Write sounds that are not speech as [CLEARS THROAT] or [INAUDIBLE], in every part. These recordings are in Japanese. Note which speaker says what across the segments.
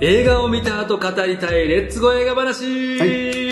Speaker 1: 映画を見た後語りたいレッツゴー映画話、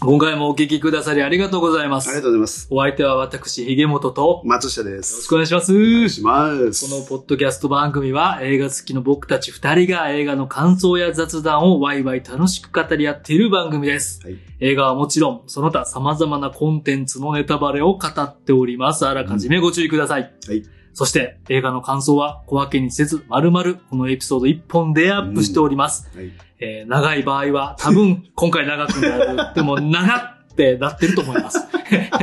Speaker 1: 今回もお聞きくださりありがとうございま
Speaker 2: あり
Speaker 1: す。
Speaker 2: がとうございます。
Speaker 1: お相手は私、ひげもとと、よ
Speaker 2: 松下で
Speaker 1: ろし
Speaker 2: す。
Speaker 1: くお願いします。
Speaker 2: お願いします。
Speaker 1: このポッドキャスト番組は映画好きの僕たち二人が映画の感想や雑談をワイワイ楽しく語り合っている番組です。
Speaker 2: はい
Speaker 1: 映画はもちろん、その他様々なコンテンツのネタバレを語っております。あらかじめご注意ください。
Speaker 2: はい
Speaker 1: そして映画の感想は小分けにせず、丸々このエピソード1本でアップしております。
Speaker 2: はい。
Speaker 1: えー長い場合は多分今回長くなる。でも長ってなってると思い
Speaker 2: [LAUGHS]
Speaker 1: ます。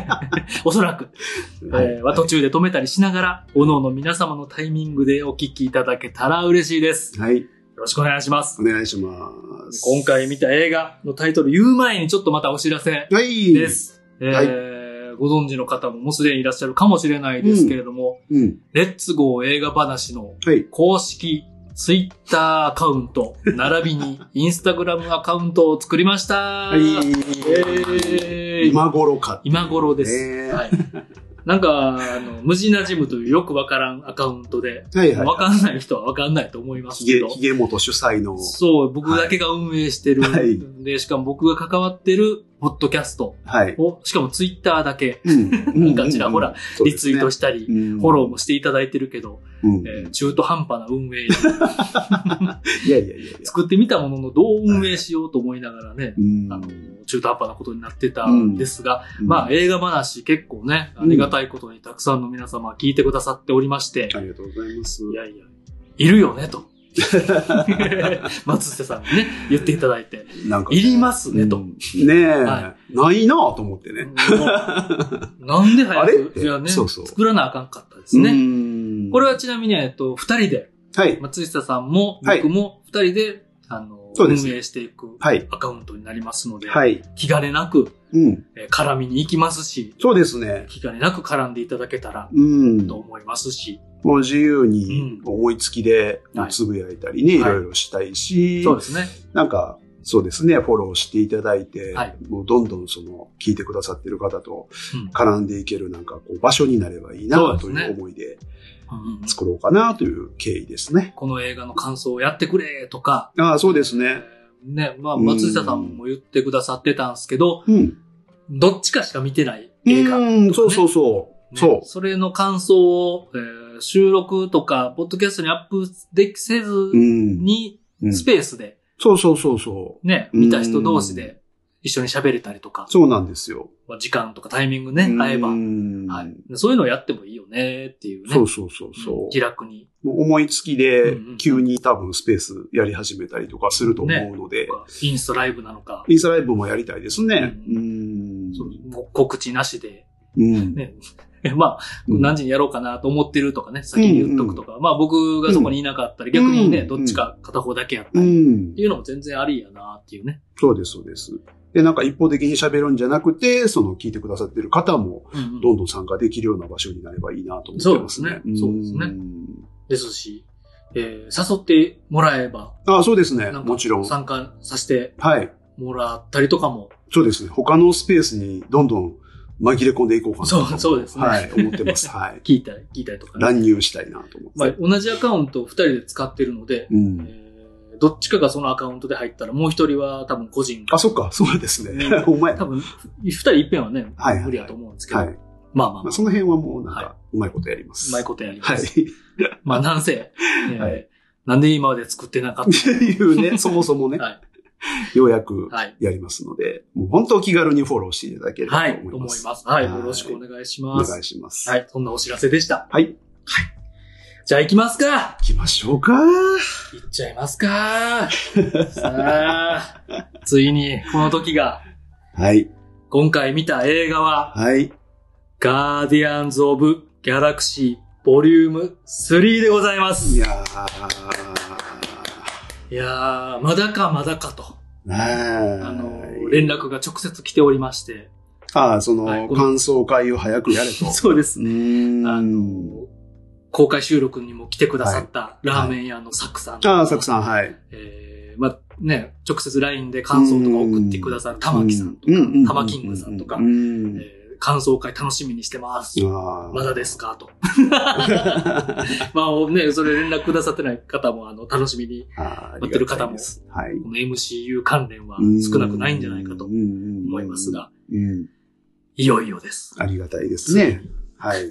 Speaker 1: [LAUGHS] おそらく、えーは途中で止めたりしながら、各々皆様のタイミングでお聞きいただけたら嬉しいです。よ
Speaker 2: はい。
Speaker 1: ろしくお願いします
Speaker 2: お。願いします。
Speaker 1: 今回見た映画のタイトル言う前にちょっとまたお知らせ
Speaker 2: はい。
Speaker 1: です。えー
Speaker 2: はい
Speaker 1: ご存知の方ももうすでにいらっしゃるかもしれないですけれども、
Speaker 2: うん。
Speaker 1: レッツゴー映画話の
Speaker 2: はい。
Speaker 1: 公式ツイッターアカウント、並びにインスタグラムアカウントを作りました。
Speaker 2: はい。
Speaker 1: えー
Speaker 2: 今頃か。
Speaker 1: 今頃です。
Speaker 2: ね
Speaker 1: はい。なんか、あの、無事なじむというよくわからんアカウントで、
Speaker 2: はいはい。
Speaker 1: わかんない人はわかんないと思います
Speaker 2: ひ
Speaker 1: け
Speaker 2: げ、
Speaker 1: ど、
Speaker 2: ひげ元主催の。
Speaker 1: そう、僕だけが運営してる、
Speaker 2: はい
Speaker 1: で、しかも僕が関わってるポッドキャスト
Speaker 2: はい。
Speaker 1: を、しかもツイッターだけ、
Speaker 2: うん。
Speaker 1: [LAUGHS] なんかちらほら、リツイート
Speaker 2: し
Speaker 1: したり、
Speaker 2: フ
Speaker 1: フォローもしていただいてるけど、
Speaker 2: うん。
Speaker 1: えー中途半端な運営に [LAUGHS]
Speaker 2: いやいやいやいや。
Speaker 1: 作ってみたもののどう運営しようと思いながらね、
Speaker 2: うん
Speaker 1: あの中途半端なことになってたんですが、まあ、映画話結構ね、あ
Speaker 2: うん
Speaker 1: りがたいことにたくさんの皆様聞いてくださっておりまして、
Speaker 2: ありがとうございます。
Speaker 1: いやいや、いるよね
Speaker 2: [LAUGHS]
Speaker 1: と。松下さんにね、言っていただいて、
Speaker 2: なんか。
Speaker 1: いりますねと。
Speaker 2: う
Speaker 1: も
Speaker 2: んねえ。
Speaker 1: は
Speaker 2: ないなぁと思ってね。
Speaker 1: うなんで
Speaker 2: あれ
Speaker 1: 早く、いやね、
Speaker 2: そうそう
Speaker 1: 作らなあかんかったですね。
Speaker 2: ね
Speaker 1: これは、ちなみに、えっと、二人で、
Speaker 2: はい。
Speaker 1: 松下さんも
Speaker 2: はい
Speaker 1: 僕も二人で、あの、
Speaker 2: そう
Speaker 1: 運
Speaker 2: です
Speaker 1: 営していく
Speaker 2: はい。
Speaker 1: アカウントになりますので、
Speaker 2: はい。
Speaker 1: 気兼ねなく、
Speaker 2: うん。
Speaker 1: えー絡みに行きますし、
Speaker 2: そうですね。
Speaker 1: 気兼ねなく絡んでいただけたら
Speaker 2: うん。
Speaker 1: と思いますし、
Speaker 2: もう自由
Speaker 1: うん
Speaker 2: に思いつきで
Speaker 1: はい
Speaker 2: つぶやいたりね、
Speaker 1: はい
Speaker 2: いろいろしたいし、
Speaker 1: そうですね。
Speaker 2: なんか、そうですね、フォローしていただいて、
Speaker 1: はい
Speaker 2: もうどんどんその、聞いてくださってる方と
Speaker 1: うん
Speaker 2: 絡んでいけるなんか、こう、場所になればいい
Speaker 1: そう
Speaker 2: な
Speaker 1: で
Speaker 2: と
Speaker 1: すね
Speaker 2: いう思いで
Speaker 1: うん
Speaker 2: 作ろうかなという経緯ですね。
Speaker 1: この映画の感想をやってくれとか、
Speaker 2: ああ、そうです
Speaker 1: えー
Speaker 2: ね。
Speaker 1: [LAUGHS] ね、まあ、
Speaker 2: うん
Speaker 1: 松下さんも言ってくださってたんですけど、
Speaker 2: うん。
Speaker 1: どっちかしか見てない映画。ね
Speaker 2: うん、そうそうそう。そう。
Speaker 1: それの感想を、えー収録とか、ポッドキャストにアップできせず
Speaker 2: うん。
Speaker 1: に、
Speaker 2: うん
Speaker 1: スペースで
Speaker 2: そうそうそうそ
Speaker 1: ね、
Speaker 2: うん
Speaker 1: 見た人同士で一緒に喋れたりとか
Speaker 2: う。、そうなんですよ。
Speaker 1: まあ時間とかタイミングね、合えば
Speaker 2: う、ん
Speaker 1: はい。そういうのをやってもいいよねっていうね。
Speaker 2: そうそうそう
Speaker 1: う
Speaker 2: そ
Speaker 1: ん
Speaker 2: う。
Speaker 1: 気楽に。
Speaker 2: もう思いつき
Speaker 1: う
Speaker 2: で
Speaker 1: んうん、
Speaker 2: 急に多分スペースやり始めたりとかすると思うので、
Speaker 1: インスタライブなのか、
Speaker 2: インスタライブもやりたいですね。
Speaker 1: う
Speaker 2: うん。
Speaker 1: そう告知なしで、
Speaker 2: うん。
Speaker 1: ね。 [LAUGHS] まあ、
Speaker 2: うん
Speaker 1: 何時にやろうかなと思ってるとかね、先に言っとくとか、まあ僕がそこにいなかったり、逆にね、
Speaker 2: うん
Speaker 1: どっちか片方だけやった
Speaker 2: う
Speaker 1: り、っ
Speaker 2: ん
Speaker 1: て。いうのも全然ありやなっていうね。
Speaker 2: そうです、そうです。で、なんか一方的に喋るんじゃなくて、その聞いてくださってる方も、
Speaker 1: うんうん
Speaker 2: どんどん参加できるような場所になればいいなと思ってます
Speaker 1: そ
Speaker 2: ね。
Speaker 1: うですねそうですね
Speaker 2: ん
Speaker 1: ですし、えー誘ってもらえば、
Speaker 2: あそうですね。
Speaker 1: なんか
Speaker 2: もちろん。
Speaker 1: 参加させて
Speaker 2: はい。
Speaker 1: もらったりとかも、
Speaker 2: そうですね。他のスペースにどんどん紛れ込んでいこうかなと。
Speaker 1: そうそうですね
Speaker 2: はい。思ってます。はい。
Speaker 1: 聞いたり、聞いたりとかね。
Speaker 2: 乱入したいなと思って。
Speaker 1: まあ、同じアカウントを2人で使ってるので、
Speaker 2: うん。
Speaker 1: えーどっちかがそのアカウントで入ったら、もう一人は多分個人が
Speaker 2: あ、そっか、 [LAUGHS] そうですね
Speaker 1: ね。
Speaker 2: お前。は
Speaker 1: 多分、二人いっぺんはね、
Speaker 2: はいはい
Speaker 1: 無理やと思うんですけど、
Speaker 2: い。
Speaker 1: まあまあ
Speaker 2: ま
Speaker 1: ま
Speaker 2: あ、
Speaker 1: あ、
Speaker 2: その辺はもうなん
Speaker 1: は
Speaker 2: か、うまいことやります。
Speaker 1: うまいことやりま
Speaker 2: はい。
Speaker 1: す。
Speaker 2: っ
Speaker 1: まあ、なんせ、えー
Speaker 2: はい
Speaker 1: なんで今まで作ってなかって
Speaker 2: いうね、そもそもね、
Speaker 1: た
Speaker 2: [LAUGHS]
Speaker 1: はい。
Speaker 2: ようやく
Speaker 1: はい。
Speaker 2: やりますので、もう本当お気軽にフォローしていただければ
Speaker 1: はい。
Speaker 2: と
Speaker 1: 思
Speaker 2: 思い
Speaker 1: い
Speaker 2: ま。
Speaker 1: ますす。はい。
Speaker 2: はい
Speaker 1: よろしくお願いし
Speaker 2: お
Speaker 1: ます。
Speaker 2: 願いします。
Speaker 1: はい。そんなお知らせでした。
Speaker 2: はい。行
Speaker 1: じゃあ行きますか
Speaker 2: きましょうか。
Speaker 1: 行っちゃいます
Speaker 2: [LAUGHS]
Speaker 1: かさあ、ついにこの時が、
Speaker 2: はい。
Speaker 1: 今回見た映画は、
Speaker 2: はい。
Speaker 1: ガーディアンズ・オブ・ギャラクシー、ボリューム3でございます。
Speaker 2: い
Speaker 1: いや
Speaker 2: やー。
Speaker 1: ー、まだかまだかと。
Speaker 2: はい
Speaker 1: あの、連。絡が直接来ておりまして。
Speaker 2: ああ、その、
Speaker 1: はい
Speaker 2: 感想会を早くやれと。
Speaker 1: [LAUGHS] そうです
Speaker 2: う。ーん。
Speaker 1: あの、公開収録にも来てくださったラーメン屋のサクさん。
Speaker 2: ああ、サクさん、はい。
Speaker 1: えーまあね、直接 LINE で感想とか送ってくださる玉木さんとか、
Speaker 2: うんうんうんうん
Speaker 1: 玉キングさんとか
Speaker 2: う、ん
Speaker 1: えで感想会楽しみにしてます。
Speaker 2: あ
Speaker 1: まだですかと。まあね、それ連絡くださってない方も、あの、楽しみに、
Speaker 2: [LAUGHS] あ
Speaker 1: 待ってる方も。
Speaker 2: ありがたいですはい。
Speaker 1: この MCU 関連は少なくないんじゃないかと思
Speaker 2: 思
Speaker 1: います。が、
Speaker 2: うん。
Speaker 1: いよいよです。
Speaker 2: ありがたいですね。はい。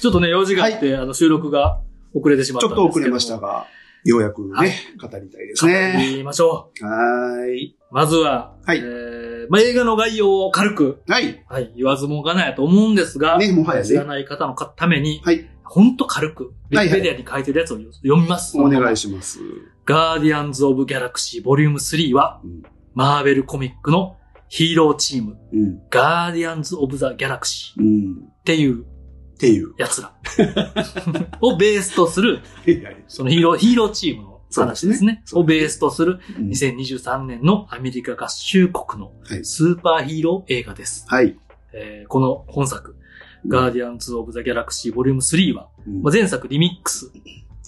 Speaker 1: ちょっとね、用事があって、あの、収録が遅れてしまった
Speaker 2: ちょ
Speaker 1: んですけど
Speaker 2: っと遅れ
Speaker 1: も
Speaker 2: ました。が、ようやく
Speaker 1: はい
Speaker 2: ね、語りたいです
Speaker 1: 語
Speaker 2: ね。
Speaker 1: りましょ
Speaker 2: はーい。
Speaker 1: う。まずは、
Speaker 2: はい
Speaker 1: えーまあ、映画の概要を軽く、
Speaker 2: はい。
Speaker 1: はい、言わずもがなやと思うんですが、
Speaker 2: ね、もはや
Speaker 1: 知ら
Speaker 2: ね。
Speaker 1: ない方のために、
Speaker 2: はい。
Speaker 1: ほんと軽く、ウ
Speaker 2: は
Speaker 1: ィ
Speaker 2: い
Speaker 1: キ
Speaker 2: は
Speaker 1: ペ
Speaker 2: い
Speaker 1: ディアに書いてるやつを読みます。
Speaker 2: お願いします。
Speaker 1: ガーディアンズ・オブ・ギャラクシー・ボリューム3は、
Speaker 2: うん
Speaker 1: マーベルコミックのヒーローチーム、
Speaker 2: うん。
Speaker 1: ガーディアンズ・オブ・ザ・ギャラクシー
Speaker 2: うん。
Speaker 1: っていう
Speaker 2: っていう。
Speaker 1: や
Speaker 2: [LAUGHS]
Speaker 1: つらをベースとする、
Speaker 2: はいはい。
Speaker 1: そのヒーロー、ヒーローチームの話ですね。
Speaker 2: そう
Speaker 1: を
Speaker 2: ですね
Speaker 1: ベースとする
Speaker 2: うん
Speaker 1: 2023年のアメリカ合衆国の
Speaker 2: はい
Speaker 1: スーパーヒーロー映画です。
Speaker 2: はい。
Speaker 1: えーこの本作、ガーディアンズ・オブ・ザ・ギャラクシー・ボリューム3は、
Speaker 2: うん
Speaker 1: まあ、前作リミックス。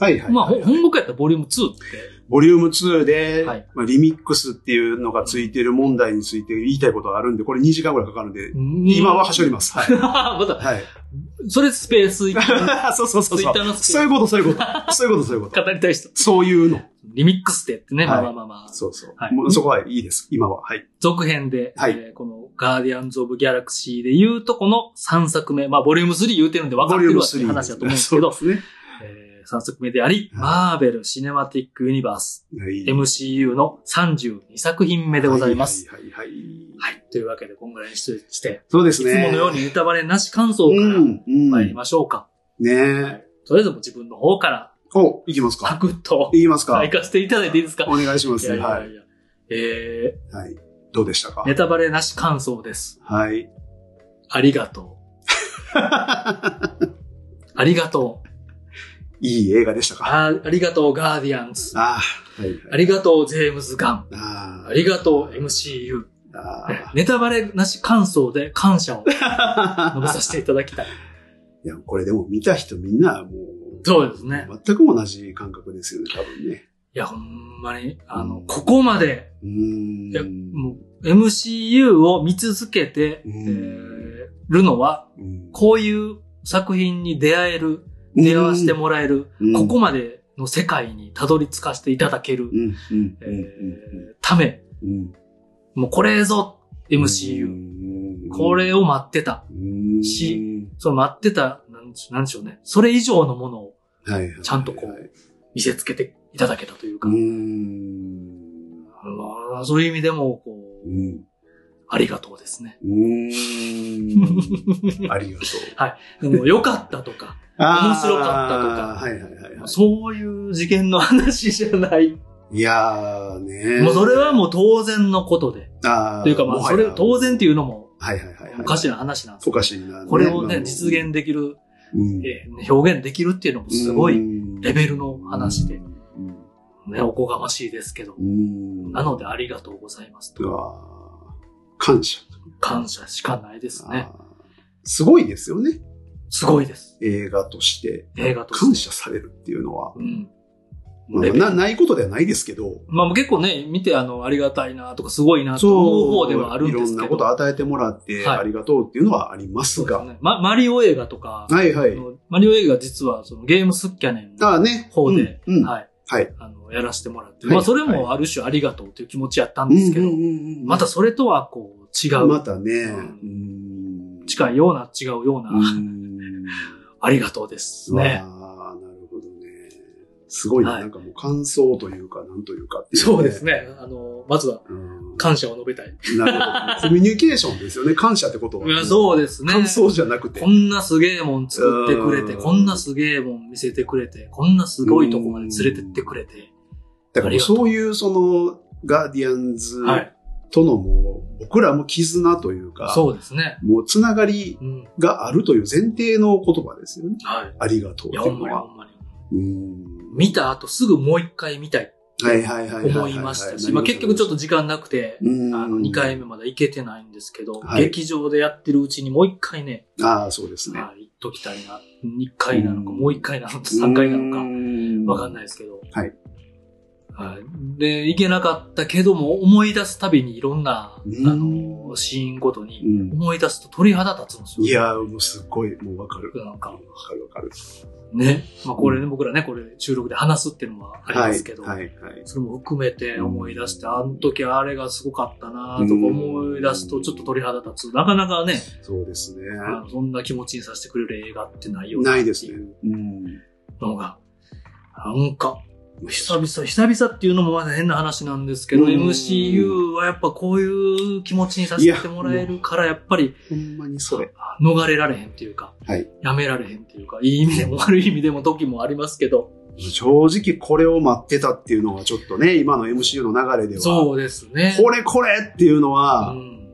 Speaker 2: はいはい。
Speaker 1: まあ、ほ本国やったらボリューム2って、
Speaker 2: ボリューム2で、
Speaker 1: はい
Speaker 2: まあ、リミックスっていうのがついてる問題について言いたいことがあるんで、これ2時間ぐらいかかるんで、今ははしょります。はい。
Speaker 1: [LAUGHS] また、 [LAUGHS]
Speaker 2: はい。
Speaker 1: それスペース行って、
Speaker 2: [LAUGHS] そうそうそう
Speaker 1: ツイッ
Speaker 2: そう。
Speaker 1: ターのスペ
Speaker 2: そう
Speaker 1: ー
Speaker 2: いうこと、そういうこと。そういうこと、そういうこ
Speaker 1: ス
Speaker 2: と。
Speaker 1: 語りたい人。
Speaker 2: そういうの。
Speaker 1: リミックスってやってね、
Speaker 2: は
Speaker 1: まあ
Speaker 2: い
Speaker 1: まあまあまあ。
Speaker 2: そうそう。
Speaker 1: はい
Speaker 2: もうそこはいいです。今は。はい。
Speaker 1: 続編で、
Speaker 2: はい
Speaker 1: えーこのガーディアンズ・オブ・ギャラクシーで言うとこの3作目、まあボリューム3言うてるんで分かってるわっていう話だと思うんですけど、
Speaker 2: そうです
Speaker 1: え3作目であり、
Speaker 2: はい
Speaker 1: マーベル・シネマティック・ユニバース、
Speaker 2: ね。はい。
Speaker 1: MCU の32作品目でございます。
Speaker 2: はい。はいはいはい。
Speaker 1: はい。というわけで、こんぐらいにして、
Speaker 2: そうで
Speaker 1: いつ
Speaker 2: す
Speaker 1: も
Speaker 2: ね。
Speaker 1: のようにネタバレなし感想か
Speaker 2: う
Speaker 1: ら
Speaker 2: ん。うん。
Speaker 1: 参りましょうか。
Speaker 2: ねえ。
Speaker 1: とりあえずもう自分の方から、
Speaker 2: お、いきます
Speaker 1: パ
Speaker 2: か。
Speaker 1: クッと、
Speaker 2: いきますか
Speaker 1: 行。かせていただいていいですか
Speaker 2: お願いしま
Speaker 1: い
Speaker 2: す。
Speaker 1: やいや
Speaker 2: はい
Speaker 1: い。や。え
Speaker 2: はい。どうでしたか
Speaker 1: ー、ネタバレなし感想です。
Speaker 2: はい。
Speaker 1: ありがとう。ありがとう。
Speaker 2: いい映画でしたか
Speaker 1: あありがとう、ガーディアンズ。
Speaker 2: ああ、はい。
Speaker 1: ありがとう、ジェームズ・ガン。
Speaker 2: あ
Speaker 1: ありがとう、MCU。
Speaker 2: あ。あ
Speaker 1: ネタバレなし感想で感謝を述べ
Speaker 2: あ。
Speaker 1: させていただきたい。 [LAUGHS]
Speaker 2: いや、これでも見た人みんな、もう。
Speaker 1: そうですね。
Speaker 2: 全く同じ感覚ですよね、多分ね。
Speaker 1: いや、ほんまに、あの、
Speaker 2: うん
Speaker 1: ここまで、
Speaker 2: う
Speaker 1: いや
Speaker 2: ーん。
Speaker 1: もう、MCU を見続けて、え
Speaker 2: うん
Speaker 1: ーるのは、
Speaker 2: うん、
Speaker 1: こういう作品に出会える、出会わせてもらえる、
Speaker 2: うん
Speaker 1: ここまでの世界にたどり着かせていただける、
Speaker 2: うん、うん、
Speaker 1: え
Speaker 2: うんうん
Speaker 1: ーため、
Speaker 2: うん、
Speaker 1: もうこれぞ MCU。
Speaker 2: MCU
Speaker 1: これを待ってた。し、その待ってた、なんでしょなんでしょうね。それ以上のものを
Speaker 2: はいはいはい、
Speaker 1: ちゃんとこう見せつけていただけたというか、
Speaker 2: うーん。
Speaker 1: まあそういう意味でも、こ
Speaker 2: う
Speaker 1: う、
Speaker 2: ん。
Speaker 1: ありがとうですね。 [LAUGHS]
Speaker 2: うーん。ありがとう。
Speaker 1: あの良かったとか、面白かったとか
Speaker 2: あーはいはいはいは
Speaker 1: そういう事件の話じゃない。
Speaker 2: い。いやーね
Speaker 1: もうそれは
Speaker 2: う、
Speaker 1: もう当然のことで。
Speaker 2: あー
Speaker 1: というかまあ
Speaker 2: もは
Speaker 1: そ
Speaker 2: や
Speaker 1: れ当然っていうのも
Speaker 2: はいはいはいはい。
Speaker 1: おかしな話なんです
Speaker 2: お
Speaker 1: けど
Speaker 2: かしいな。
Speaker 1: これを
Speaker 2: まあ
Speaker 1: ね、実現できる、
Speaker 2: うん
Speaker 1: えー表現できるっていうのもすごい、レベルの話で
Speaker 2: うん
Speaker 1: ね、おこがましいですけど
Speaker 2: う。ん
Speaker 1: なのでありがとうございます
Speaker 2: う
Speaker 1: と。
Speaker 2: わー感謝。
Speaker 1: 感謝しかないですね。
Speaker 2: あーすごいですよね。
Speaker 1: すごいです。
Speaker 2: 映画として。
Speaker 1: 映画として
Speaker 2: 感謝されるっていうのは。
Speaker 1: うん。
Speaker 2: まあ
Speaker 1: レベル
Speaker 2: なないことではないですけど。
Speaker 1: まあ結構ね、見てあの、ありがたいなとかすごいなと思う方ではあるんです
Speaker 2: いろん
Speaker 1: け
Speaker 2: な
Speaker 1: ど。
Speaker 2: こと与えてもらって、
Speaker 1: はい
Speaker 2: ありがとうっていうのはあります
Speaker 1: そうです
Speaker 2: が。
Speaker 1: ね。まマリオ映画とか、
Speaker 2: はいは
Speaker 1: あ
Speaker 2: い。
Speaker 1: のマリオ映画実はそのゲームスキャネン
Speaker 2: あ
Speaker 1: の
Speaker 2: あね。
Speaker 1: 方で、
Speaker 2: うんうん
Speaker 1: はい。
Speaker 2: はい
Speaker 1: あの、やらせてもらって、
Speaker 2: はい
Speaker 1: まあそれもある種ありがとうという気持ちやったんですけど、
Speaker 2: うんうんうんうん
Speaker 1: またそれとはこう違う、
Speaker 2: またね。
Speaker 1: う
Speaker 2: うん
Speaker 1: 近いような違うような、 [LAUGHS]
Speaker 2: うん
Speaker 1: ありがとうですね。
Speaker 2: ああ、なるほどね。すごいな。
Speaker 1: はい
Speaker 2: なんかもう感想というか、なんというかってい
Speaker 1: そうです
Speaker 2: ね。
Speaker 1: ね。あの、まずは
Speaker 2: うん
Speaker 1: 感謝を述べたい。
Speaker 2: なるほど。コミ [LAUGHS] ュニケーションですよね。感謝ってことは。
Speaker 1: いやそうですね。
Speaker 2: 感想じゃなくて
Speaker 1: こ。んなすげえもん作ってくれて、
Speaker 2: うん
Speaker 1: こんなすげえもん見せてくれて、こんなすごいとこまで連れてってくれて。
Speaker 2: だ
Speaker 1: あ
Speaker 2: か
Speaker 1: り
Speaker 2: ら
Speaker 1: がとう
Speaker 2: そういうその、ガーディアンズ
Speaker 1: はい。
Speaker 2: とのもう、僕らも絆というか、
Speaker 1: そうですね。
Speaker 2: もうつながり
Speaker 1: うん。
Speaker 2: があるという前提の言葉ですよね。
Speaker 1: はい。
Speaker 2: ありがと
Speaker 1: い
Speaker 2: うって
Speaker 1: や、
Speaker 2: い
Speaker 1: ほ
Speaker 2: うん
Speaker 1: ま
Speaker 2: の
Speaker 1: に
Speaker 2: は。
Speaker 1: ほんまに。
Speaker 2: うん
Speaker 1: 見た後すぐもう一回見たい
Speaker 2: はいはいはいは
Speaker 1: と
Speaker 2: いはい。
Speaker 1: 思いましたし、まあ結局ちょっと時間なくて、
Speaker 2: うん、
Speaker 1: あの、2回目まだ行けてないんですけど、
Speaker 2: はい
Speaker 1: 劇場でやってるうちにもう一回ね、
Speaker 2: ああ、そうですね。
Speaker 1: はい行っときたいな。1回なのか、
Speaker 2: うん
Speaker 1: もう一回なのか、3回なのか、わかん
Speaker 2: い。
Speaker 1: ないですけど。
Speaker 2: はい
Speaker 1: はい。で、行けなかったけども、思い出すたびにいろんな、あ
Speaker 2: うん
Speaker 1: の、シーンごと
Speaker 2: う
Speaker 1: に、
Speaker 2: ん。
Speaker 1: 思い出すと鳥肌立つんですよ。
Speaker 2: いやー、もうすっごい、もうわかる。
Speaker 1: なんか
Speaker 2: わ、かるわかる。
Speaker 1: ね。まあ、これね、僕らね、これ収録で話すっていうのはありますけど、
Speaker 2: はい、はい、はい。
Speaker 1: それも含めて思い出して、あの時あれがすごかったなとか思い出すと、ちょっと鳥肌立つ。なかなかね、
Speaker 2: そうですね。
Speaker 1: あのそんな気持ちにさせてくれる映画ってないよな。
Speaker 2: ないです。ね。うん。
Speaker 1: のが、なんか、久々、久々っていうのもまだ変な話なんですけど、
Speaker 2: うん
Speaker 1: MCU はやっぱこういう気持ちにさせてもらえるから、やっぱり
Speaker 2: ほんまにそれ。
Speaker 1: 逃れられへんっていうか、
Speaker 2: はい
Speaker 1: やめられへんっていうか、いい意味でも悪い意味でも時もありますけど、
Speaker 2: 正直これを待ってたっていうのはちょっとね、今の MCU の流れでは。
Speaker 1: そうですね。
Speaker 2: これこれっていうの
Speaker 1: う
Speaker 2: は、
Speaker 1: ん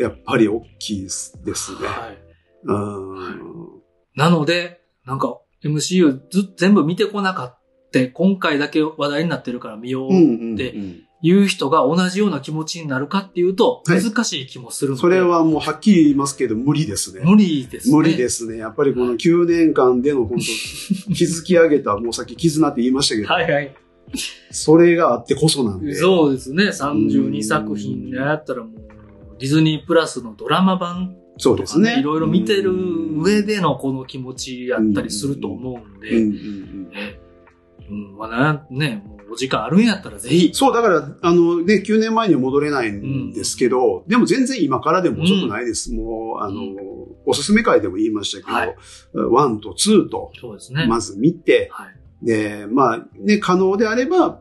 Speaker 2: やっぱり大きいですですね。
Speaker 1: はい、
Speaker 2: うん。
Speaker 1: なので、なんか MCU ず全部見てこなかった、今回だけ話題になってるから見よう
Speaker 2: うんうん
Speaker 1: で
Speaker 2: うん
Speaker 1: いう人が同じような気持ちになるかっていうと、
Speaker 2: はい
Speaker 1: 難しい気もするので、
Speaker 2: それはもうはっきり言いますけど、無理ですね。
Speaker 1: 無理ですね。
Speaker 2: 無理ですね。やっぱりこの9年間での本当、築き上げた、もうさっき絆って言いましたけど、
Speaker 1: はいはい。
Speaker 2: それがあってこそなんで。
Speaker 1: そうですね。32作品でやったらもう、ディズニープラスのドラマ版
Speaker 2: そう
Speaker 1: と
Speaker 2: で
Speaker 1: か
Speaker 2: す
Speaker 1: ね、
Speaker 2: ね。
Speaker 1: いろいろ見てる上でのこの気持ちやったりすると思うん
Speaker 2: うん、うん
Speaker 1: で、
Speaker 2: うんうん
Speaker 1: ねうん、まあなね、もうお時間あるんやったらぜひ、
Speaker 2: そう、だから、あのね、9年前には戻れないんですけど、でも全然今からでも遅くないです。もう、あの、
Speaker 1: うん
Speaker 2: おすすめ会でも言いましたけ
Speaker 1: はい
Speaker 2: ど、ワン1と2と、
Speaker 1: そうですね。
Speaker 2: まず見て、
Speaker 1: はい。
Speaker 2: で、まあ、ね、可能であれば、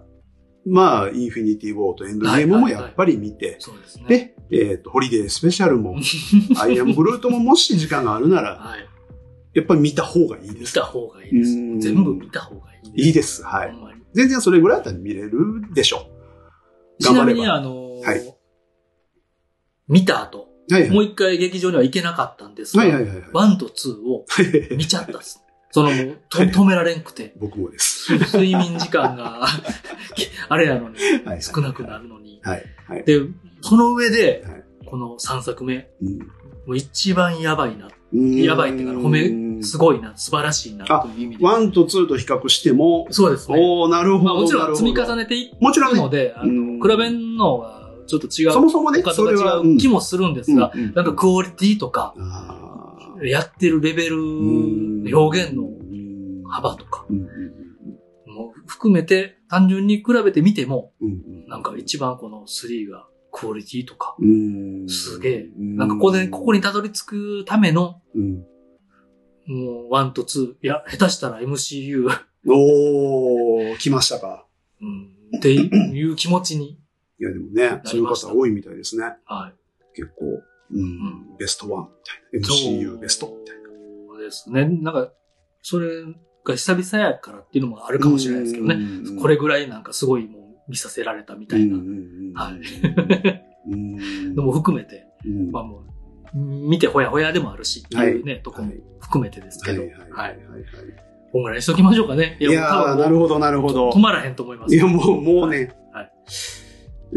Speaker 2: まあ、インフィニティ・ウォーとエンドゲームもやっぱり見て、
Speaker 1: そうですね。
Speaker 2: で、えっ、と、ホリデースペシャル
Speaker 1: [LAUGHS]
Speaker 2: も、アイアム・ブルートももし時間があるなら、
Speaker 1: はい。
Speaker 2: やっぱり見た方がいいで
Speaker 1: 見
Speaker 2: す。
Speaker 1: た方がいいです
Speaker 2: うん。
Speaker 1: 全部見た方がいいです。
Speaker 2: いいです。は
Speaker 1: ほ
Speaker 2: い。
Speaker 1: んまに
Speaker 2: 全然それぐらいだったら見れるでしょう。
Speaker 1: ち
Speaker 2: 頑
Speaker 1: な
Speaker 2: 張
Speaker 1: み
Speaker 2: れ
Speaker 1: に、
Speaker 2: ば。
Speaker 1: あのー
Speaker 2: は
Speaker 1: 見た後、
Speaker 2: はい
Speaker 1: もう一回劇場には行けなかったんですが、
Speaker 2: はいはいはいはい。
Speaker 1: 1と2を見ちゃったっす。そのもう、と止められんくて。
Speaker 2: [LAUGHS] 僕もです。
Speaker 1: 睡眠時間が、 [LAUGHS] あれやのに、
Speaker 2: はい
Speaker 1: 少なくなるのに。
Speaker 2: はい。はい。
Speaker 1: で、その上で
Speaker 2: はい、
Speaker 1: この3作目、
Speaker 2: うん
Speaker 1: もう一番やばいな。
Speaker 2: うん
Speaker 1: やばいっていうか、褒め、すごいな、素晴らしいな、
Speaker 2: あ
Speaker 1: という意味で。
Speaker 2: ワンとツーと比較しても、
Speaker 1: そうですね。
Speaker 2: おおなるほ
Speaker 1: まあ
Speaker 2: ど。
Speaker 1: もちろん積み重
Speaker 2: ね。
Speaker 1: ねてい
Speaker 2: もちろ
Speaker 1: く
Speaker 2: んね
Speaker 1: ので、あの
Speaker 2: うん
Speaker 1: 比べんのはちょっと違、
Speaker 2: そうもそもね、
Speaker 1: 方
Speaker 2: そ
Speaker 1: が
Speaker 2: れは。
Speaker 1: 違う気もするんですが、
Speaker 2: うんうん
Speaker 1: なんかクオリティとか、
Speaker 2: あー
Speaker 1: やってるレベル、表現の
Speaker 2: うん
Speaker 1: 幅とか、
Speaker 2: うんうん
Speaker 1: もう含めて、単純に比べてみても、
Speaker 2: うんうん
Speaker 1: なんか一番この3がクオリティとか、
Speaker 2: うん
Speaker 1: すげえ。
Speaker 2: う
Speaker 1: なんかここで、ここにたどり着くための、
Speaker 2: うん
Speaker 1: もう1と2、いや、下手したら MCU、
Speaker 2: おー、来ましたか。
Speaker 1: うん、っていう気持ちに、
Speaker 2: いや、でもね、そういう方多いみたいですね。
Speaker 1: は
Speaker 2: 結構。うん。ベストワンみ
Speaker 1: い。
Speaker 2: たいな。MCU ベストみたいな。
Speaker 1: そうですね。なんか、それが久々やからっていうのもあるかもしれないですけどね。
Speaker 2: ね
Speaker 1: これぐらいなんかすごいもう見させられたみたいなは
Speaker 2: はい
Speaker 1: のも含めて、
Speaker 2: うん
Speaker 1: まあもう、見てほやほやでもあるし、っていうね、とこ
Speaker 2: は
Speaker 1: も
Speaker 2: い
Speaker 1: 含めてですけど、
Speaker 2: はいはいは
Speaker 1: はいい。こんぐらいにしときましょうかね。
Speaker 2: いやー、なるほど、なるほど
Speaker 1: 止。まらへんと思います。
Speaker 2: いや、もう、もうね
Speaker 1: はい。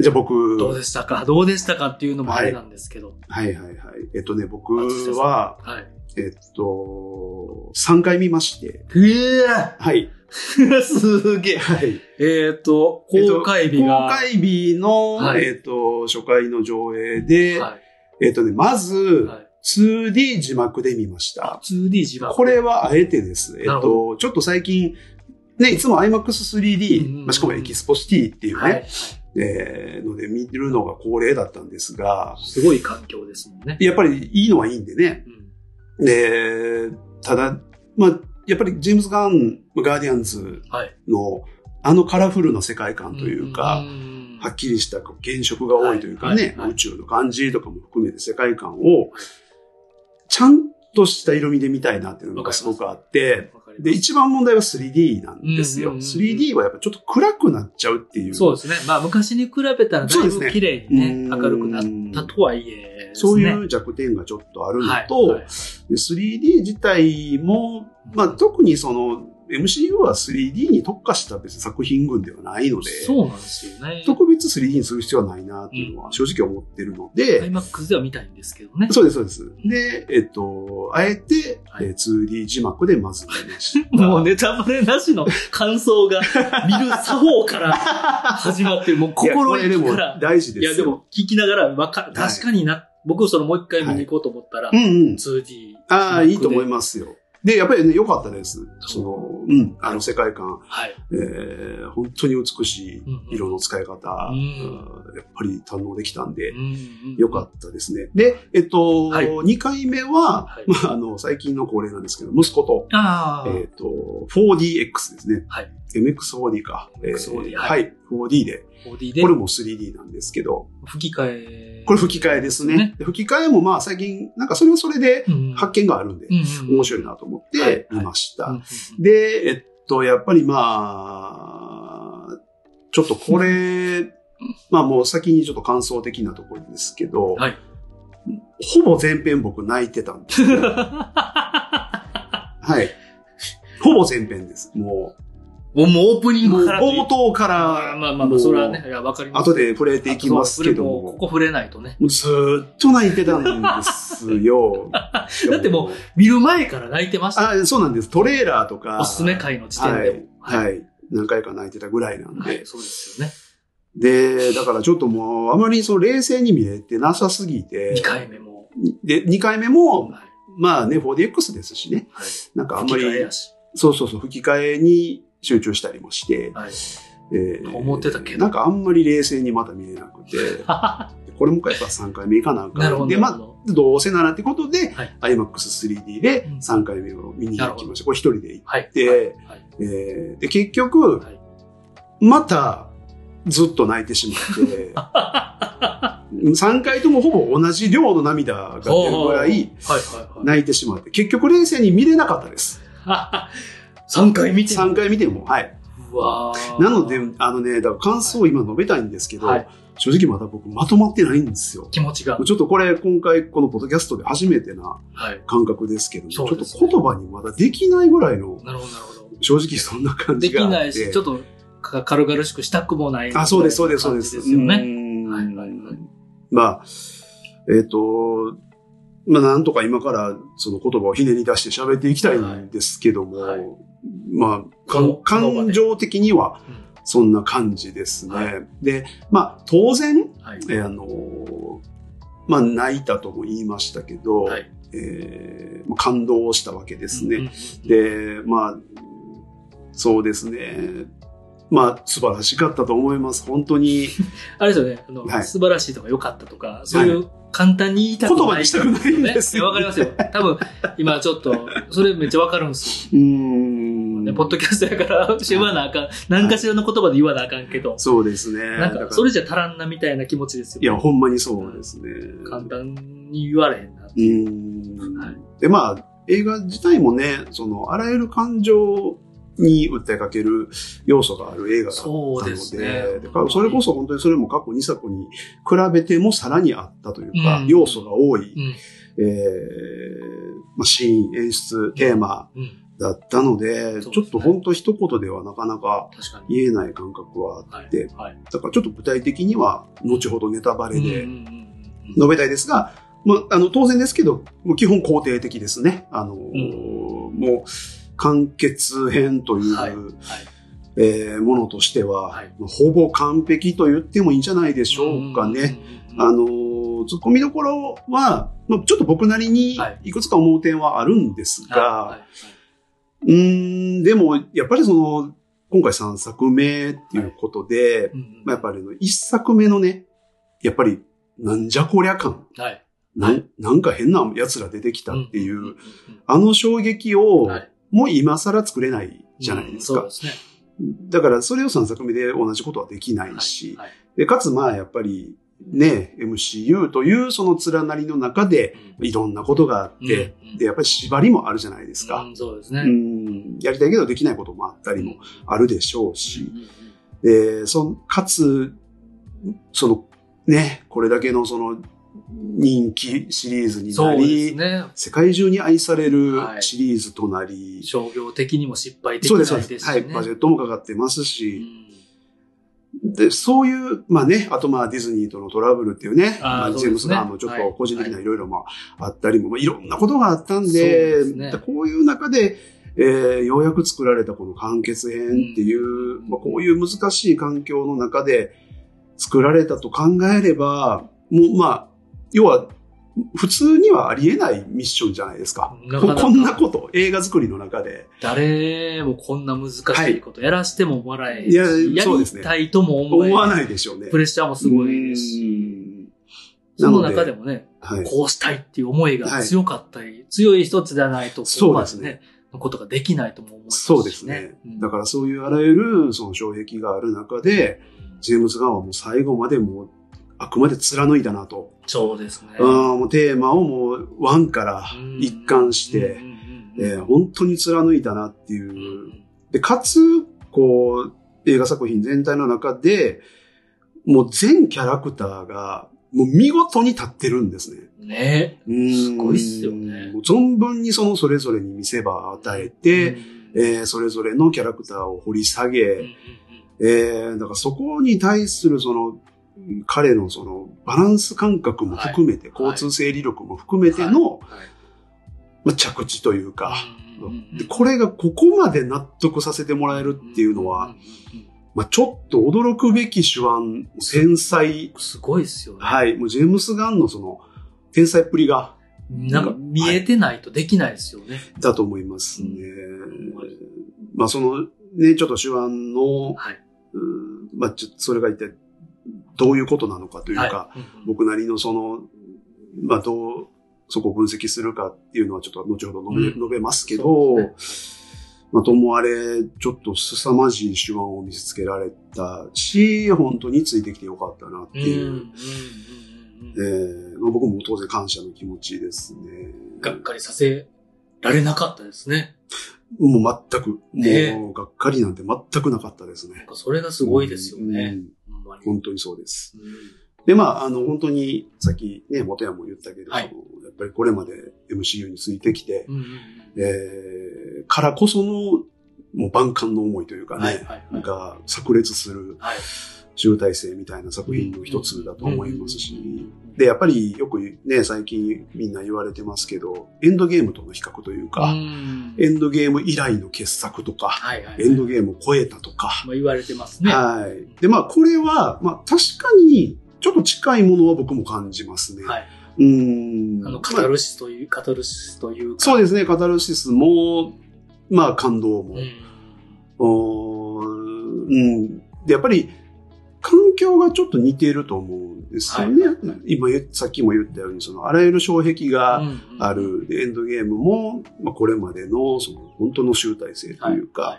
Speaker 2: じゃあ僕、
Speaker 1: どう
Speaker 2: は
Speaker 1: でしたかどうでしたかっていうのもあれなんですけど。
Speaker 2: いはいはい。えっとね、僕は、
Speaker 1: はい。
Speaker 2: えっと、3回見まして、
Speaker 1: え
Speaker 2: はい。
Speaker 1: え [LAUGHS] すげえ。
Speaker 2: はい。
Speaker 1: えっと、
Speaker 2: えっと
Speaker 1: 公開日が。
Speaker 2: 公開日の、
Speaker 1: はい
Speaker 2: えっと、初回の上映で、
Speaker 1: は
Speaker 2: えっとね、ま
Speaker 1: い。
Speaker 2: ず、
Speaker 1: はい
Speaker 2: 2D 字幕で見ました。
Speaker 1: 2D 字幕。
Speaker 2: これはあえてです。えっ
Speaker 1: なるほ
Speaker 2: と、ちょっと最近、ね、いつも IMAX3D、
Speaker 1: うんうん
Speaker 2: まあ、しかもエキスポシティっていうね、
Speaker 1: はい。
Speaker 2: えーので見るのが恒例だったんですが、
Speaker 1: すごい環境ですもんね。
Speaker 2: やっぱりいいのはいいんでね。
Speaker 1: うん
Speaker 2: で、ただ、まあ、やっぱりジェームズ・ガン、ガーディアンズ
Speaker 1: はい。
Speaker 2: のあのカラフルな世界観というか、
Speaker 1: ん
Speaker 2: はっきりしたこう原色が多いというかね、
Speaker 1: はいはい
Speaker 2: 宇宙の感じとかも含めて世界観を、ちゃんとした色味で見たいなっていうのがすごくあって、
Speaker 1: わかります
Speaker 2: で、一番問題は 3D なんですよ。
Speaker 1: うんうんうん
Speaker 2: 3D はやっぱちょっと暗くなっちゃうっていう。
Speaker 1: そうですね。まあ、昔に比べたらだい
Speaker 2: そうです
Speaker 1: ぶ
Speaker 2: ね
Speaker 1: 綺麗にね、
Speaker 2: うん
Speaker 1: 明るくなったとはいえ、
Speaker 2: そう
Speaker 1: です
Speaker 2: い
Speaker 1: ね
Speaker 2: う弱点がちょっとあるの
Speaker 1: はい
Speaker 2: と、
Speaker 1: はい
Speaker 2: で 3D 自体も、まあ、特にその、 MCU は 3D に特化した別に作品群ではないので、
Speaker 1: そうなんですよね。
Speaker 2: 特別 3D にする必要はないなっていうのは正直思ってるので、
Speaker 1: マイマックスでは見たいんですけどね。
Speaker 2: そうです、そうです。で、えっと、あえて、
Speaker 1: はい
Speaker 2: えー 2D 字幕でまず見ました。
Speaker 1: [LAUGHS] もうネタバレなしの感想が、見る作法
Speaker 2: [LAUGHS]
Speaker 1: から始まってる。もう
Speaker 2: いや、こ
Speaker 1: 心
Speaker 2: れで
Speaker 1: 意気
Speaker 2: も
Speaker 1: から。
Speaker 2: 大事で
Speaker 1: い
Speaker 2: すよ。
Speaker 1: や、でも聞きながらわか、
Speaker 2: い
Speaker 1: 確かにな、僕そのもう一回見に行こうと思ったら
Speaker 2: う、んうん。
Speaker 1: 2D。
Speaker 2: ああ、いいと思い
Speaker 1: す。
Speaker 2: ますよ。で、やっぱりね、良かったです。その、うん、あの世界観、
Speaker 1: はい。
Speaker 2: えー本当に美しい色の使い方、
Speaker 1: うん
Speaker 2: うんやっぱり堪能できたんで、
Speaker 1: よ
Speaker 2: 良かったですね。で、えっと、
Speaker 1: はい
Speaker 2: 2回目は、 [LAUGHS]
Speaker 1: はい
Speaker 2: まあ、あの、最近の恒例なんですけど、息子と、
Speaker 1: た。ああ。
Speaker 2: えっと、4DX ですね。
Speaker 1: はい。
Speaker 2: MX4D か。
Speaker 1: MX4D
Speaker 2: えー
Speaker 1: は
Speaker 2: はい。4D で。
Speaker 1: 4D で
Speaker 2: これも 3D なんですけど、
Speaker 1: 吹き替え。
Speaker 2: これ吹き替えですね。
Speaker 1: ね
Speaker 2: で吹き替えもまあ最近、なんかそれはそれで
Speaker 1: うん、
Speaker 2: 発見があるんで、
Speaker 1: うん
Speaker 2: 面白いなと思っ
Speaker 1: はい
Speaker 2: て見ました。
Speaker 1: うんうん [LAUGHS]
Speaker 2: で、えっと、やっぱりまあ、ちょっとこれ、まあもう先にちょっと感想的なところですけど、
Speaker 1: はい
Speaker 2: ほぼ全編僕泣いてたん
Speaker 1: [LAUGHS]
Speaker 2: ですよ、はい。ほぼ全編です。も
Speaker 1: うんもうオープニ
Speaker 2: う、
Speaker 1: ン
Speaker 2: もう
Speaker 1: グからという。
Speaker 2: 冒頭か
Speaker 1: あ
Speaker 2: ら、
Speaker 1: ーまあまあまあ、それはね、いやわかり
Speaker 2: もう
Speaker 1: ます。
Speaker 2: 後で触れていきますけど
Speaker 1: そうそれもうここ
Speaker 2: も、
Speaker 1: 触れないとね。
Speaker 2: ずーっと泣いてたんです
Speaker 1: [LAUGHS]
Speaker 2: よ。だ
Speaker 1: ってもう、見る前から泣いてました。
Speaker 2: あそうなんです。トレーラーとか、
Speaker 1: おすすめ会の時点でも。
Speaker 2: はい、はい。何回か泣いてたぐらいなんで、
Speaker 1: はい、そうですよね。
Speaker 2: で、だからちょっともう、あまりその冷静に見れてなさすぎて。
Speaker 1: 2回目も。
Speaker 2: で、2回目
Speaker 1: は
Speaker 2: も
Speaker 1: い、
Speaker 2: まあね、4DX ですしね。
Speaker 1: はい
Speaker 2: なんかあんま
Speaker 1: 吹き替え
Speaker 2: り
Speaker 1: や、し。
Speaker 2: そうそうそう、吹き替えに集中したりもして、
Speaker 1: はい。 [LAUGHS]
Speaker 2: え
Speaker 1: 思ってたけど
Speaker 2: なんかあんまり冷静にまだ見れなくて、これもう一回やっぱ3回目いかなあ
Speaker 1: なる
Speaker 2: か
Speaker 1: ほ
Speaker 2: ん。
Speaker 1: ど。
Speaker 2: で、
Speaker 1: なるほ
Speaker 2: まあ、
Speaker 1: ど
Speaker 2: どうせならってことで、
Speaker 1: はい
Speaker 2: IMAX3D で
Speaker 1: うん
Speaker 2: 3回目を見に行きました。これ一人で行っ
Speaker 1: はい。
Speaker 2: て、
Speaker 1: はいはい
Speaker 2: えーで、結局、
Speaker 1: はい
Speaker 2: また、ずっと泣いてしまって、3回 [LAUGHS] ともほぼ同じ量の涙が出るぐら
Speaker 1: はいは
Speaker 2: い
Speaker 1: いはい。
Speaker 2: 泣いてしまって、結局冷静に見れなかったです。
Speaker 1: [LAUGHS] 3回見ても
Speaker 2: 3回見ても、はい。
Speaker 1: うわー
Speaker 2: なので、あのね、だから感想を今述べたいんですけど、
Speaker 1: はい
Speaker 2: 正直まだ僕まとまってないんですよ。
Speaker 1: 気持ちが。
Speaker 2: ちょっとこれ、今回このポッドキャストで初めてな
Speaker 1: はい。
Speaker 2: 感覚ですけども、ち
Speaker 1: そ
Speaker 2: ょ
Speaker 1: う
Speaker 2: っと
Speaker 1: ですね
Speaker 2: 言葉にまだできないぐらいの、
Speaker 1: なるほど、なるほど。
Speaker 2: 正直そんな感
Speaker 1: で
Speaker 2: じが
Speaker 1: き
Speaker 2: あって。
Speaker 1: ないし、ちょっとか軽々しくしたくもない。
Speaker 2: あ、そうです、そうです、そうです。
Speaker 1: ですよね。
Speaker 2: うん
Speaker 1: はいはいはい
Speaker 2: まあ、えっ、と、まあ、なんとか今からその言葉をひねり出して喋っていきたいんですけども、
Speaker 1: はいはい
Speaker 2: まあ、か
Speaker 1: このこの場で
Speaker 2: 感情的には
Speaker 1: うん
Speaker 2: そんな感じですね。
Speaker 1: は
Speaker 2: で、まあ、当然、
Speaker 1: はい。
Speaker 2: えーあのーまあ、泣いたとも言いましたけど、
Speaker 1: はい
Speaker 2: えーまあ感動したわけですね。
Speaker 1: うんうんうん、
Speaker 2: で、まあ、そうですね。まあ、素晴らしかったと思います。本
Speaker 1: [LAUGHS]
Speaker 2: 当に、
Speaker 1: あれですよね、あの、
Speaker 2: はい
Speaker 1: 素晴らしいとか良かったとか、そういう簡単に言いたくない。
Speaker 2: 言葉にしたくないんですよ
Speaker 1: ねいやわかりますよ。多分、今ちょっと、それめっちゃわかるんです
Speaker 2: う
Speaker 1: よ
Speaker 2: ん
Speaker 1: ね。ポッドキャストやから、しわなあかん。何かしらの言葉で言わなあかんけど、
Speaker 2: そうですね。
Speaker 1: なん
Speaker 2: だら
Speaker 1: か、それじゃ足らんなみたいな気持ちですよ、
Speaker 2: いや、ほんまにそうですね。
Speaker 1: 簡単に言われへんな。
Speaker 2: うーん、
Speaker 1: はい
Speaker 2: で、まあ、映画自体もね、その、あらゆる感情に訴えかける要素がある映画だったの
Speaker 1: そう
Speaker 2: で、
Speaker 1: ですね。
Speaker 2: だからそれこそ本当にそれも過去2作に比べてもさらにあったというか、
Speaker 1: うん
Speaker 2: 要素が多い、
Speaker 1: うん
Speaker 2: えーまあ、シーン、演出、テーマ
Speaker 1: うん、
Speaker 2: だったので、
Speaker 1: そうですね
Speaker 2: ちょっと本当一言ではなかなか
Speaker 1: 確かに。
Speaker 2: 言えない感覚はあって、
Speaker 1: はい。はい
Speaker 2: だからちょっと具体的には、後ほどネタバレで
Speaker 1: うんうんうんうん
Speaker 2: 述べたいですが、まあ、あの、当然ですけど、もう基本肯定的ですね。あのーもう、完結編という、
Speaker 1: はいはい
Speaker 2: えーものとしては、
Speaker 1: はい
Speaker 2: まあほぼ完璧と言ってもいいんじゃないでしょうかね。。
Speaker 1: うんうんうん
Speaker 2: あのー、突っ込みどころは、まあ、ちょっと僕なりに
Speaker 1: はい
Speaker 2: いくつか思う点はあるんですが、
Speaker 1: はいはいう
Speaker 2: ーん、でも、やっぱりその、今回3作目っていうことで、
Speaker 1: うんうん
Speaker 2: まあ、やっぱりあの一作目のね、やっぱりなんじゃこりゃ感、
Speaker 1: はい
Speaker 2: な
Speaker 1: は
Speaker 2: んなんか変な奴ら出てきたってい
Speaker 1: んんん
Speaker 2: う、
Speaker 1: ん
Speaker 2: あの衝撃を
Speaker 1: はい
Speaker 2: もう今更作れないじゃないです
Speaker 1: う
Speaker 2: か
Speaker 1: ん。そうですね。
Speaker 2: だからそれを3作目で同じことはできないし、
Speaker 1: はいはい
Speaker 2: でかつまあやっぱりね、MCU というその連なりの中で
Speaker 1: うん
Speaker 2: いろんなことがあって、
Speaker 1: うん
Speaker 2: で、やっぱり縛りもあるじゃないですか
Speaker 1: う。ん、そうですね。
Speaker 2: うん、やりたいけどできないこともあったりもあるでしょうし、
Speaker 1: うんうんうん
Speaker 2: で、その、かつ、その、ね、これだけのその、人気シリーズに
Speaker 1: そ
Speaker 2: な
Speaker 1: うです
Speaker 2: り、
Speaker 1: ね。
Speaker 2: 世界中に愛される
Speaker 1: はい
Speaker 2: シリーズとなり、
Speaker 1: 商業的にも失敗的
Speaker 2: そう
Speaker 1: な
Speaker 2: です、そ
Speaker 1: 相手
Speaker 2: うで。
Speaker 1: ですす
Speaker 2: はい、
Speaker 1: ね。
Speaker 2: バジェットもかかってます
Speaker 1: う
Speaker 2: し、
Speaker 1: ん
Speaker 2: で、そういう、まあね、あとまあディズニーとのトラブルっていうね、
Speaker 1: あー
Speaker 2: ま
Speaker 1: そうで
Speaker 2: あ
Speaker 1: すね
Speaker 2: ジェームス・ガンのちょっ
Speaker 1: は
Speaker 2: と
Speaker 1: い
Speaker 2: 個人的ないろいろまああったりも、まあいろんなことがあったん
Speaker 1: そう
Speaker 2: で、
Speaker 1: ですね
Speaker 2: でこういう中で、えーようやく作られたこの完結編っていう、
Speaker 1: うん
Speaker 2: まあ、こういう難しい環境の中で作られたと考えれば、もうまあ、要は、普通にはありえないミッションじゃないですか。
Speaker 1: なかなか
Speaker 2: こんなこと、映画作りの中で。
Speaker 1: 誰もこんな難しいことやらしても笑えへんし、
Speaker 2: いやいや
Speaker 1: や
Speaker 2: そうです
Speaker 1: り
Speaker 2: ね
Speaker 1: たいとも思え
Speaker 2: 思わ
Speaker 1: い。
Speaker 2: ないでしょうね。
Speaker 1: プレッシャーもすごいですし、
Speaker 2: うん
Speaker 1: その中でもね、
Speaker 2: はい。
Speaker 1: こうしたいっていう思いが強かったり、強い人じゃないと、ここまで
Speaker 2: そうです
Speaker 1: ね、のことができないとも思いますしね。
Speaker 2: そうですね。
Speaker 1: うん
Speaker 2: だからそういうあらゆるその障壁がある中で、ジェームズ・ガンはもう最後までもう、あくまで貫いたなと。
Speaker 1: そうですね。
Speaker 2: うん、もうテーマをもう、ワンから
Speaker 1: うん
Speaker 2: 一貫し
Speaker 1: うんうん
Speaker 2: て、
Speaker 1: うんうん
Speaker 2: えー本当に貫いたなっていうう。
Speaker 1: ん
Speaker 2: で、かつ、こう、映画作品全体の中で、もう全キャラクターが、もう見事に立ってるんですね。
Speaker 1: うんね。
Speaker 2: うん
Speaker 1: すごいっすよね
Speaker 2: もう存分にそのそれぞれに見せ場を与えて、
Speaker 1: うん
Speaker 2: えーそれぞれのキャラクターを掘り下げ、
Speaker 1: うんうん
Speaker 2: えーだからそこに対するその、彼のそのバランス感覚も含めて、
Speaker 1: はい
Speaker 2: 交通整理力も含めての、
Speaker 1: はいはい
Speaker 2: まあ、着地というか、
Speaker 1: うんうんうん
Speaker 2: で、これがここまで納得させてもらえるっていうのは、
Speaker 1: んんうん
Speaker 2: まあ、ちょっと驚くべき手腕、繊細、
Speaker 1: うんすごいですよね。
Speaker 2: はい、もうジェームス・ガンのその、天才っぷりが、
Speaker 1: なんか見えてないとできないですよね。
Speaker 2: だと思いますね。
Speaker 1: うん
Speaker 2: まあその、ね、ちょっと手腕の、
Speaker 1: はい。
Speaker 2: うんまあちょっとそれが一体どういうことなのかというか、
Speaker 1: はい。
Speaker 2: 僕なりのその、まあどう、そこを分析するかっていうのはちょっと後ほど述べ,、
Speaker 1: うん
Speaker 2: 述べますけ
Speaker 1: そ
Speaker 2: ど、
Speaker 1: うで
Speaker 2: まあともあれ、ちょっと凄まじい手腕を見せつけられたし、本当についてきてよかったなって
Speaker 1: うん
Speaker 2: い
Speaker 1: うん
Speaker 2: う、
Speaker 1: うん
Speaker 2: え
Speaker 1: うん
Speaker 2: ーまあ、僕も当然感謝の気持ちですね。
Speaker 1: がっかりさせられなかったですね。
Speaker 2: もう全く、
Speaker 1: ね
Speaker 2: もうがっかりなんて全くなかったです
Speaker 1: なん
Speaker 2: ね。
Speaker 1: かそれがすごいですよ
Speaker 2: う
Speaker 1: ね。
Speaker 2: ん。
Speaker 1: ほんまに
Speaker 2: 本当にそうです。
Speaker 1: うん
Speaker 2: で、まあ、あの、本当に、さっきね、元山も言ったけれども、
Speaker 1: はい
Speaker 2: やっぱりこれまで MCU についてきて、
Speaker 1: うんうんうん
Speaker 2: えー、からこその、もう万感の思いというかね、
Speaker 1: はいはいはい
Speaker 2: が炸裂する
Speaker 1: はい
Speaker 2: 集大成みたいな作品の一つだと思いますし、
Speaker 1: うんうんうん
Speaker 2: で、やっぱりよくね、最近みんな言われてますけど、エンドゲームとの比較という
Speaker 1: う
Speaker 2: か、
Speaker 1: ん
Speaker 2: エンドゲーム以来の傑作とか、
Speaker 1: はいはいはい。
Speaker 2: エンドゲームを超えたとか、
Speaker 1: まあ言われてますね。
Speaker 2: はい。で、まあ、これは、まあ、確かに、ちょっと近いものは僕も感じますね。
Speaker 1: はい。
Speaker 2: うーん。
Speaker 1: あの、カ
Speaker 2: ま
Speaker 1: タ
Speaker 2: あ
Speaker 1: ルシスという、カタルシスというか。
Speaker 2: そう
Speaker 1: で
Speaker 2: ですね、カタルシスも、まあ、感動も。おーうん。で、やっぱり、環境がちょっと似ていると思うんですよね。
Speaker 1: はい
Speaker 2: 今言っ、さっきも言ったように、その、あらゆる障壁が、あ
Speaker 1: うんうん
Speaker 2: る、でエンドゲームも、まあ、これまでの、その、本当の集大成というか、
Speaker 1: はい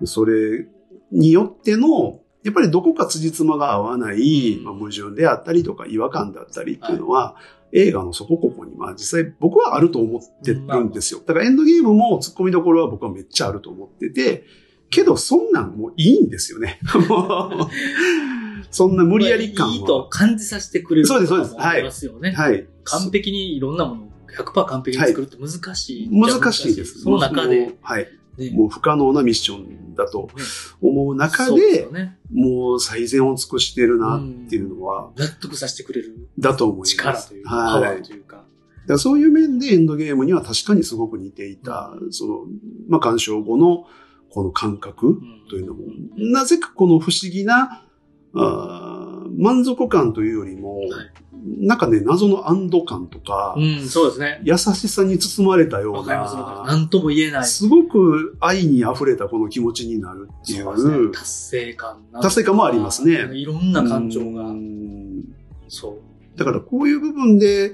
Speaker 1: は
Speaker 2: それによっての、やっぱりどこか辻褄が合わない、まあ、矛盾であったりとか違和感だったりっていうのは、映画のそこここに、まあ実際僕はあると思ってるんですよ。だからエンドゲームも突っ込みどころは僕はめっちゃあると思ってて、けどそんなんもういいんです
Speaker 1: [LAUGHS]
Speaker 2: よね。もうそんな無理やり感は。
Speaker 1: いいと感じさせてくれる
Speaker 2: そうですそうです
Speaker 1: ところもありますよね。
Speaker 2: はい。
Speaker 1: 完璧にいろんなものを100%完璧に作るって難しい。
Speaker 2: 難しいです。
Speaker 1: その中
Speaker 2: も
Speaker 1: で
Speaker 2: う。はい。
Speaker 1: ね
Speaker 2: もう不可能なミッションだと思う中
Speaker 1: そうす
Speaker 2: で
Speaker 1: よ、ね
Speaker 2: もう最善を尽くしてるな
Speaker 1: う
Speaker 2: っ
Speaker 1: ん
Speaker 2: ていうのは、
Speaker 1: 納得させてくれる
Speaker 2: だと思います。
Speaker 1: 力というか、パ
Speaker 2: は
Speaker 1: ワー
Speaker 2: い。だか
Speaker 1: というか。
Speaker 2: らそういう面でエンドゲームには確かにすごく似ていた、その、まあ、鑑賞後のこの感覚というのも、なぜかこの不思議な、あー満足感というよりも、
Speaker 1: はい
Speaker 2: なんかね、謎の安堵感とか、
Speaker 1: うん、そうですね。
Speaker 2: 優しさに包まれたよ
Speaker 1: わ
Speaker 2: う
Speaker 1: かりますわかります。
Speaker 2: な、
Speaker 1: なんとも言えない。
Speaker 2: すごく愛に溢れたこの気持ちになるってい
Speaker 1: そうです
Speaker 2: う
Speaker 1: ね、達成感な
Speaker 2: 達成感もありますね
Speaker 1: いろんな感情が
Speaker 2: う。ん
Speaker 1: そう。
Speaker 2: だからこういう部分で、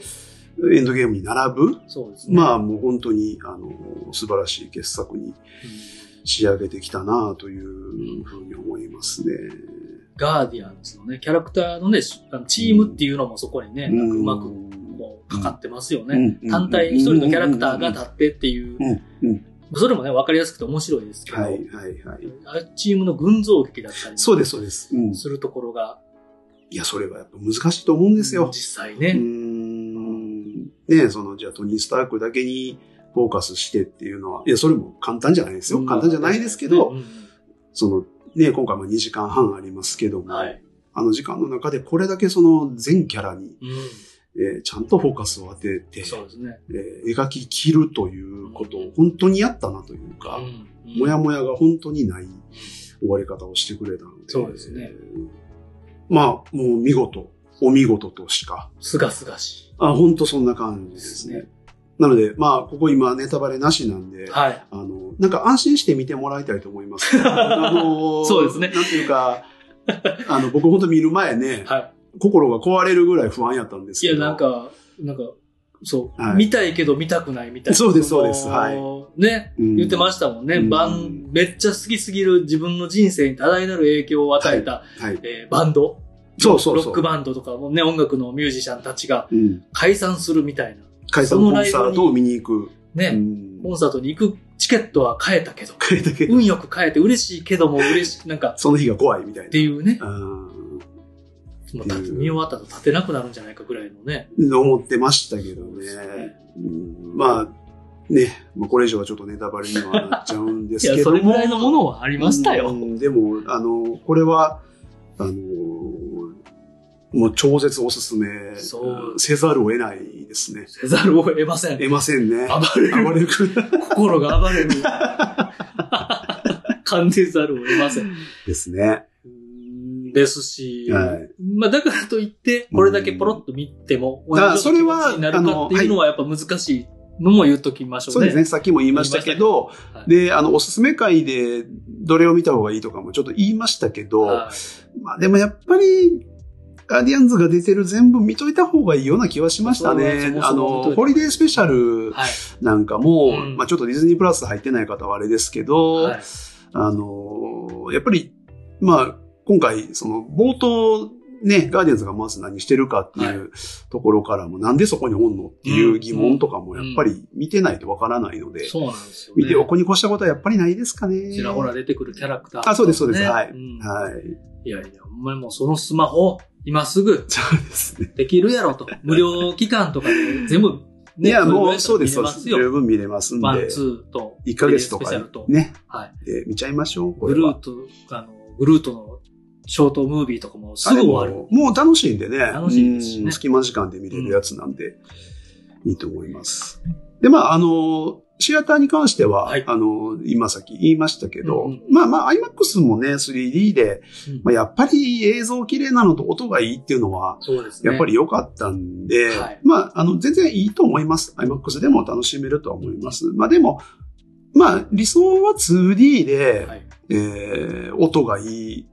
Speaker 2: エンドゲームに並ぶ、
Speaker 1: そうですね。
Speaker 2: まあもう本当に、あの、素晴らしい傑作
Speaker 1: う
Speaker 2: に
Speaker 1: ん
Speaker 2: 仕上げてきたなというふうに思いますね。
Speaker 1: ガーディアンズのね、キャラクターのね、しあのチームっていうのもそこにね、なんかうまくこうかかってますよね。
Speaker 2: ね
Speaker 1: 単体一人のキャラクターが立ってっていう、
Speaker 2: うんうん
Speaker 1: それもね、わかりやすくて面白いですけど、
Speaker 2: はいはいはい。
Speaker 1: あチームの群像劇だったり
Speaker 2: そうですそうです。うん
Speaker 1: するところが、
Speaker 2: いや、それはやっぱ難しいと思うんですよ。
Speaker 1: 実際ね、
Speaker 2: うんね、その、じゃあトニー・スタークだけにフォーカスしてっていうのは、いや、それも簡単じゃないですよ。簡単じゃないですけど、
Speaker 1: うんうん
Speaker 2: その、ね、今回も2時間半ありますけども、
Speaker 1: はい。
Speaker 2: あの時間の中でこれだけその全キャラに、
Speaker 1: う
Speaker 2: えーちゃんとフォーカスを当てて
Speaker 1: ん。、そうですね。
Speaker 2: えー描き切るということを本当にやったなというか、
Speaker 1: うん
Speaker 2: もやもやが本当にない終わり方をしてくれたので、
Speaker 1: そうですね
Speaker 2: まあ、もう見事、お見事としか、
Speaker 1: すがすがし
Speaker 2: あ本当そんな感じです
Speaker 1: で
Speaker 2: ね
Speaker 1: す。
Speaker 2: なので、まあ、ここ今ネタバレなしなんで
Speaker 1: い。、はい。
Speaker 2: あの、なんか安心して見てもらいたいと思
Speaker 1: [LAUGHS]
Speaker 2: います。あの
Speaker 1: そうですね
Speaker 2: なんていうか、あの、僕本当見る前ね、
Speaker 1: は
Speaker 2: 心が壊れるぐらい不安やったんです
Speaker 1: い。い
Speaker 2: けど。
Speaker 1: や、なんか、なんか、そう、
Speaker 2: はい
Speaker 1: 見たいけど見たくないみたいな。
Speaker 2: そうですそうです
Speaker 1: の
Speaker 2: はい
Speaker 1: ね、
Speaker 2: うん、
Speaker 1: 言ってましたもんね。
Speaker 2: うん
Speaker 1: バン、めっちゃ好きすぎる自分の人生に多大なる影響を与えた、
Speaker 2: はい。
Speaker 1: えーバンド。
Speaker 2: そうそうそう
Speaker 1: ロックバンドとかもね、音楽のミュージシャンたちが
Speaker 2: うん。
Speaker 1: 解散するみたいな。
Speaker 2: 解散コンサートを見に行く。う
Speaker 1: ね、
Speaker 2: ん
Speaker 1: コンサートに行くチケットは買えたけど、
Speaker 2: 変えたけど
Speaker 1: 運よく買えて嬉しいけども嬉しい、なんか、
Speaker 2: その日が怖いみたいな。
Speaker 1: っていうね、
Speaker 2: うん
Speaker 1: もう立って見終わったら立てなくなるんじゃないかぐらいのね。
Speaker 2: 思ってましたけど
Speaker 1: そう
Speaker 2: ね
Speaker 1: ですね。
Speaker 2: うんまあ、ね、まあ、これ以上はちょっとネタバレにはなっちゃうん
Speaker 1: [LAUGHS]
Speaker 2: で
Speaker 1: い
Speaker 2: す
Speaker 1: や、
Speaker 2: け
Speaker 1: そ
Speaker 2: ども。
Speaker 1: れぐらいのものはありましたよ。
Speaker 2: うんでも、あの、これは、あの、もう超絶おすすめ
Speaker 1: そう
Speaker 2: せざるを得ないですね。
Speaker 1: せざるを得ません。
Speaker 2: 得ませんね。
Speaker 1: 暴れる。
Speaker 2: 暴れる君
Speaker 1: 心が暴れ
Speaker 2: [LAUGHS]
Speaker 1: る。感じざるを得ません。
Speaker 2: ですね。
Speaker 1: ですし、
Speaker 2: はい
Speaker 1: まあだからといって、これだけポロッと見ても、
Speaker 2: ん
Speaker 1: 同じような気持ちになるかっていうのはやっぱ難しいのも言っときましょうね。
Speaker 2: そうですね。さっきも言いましたけど、
Speaker 1: はい
Speaker 2: で、あの、おすすめ会でどれを見た方がいいとかもちょっと言いましたけど、
Speaker 1: はい
Speaker 2: まあでもやっぱり、ガーディアンズが出てる全部見といた方がいいような気はしました
Speaker 1: そうそう
Speaker 2: ね。
Speaker 1: そう
Speaker 2: あ
Speaker 1: そう
Speaker 2: の、ホリデースペシャル
Speaker 1: はい。
Speaker 2: なんかも、
Speaker 1: うん
Speaker 2: まあちょっとディズニープラス入ってない方はあれですけど、
Speaker 1: はい。
Speaker 2: あのーやっぱり、まあ、今回、その、冒頭、ね、ガーディアンズがまず何してるかっていうところからも、なんでそこにおんのっていう疑問とかも、
Speaker 1: う
Speaker 2: や
Speaker 1: ん
Speaker 2: っぱり見てないとわからないので、
Speaker 1: そうなんですよ、ね。
Speaker 2: 見ておこに越したことはやっぱりないですかね。
Speaker 1: ちらほら出てくるキャラクター、
Speaker 2: あそうですそうですはい
Speaker 1: うん
Speaker 2: はい。
Speaker 1: いやいや、お前もうそのスマホ、今すぐ
Speaker 2: そうですね。
Speaker 1: できるやろ
Speaker 2: [LAUGHS]
Speaker 1: と。無料期間とかで全部、ね、
Speaker 2: いや、もう、そ
Speaker 1: そうれ
Speaker 2: で
Speaker 1: ぐらい
Speaker 2: す、
Speaker 1: や
Speaker 2: そう
Speaker 1: ったら見れま
Speaker 2: です。
Speaker 1: すよ。
Speaker 2: 十分見れますん
Speaker 1: ワン、
Speaker 2: で、
Speaker 1: ツーと、
Speaker 2: 1ヶ月と
Speaker 1: スペ
Speaker 2: か
Speaker 1: シャルと、
Speaker 2: ね、
Speaker 1: はい。
Speaker 2: で見ちゃいましょう、こ
Speaker 1: グ
Speaker 2: れ
Speaker 1: ルー
Speaker 2: は。
Speaker 1: ト、あの、グルートのショートムービーとかもすぐ終わ
Speaker 2: あれ
Speaker 1: る。
Speaker 2: ももう楽しいんでね。
Speaker 1: 楽しいですしね
Speaker 2: うん隙間時間で見れるやつなんで、いいと思います。で、まあ、あの、シアターに関しては、
Speaker 1: はい
Speaker 2: あの、今さっき言いましたけど、
Speaker 1: うんうん
Speaker 2: まあまあ、IMAX もね、3D で、
Speaker 1: うん
Speaker 2: まあ、やっぱり映像綺麗なのと音がいいっていうのは、
Speaker 1: そうですね。
Speaker 2: やっぱり良かったんで、
Speaker 1: はい
Speaker 2: まあ、あの、全然いいと思います。IMAX でも楽しめるとは思います。まあでも、まあ、理想は 2D で、
Speaker 1: はい。
Speaker 2: えー音がいい。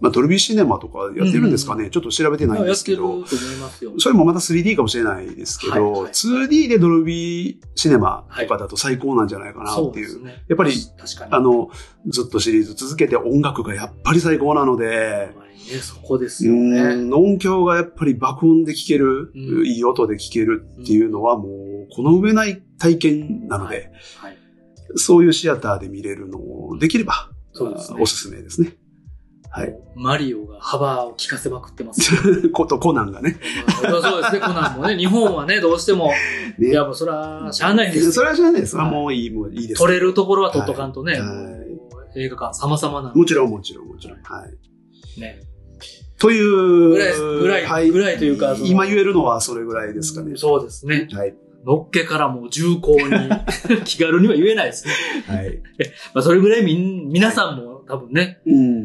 Speaker 2: まあ、ドルビーシネマとかやってるんですかね、ちょっと調べてないんで
Speaker 1: やっ
Speaker 2: す
Speaker 1: て
Speaker 2: け
Speaker 1: ると
Speaker 2: ど
Speaker 1: 思い、ますよ。
Speaker 2: それもまた 3D かもしれないですけど、
Speaker 1: はいはい
Speaker 2: 2D でドルビーシネマとかだと最高なんじゃないかなっていう。
Speaker 1: そうですね。
Speaker 2: やっぱり
Speaker 1: 確かに。
Speaker 2: あの、ずっとシリーズ続けて音楽がやっぱり最高なので、
Speaker 1: ほんまにね、そこです
Speaker 2: う
Speaker 1: よね。
Speaker 2: ん、音響がやっぱり爆音で聴ける、
Speaker 1: うん
Speaker 2: いい音で聴けるっていうのはもう、この上ない体験なので、
Speaker 1: はい。
Speaker 2: そういうシアターで見れるのをできれば、
Speaker 1: そうですね
Speaker 2: おすすめですね。はい。
Speaker 1: マリオが幅を利かせまくってます。
Speaker 2: [LAUGHS] ことコナンがね。
Speaker 1: そうですね、コナンもね、日本はね、どうしても、
Speaker 2: ね
Speaker 1: いや、もうそら、しゃあないです
Speaker 2: そ
Speaker 1: よ。
Speaker 2: れは知らないです。
Speaker 1: はい
Speaker 2: もういい、もういいです。
Speaker 1: 取れるところは取っとかんとね、
Speaker 2: はい
Speaker 1: もう映画館様々なん
Speaker 2: もちろん、もちろん、もちろん。はい。
Speaker 1: でね。
Speaker 2: という。
Speaker 1: ぐらいですぐらいぐらいというかその
Speaker 2: 今言えるのはそれぐらいですかね。
Speaker 1: そうですね。
Speaker 2: はい。
Speaker 1: のっけからもう重厚に、 [LAUGHS] 気軽には言えないですね。
Speaker 2: はい。
Speaker 1: まあ、それぐらいみん、皆さんも多分ね、
Speaker 2: うん。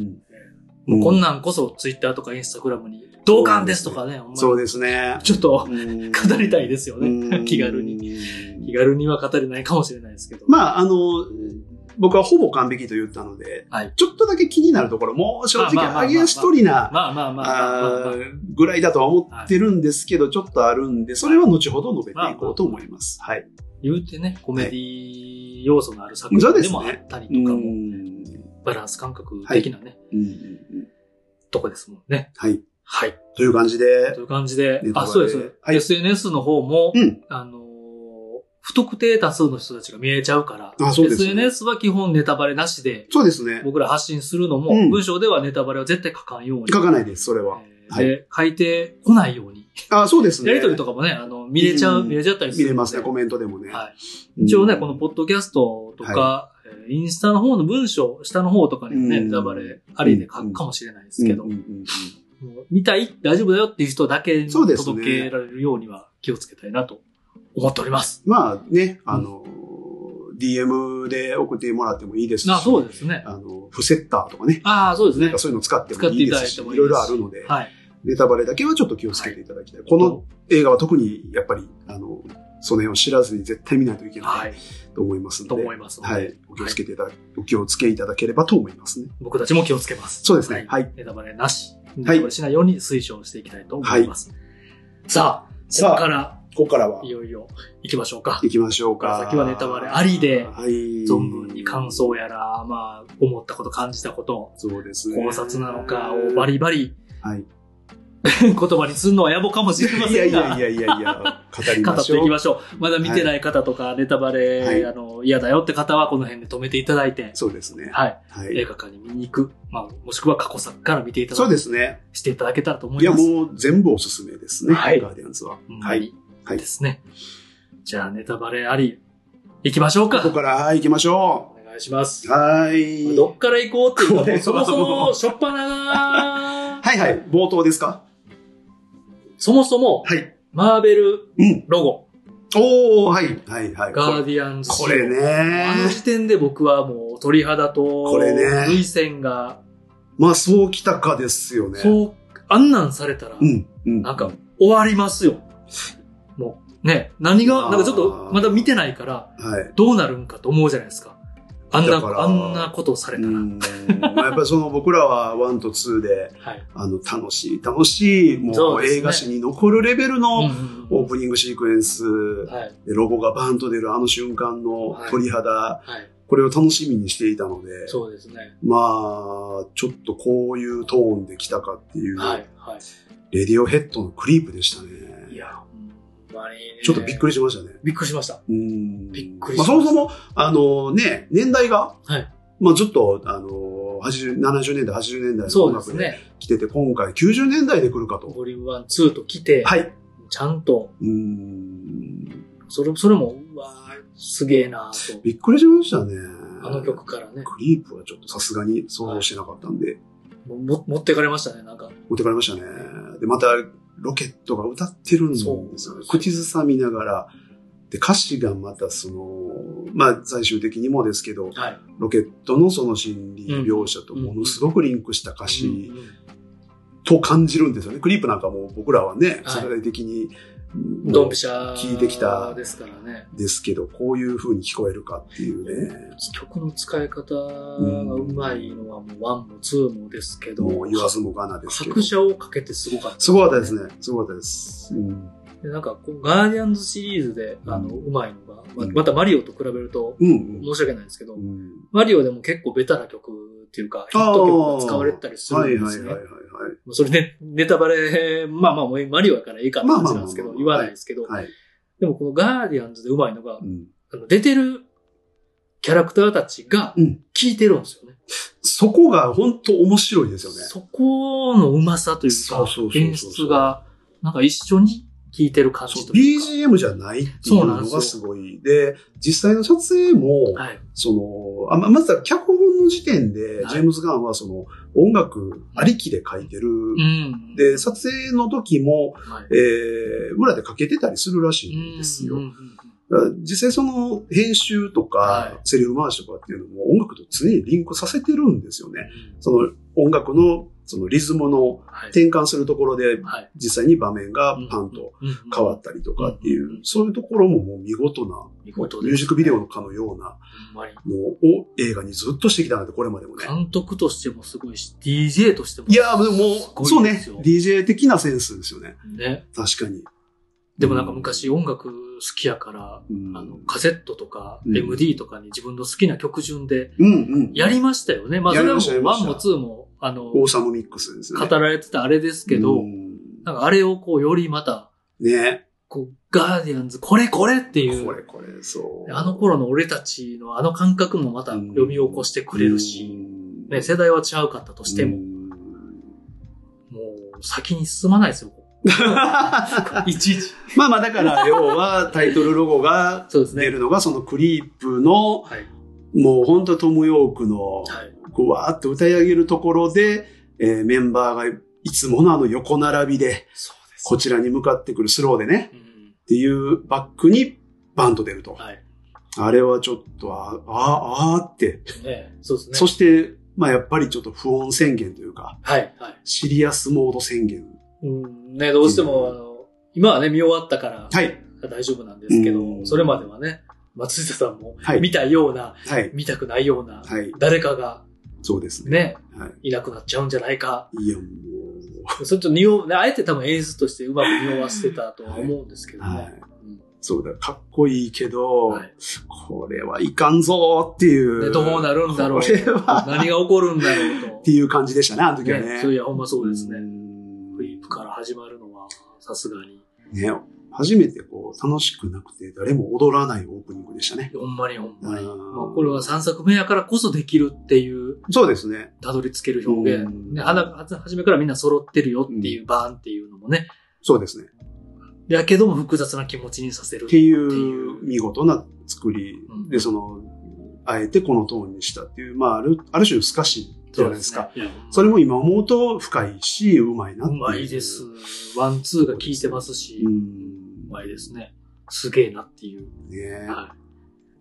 Speaker 1: もうこん
Speaker 2: な。
Speaker 1: なんこそツイッターとかインスタグラムに、同感ですとかね、ほんまに
Speaker 2: そうですね。
Speaker 1: ちょっと
Speaker 2: うん
Speaker 1: [LAUGHS] 語りたいですよ
Speaker 2: う
Speaker 1: ね。
Speaker 2: ん
Speaker 1: 気軽に。気軽には語れないかもしれないですけど。
Speaker 2: まあ、あの、僕はほぼ完璧と言ったので、
Speaker 1: はい
Speaker 2: ちょっとだけ気になるところ、もう正
Speaker 1: まあまあまあまあ
Speaker 2: 直、アゲンストリな、
Speaker 1: まあまあまあまあまあま
Speaker 2: あ
Speaker 1: あ。
Speaker 2: ーぐらいだとは思ってるんですけど、ちょっとあるんで、それは後ほど述べていこうと思います。はい。
Speaker 1: 言うてね、コメディ要素のある作
Speaker 2: そう
Speaker 1: 品
Speaker 2: で
Speaker 1: です
Speaker 2: ね
Speaker 1: もあったりと
Speaker 2: うん
Speaker 1: か
Speaker 2: う
Speaker 1: も、
Speaker 2: ん
Speaker 1: バランス感覚的なね、
Speaker 2: うんうん
Speaker 1: とこですもんね。
Speaker 2: はい。
Speaker 1: はい。
Speaker 2: という感じで
Speaker 1: とい、う感じで
Speaker 2: ネ、タバ
Speaker 1: あ、
Speaker 2: レ
Speaker 1: そうです。
Speaker 2: はい
Speaker 1: SNS の方も、
Speaker 2: うん。
Speaker 1: あのー不特定多数の人たちが見えちゃうから、
Speaker 2: あそうですね
Speaker 1: SNS は基本ネタバレなしで、
Speaker 2: そうですね。
Speaker 1: 僕ら発信するのも、
Speaker 2: うん
Speaker 1: 文章ではネタバレは絶対書かんように。
Speaker 2: 書かないです、それは。
Speaker 1: えーで、書いてこないように
Speaker 2: あ、そうですね。
Speaker 1: やりとりとかもね、あの、見れちゃう、
Speaker 2: うん
Speaker 1: 見れちゃったりす
Speaker 2: 見
Speaker 1: る。
Speaker 2: れますね、コメントでもね。
Speaker 1: は
Speaker 2: うん
Speaker 1: い。一応ね、この、ポッドキャストとか、えーインスタの方の文章、下の方とかにもね、
Speaker 2: うん
Speaker 1: ネタバレありで書くかもしれないですけど、
Speaker 2: うんうんうんうん
Speaker 1: もう見たい、大丈夫だよっていう人だけに
Speaker 2: そうですね
Speaker 1: 届けられるようには気をつけたいなと思っております。
Speaker 2: まあね、あの、DM で送ってもらってもいいですし、
Speaker 1: あ、そうですね。
Speaker 2: あの、フセッターとかね、
Speaker 1: ああ、そうです
Speaker 2: なん
Speaker 1: ね
Speaker 2: か。そういうの使ってもいいですし、
Speaker 1: 使っていただいてもいいで
Speaker 2: い
Speaker 1: す
Speaker 2: ろいろあるので、
Speaker 1: はい。
Speaker 2: ネタバレだけはちょっと気をつけていただきたい。この、映画は特にやっぱり、あの、その辺を知らずに絶対見ないといけ
Speaker 1: は
Speaker 2: ない
Speaker 1: い。
Speaker 2: と思いますの
Speaker 1: と
Speaker 2: で、
Speaker 1: 思いますので、
Speaker 2: はい、お気をつけていただ、お気をつけいただければと思いますね。
Speaker 1: 僕たちも気をつけます。
Speaker 2: そうですね
Speaker 1: は
Speaker 2: はいい。
Speaker 1: ネタバレなし。ネタバレしないように推奨していきたいと思います。さあ、
Speaker 2: さあ
Speaker 1: ここから
Speaker 2: ここからはい
Speaker 1: よいよ行きましょうか。
Speaker 2: 行きましょうか。
Speaker 1: 先はネタバレありで
Speaker 2: はい、
Speaker 1: 存分に感想やら、まあ、思ったこと、感じたこと、
Speaker 2: そうですね。
Speaker 1: 考察なのかをバリバリ [LAUGHS]
Speaker 2: はい。
Speaker 1: 言葉にするのは野暮かもしれま
Speaker 2: いや
Speaker 1: せん
Speaker 2: い
Speaker 1: が。
Speaker 2: やいやいやいや、語り
Speaker 1: 語
Speaker 2: ま
Speaker 1: っ
Speaker 2: しょ
Speaker 1: てい
Speaker 2: う。
Speaker 1: きましょう。まだ見てない方とか、ネタバレ、
Speaker 2: はい
Speaker 1: あの、嫌だよって方は、この辺で止めていただいて、
Speaker 2: そうですね。
Speaker 1: はい。
Speaker 2: はい
Speaker 1: 映。画館に見に行く。まあ、もしくは過去作から見ていただ
Speaker 2: そう
Speaker 1: く、
Speaker 2: ですね。
Speaker 1: していただけたらと思
Speaker 2: い
Speaker 1: い
Speaker 2: や、
Speaker 1: ます。
Speaker 2: もう全部おすすめですね。
Speaker 1: はい
Speaker 2: ガーディアンズは。
Speaker 1: ほんま
Speaker 2: は
Speaker 1: に
Speaker 2: い。はい
Speaker 1: ですね。じゃあ、ネタバレあり、行きましょうか。
Speaker 2: ここから、はい、行きましょ
Speaker 1: お願いします
Speaker 2: う。。はい。
Speaker 1: どっから行こうっていう
Speaker 2: これ
Speaker 1: か、
Speaker 2: は
Speaker 1: そもそ
Speaker 2: も
Speaker 1: も、
Speaker 2: う
Speaker 1: しょっぱな
Speaker 2: はいはい。冒頭ですか
Speaker 1: そもそも、
Speaker 2: はい。
Speaker 1: マーベル
Speaker 2: うん。
Speaker 1: ロゴ、
Speaker 2: おー、はい。はい、はい。
Speaker 1: ガーディアンズ。
Speaker 2: これ。
Speaker 1: あの
Speaker 2: ね。
Speaker 1: 時点で僕はもう鳥肌と、
Speaker 2: これね
Speaker 1: 涙腺が
Speaker 2: まあ、そうきたかですよね。う。
Speaker 1: そう、あんなんされたら、
Speaker 2: うん。うん。
Speaker 1: なんか、終わりますよ。もう、ね、何が、
Speaker 2: あー
Speaker 1: なんかちょっと、まだ見てないから、
Speaker 2: はい。
Speaker 1: どうなるんかと思うじゃないですか。あんな、
Speaker 2: だから
Speaker 1: あんなことをされ
Speaker 2: う
Speaker 1: たら。
Speaker 2: ん。まあやっぱりその僕らは1と2で、
Speaker 1: はい。
Speaker 2: あの、楽しい、楽しい、も
Speaker 1: そう
Speaker 2: う
Speaker 1: ですね
Speaker 2: 映画史に残るレベルの
Speaker 1: うん
Speaker 2: オープニングシークエンス、
Speaker 1: はい。
Speaker 2: でロゴがバーンと出るあの瞬間の
Speaker 1: はい
Speaker 2: 鳥肌、
Speaker 1: はい。
Speaker 2: これを楽しみにしていたので、
Speaker 1: そうですね。
Speaker 2: まあ、ちょっとこういうトーンで来たかっていう、
Speaker 1: はい。は
Speaker 2: レディオヘッドのクリープでしたね。
Speaker 1: い。いや、ほんまにね
Speaker 2: ちょっとびっくりしましたね。
Speaker 1: びっくりしました。
Speaker 2: うん
Speaker 1: びっくりし
Speaker 2: ま
Speaker 1: ま
Speaker 2: あ、
Speaker 1: した
Speaker 2: そもそも、あのね、年代が、
Speaker 1: はい。
Speaker 2: まあずっと、あの、80 70年代、80年代の
Speaker 1: そ
Speaker 2: 音
Speaker 1: うで
Speaker 2: 楽
Speaker 1: す
Speaker 2: で
Speaker 1: ね。
Speaker 2: 来てて、今回90年代で来るかと。
Speaker 1: ボリューム1、2と来て、
Speaker 2: はい。
Speaker 1: ちゃんと、
Speaker 2: うん。
Speaker 1: それ、それも、うわーすげえなーと。
Speaker 2: びっくりしましたね。
Speaker 1: あの曲からね、
Speaker 2: クリープはちょっとさすがに想像してなかったんで、
Speaker 1: もも持ってかれましたね、なんか。
Speaker 2: 持ってかれましたね。で、また、ロケットが歌ってるんですよ
Speaker 1: そうですよ。
Speaker 2: 口ずさみながら。で、歌詞がまたその、まあ、最終的にもですけど、
Speaker 1: はい。
Speaker 2: ロケットのその心理描写とものすごくリンクした歌詞、
Speaker 1: うんうん
Speaker 2: と感じるんですよね。クリープなんかも僕らはね、
Speaker 1: はい
Speaker 2: 世代的に、うん
Speaker 1: ドンピシャ
Speaker 2: 聞いてきた
Speaker 1: ですからね。
Speaker 2: ですけど、こういう風に聞こえるかっていうね。
Speaker 1: 曲の使い方がうまいのはもう1も2もですけど、
Speaker 2: もう言わずもがなですけど
Speaker 1: 拍。車をかけてすごかった、
Speaker 2: すごかったですね。すごかったです。うん。
Speaker 1: でなんかこう、ガーディアンズシリーズで、
Speaker 2: うん
Speaker 1: あの、うまいのが、ま
Speaker 2: うん
Speaker 1: またマリオと比べると
Speaker 2: うん、
Speaker 1: 申し訳ないですけど、
Speaker 2: うんうん。
Speaker 1: マリオでも結構ベタな曲っていうか、ヒット曲が使われてたりす
Speaker 2: はい
Speaker 1: るんで
Speaker 2: はい
Speaker 1: す
Speaker 2: はい
Speaker 1: ね。
Speaker 2: はいは
Speaker 1: まあそれで、ネタバレ、まあまあ、もうマリオやからいいかって話なんですけど、
Speaker 2: まあ
Speaker 1: 言
Speaker 2: まあまあまあ
Speaker 1: わないですけど、
Speaker 2: い。はい。
Speaker 1: でもこのガーディアンズでうまいのが
Speaker 2: う、ん
Speaker 1: あの出てるキャラクターたちが
Speaker 2: うん
Speaker 1: 聴いてるんですよね。
Speaker 2: そこが本当面白いですよね。
Speaker 1: そこのうまさという
Speaker 2: そ
Speaker 1: か
Speaker 2: うそうそう、そう
Speaker 1: 演出が、なんか一緒に聴いてる感
Speaker 2: そ
Speaker 1: じ
Speaker 2: う
Speaker 1: というか。
Speaker 2: BGM じゃないっていうのがすごい。で、実際の撮影も、
Speaker 1: はい。
Speaker 2: その、あままずは脚本の時点
Speaker 1: は
Speaker 2: で、
Speaker 1: い
Speaker 2: ジェームズ・ガンはその音楽ありきで書いてる。
Speaker 1: うん。
Speaker 2: で、撮影の時も、
Speaker 1: はい、
Speaker 2: えー、裏でかけてたりするらしいんです
Speaker 1: うん
Speaker 2: よ
Speaker 1: う。んうん
Speaker 2: だから実際その編集とか、
Speaker 1: はい
Speaker 2: セリフ回しとかっていうのも音楽と常にリンクさせてるんですよ
Speaker 1: う
Speaker 2: ね。
Speaker 1: ん
Speaker 2: その音楽のそのリズムの
Speaker 1: はい。
Speaker 2: 転換するところで
Speaker 1: はい。
Speaker 2: 実際に場面がパンと変わ
Speaker 1: た。
Speaker 2: ったりとかってい
Speaker 1: うん
Speaker 2: う、そういうところももう見事な、
Speaker 1: 見
Speaker 2: ミュ
Speaker 1: 事ですね
Speaker 2: ージックビデオのかのような
Speaker 1: ほんまに
Speaker 2: のを映画にずっとしてきたので、これまでもね。
Speaker 1: 監督としてもすごいし、DJ としても。
Speaker 2: いやーで
Speaker 1: す
Speaker 2: も、そ
Speaker 1: ご
Speaker 2: う
Speaker 1: いで
Speaker 2: ね
Speaker 1: すよ。
Speaker 2: DJ 的なセンスですよね。
Speaker 1: ね。
Speaker 2: 確かに。
Speaker 1: でもなんか昔音楽好きやから、
Speaker 2: うん、
Speaker 1: あの、カセットとか
Speaker 2: うん
Speaker 1: MD とかに自分の好きな曲順で
Speaker 2: うんうん。
Speaker 1: やりましたよね。まあそれはもう
Speaker 2: やりまし
Speaker 1: 1
Speaker 2: た
Speaker 1: も2も、あの、
Speaker 2: オー
Speaker 1: 語
Speaker 2: サムミックスですね。
Speaker 1: られてたあれですけど、
Speaker 2: うん
Speaker 1: なんかあれをこうよりまた、
Speaker 2: ね。
Speaker 1: こう、ガーディアンズ、これこれっていう。
Speaker 2: これこれ、そう。
Speaker 1: あの頃の俺たちのあの感覚もまた呼び起こしてくれるし、
Speaker 2: うん、
Speaker 1: ね、世代は違うかったとしても、
Speaker 2: うん
Speaker 1: もう先に進まないですよ、こいちいち。
Speaker 2: [LAUGHS] まあまあだから要はタイトルロゴが
Speaker 1: そうですね。
Speaker 2: 出るのがそのクリープの
Speaker 1: はい。
Speaker 2: もう本当トム・ヨークの
Speaker 1: はい。
Speaker 2: こうわーっと歌い上げるところで、えーメンバーがいつものあの横並びで
Speaker 1: そうです。
Speaker 2: こちらに向かってくるスローでね
Speaker 1: うん
Speaker 2: っていうバックにバンと出ると。
Speaker 1: はい。ね
Speaker 2: あれはちょっとああ、あーって。
Speaker 1: えそうですね。
Speaker 2: そしてまあやっぱりちょっと不穏宣言というか
Speaker 1: はい。はい。
Speaker 2: シリアスモード宣言。
Speaker 1: うん、ね、どうしても、あの、今はね、見終わったから
Speaker 2: はい。
Speaker 1: 大丈夫なんですけど、
Speaker 2: うん
Speaker 1: それまではね、松下さんも
Speaker 2: は、い
Speaker 1: 見たような、
Speaker 2: はい。
Speaker 1: 見たくないような、
Speaker 2: はい。
Speaker 1: 誰かが
Speaker 2: そうですね。
Speaker 1: ね、
Speaker 2: はい
Speaker 1: なくなっちゃうんじゃないか。
Speaker 2: い。いやも
Speaker 1: それと匂う、ねあえて多分演出としてうまく匂わせてたとは思うんですけ
Speaker 2: う。
Speaker 1: どね。
Speaker 2: はい。
Speaker 1: うん
Speaker 2: そうだ、かっこいいけど、
Speaker 1: はい
Speaker 2: これはいかんぞーっていう。
Speaker 1: ね、どうなるんだろう。
Speaker 2: これは、
Speaker 1: 何が起こるんだ
Speaker 2: [LAUGHS]
Speaker 1: ろうと。
Speaker 2: っていう感じでしたね、あの時はね。
Speaker 1: ね、そういや、ほんまそうです
Speaker 2: う
Speaker 1: ね。
Speaker 2: ん
Speaker 1: クリープから始まるのは、さすがに。
Speaker 2: ね、初めてこう、楽しくなくて、誰も踊らないオープニングでしたね。
Speaker 1: ほんまにほんまに。
Speaker 2: あー
Speaker 1: まあ、これは3作目やからこそできるっていう、
Speaker 2: そうですね。
Speaker 1: たどり着ける表現。
Speaker 2: うん
Speaker 1: ね、はな、は初めからみんな揃ってるよっていう、バーンっていうのもね。
Speaker 2: そうですね。
Speaker 1: やけども複雑な気持ちにさせる
Speaker 2: って
Speaker 1: い
Speaker 2: いうう見事な作り
Speaker 1: うん
Speaker 2: で、その、あえてこのトーンにしたっていう、まあ、ある、ある種スカシじゃないですか。。
Speaker 1: そうね
Speaker 2: それも今思うと深いし、うまいなっ
Speaker 1: う
Speaker 2: ていう。
Speaker 1: まいです。ワン、ツーが効いてますし、
Speaker 2: う。
Speaker 1: うんまいですね。すげえなっていう。
Speaker 2: ね
Speaker 1: は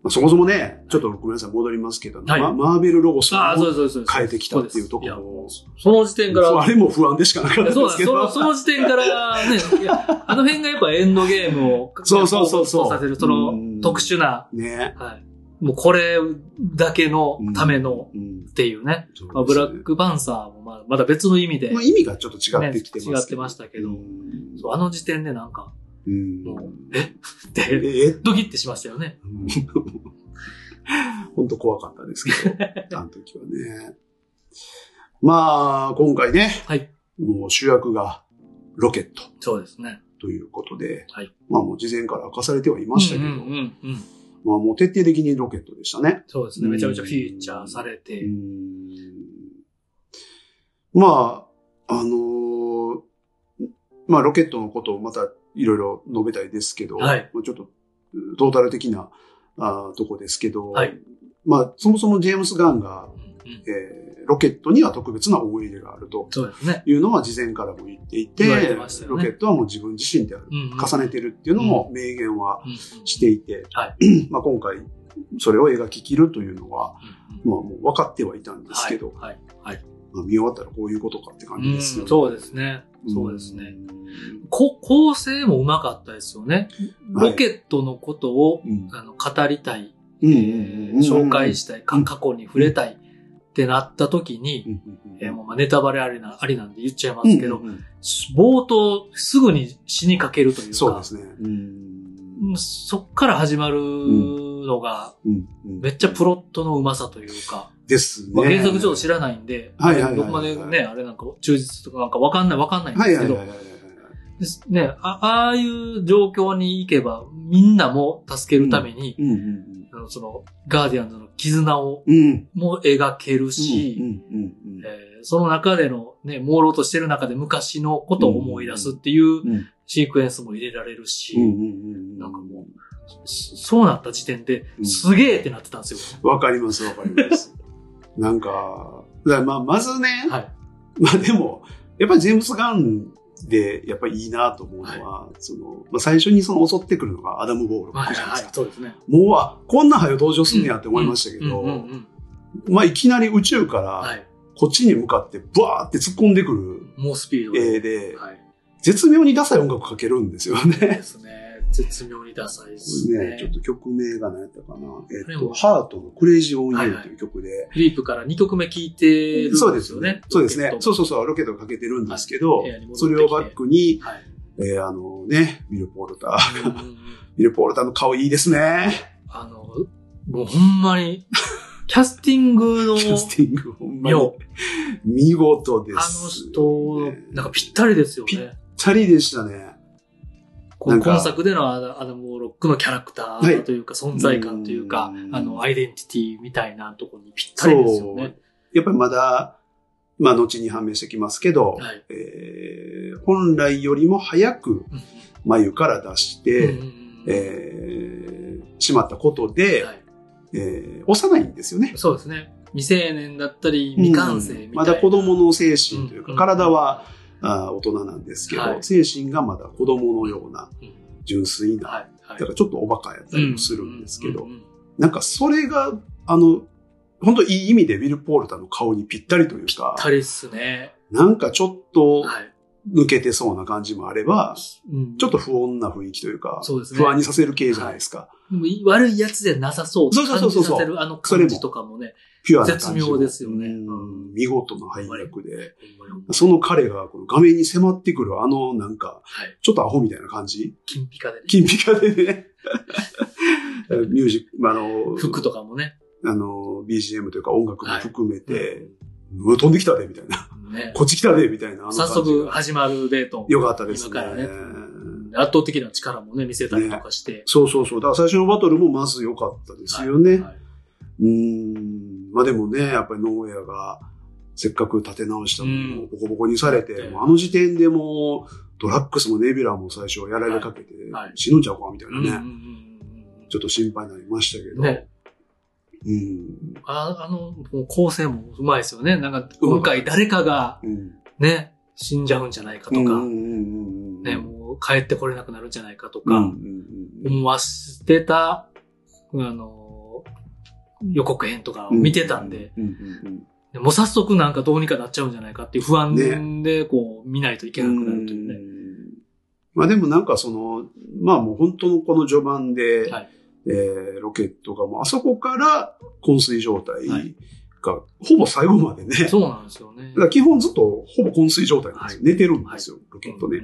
Speaker 2: まあ、そもそもね、ちょっとごめんなさい、戻りますけど、
Speaker 1: はい
Speaker 2: まマーベルロゴ
Speaker 1: い。ああ、そうで
Speaker 2: を
Speaker 1: すそうですそうです。
Speaker 2: 変えてきたっていうとこ
Speaker 1: や
Speaker 2: ろ
Speaker 1: も
Speaker 2: も
Speaker 1: う、その時点から、
Speaker 2: [LAUGHS] あれも不安でしかなかった
Speaker 1: そう
Speaker 2: で
Speaker 1: だそ
Speaker 2: すけ
Speaker 1: の、
Speaker 2: ど、
Speaker 1: その時点からね、いやあの辺がやっぱエンドゲームを、
Speaker 2: そうそうそうそう
Speaker 1: 彷彿とさせる、そうの
Speaker 2: ん
Speaker 1: 特殊な、
Speaker 2: ね。
Speaker 1: はい。もうこれだけのための
Speaker 2: うん
Speaker 1: っていうね。
Speaker 2: そうですね
Speaker 1: まあ、ブラックパンサーもまあまだ別の意味で、
Speaker 2: まあ、
Speaker 1: ね、
Speaker 2: 意味がちょっと違ってきてますけど、
Speaker 1: 違ってましたけど、
Speaker 2: うん
Speaker 1: そうあの時点でなんか、
Speaker 2: うん
Speaker 1: もう、え [LAUGHS] っ
Speaker 2: え
Speaker 1: て、
Speaker 2: え [LAUGHS]
Speaker 1: ドキッてしましたよね。
Speaker 2: 本当怖かったですけ
Speaker 1: [LAUGHS]
Speaker 2: ど、あの時はね。まあ、今回ね、
Speaker 1: はい。
Speaker 2: もう主役がロケット
Speaker 1: そうですね。
Speaker 2: ということで、
Speaker 1: はい
Speaker 2: まあもう事前から明かされてはいましたけど、
Speaker 1: うんうんうんうん。
Speaker 2: まあもう徹底的にロケットでしたね。
Speaker 1: そうですね。めちゃめちゃフィーチャーされ
Speaker 2: う
Speaker 1: て、
Speaker 2: んまあ、あのーまあ、ロケットのことをまたいろいろ述べたいですけど、
Speaker 1: はい
Speaker 2: まあちょっとトータル的なあーとこですけど、
Speaker 1: はい
Speaker 2: まあ、そもそもジェームス・ガンが、
Speaker 1: うんうん
Speaker 2: えーロケットには特別な思い入れがあると
Speaker 1: そうですね。
Speaker 2: いうのは事前からも言っていて、
Speaker 1: 言われてましたよ
Speaker 2: ロ
Speaker 1: ね
Speaker 2: ケットはもう自分自身である、
Speaker 1: うんうん
Speaker 2: 重ねてるっていうのも明言は
Speaker 1: うんうん
Speaker 2: していて、
Speaker 1: は
Speaker 2: まあ今回それを描き切るというのは、
Speaker 1: うんうん
Speaker 2: まあもう分かってはいたんですけど、
Speaker 1: はい。はい。はい
Speaker 2: まあ見終わったらこういうことかって感じです
Speaker 1: う
Speaker 2: よね。
Speaker 1: んそうですね。そうですね。こ構成もうまかったですよね。
Speaker 2: はい
Speaker 1: ロケットのことを、
Speaker 2: うん。
Speaker 1: あの語りたい、
Speaker 2: うん。
Speaker 1: えー紹介
Speaker 2: し
Speaker 1: したい、か過去に触れたいってなった時に、えーもうまあネタバレありなありなんで言っちゃいますけど、
Speaker 2: うんうんうん
Speaker 1: 冒頭すぐに死にかけるというか、
Speaker 2: そうですね。
Speaker 1: うんそっから始まるのが、めっちゃプ
Speaker 2: ロ
Speaker 1: ロットのうまさというか、
Speaker 2: ですね。
Speaker 1: まあ、原作ちょっと知
Speaker 2: ら
Speaker 1: らないんで、
Speaker 2: はいはいはいはい
Speaker 1: どこまでね、あれなんか忠実とかなんかわかんないわかんないんで
Speaker 2: はい
Speaker 1: すけ
Speaker 2: はい
Speaker 1: ど
Speaker 2: はい、はいはい。
Speaker 1: ですね、あああいう状況に行けば、みんなも助けるために、
Speaker 2: うんうん
Speaker 1: あのその、ガーディアンズの絆を
Speaker 2: うん。うん。
Speaker 1: も描けるし、
Speaker 2: うんうんうん
Speaker 1: えーその中でのね、朦朧としてる中で昔のことを思い出すっていう
Speaker 2: うん
Speaker 1: シークエンスも入れられるし、
Speaker 2: うんうんうん。
Speaker 1: なんかもそそうなった時点で
Speaker 2: う、ん
Speaker 1: すげえってなってたんですよ。
Speaker 2: わかりますわかります。なんか、だからまあまずね、
Speaker 1: はい。
Speaker 2: まあでも、やっぱりジェームス・ガンで、やっぱりいいなと思うのは、その、まあ最初にその襲ってくるのがアダム・ボールじゃな
Speaker 1: はいい、
Speaker 2: で
Speaker 1: はい、
Speaker 2: すか。
Speaker 1: そうですね。
Speaker 2: もう、あ、こんな早登場すんねやって思いましたけど、
Speaker 1: うんうんうんうん
Speaker 2: まあいきなり宇宙か
Speaker 1: は
Speaker 2: ら、
Speaker 1: い。
Speaker 2: こっちに向かって、ブワーって突っ込んでく
Speaker 1: 猛スピード
Speaker 2: る
Speaker 1: で。
Speaker 2: 絵で、
Speaker 1: はい。
Speaker 2: 絶妙にダサい音楽かけるんですよね。
Speaker 1: ですね。絶妙にダサいです
Speaker 2: [LAUGHS] ね
Speaker 1: ね
Speaker 2: ちょっ。と曲名が何やったかな。えっ
Speaker 1: でも
Speaker 2: と、ハートのクレイジー・オン・ユーという曲で、
Speaker 1: フリープから2曲目聴いてるんです
Speaker 2: そ
Speaker 1: よ
Speaker 2: う
Speaker 1: ね。
Speaker 2: ですよね。そうですね。そううそうそう、ロケットをかけてるんですけど、
Speaker 1: はい部屋に戻って
Speaker 2: それをバックに、
Speaker 1: はい。
Speaker 2: えーあのね、ミル・ポールター。
Speaker 1: うんうんうん
Speaker 2: ミル・ポールターの顔いいですね。
Speaker 1: あの、もうほんま
Speaker 2: [LAUGHS]
Speaker 1: に、キャスティングの、
Speaker 2: キャスティング、ほんまに
Speaker 1: よ。
Speaker 2: 見事で
Speaker 1: あ
Speaker 2: す。
Speaker 1: の人、なんかぴ
Speaker 2: ぴっ
Speaker 1: ったりですよ
Speaker 2: ぴ
Speaker 1: ね。
Speaker 2: たりでしたね。
Speaker 1: こう
Speaker 2: なんか
Speaker 1: 今作でのあのあのもうロックのキャラクタ
Speaker 2: は
Speaker 1: ー
Speaker 2: い
Speaker 1: というか、存在感というか
Speaker 2: う、ん
Speaker 1: あの、アイデンティティみたいなところにぴったりですよね。
Speaker 2: やっぱりまだ、まあ、後に判明してきますけど、
Speaker 1: はい。
Speaker 2: えー本来よりも早く
Speaker 1: うん
Speaker 2: 眉から出して、
Speaker 1: うんうんうん
Speaker 2: えーしまったことで、
Speaker 1: はい
Speaker 2: えー幼いんですよね。
Speaker 1: そうですね。未成年だったり、未完成みたい
Speaker 2: うん
Speaker 1: な。
Speaker 2: まだ子供の精神という
Speaker 1: う
Speaker 2: か、
Speaker 1: ん
Speaker 2: 体はあー大人なんですけど、
Speaker 1: はい
Speaker 2: 精神がまだ子供のような
Speaker 1: うん、
Speaker 2: 純粋な、
Speaker 1: はい。はい
Speaker 2: だからちょっとおバカやったりもするんですけど、
Speaker 1: うんうんうんうん
Speaker 2: なんかそれが、あの、本当いい意味でウィル・ポールタの顔にぴったりというか、
Speaker 1: たりっすね。
Speaker 2: なんかちょっと
Speaker 1: はい。
Speaker 2: 抜けてそうな感じもあれば、
Speaker 1: うん
Speaker 2: ちょっと不穏な雰囲気というか、
Speaker 1: そうですね
Speaker 2: 不安にさせる系じゃないですか。
Speaker 1: でもい悪いやつじゃなさそう。
Speaker 2: そうそうそ
Speaker 1: 感
Speaker 2: うそう
Speaker 1: じさせるあの感じとかもね。
Speaker 2: ピュアな感じの
Speaker 1: 絶妙ですよね
Speaker 2: うん見事な配役で。
Speaker 1: ほんまにほんまに
Speaker 2: その彼がこの画面に迫ってくるあのなんか、
Speaker 1: はい。
Speaker 2: ちょっとアホみたいな感じ
Speaker 1: 金ピカでね。
Speaker 2: 金ピカ
Speaker 1: [LAUGHS]
Speaker 2: でね。ミュージック、まああの、
Speaker 1: 服とかもね。
Speaker 2: あの、BGM というか音楽も含め
Speaker 1: う
Speaker 2: て、
Speaker 1: ん
Speaker 2: うわ飛んできたで、みたいな。
Speaker 1: ね
Speaker 2: こっち来たで、みたいな。あの
Speaker 1: 早
Speaker 2: 感じ
Speaker 1: 速
Speaker 2: が
Speaker 1: 始まるデート。
Speaker 2: よかったですね。
Speaker 1: 今からね圧倒的な力もね、見せたりとかして。
Speaker 2: そうそうそう。だから最初のバトルもまず良かったですよね。
Speaker 1: はい
Speaker 2: うん。まあでもね、やっぱりノーエアが、せっかく立て直したの
Speaker 1: う
Speaker 2: を
Speaker 1: ん
Speaker 2: ボコボコにされて、
Speaker 1: うん
Speaker 2: もうあの時点でもう、ドラッグスもネビュラも最初やられかけて
Speaker 1: はいはい、
Speaker 2: 死ぬんちゃうかみたい
Speaker 1: うんうんうん
Speaker 2: な
Speaker 1: う
Speaker 2: ね。
Speaker 1: ん
Speaker 2: ちょっと心配になりましたけど。
Speaker 1: ね。
Speaker 2: うん。
Speaker 1: ああの、もう構成もうまいですよね。なんか、
Speaker 2: うまい
Speaker 1: 今回誰かが
Speaker 2: うん。
Speaker 1: ね、死んじゃうんじゃないかと
Speaker 2: うんうんう
Speaker 1: か、
Speaker 2: んうん
Speaker 1: ね、もう帰ってこれなくなるんじゃないかと
Speaker 2: うんうん
Speaker 1: か、思わしてた、あの、予告編とかを
Speaker 2: うん。
Speaker 1: 見てたんで、
Speaker 2: ううん
Speaker 1: でもう早速なんかどうにかなっちゃうんじゃないかっていう不安で、こう、見ないといけなくなるというね。
Speaker 2: うんまあでもなんかその、まあもう本当のこの序盤で、
Speaker 1: はい
Speaker 2: えーロケットがもうあそこから昏睡状態
Speaker 1: はい
Speaker 2: がほぼ最後までね、
Speaker 1: そうなんですよね
Speaker 2: だか。ら基本ずっとほぼ昏睡状態なんですよ。寝てるんですよ、ロケット
Speaker 1: うん
Speaker 2: ね。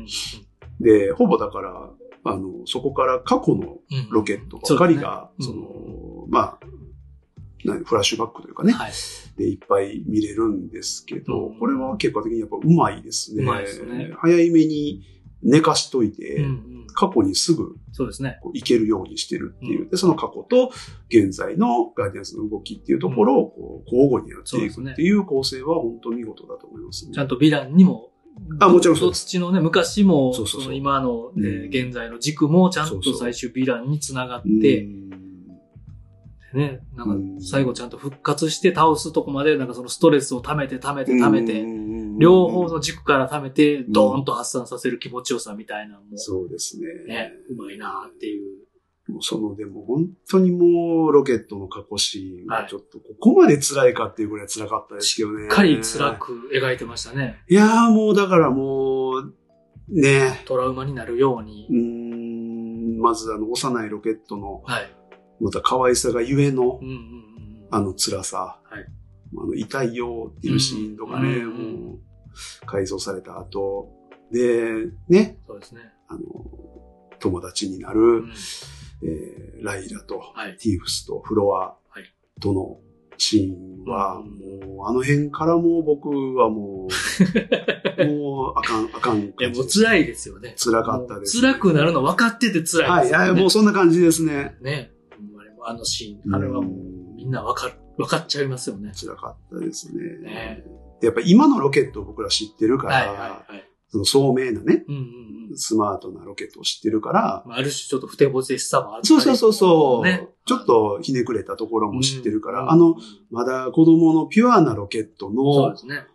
Speaker 2: で、ほぼだから、あの、そこから過去の
Speaker 1: うんうん
Speaker 2: ロケットばかりが、
Speaker 1: そ
Speaker 2: そう
Speaker 1: だね
Speaker 2: の、まあ、何フラッシュバックというかね、
Speaker 1: はい。
Speaker 2: でいっぱい見れるんですけど、
Speaker 1: うん
Speaker 2: これは結果的にやっぱうまいですね。
Speaker 1: うまいですね
Speaker 2: 早い目に寝かしといて、
Speaker 1: うんうん
Speaker 2: 過去にすぐ
Speaker 1: そうですね。
Speaker 2: こう行けるようにしてるっていう、で、その過去と現在のガーディアンズの動きっていうところをこう交互にやってい
Speaker 1: そうです
Speaker 2: く
Speaker 1: ね
Speaker 2: っていう構成は本当見事だと思いますね。
Speaker 1: ちゃんとヴィランにも、
Speaker 2: あもちろんそうです
Speaker 1: 土のね、昔も、
Speaker 2: そうそうそう
Speaker 1: その今の、えー
Speaker 2: うん
Speaker 1: 現在の軸もちゃん
Speaker 2: そうそ
Speaker 1: と
Speaker 2: う
Speaker 1: 最終ヴィランにつながっ
Speaker 2: うん
Speaker 1: て、ね、な
Speaker 2: うんん
Speaker 1: か最後ちゃんと復活して倒すとこまで、なんかそのストレスを溜めて溜めて溜め
Speaker 2: う
Speaker 1: て、
Speaker 2: ん
Speaker 1: 両方の軸から溜めて、ドーンと発散させる気持ちよさみたいなのも、
Speaker 2: そうですね。
Speaker 1: ね、うまいなっていう。
Speaker 2: もうその、でも本当にもうロケットの過去シーン
Speaker 1: は
Speaker 2: が
Speaker 1: い
Speaker 2: ちょっとここまで辛いかっていうぐらい辛かったですけど
Speaker 1: し
Speaker 2: ね。
Speaker 1: っかり辛。く描いてましたね。
Speaker 2: いやーもうだからもう、ね、
Speaker 1: トラウマになるように
Speaker 2: う。ーん、まずあの幼いロケットの
Speaker 1: はい。
Speaker 2: また可愛さがゆえの
Speaker 1: うんうんうんう
Speaker 2: あ
Speaker 1: ん。
Speaker 2: の辛さ。
Speaker 1: はい
Speaker 2: あの痛いよっていうシーンとかね、
Speaker 1: うん
Speaker 2: もう改造された後。で、ね、
Speaker 1: そうですね。
Speaker 2: あの、友達になる、
Speaker 1: うん
Speaker 2: えーライラと、
Speaker 1: はい。
Speaker 2: ティーフスとフロア
Speaker 1: はい
Speaker 2: とのシーンは、
Speaker 1: うん
Speaker 2: もう、あの辺からもう僕はも
Speaker 1: [LAUGHS]
Speaker 2: う、もう、あかん、あかん
Speaker 1: いや、
Speaker 2: 感
Speaker 1: も
Speaker 2: じ
Speaker 1: う
Speaker 2: です。
Speaker 1: 辛いですよね。
Speaker 2: 辛かったです、
Speaker 1: 辛くなるの分かってて辛い
Speaker 2: は
Speaker 1: で
Speaker 2: い、い
Speaker 1: すよね。
Speaker 2: や、もうそんな感じですね。
Speaker 1: ね。ほんまにもうあのシーン、あれはもう
Speaker 2: う
Speaker 1: みんな分かる、分かっちゃいますよね。
Speaker 2: 辛かったですね。
Speaker 1: ね
Speaker 2: でやっぱ今のロケットを僕ら知ってるから、
Speaker 1: はいはいはい。
Speaker 2: その聡明なね、
Speaker 1: うんうんうん。
Speaker 2: スマートなロケットを知ってるから、
Speaker 1: まあある種ちょっとふてぼてしさもあったり
Speaker 2: そうそうそうそう、
Speaker 1: ね
Speaker 2: ちょっとひねくれたところも知ってるから、
Speaker 1: うん
Speaker 2: あの、まだ子供のピュアなロケッ
Speaker 1: そ
Speaker 2: ト
Speaker 1: う
Speaker 2: の
Speaker 1: ですね。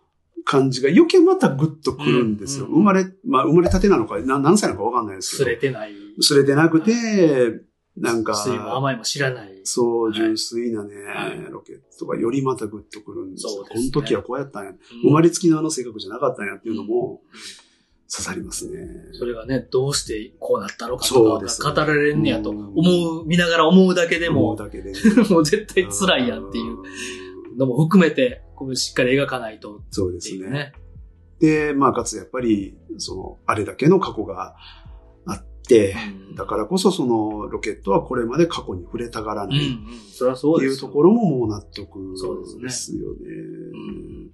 Speaker 2: 感じが余計またグッとくるんですよ。
Speaker 1: うん
Speaker 2: 生まれ、まあ生まれたてなのか、な何歳なのかわかんないです
Speaker 1: す
Speaker 2: け
Speaker 1: れ
Speaker 2: ど。
Speaker 1: てない。
Speaker 2: すれてなくて、なんか、
Speaker 1: 水も甘いも知らない。
Speaker 2: そ
Speaker 1: は
Speaker 2: う、
Speaker 1: い
Speaker 2: 純粋なね、
Speaker 1: はい
Speaker 2: ロケットがよりまたグッとくるんですよ。
Speaker 1: そうで
Speaker 2: こ
Speaker 1: すね
Speaker 2: の時はこうやったんや。
Speaker 1: う
Speaker 2: 生
Speaker 1: ん
Speaker 2: まれつきのあの性格じゃなかったんやっていうのも刺さりますね。
Speaker 1: それがね、どうしてこうなったのか
Speaker 2: そう
Speaker 1: と
Speaker 2: です
Speaker 1: か、語られんねやと思う、見ながら思うだけで
Speaker 2: 思う
Speaker 1: も、
Speaker 2: だ
Speaker 1: [LAUGHS]
Speaker 2: けでね。
Speaker 1: もう絶対辛いやんっていう
Speaker 2: うん
Speaker 1: のも含めて、こうしっかり描かないと
Speaker 2: そうで
Speaker 1: って
Speaker 2: す
Speaker 1: いう
Speaker 2: ね。
Speaker 1: ね。
Speaker 2: で、まあ、かつやっぱり、その、あれだけの過去があって、
Speaker 1: うん
Speaker 2: だからこそそのロケットはこれまで過去に触れたがら
Speaker 1: う
Speaker 2: なんいっ
Speaker 1: うん。それはそう
Speaker 2: て
Speaker 1: で
Speaker 2: いう
Speaker 1: す
Speaker 2: と
Speaker 1: よ。
Speaker 2: ころももう納得
Speaker 1: そうですね
Speaker 2: ですよね。
Speaker 1: うん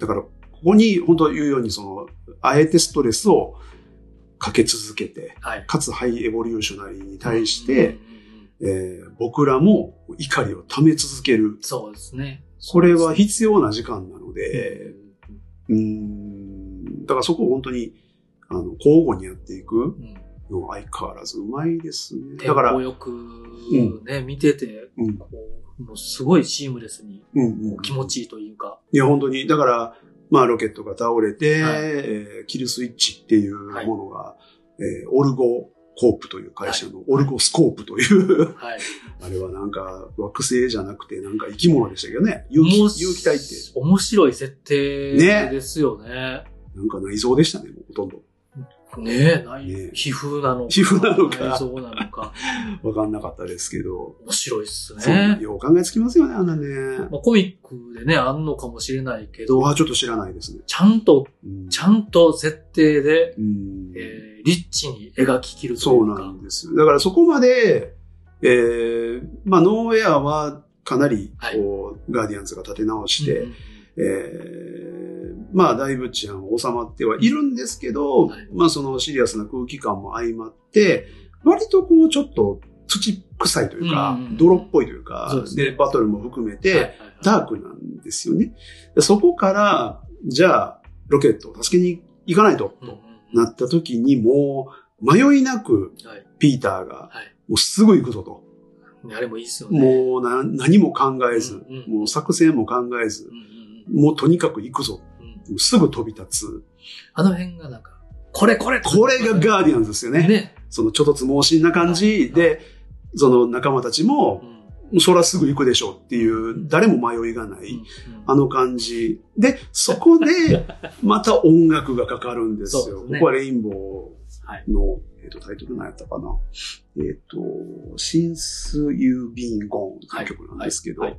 Speaker 2: だから、ここに本当言うようにその、あえてストレスをかけ続けて、
Speaker 1: はい。
Speaker 2: かつハイエボリューショナリーに対して、
Speaker 1: うんうんうんうん、
Speaker 2: えー僕らも怒りを溜め続ける。
Speaker 1: そうですね。
Speaker 2: これは必要な時間なので、
Speaker 1: う
Speaker 2: うん。だからそこを本当に、あの、交互にやっていく
Speaker 1: うん。
Speaker 2: のは相変わらずうまいですね。
Speaker 1: テ
Speaker 2: だ
Speaker 1: ン
Speaker 2: から、
Speaker 1: ポ
Speaker 2: うん、
Speaker 1: よくね、見てて、
Speaker 2: うん、
Speaker 1: こう、もうすごいシームレスに、
Speaker 2: うん。
Speaker 1: 気持ちいいというか、
Speaker 2: いや、本当に。だから、まあ、ロケットが倒れて、
Speaker 1: はい
Speaker 2: えーキルスイッチっていう
Speaker 1: はい
Speaker 2: ものが、えーオルゴコープという会社の、オルゴスコープという、
Speaker 1: はい。
Speaker 2: あれはなんか、惑星じゃなくて、なんか生き物でしたけどね。有機
Speaker 1: もう
Speaker 2: 有機体って、
Speaker 1: 面白い設定
Speaker 2: ね
Speaker 1: ですよね。
Speaker 2: なんか内臓でしたね、もうほとんど。
Speaker 1: ねえ、ない
Speaker 2: ねえ
Speaker 1: 皮膚なのか。
Speaker 2: 皮膚なのか
Speaker 1: 内臓なのか。
Speaker 2: わかんなかったですけど、
Speaker 1: 面白いっす
Speaker 2: そんな
Speaker 1: ね。
Speaker 2: よう考えつきますよね、あんなね。
Speaker 1: まあ、コミックでね、あんのかもしれないけ
Speaker 2: うわ
Speaker 1: ど、
Speaker 2: ちょっと知らないですね。
Speaker 1: ちゃんと、
Speaker 2: うん
Speaker 1: ちゃんと設定で、
Speaker 2: うん
Speaker 1: えーリッチに描き切ると
Speaker 2: そ
Speaker 1: いうう
Speaker 2: な
Speaker 1: か
Speaker 2: ん。ですよ。だからそこまで、えー、まあ、ノーウェアはかなり、こう、ガーディアンズが立て直して、
Speaker 1: うん
Speaker 2: えー、まあ、だいぶ治安は収まってはいるんですけど、
Speaker 1: はい
Speaker 2: まあ、そのシリアスな空気感も相まって、割とこう、ちょっと土臭いというか、
Speaker 1: うんうんうん
Speaker 2: 泥っぽいというか、
Speaker 1: そうですね
Speaker 2: でバトルも含めて、
Speaker 1: はいはいはい
Speaker 2: ダークなんですよね。でそこから、じゃあ、ロケットを助けに行かないと、
Speaker 1: うんうん
Speaker 2: と
Speaker 1: うん
Speaker 2: なった時にもう、迷いなく、
Speaker 1: はい
Speaker 2: ピーターが
Speaker 1: はい、
Speaker 2: もうすぐ行くぞと。
Speaker 1: ねあれもいいっすよね。
Speaker 2: もうな何も考え
Speaker 1: う
Speaker 2: ず、
Speaker 1: んうん
Speaker 2: もう作戦も考えず
Speaker 1: う、んうん
Speaker 2: もうとにかく行くぞ。
Speaker 1: うんうん
Speaker 2: もうすぐ飛び立つ。
Speaker 1: あの辺がなんか、これこれ
Speaker 2: これがガーディアンズですよね。
Speaker 1: ね。
Speaker 2: その、ちょっとつ盲信な感じ
Speaker 1: はい
Speaker 2: で、その仲間たち
Speaker 1: う
Speaker 2: も、
Speaker 1: ん
Speaker 2: そらすぐ行くでしょうっていう、誰も迷いがな
Speaker 1: う
Speaker 2: い。
Speaker 1: ん
Speaker 2: あの感じ。
Speaker 1: [LAUGHS]
Speaker 2: で、そこで、また音楽がかかるんです
Speaker 1: そうで
Speaker 2: よ。
Speaker 1: すね
Speaker 2: ここはレインボ
Speaker 1: はい
Speaker 2: ーの、えっとタイトル何やったかな。えっ、と、シンス・ユー・ビン・ゴンという曲なんですけど、
Speaker 1: はいは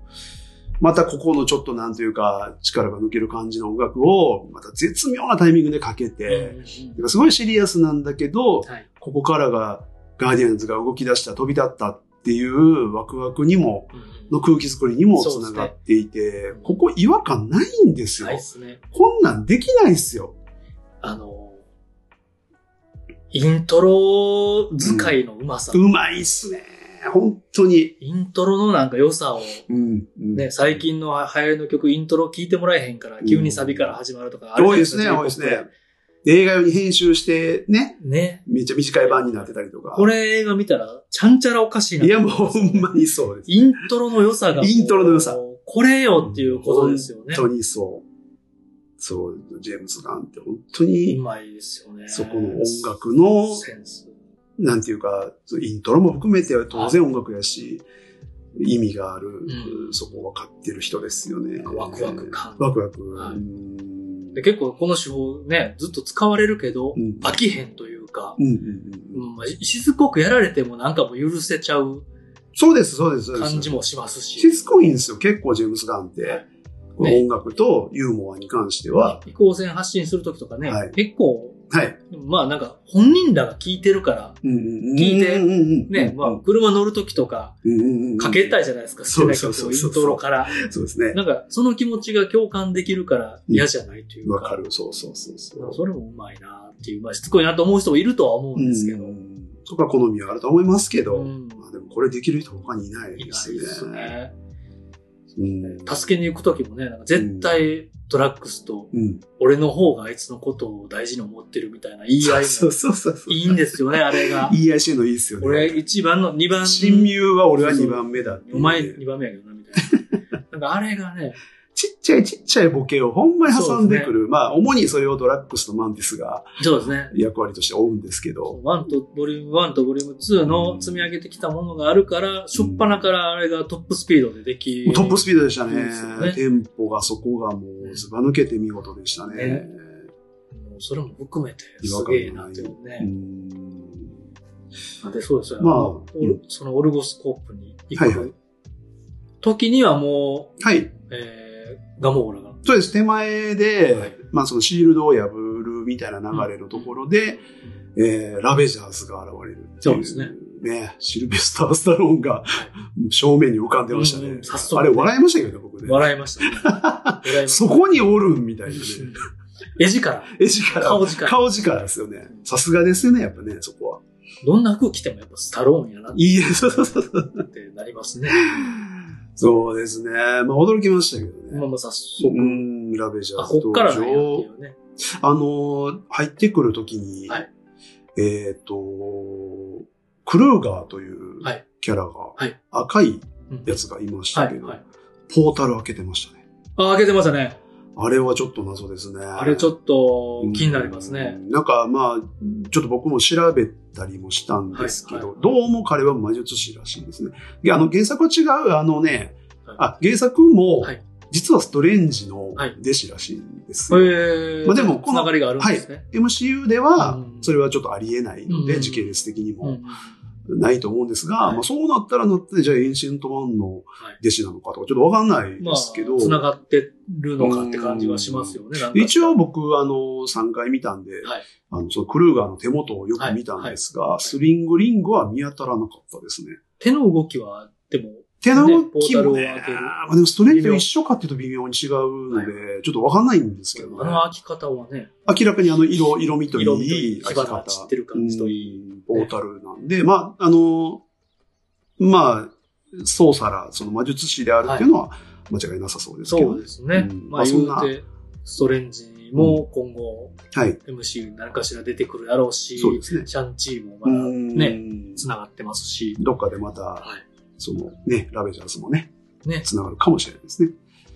Speaker 2: またここのちょっとなんというか、力が抜ける感じの音楽を、また絶妙なタイミングでかけ
Speaker 1: うん
Speaker 2: て、
Speaker 1: うん
Speaker 2: だからすごいシリアスなんだけど、
Speaker 1: はい
Speaker 2: ここからがガーディアンズが動き出した、飛び立ったっていうワクワクにも、
Speaker 1: うんうん
Speaker 2: の空気作りにもつながっていて、ここ違和感ないんですよ
Speaker 1: な。いっすね。
Speaker 2: こんなんできないっすよ。
Speaker 1: あの、イントロ使いのうまさ。
Speaker 2: うまいっすね。本当に。
Speaker 1: イントロのなんか良さを、
Speaker 2: うん。
Speaker 1: ね、最近の流行りの曲、イントロ聞いてもらえへんから、急にサビから始まるとか、ある
Speaker 2: 多いで
Speaker 1: じ
Speaker 2: す
Speaker 1: ゃな
Speaker 2: ね、
Speaker 1: か
Speaker 2: 多いですね。。映画用に編集してね、
Speaker 1: ね。
Speaker 2: めっちゃ短い版になってたりとか。
Speaker 1: これ映画見たら、ちゃんちゃらおかしいな。
Speaker 2: いや、もうほんまにそうです。
Speaker 1: イントロの良さが。
Speaker 2: イントロの良さ。
Speaker 1: これよっていうことですよね。
Speaker 2: 本当にそう。そう、ジェームズ・ガンって本当
Speaker 1: う
Speaker 2: に、
Speaker 1: まいですよね。
Speaker 2: そこの音楽の
Speaker 1: センス。
Speaker 2: なんていうか、イントロも含めて当然音楽やし、意味がある、
Speaker 1: うん
Speaker 2: そこ分かってる人ですよね。
Speaker 1: ワクワク感
Speaker 2: ワクワク。
Speaker 1: はい
Speaker 2: うん
Speaker 1: で、結構この手法ね、ずっと使われるけど
Speaker 2: うん、
Speaker 1: 飽きへんというか、
Speaker 2: うんうんうん
Speaker 1: うんまあ、しつこくやられてもなんかもう許せちゃう
Speaker 2: そうです、そうです、そうです。
Speaker 1: 感じもしますし。
Speaker 2: しつこいんですよ、結構ジェームス・ガンって。
Speaker 1: はい
Speaker 2: この音楽とユーモアに関しては。
Speaker 1: 移行線発信するときとかね、
Speaker 2: はい
Speaker 1: 結構、
Speaker 2: はい。
Speaker 1: まあなんか本人らが聞いてるから、聞
Speaker 2: 聞
Speaker 1: いてね、まあ車乗るときとかかけた
Speaker 2: い。
Speaker 1: いじゃないですか、
Speaker 2: そう
Speaker 1: 好きな曲
Speaker 2: そ
Speaker 1: を
Speaker 2: う
Speaker 1: イ
Speaker 2: そうそう
Speaker 1: ントロから。
Speaker 2: そうですね。
Speaker 1: なんかその気持ちが共感できるから嫌じゃないという
Speaker 2: わ
Speaker 1: か、
Speaker 2: かる、そうそうそうそ
Speaker 1: なん
Speaker 2: う
Speaker 1: か。それもうまいなっていう、まあしつこいなと思う人もいるとは思うんですけど、
Speaker 2: うん。とか好みはあると思いますけど、
Speaker 1: うん
Speaker 2: まあでもこれできる人他にいない
Speaker 1: いない
Speaker 2: で
Speaker 1: です
Speaker 2: ね。
Speaker 1: すね。
Speaker 2: うん
Speaker 1: 助けに行くときもね、なんか絶対トラックスと
Speaker 2: うん。
Speaker 1: 俺の方があいつのことを大事に思ってるみたいな言い合い
Speaker 2: そ
Speaker 1: も
Speaker 2: うそうそうそう。
Speaker 1: いいんですよね、あれが。
Speaker 2: 言い合いしてるのいいですよね。
Speaker 1: 俺1番の、2番。
Speaker 2: 親友は俺は2番目だっていうね
Speaker 1: お前2番目やけどな、みたいな。 [LAUGHS] なんかあれがね、
Speaker 2: ちっちゃいちっちゃいボケをほんまに挟んでくる。まあ、主にそれをドラッグスとマンティスが
Speaker 1: そうですね。
Speaker 2: 役割として追うんですけど。
Speaker 1: ワンと、ボリューム1とボリューム2の積み上げてきたものがあるから、初っ端からあれがトップスピードででき
Speaker 2: もうトップスピードでした
Speaker 1: いい
Speaker 2: ね
Speaker 1: ですよ。ね
Speaker 2: テンポがそこがもうずば抜けて見事でしたね
Speaker 1: ね。もうそれも含めて、
Speaker 2: 違和
Speaker 1: す
Speaker 2: 感が
Speaker 1: げえなっていう
Speaker 2: う
Speaker 1: ね。
Speaker 2: ん
Speaker 1: で、そうですよ。
Speaker 2: まあ
Speaker 1: あのオルそのオルゴスコープに行
Speaker 2: はいはい
Speaker 1: く時にはも
Speaker 2: はい。
Speaker 1: う、えー、ガモーラが。
Speaker 2: そうです。手前で、
Speaker 1: はい
Speaker 2: まあそのシールドを破るみたいな流れのところで、えーラベジャーズが現れるっていう。
Speaker 1: そうですね。
Speaker 2: ね、シルベスター・スタローンが正面に浮かんでました
Speaker 1: うん
Speaker 2: ね
Speaker 1: うん。早速
Speaker 2: あれ笑いましたけどね、僕ね。
Speaker 1: 笑いましたね。笑いました
Speaker 2: そ。こにおるんみたいなね。
Speaker 1: 絵力。
Speaker 2: 絵力。
Speaker 1: 顔力
Speaker 2: 顔力ですよね。さすがですよね、やっぱね、そこは。
Speaker 1: どんな服着てもやっぱスタローンやなっ
Speaker 2: いい、そうそうそうそう。
Speaker 1: てなりますね。
Speaker 2: そうですね。まあ、驚きましたけど
Speaker 1: まあ
Speaker 2: ね。
Speaker 1: まあ早速
Speaker 2: う、んンラベジャ
Speaker 1: あ、
Speaker 2: ーズ
Speaker 1: こっからだよって
Speaker 2: 登
Speaker 1: い
Speaker 2: 場
Speaker 1: うね。
Speaker 2: あのー入ってくるときに、
Speaker 1: はい
Speaker 2: えっ、と、クルーガーという
Speaker 1: はい
Speaker 2: キャラが、
Speaker 1: はい
Speaker 2: 赤い
Speaker 1: うん
Speaker 2: やつがいまし
Speaker 1: は
Speaker 2: たけ
Speaker 1: い、
Speaker 2: ど、
Speaker 1: はい。
Speaker 2: ポータル開けてましたね。
Speaker 1: あ、開けてましたね。
Speaker 2: あれはちょっと謎ですね。
Speaker 1: あれちょっと気になりますね
Speaker 2: う。ん。なんかまあ、ちょっと僕も調べたりもしたんですけど、
Speaker 1: はいはい
Speaker 2: どうも彼は魔術師らしいんですね。で、あの原作は違う、あのね、
Speaker 1: はい
Speaker 2: あ、原作も、
Speaker 1: はい
Speaker 2: 実はストレンジの
Speaker 1: はい
Speaker 2: 弟子らしいんです
Speaker 1: へ
Speaker 2: よ。
Speaker 1: ー
Speaker 2: まあでもこ
Speaker 1: つ
Speaker 2: の
Speaker 1: ながりがあるんですね。
Speaker 2: MCU では
Speaker 1: うん、
Speaker 2: それはちょっとありえないので、
Speaker 1: うん
Speaker 2: 時系列的に
Speaker 1: う
Speaker 2: も
Speaker 1: ん
Speaker 2: ないと思うんですが、
Speaker 1: はい
Speaker 2: まあ、そうなったらなって、じゃあエンシェントワンの弟子なのかとか、ちょっとわかんない
Speaker 1: ま
Speaker 2: ですけど、
Speaker 1: あ、つながってるのかって感じはしますよね。なんか
Speaker 2: で一応僕、あの、3回見たんで、
Speaker 1: はい
Speaker 2: あの、そのクルーガーの手元をよく見たんですが、
Speaker 1: はいはい
Speaker 2: スリングリングは見当たらなかったですね。
Speaker 1: 手の動きは、でも、
Speaker 2: 手の動きも
Speaker 1: ポータルを
Speaker 2: ね、
Speaker 1: 開ける
Speaker 2: まあでもストレンジと一緒かっていうと微妙に違うので、ちょっとわかんないんですけど
Speaker 1: あ
Speaker 2: ね
Speaker 1: の。開き方はね、
Speaker 2: 明らかにあの色、色味とい
Speaker 1: 色味とい
Speaker 2: い、
Speaker 1: い火花が散ってる感じといい
Speaker 2: うんポータルなんで、まあ、あの、まあ、操作ら、その魔術師であるっていうのは間違いなさそうですけど
Speaker 1: そう
Speaker 2: ね。
Speaker 1: ですね。
Speaker 2: うん
Speaker 1: まあ、
Speaker 2: まあ
Speaker 1: 言う
Speaker 2: そん
Speaker 1: て、ストレンジも今後、
Speaker 2: はい。
Speaker 1: MC 何かしら出てくるだろうし、
Speaker 2: そうですね
Speaker 1: シャンチーもまだ
Speaker 2: う
Speaker 1: ね、
Speaker 2: ん
Speaker 1: つながってますし、
Speaker 2: どっかでまた、
Speaker 1: は
Speaker 2: そのね、ラベジャーズもね、
Speaker 1: い。ね、
Speaker 2: つながるかもしれないですね。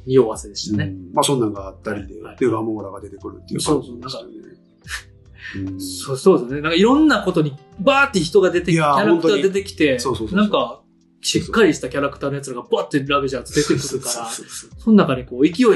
Speaker 1: 匂わせでした
Speaker 2: う
Speaker 1: ね。
Speaker 2: んまあそんなんがあったりで、
Speaker 1: はい
Speaker 2: で、ガモーラが出てくるっていう感じでしたよね。うん
Speaker 1: そうそうですね。なんかいろんなことに、バーって人が出てきて、
Speaker 2: い
Speaker 1: キャ
Speaker 2: やー
Speaker 1: ラクターが出てきて
Speaker 2: そうそうそう、そう
Speaker 1: なんか、しっかりしたキャラクターのやつらがバーってラベジャーズ出てくるから、
Speaker 2: そうそうそう
Speaker 1: その中にこう、勢いに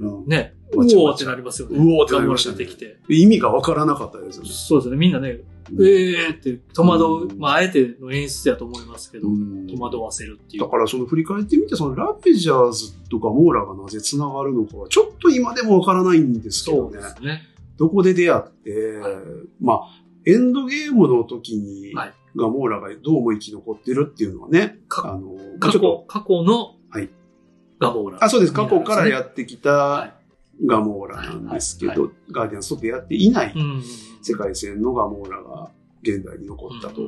Speaker 2: うん [LAUGHS]
Speaker 1: ね、うお
Speaker 2: わちゃわ
Speaker 1: ーっ
Speaker 2: ち
Speaker 1: て
Speaker 2: ゃ
Speaker 1: なりますよね。
Speaker 2: うおーってなりましたね
Speaker 1: ガモーラ出てきて。
Speaker 2: 意味がわからなかったですよね。
Speaker 1: そうですね。みんなね、えーって戸惑う、まあ、あえての演出やと思いますけど、
Speaker 2: うん
Speaker 1: 戸惑わせるってい
Speaker 2: だ
Speaker 1: う。
Speaker 2: からその振り返ってみて、そのラベジャーズとかモーラがなぜ繋がるのかは、ちょっと今でもわからないんですけ
Speaker 1: そ
Speaker 2: ど
Speaker 1: う
Speaker 2: ね
Speaker 1: で。すね。
Speaker 2: どこで出会って、
Speaker 1: はい
Speaker 2: まあ、エンドゲームの時に、
Speaker 1: はい
Speaker 2: ガモーラがどうも生き残ってるっていうのはね、
Speaker 1: か
Speaker 2: あの、
Speaker 1: 過
Speaker 2: ちょっと
Speaker 1: 去、過去の
Speaker 2: はい
Speaker 1: ガモーラ。
Speaker 2: あ、そうです。過去からやってき
Speaker 1: は
Speaker 2: た
Speaker 1: い
Speaker 2: ガモーラなんですけど、ガーディアンズと出会っていない
Speaker 1: うん。
Speaker 2: 世界線のガモーラが現代に残った
Speaker 1: うん
Speaker 2: と。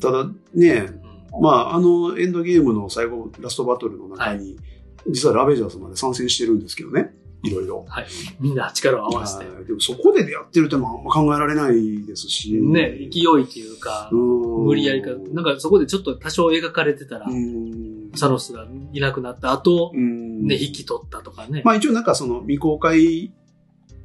Speaker 2: ただね、
Speaker 1: うんうん
Speaker 2: まあ、あのエンドゲームの最後、ラストバトルの中に、実はラベジャーズまで参戦してるんですけどね、いろいろ。
Speaker 1: はい。みんな力を合わせて。
Speaker 2: はいでもそこで出会ってるってのはあんま考えられないですし。
Speaker 1: ね、勢いっていうか、無
Speaker 2: 無
Speaker 1: 理やりか、なんかそこでちょっと多少描かれてたら
Speaker 2: う、ん。
Speaker 1: サノスがいなくなった後
Speaker 2: う、ん
Speaker 1: ね、引き取ったとかね。
Speaker 2: まあ一応なんかその未公開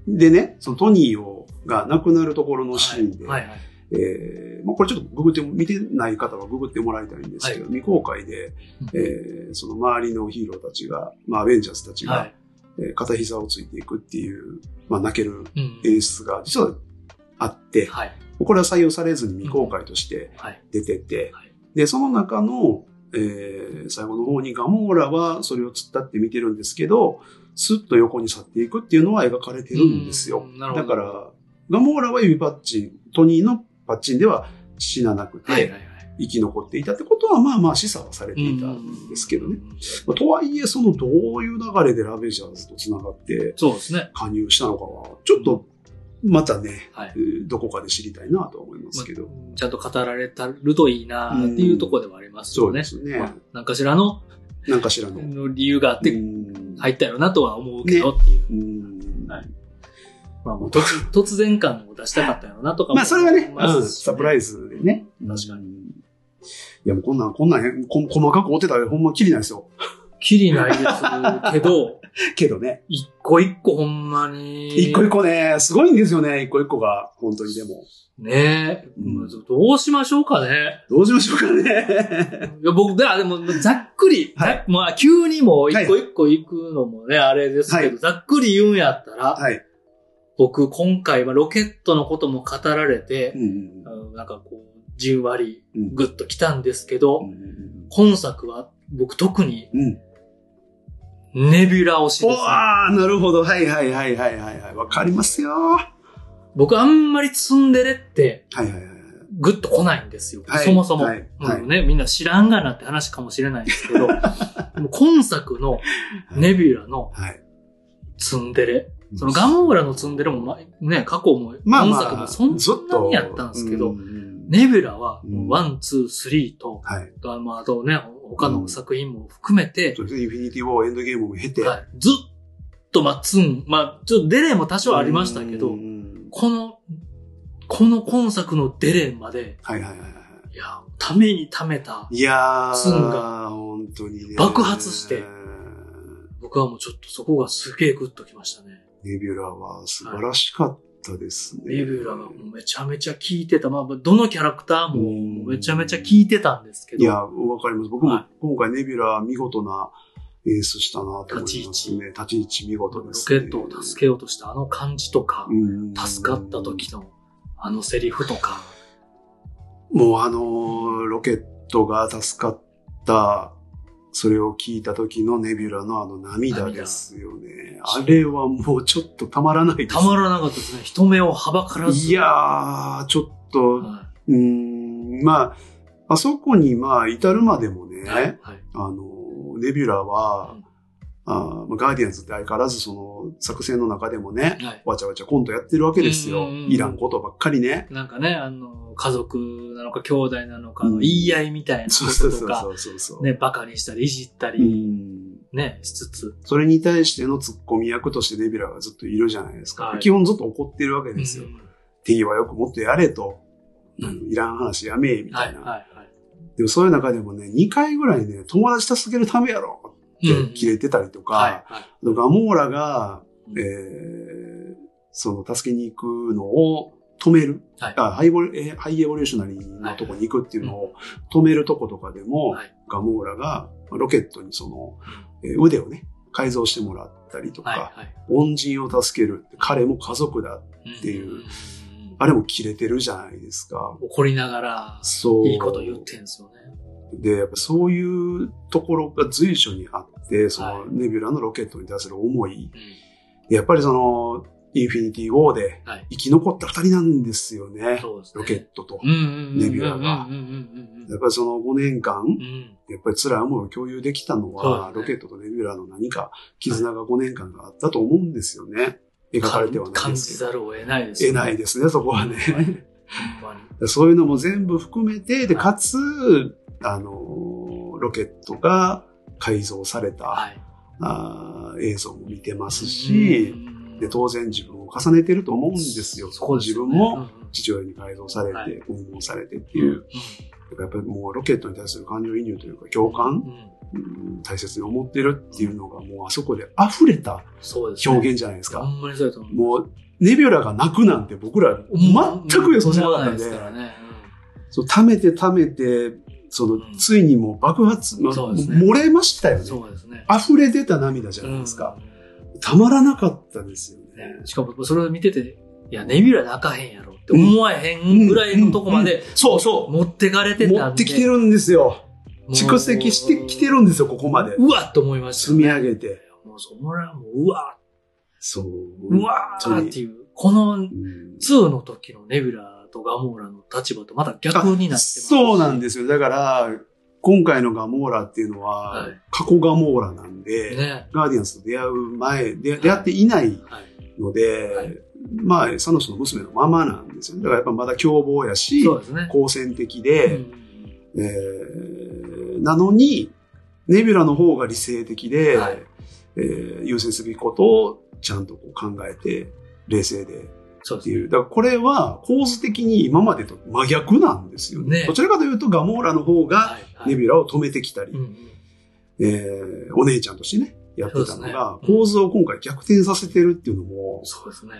Speaker 2: でね、そのトニーをが亡くなるところのシーンで、
Speaker 1: はいはいはい。
Speaker 2: えーまあ、これちょっとググって、見てない方はググってもらいたいんですけど、未公開で、
Speaker 1: うん
Speaker 2: えーその周りのヒーローたちが、まあ、アベンジャーズたちが、
Speaker 1: はい
Speaker 2: えー片膝をついていくっていう、まあ、泣ける
Speaker 1: うん
Speaker 2: 演出が実はあって、
Speaker 1: はい。
Speaker 2: これは採用されずに未公開として
Speaker 1: はい。
Speaker 2: 出てて、
Speaker 1: はい
Speaker 2: で、その中の、えー最後の方にガモーラはそれを突っ立って見てるんですけど、スッと横に去っていくっていうのは描かれてるんですよ。
Speaker 1: うんなるほ
Speaker 2: だ
Speaker 1: ど。
Speaker 2: か、ら、ガモーラは指パッチン、トニーのパッチンでは死ななくて、
Speaker 1: はいはいはい。
Speaker 2: 生き残っていたってことは、まあまあ示唆はされていたんですけどね。。まあとはいえ、そのどういう流れでラベジャーズと繋がって
Speaker 1: そうですね。
Speaker 2: 加入したのかは、ちょっと、またね、
Speaker 1: はい
Speaker 2: え。ーどこかで知りたいなとは思いますけど。
Speaker 1: まあちゃんと語られたるといいなっていうところではあります
Speaker 2: そ
Speaker 1: よ
Speaker 2: う
Speaker 1: ね
Speaker 2: で。すね。
Speaker 1: まあなんかしらの
Speaker 2: なんかしらの。
Speaker 1: の理由があっ
Speaker 2: う
Speaker 1: て
Speaker 2: ん
Speaker 1: 入ったよなとは思うけどっていう。
Speaker 2: うん
Speaker 1: はいまあもう突突然感を出したかったよなとかも
Speaker 2: まあ、それはね、
Speaker 1: 思います
Speaker 2: うん
Speaker 1: し
Speaker 2: サプライズでね。
Speaker 1: 確かに。
Speaker 2: に。いや、もうこんなん、こんなん、こ細かく追ってたらほんまきりないですよ。
Speaker 1: きりないですけど、
Speaker 2: けどね。
Speaker 1: 一個一個ほんまに。
Speaker 2: 一個一個ね、すごいんですよね、一個一個が。本当にでも。
Speaker 1: ねえ、
Speaker 2: うん
Speaker 1: まあどうしましょうかね。
Speaker 2: どうしましょうかね。
Speaker 1: いや僕、だからでも、ざっくり、
Speaker 2: はい
Speaker 1: ざっまあ、急にもう一個一個行くのもね、あれですけど、
Speaker 2: はい
Speaker 1: ざっくり言うんやったら、
Speaker 2: はい。
Speaker 1: 僕、今回はロケットのことも語られ
Speaker 2: う
Speaker 1: て、
Speaker 2: ん
Speaker 1: あのなんかこう、じんわり、
Speaker 2: うん
Speaker 1: ぐっと来たんですけど、
Speaker 2: うん
Speaker 1: 今作は僕特に
Speaker 2: うん。
Speaker 1: ネビュラ推し
Speaker 2: お
Speaker 1: です、ね。
Speaker 2: あなるほど。はいはいはいはいはいはい。わかりますよ。は
Speaker 1: 僕あんまりツンデレって
Speaker 2: いはいはい
Speaker 1: ぐっと来ないんですよ。
Speaker 2: はい。
Speaker 1: そもそも。
Speaker 2: はい。は
Speaker 1: も
Speaker 2: いう
Speaker 1: ね、みんな知らんがなって話かもしれないんですけ
Speaker 2: [LAUGHS]
Speaker 1: ど、もう今作のネビュラの
Speaker 2: はい。
Speaker 1: ツンデレ、そのガモーラのツンデレも、まね、過去も、今作もそんなにやったんですけど、
Speaker 2: ずっとうん
Speaker 1: ネビュラは
Speaker 2: うん、
Speaker 1: ワン、ツー、スリーと、
Speaker 2: はい。
Speaker 1: あまああとね、他の作品も含めて
Speaker 2: そ、うですねインフィニティ・ウォー、エンドゲームを経て、
Speaker 1: はいずっとまあ、ツン、まあ、ちょっとデレも多少ありましたけ
Speaker 2: う
Speaker 1: ど
Speaker 2: ん、うん
Speaker 1: この、この今作のデレまで、
Speaker 2: はいはいはいはい
Speaker 1: や、ためにためた、
Speaker 2: い。いやー、
Speaker 1: ツンが
Speaker 2: 本当にね。
Speaker 1: 爆発して僕はもうちょっとそこがすげえグッときましたね。
Speaker 2: ネビュラは素晴らしかったですね。
Speaker 1: レビューラーがもうめちゃめちゃ効いてた。まあ、どのキャラクター
Speaker 2: うん
Speaker 1: もめちゃめちゃ効いてたんですけ
Speaker 2: い
Speaker 1: ど、
Speaker 2: や、わかります。僕も
Speaker 1: は
Speaker 2: 今回ネビュラ見事な演出したなと思いますね。立ち位置見事
Speaker 1: ロ
Speaker 2: です、
Speaker 1: ケ
Speaker 2: ね。
Speaker 1: ットを助けようとしたあの感じとか、
Speaker 2: うん
Speaker 1: 助かった時のあのセリフとか、
Speaker 2: もうあのーロケットが助かった、それを聞いた時のネビュラのあの涙ですよね。あれはもうちょっとたまらないです。
Speaker 1: たまらなかったですね。人目をはばからず。
Speaker 2: いやー、ちょっと、
Speaker 1: は
Speaker 2: うーん、まあ、あそこにまあ至るまでもね、
Speaker 1: い。はい。はい
Speaker 2: あの、ネビュラは、あーまあガーディアンズって相変わらずその作戦の中でもね、
Speaker 1: はい。
Speaker 2: わちゃわちゃコントやってるわけです
Speaker 1: うん
Speaker 2: よ
Speaker 1: うん。うん
Speaker 2: いらんことばっかりね。
Speaker 1: なんかね、あの、家族なのか兄弟なのかの
Speaker 2: うん
Speaker 1: 言い合いみたいなこ
Speaker 2: そうそう
Speaker 1: と
Speaker 2: そ
Speaker 1: と
Speaker 2: う
Speaker 1: か、
Speaker 2: そうそうそう。
Speaker 1: ね、バカにしたりいじった
Speaker 2: う
Speaker 1: り、
Speaker 2: ん
Speaker 1: ね、しつつ。
Speaker 2: それに対してのツッコミ役としてネビュラがずっといるじゃないですか。
Speaker 1: はい
Speaker 2: 基本ずっと怒ってるわけですよ
Speaker 1: う。ん
Speaker 2: T はよくもっとやれと。
Speaker 1: うん
Speaker 2: あのいらん話やめえみ
Speaker 1: は
Speaker 2: たい
Speaker 1: い、
Speaker 2: な、
Speaker 1: はい、はい。
Speaker 2: でもそういう中でもね、2回ぐらいね、友達助けるためやろって切れてたりとか、
Speaker 1: はい、はい。
Speaker 2: あのガモーラが、
Speaker 1: うん
Speaker 2: えーその、助けに行くのを止める。
Speaker 1: はい
Speaker 2: あハイボレえーハイエボリューショナリーのとこに行くっていうのを止めるとことかでも、
Speaker 1: はい
Speaker 2: ガモーラがまあロケットにその、えー腕をね、改造してもらったりとか、
Speaker 1: はい、はい。
Speaker 2: 恩人を助けるって。彼も家族だ。っていうん
Speaker 1: んんん。
Speaker 2: あれも切れてるじゃないですか。
Speaker 1: 怒りながら、
Speaker 2: そう。
Speaker 1: いいこと言ってんすよね。
Speaker 2: で、やっぱそういうところが随所にあって、そ
Speaker 1: は
Speaker 2: の
Speaker 1: い
Speaker 2: ネビュラのロケットに対する思い。
Speaker 1: うん
Speaker 2: やっぱりその、インフィニティウォーで
Speaker 1: はい。
Speaker 2: 生き残った二人なんですよね。
Speaker 1: そうですね。
Speaker 2: ロケットと。
Speaker 1: うんうんうんうんうんうんうん。
Speaker 2: ネビュ
Speaker 1: う
Speaker 2: ラが
Speaker 1: んうんうん
Speaker 2: やっぱりその5年間、
Speaker 1: うん。うん。
Speaker 2: やっぱり辛い思いを共有できたのは、
Speaker 1: そう
Speaker 2: ロ
Speaker 1: ですね
Speaker 2: ケットとネビュラの何か絆が5年間があったと思うんですよね。描かれてはない
Speaker 1: 感
Speaker 2: で
Speaker 1: じ
Speaker 2: すけど。
Speaker 1: ざるを得ないです
Speaker 2: 得ない
Speaker 1: で
Speaker 2: ですね、そこは
Speaker 1: ほ
Speaker 2: ね。
Speaker 1: んまに。
Speaker 2: そういうのも全部含めて、で、
Speaker 1: はい
Speaker 2: かつ、あのー、ロケットが改造された、
Speaker 1: はい。
Speaker 2: あー映像も見てます
Speaker 1: う
Speaker 2: し、
Speaker 1: んうんうん
Speaker 2: で、当然自分を重ねてると思うんですよ。
Speaker 1: そうです
Speaker 2: 自
Speaker 1: よ
Speaker 2: 分
Speaker 1: ね
Speaker 2: も、
Speaker 1: うんうん
Speaker 2: 父親に改造され
Speaker 1: はい
Speaker 2: て、拷問されてっていう、だからやっぱりもうロケットに対する感情移入というか共
Speaker 1: う
Speaker 2: 感、
Speaker 1: ん
Speaker 2: うん大切に思ってるっていうのがもうあそこで溢れた
Speaker 1: そうですね。
Speaker 2: 表現じゃないです
Speaker 1: ほ
Speaker 2: か。
Speaker 1: んまにそうやと思う。
Speaker 2: もう、ネビュラが泣くなんて僕ら全く予想しなか
Speaker 1: 思わ
Speaker 2: ったんで、
Speaker 1: ないですからね
Speaker 2: そう溜めて溜めて、その、
Speaker 1: うん
Speaker 2: ついにもう爆発、まあ
Speaker 1: そうですね
Speaker 2: 漏れましたよ
Speaker 1: うん
Speaker 2: ね。
Speaker 1: そうですね。
Speaker 2: 溢れ出た涙じゃないですか。たまらなかったですよね。
Speaker 1: しかも、それを見てて、いや、ネビュラ泣かへんやろって思わへんぐらいのとこま
Speaker 2: うん
Speaker 1: で
Speaker 2: そうそ
Speaker 1: 持ってかれ
Speaker 2: う。
Speaker 1: て
Speaker 2: 持
Speaker 1: たんで。
Speaker 2: ってきてるんですよ。
Speaker 1: もう
Speaker 2: 蓄積してきてるんですよ、ここまで。
Speaker 1: うわっと思いました
Speaker 2: 積
Speaker 1: よ
Speaker 2: み
Speaker 1: ね。
Speaker 2: 上げて。
Speaker 1: もう、そこらもう、うわ
Speaker 2: そう。
Speaker 1: うわーっていう、この
Speaker 2: うん
Speaker 1: 2の時のネビュラとガモーラの立場とまた逆になってます。
Speaker 2: そうなん
Speaker 1: で
Speaker 2: ですよ。だから、今回のガモーラっていうのは、
Speaker 1: はい
Speaker 2: 過去ガモーラなんで、
Speaker 1: ね。
Speaker 2: ガーディアンズと出会う前、で出会っていない
Speaker 1: はい。
Speaker 2: ので、
Speaker 1: はい
Speaker 2: まあ、サノスの娘のままなんですよね。だからやっぱまだ凶暴やし、
Speaker 1: そうですね。
Speaker 2: 好戦的
Speaker 1: う
Speaker 2: で、
Speaker 1: ん
Speaker 2: えーなのに、ネビュラの方が理性的で、
Speaker 1: はい
Speaker 2: えー優先すべきことをちゃんとこう考えて、冷静で
Speaker 1: そうです
Speaker 2: って
Speaker 1: ね。
Speaker 2: いう。だからこれは構図的に今までと真逆なんですよね。
Speaker 1: ね
Speaker 2: どちらかというとガモーラの方が
Speaker 1: はいはい
Speaker 2: ネビュラを止めてきたり、
Speaker 1: うんうん
Speaker 2: えーお姉ちゃんとしてね、やってた
Speaker 1: そう
Speaker 2: の
Speaker 1: ですね
Speaker 2: が、
Speaker 1: うん
Speaker 2: 構図を今回逆転させてるっていうのも、
Speaker 1: そうですね。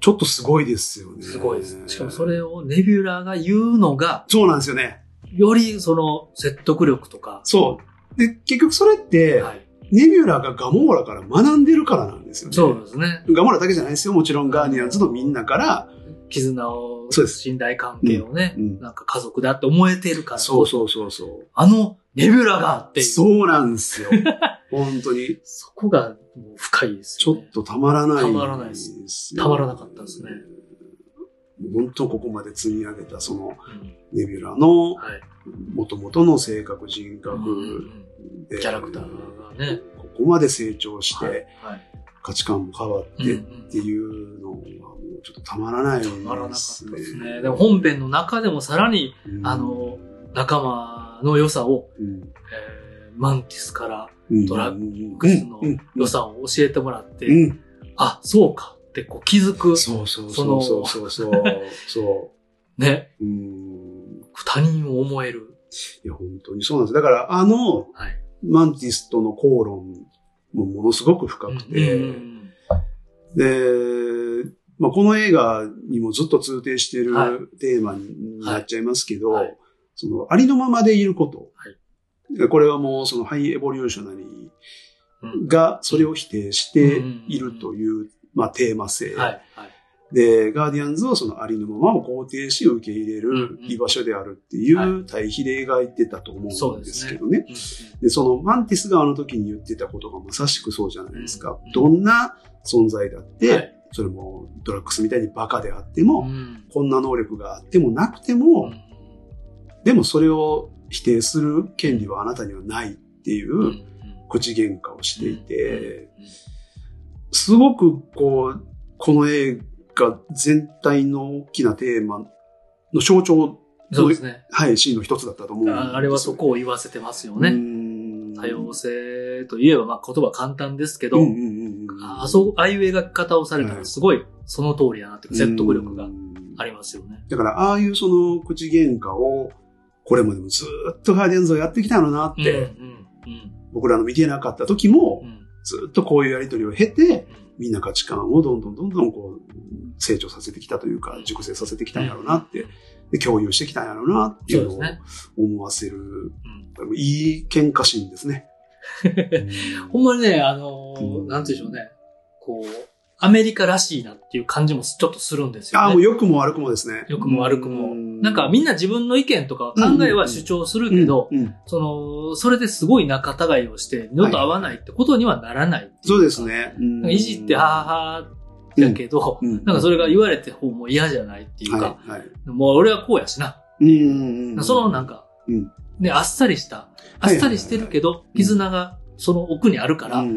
Speaker 2: ちょっとすごいですよね。
Speaker 1: すごいです。しかもそれをネビュラが言うのが、
Speaker 2: そうなんですよね。
Speaker 1: よりその説得力とか、
Speaker 2: そう。で、結局それって、
Speaker 1: はい、
Speaker 2: ネビュラがガモーラから学んでるからなんですよね。
Speaker 1: そうですね。
Speaker 2: ガモーラだけじゃないですよ。もちろんガーディアンズのみんなから、
Speaker 1: 絆を、
Speaker 2: そうです
Speaker 1: 信頼関係をね、
Speaker 2: うんうん
Speaker 1: なんか家族だって思えてるからこそ
Speaker 2: そうそうそうそ
Speaker 1: あのネビュラがって
Speaker 2: う。
Speaker 1: いう、そ
Speaker 2: そうなんで
Speaker 1: [LAUGHS]
Speaker 2: すよ。本当に。
Speaker 1: こがもう深いです
Speaker 2: ちょ
Speaker 1: よね。
Speaker 2: っとたまらない、。
Speaker 1: たまらないですたまらなかったですね。
Speaker 2: 本当ここまで積み上げた、その、
Speaker 1: うん
Speaker 2: ネビュラの、
Speaker 1: はい。
Speaker 2: 元々の性格、人
Speaker 1: うんうんう
Speaker 2: 格
Speaker 1: ん
Speaker 2: で、
Speaker 1: キャラクターがね。
Speaker 2: ここまで成長し
Speaker 1: はい
Speaker 2: て、
Speaker 1: はい
Speaker 2: 価値観も変わって
Speaker 1: うんう
Speaker 2: っ
Speaker 1: ん
Speaker 2: ていうのは、もうちょっとたまらないですね。
Speaker 1: たまらなかったですね。でも本編の中でもさらに、
Speaker 2: うん
Speaker 1: あの、仲間の良さを、
Speaker 2: うん
Speaker 1: えーマンティスから
Speaker 2: うん
Speaker 1: ドラグスの
Speaker 2: うん
Speaker 1: 良さを教えてもらって、
Speaker 2: うんうん
Speaker 1: あ、そうかってこう気づく、
Speaker 2: そうそうそうそうそうそう。そ
Speaker 1: ね、
Speaker 2: う。うん。
Speaker 1: 他人を思える。
Speaker 2: いや、本当にそうなんです。だから、あの、
Speaker 1: はい。
Speaker 2: マンティスとの口論もものすごく深くて、
Speaker 1: うん
Speaker 2: で、まあ、この映画にもずっと通底している
Speaker 1: は
Speaker 2: テーマになっちゃいますけど、
Speaker 1: はい
Speaker 2: その、ありのままでいること。
Speaker 1: はい
Speaker 2: これはもう、その、ハイエボリューショナリ
Speaker 1: うん
Speaker 2: ーが、それを否定しているという、まあ、テーマ性。
Speaker 1: はい。はい。
Speaker 2: で、ガーディアンズはそのありのままを肯定し受け入れ
Speaker 1: うん
Speaker 2: る
Speaker 1: うん
Speaker 2: 居場所であるってい
Speaker 1: は
Speaker 2: う対比で描いてたと思うんですけどね。
Speaker 1: うん
Speaker 2: で、そのマンティスがあの時に言ってたことがまさしくそうじゃないです
Speaker 1: う
Speaker 2: か
Speaker 1: んうん。
Speaker 2: どんな存在だっ
Speaker 1: は
Speaker 2: て
Speaker 1: い、
Speaker 2: それもドラッグスみたいにバカであって
Speaker 1: う
Speaker 2: も、
Speaker 1: ん
Speaker 2: こんな能力があってもなくても、でもそれを否定する権利はあなたにはないってい
Speaker 1: うんう
Speaker 2: うん口喧嘩をしていて、
Speaker 1: うん
Speaker 2: すごくこう、この映画全体の大きなテーマの象徴、
Speaker 1: そうですね。
Speaker 2: はい、シーンの一つだったと思うんですよ
Speaker 1: ああれはそこを言わせてますよ
Speaker 2: う
Speaker 1: ね。
Speaker 2: ん
Speaker 1: 多様性といえば、まあ言葉簡単ですけど、
Speaker 2: うんうんうん
Speaker 1: あそう、ああいう描き方をされたらすごいその通りやなっていうか説得力がありますよね。
Speaker 2: だから、ああいうその口喧嘩を、これまでもずっとガーディアンズをやってきたのなっ
Speaker 1: うん
Speaker 2: て、
Speaker 1: うん
Speaker 2: 僕らの見てなかった時
Speaker 1: うんう
Speaker 2: も、
Speaker 1: ん
Speaker 2: ずっとこういうやりとりを経て、
Speaker 1: うん
Speaker 2: みんな価値観をどんどんどんどんこう、成長させてきたというか、熟成させてきたんやろうなって、で共有してきたんやろうなってい
Speaker 1: そう
Speaker 2: う
Speaker 1: で
Speaker 2: の
Speaker 1: す
Speaker 2: を
Speaker 1: ね。
Speaker 2: 思わせる
Speaker 1: うん
Speaker 2: いい喧嘩シーンで
Speaker 1: [LAUGHS]
Speaker 2: すね。
Speaker 1: ほんまにね、あのー
Speaker 2: うん
Speaker 1: なんていうんでしょうね。こう、アメリカらしいなっていう感じもちょっとするんですよ、ね。
Speaker 2: ああ、もう良くも悪くもですね。
Speaker 1: 良くも悪くも。なんか
Speaker 2: ん
Speaker 1: みんな自分の意見とか考えは主張するけど、
Speaker 2: うんうん
Speaker 1: その、それですごい仲違いをして、二度と会わないってことにはならないっていか
Speaker 2: そうです。ね。
Speaker 1: なんかいじって、は
Speaker 2: あ
Speaker 1: ははだけど、なんかそれが言
Speaker 2: わ
Speaker 1: われて方も嫌じゃないっていうか、
Speaker 2: はいはい
Speaker 1: もう俺はこうやしな。
Speaker 2: うん
Speaker 1: そのなんか、
Speaker 2: うん
Speaker 1: ね、あっさりした、あっさりしてるけど、
Speaker 2: いはい
Speaker 1: 絆がその奥にあるから、ね、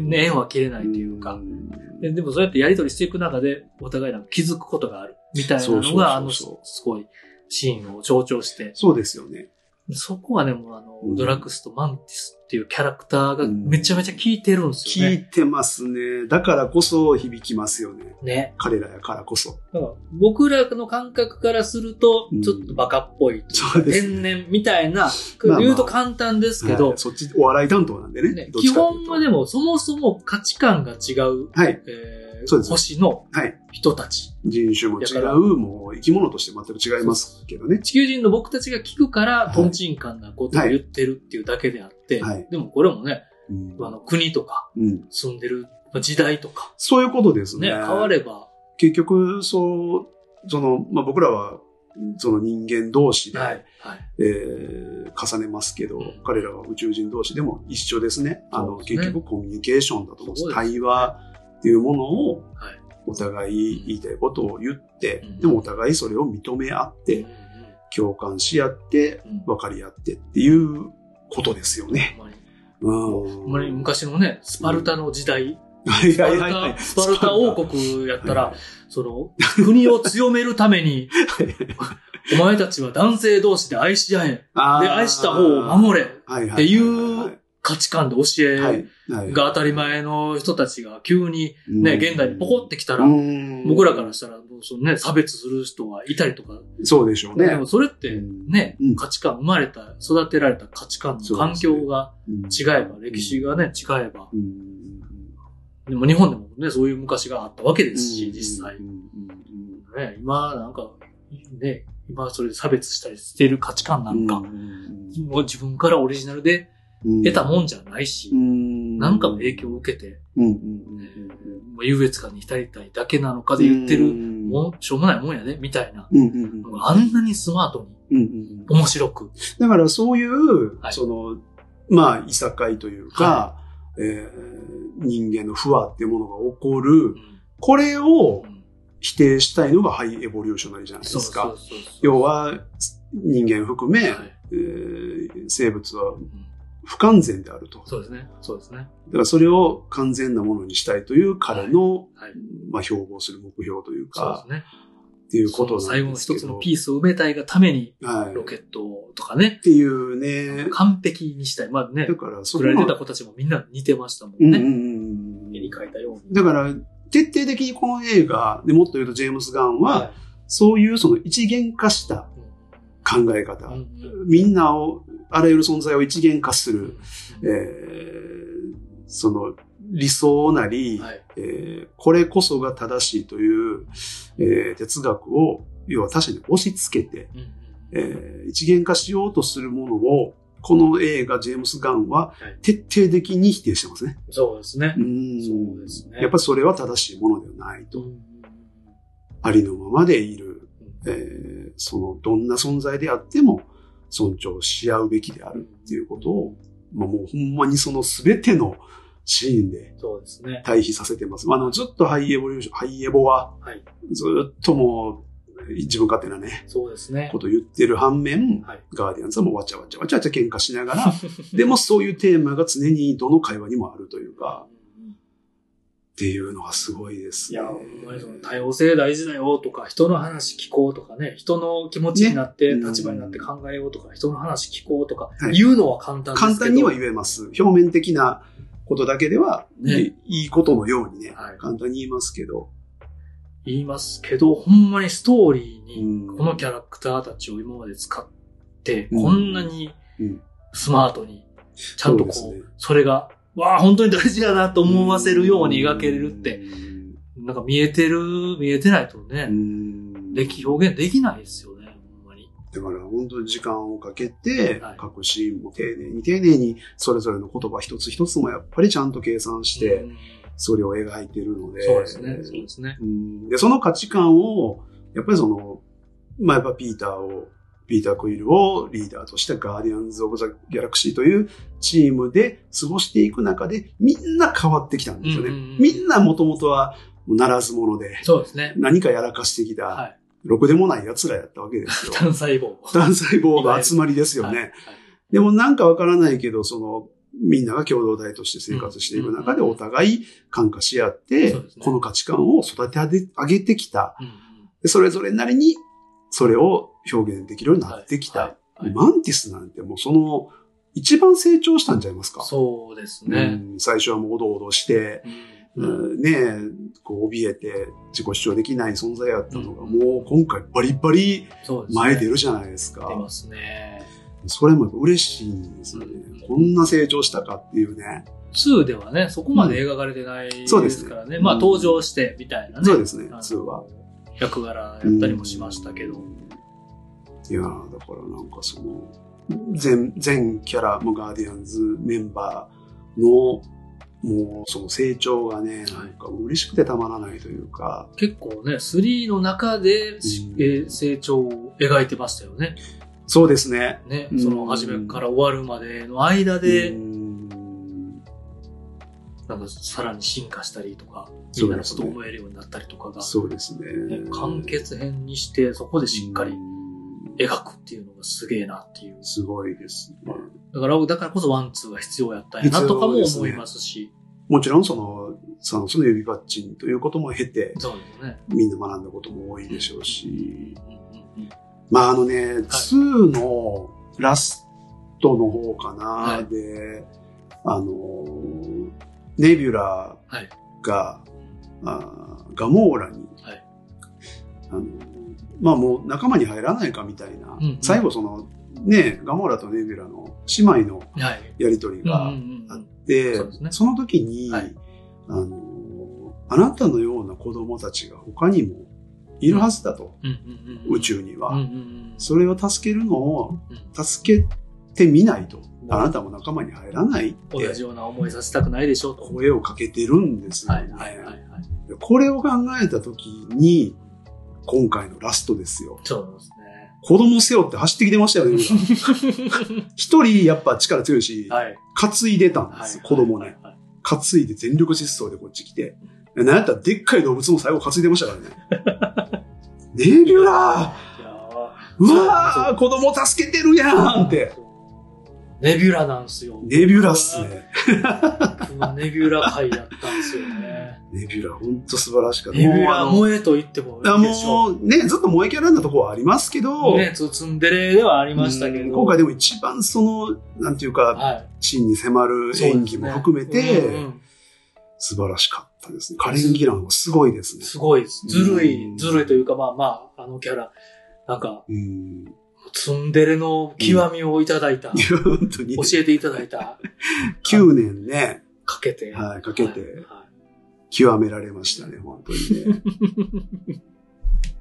Speaker 2: ね
Speaker 1: 縁は切れないというか、ででもそうやってやりとりしていく中で、お互いなんか気づくことがある。みたいな
Speaker 2: そうそ
Speaker 1: の
Speaker 2: うそうそう
Speaker 1: が、あの、すすごいシーンを象徴して、
Speaker 2: そうですよね。
Speaker 1: そこはね、もうあの、
Speaker 2: うん
Speaker 1: ドラッグスとマンティスっていうキャラクターがめちゃめちゃ効いてるんですよ
Speaker 2: 聞
Speaker 1: ね。
Speaker 2: いてますね。だからこそ響きますよね。
Speaker 1: ね。
Speaker 2: 彼らやからこそ。
Speaker 1: だから僕らの感覚からすると
Speaker 2: う、ん
Speaker 1: ちょっとバカっぽいというか、
Speaker 2: そうです
Speaker 1: 天然みたいな、
Speaker 2: [LAUGHS] まあ
Speaker 1: 言うと簡単ですけど、
Speaker 2: はいそっち、お笑い担当なんでね
Speaker 1: ね。
Speaker 2: どっ
Speaker 1: 基
Speaker 2: ちかとい
Speaker 1: 本
Speaker 2: うと
Speaker 1: はでもそもそも価値観が違う、
Speaker 2: はい。
Speaker 1: えー
Speaker 2: そうです
Speaker 1: 星の
Speaker 2: はい。
Speaker 1: 人たち。
Speaker 2: 人種も違
Speaker 1: だから
Speaker 2: う、もう生き物として全く違いますけどね。
Speaker 1: 地球人の僕たちが聞くから、
Speaker 2: はい
Speaker 1: トンチンカンなことを言ってるっていうだけであって、
Speaker 2: はい
Speaker 1: でもこれもね、
Speaker 2: うん
Speaker 1: あの国とか
Speaker 2: うん
Speaker 1: 住んでる時代とか、
Speaker 2: そういうことです
Speaker 1: ね、
Speaker 2: ね。
Speaker 1: 変われば、
Speaker 2: 結局、そう、その、まあ、僕らは、その人間同士で、
Speaker 1: はい。はい。
Speaker 2: えー重ねますけど、
Speaker 1: うん
Speaker 2: 彼らは宇宙人同士でも一緒ですね。あの、
Speaker 1: そうですね
Speaker 2: 結局コミュニケーションだと思うんです
Speaker 1: そうです
Speaker 2: 対話っていうものを
Speaker 1: はい、
Speaker 2: お互い言いたいことを言って、
Speaker 1: うん
Speaker 2: でもお互いそれを認め合って
Speaker 1: うん、
Speaker 2: 共感し合って、
Speaker 1: うんうん
Speaker 2: 分かり合ってっていうことですよね。
Speaker 1: ほんまに
Speaker 2: うん。
Speaker 1: ほんまに昔のね、スパルタの時代、
Speaker 2: はい
Speaker 1: スパ
Speaker 2: はい
Speaker 1: ル
Speaker 2: はいはい
Speaker 1: タ、スパルタ王国やったら、
Speaker 2: はい
Speaker 1: その、国を強めるため
Speaker 2: [LAUGHS]
Speaker 1: に、お前たちは男性同士で愛し合え、
Speaker 2: あー
Speaker 1: で愛した方を守れ
Speaker 2: はいはいはいはい
Speaker 1: っていう価値観で教
Speaker 2: はい
Speaker 1: え
Speaker 2: はい
Speaker 1: が当たり前の人たちが急にね、現代にポコってきたら、僕
Speaker 2: 僕
Speaker 1: らからしたら、もうそのね、差別する人がいたりとか、
Speaker 2: そうでしょうね
Speaker 1: で。もそれってね、
Speaker 2: うん
Speaker 1: 価値観、生まれた、育てられた価値観の環境が
Speaker 2: うん
Speaker 1: 違えば、歴史がね、違えば、
Speaker 2: うん
Speaker 1: でも日本でもね、そういう昔があったわけです
Speaker 2: う
Speaker 1: し、
Speaker 2: ん
Speaker 1: 実際
Speaker 2: う。んうん
Speaker 1: ね、今なんか、ね、今それで差別したりしてる価値観なんか、もう自分からオリジナルで
Speaker 2: うん
Speaker 1: 得たもんじゃないし、
Speaker 2: うん
Speaker 1: なんかの影響を受けて、
Speaker 2: うんうんうんうん
Speaker 1: もう優越感に浸りたいだけなのかで言ってる、
Speaker 2: うん
Speaker 1: もうしょうもないもんやね、みたいな。
Speaker 2: うんうんうん
Speaker 1: あんなにスマートに、
Speaker 2: うんうんうん
Speaker 1: 面白く。
Speaker 2: だからそういう、
Speaker 1: はい
Speaker 2: その、まあ、いさかいというか、えー人間の不和っていうものが起こる
Speaker 1: う、ん
Speaker 2: これを
Speaker 1: うん
Speaker 2: 否定したいのがハイエボリューショナリーじゃないですか。
Speaker 1: うそうそう
Speaker 2: 要は、人間含め、
Speaker 1: はい
Speaker 2: えー生物は
Speaker 1: うん
Speaker 2: 不完全であると。
Speaker 1: そうですね。そうですね。
Speaker 2: だからそれを完全なものにしたいという彼の、
Speaker 1: はい。
Speaker 2: まあ、標榜する目標という
Speaker 1: そ
Speaker 2: か、
Speaker 1: うですね。
Speaker 2: っっていうこと
Speaker 1: その最後
Speaker 2: なん
Speaker 1: の
Speaker 2: ですけ
Speaker 1: 一
Speaker 2: ど。
Speaker 1: つのピースを埋めたいがために、
Speaker 2: はい。
Speaker 1: ロ
Speaker 2: っ
Speaker 1: ケットとかね、
Speaker 2: ていうね。
Speaker 1: 完璧にしたい。まあね
Speaker 2: だ、から、そ
Speaker 1: 作
Speaker 2: こ
Speaker 1: られてた
Speaker 2: は
Speaker 1: 子たちもみんな似てましたも
Speaker 2: うんんうんう
Speaker 1: ね。
Speaker 2: ん
Speaker 1: 絵に描いたように。
Speaker 2: だから、徹底的にこの映画、でもっと言うとジェームス・ガンは、
Speaker 1: は
Speaker 2: そういうその一元化した
Speaker 1: い、
Speaker 2: 考え方、
Speaker 1: うんうん
Speaker 2: みんなを、あらゆる存在を一元化する、え
Speaker 1: うん
Speaker 2: ーその理想なり、
Speaker 1: はい
Speaker 2: えーこれこそが正しいという、えー哲学を、要は他者に押し付けて、
Speaker 1: うんうん
Speaker 2: えー一元化しようとするものを、この映画、ジェームス・ガンは
Speaker 1: はい
Speaker 2: 徹底的に否定してますね。
Speaker 1: そうですね。
Speaker 2: うん
Speaker 1: そうですね
Speaker 2: やっぱりそれは正しいものではないと。
Speaker 1: うんうん
Speaker 2: ありのままでいる、
Speaker 1: うん
Speaker 2: えーそのどんな存在であっても尊重し合うべきであるっていうことを、まあ、もうほんまにその全てのシーンで
Speaker 1: そうですね。
Speaker 2: 対比させてます。まあ、あのずっとハイエボリューション、ハイエボは
Speaker 1: はい
Speaker 2: ずっともう自分勝手なね、
Speaker 1: そうですね
Speaker 2: こ。と言ってる反面、
Speaker 1: はい
Speaker 2: ガーディアンズはもうわちゃわちゃわちゃわちゃ喧嘩しな
Speaker 1: [LAUGHS]
Speaker 2: がら、でもそういうテーマが常にどの会話にもあるというか、っていうのがすごいです、
Speaker 1: い
Speaker 2: ね。
Speaker 1: や、ほんまにその多様性大事だよとか、人の話聞こうとかね、人の気持ちになって、
Speaker 2: ねうん
Speaker 1: 立場になって考えようとか、人の話聞こうとか
Speaker 2: は、い
Speaker 1: 言うのは簡単ですけど。
Speaker 2: 簡単には言えます。表面的なことだけでは、
Speaker 1: ね
Speaker 2: いいいことのようにね、
Speaker 1: はい
Speaker 2: 簡単に言いますけど。
Speaker 1: 言いますけど、ほんまにストーリー
Speaker 2: うん
Speaker 1: に、このキャラクターたちを今まで使って、
Speaker 2: うん
Speaker 1: こんなに
Speaker 2: うん
Speaker 1: スマートに、ちゃんとこう、
Speaker 2: そ
Speaker 1: そう
Speaker 2: ですね
Speaker 1: れが、わあ、本当に大事だなと思わせるように描けれるって、なんか見えてる、見えてないと
Speaker 2: う
Speaker 1: ね、
Speaker 2: ん。
Speaker 1: でき、表現できないですよね、ほんまに。
Speaker 2: だから本当に時間をかけて
Speaker 1: はい、
Speaker 2: 各シーンも丁寧に丁寧に、それぞれの言葉一つ一つもやっぱりちゃんと計算して
Speaker 1: う、ん
Speaker 2: それを描いてるので。
Speaker 1: そうですね、そうですね。
Speaker 2: うんで、その価値観を、やっぱりその、まあ、やっぱピーターを、ピーター・クイルをリーダーとしたガーディアンズ・オブ・ザ・ギャラクシーというチームで過ごしていく中で、みんな変わってきたんですよね。
Speaker 1: うんうんうん
Speaker 2: みんなもともとは、ならず者で、
Speaker 1: そうですね。
Speaker 2: 何かやらかしてきた、
Speaker 1: はい。
Speaker 2: ろくでもない奴らやったわ
Speaker 1: [LAUGHS]。
Speaker 2: けですよ
Speaker 1: 単細胞。
Speaker 2: 単細胞の集まりですよね。
Speaker 1: はい。
Speaker 2: でもなんかわからないけど、その、みんなが共同体として生活していく中で
Speaker 1: うんうん
Speaker 2: お互い感化し合って、
Speaker 1: そうですね
Speaker 2: この価値観を育て上げてきた。
Speaker 1: うんうん
Speaker 2: でそれぞれなりに、それを表現できるようになってきた。
Speaker 1: はいはい
Speaker 2: マンティスなんてもうその、一番成長したんちゃいますか
Speaker 1: そうです
Speaker 2: う
Speaker 1: ね。
Speaker 2: ん最初はもうおどおどして、
Speaker 1: うん
Speaker 2: うんねえ、こう怯えて自己主張できない存在やったのが、
Speaker 1: うん
Speaker 2: もう今回バリバリ
Speaker 1: そうですね。
Speaker 2: 前出るじゃないですか。
Speaker 1: 出ますね。
Speaker 2: それも嬉しいんですよね。
Speaker 1: うん
Speaker 2: こんな成長したかっていうね。
Speaker 1: 2ではね、そこまで描かれてない
Speaker 2: そうで
Speaker 1: ですす
Speaker 2: ね
Speaker 1: からね。まあ
Speaker 2: うん
Speaker 1: 登場してみたいなね。
Speaker 2: そうですね
Speaker 1: あの
Speaker 2: 2は。
Speaker 1: 役柄やったりもしましたけど。
Speaker 2: いやーだからなんかその、全、全キャラ、もうガーディアンズメンバーの、もうその成長がね、なんか嬉しくてたまらないというか、
Speaker 1: 結構ね、3の中でし、
Speaker 2: うん
Speaker 1: えー成長を描いてましたよね。
Speaker 2: そうですね。
Speaker 1: ね
Speaker 2: う。ん
Speaker 1: その、初めから終わるまでの間
Speaker 2: う
Speaker 1: で、
Speaker 2: ん
Speaker 1: なんかさらに進化したりとか、
Speaker 2: そ
Speaker 1: みん
Speaker 2: う
Speaker 1: なの
Speaker 2: で
Speaker 1: こ
Speaker 2: す
Speaker 1: と
Speaker 2: ね
Speaker 1: を思えるようになったりとかが、
Speaker 2: そうですね
Speaker 1: ね。完結編にして、そこでしっか
Speaker 2: う
Speaker 1: り
Speaker 2: ん
Speaker 1: 描くっていうのがすげえなっていう。
Speaker 2: すごいですね。
Speaker 1: だから、だからこそワンツーが必要やったんやなとかも思いますし。
Speaker 2: もちろんその、そのその指パッチンということも経て、
Speaker 1: そうですね。
Speaker 2: みんな学んだことも多いでしょうし、
Speaker 1: うんうんうん
Speaker 2: まああのね、2のラストの方かな、
Speaker 1: はい
Speaker 2: で、あの、ネビュラ
Speaker 1: はい。
Speaker 2: が、あーガモーラに、
Speaker 1: はい
Speaker 2: あのまあもう仲間に入らないかみたいな、
Speaker 1: うんうん
Speaker 2: 最後その、ね、ガモーラとネビュラの姉妹の
Speaker 1: はい。
Speaker 2: やりとり
Speaker 1: う
Speaker 2: が
Speaker 1: んうんう
Speaker 2: あっ
Speaker 1: ん
Speaker 2: て、
Speaker 1: そう
Speaker 2: そ
Speaker 1: ですね
Speaker 2: の時に、
Speaker 1: はい
Speaker 2: あの、あなたのような子供たちが他にもいるはずだと、
Speaker 1: うんうんうん
Speaker 2: 宇宙には。
Speaker 1: うんうんうん
Speaker 2: それを助けるのを
Speaker 1: うん
Speaker 2: 助けてみないと、あなたも仲間に入らないっ
Speaker 1: 同
Speaker 2: て
Speaker 1: じような思いさせたくないでしょうと。
Speaker 2: 声をかけてるんですよ
Speaker 1: はい
Speaker 2: ね。
Speaker 1: はいはいはい。
Speaker 2: これを考えた時に、今回のラストですよ。
Speaker 1: そう
Speaker 2: 子供背負って走ってきてました
Speaker 1: [LAUGHS]
Speaker 2: よね。みんな
Speaker 1: ですね。
Speaker 2: 一人やっぱ力強いし、
Speaker 1: はい。
Speaker 2: 担いでたんで
Speaker 1: はい
Speaker 2: す、 [LAUGHS] 子供
Speaker 1: は
Speaker 2: ね
Speaker 1: い。。はい
Speaker 2: 担いで全力疾走でこっち来て。なんやったらでっかい動物も最後担いでましたから
Speaker 1: [LAUGHS]
Speaker 2: ね。ネビュラー
Speaker 1: いやー
Speaker 2: う
Speaker 1: そうそ
Speaker 2: わー
Speaker 1: う
Speaker 2: 子供助けてるやんって。
Speaker 1: そうネビュラなんですよ。
Speaker 2: ネビュラっすね。
Speaker 1: 僕はネビュラ会やったんですよね。
Speaker 2: ネビュラ、ほんと素晴らしかった。
Speaker 1: ネビュ
Speaker 2: もうあ
Speaker 1: ラ
Speaker 2: の
Speaker 1: 萌えと言ってもいいでしょ
Speaker 2: もうね、ずっと萌えキャラなとこはありますけど、
Speaker 1: う。ね、ツツンデレではありましたけ
Speaker 2: うん
Speaker 1: ど。
Speaker 2: 今回でも一番その、なんていうか、
Speaker 1: は
Speaker 2: 真に迫る
Speaker 1: い。
Speaker 2: 演技も含め
Speaker 1: そうですねうん
Speaker 2: て、
Speaker 1: うん
Speaker 2: 素晴らしかったですね。カレン・ギランはすごいですね。
Speaker 1: すごいです。ずる
Speaker 2: う
Speaker 1: い、
Speaker 2: ん
Speaker 1: ずるいというか、まあまあ、あのキャラ。なんか、
Speaker 2: うん。
Speaker 1: ツンデレの極みをいただいた、
Speaker 2: いや本当に
Speaker 1: 教。えていただいた、
Speaker 2: 9年ね、
Speaker 1: かけて。
Speaker 2: [LAUGHS] はい、かけて
Speaker 1: は
Speaker 2: 極められましたね、本当に
Speaker 1: [LAUGHS]
Speaker 2: ね。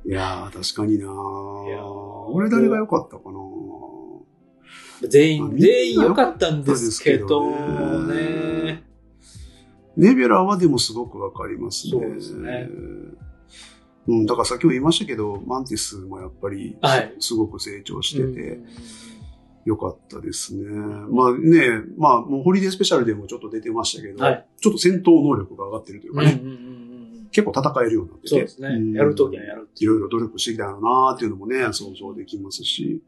Speaker 2: いやー、確かにない
Speaker 1: やー
Speaker 2: 俺誰が良かったかない
Speaker 1: 全員、
Speaker 2: まあ
Speaker 1: 全員良かったんですけど
Speaker 2: みんな良かったですけど
Speaker 1: ね
Speaker 2: ね。ネビュラはでもすごくわかりますね。
Speaker 1: そうですね
Speaker 2: うん、だからさっきも言いましたけど、マンティスもやっぱり、
Speaker 1: はい
Speaker 2: すごく成長してて、
Speaker 1: うん
Speaker 2: よかったですね。まあね、まあ、もうホリデースペシャルでもちょっと出てましたけど、
Speaker 1: はい
Speaker 2: ちょっと戦闘能力が上がってるという
Speaker 1: う
Speaker 2: か
Speaker 1: んうん
Speaker 2: ね、
Speaker 1: うんうん。
Speaker 2: 結構戦えるようになってて。
Speaker 1: そうですね
Speaker 2: ん。
Speaker 1: やるときはやるってい
Speaker 2: いろ
Speaker 1: う。
Speaker 2: いろ努力してきたよなーっていうのもね、想像できますし。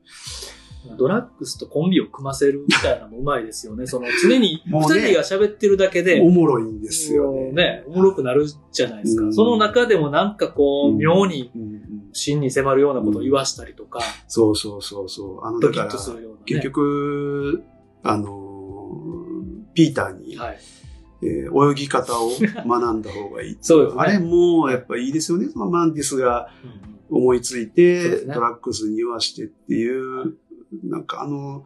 Speaker 1: ドラッグスとコンビを組ませるみたいなのもうまいですよね。その常に二
Speaker 2: [LAUGHS] もうね
Speaker 1: 人が喋ってるだけで、
Speaker 2: おもろいんですよね。
Speaker 1: ね、おもろくなるじゃないです
Speaker 2: う
Speaker 1: か。
Speaker 2: ん
Speaker 1: その中でもなんかこう、
Speaker 2: うん
Speaker 1: 妙に
Speaker 2: うんうん
Speaker 1: 真に迫るようなことを言わしたりとか、
Speaker 2: そうそうそうそう。あの、
Speaker 1: ド
Speaker 2: だ
Speaker 1: キ
Speaker 2: か
Speaker 1: ッ
Speaker 2: ら、
Speaker 1: とするような、ね。
Speaker 2: 結局、あのーピーターに、
Speaker 1: はい。。
Speaker 2: えー泳ぎ方を学んだ方がいい
Speaker 1: [LAUGHS] そうですね。
Speaker 2: あれも、やっぱいいですよね。そのマンティスが
Speaker 1: うんうん
Speaker 2: 思いつ
Speaker 1: そう
Speaker 2: い
Speaker 1: で
Speaker 2: て、
Speaker 1: すね
Speaker 2: トラックスに言わしてっていう、なんかあの、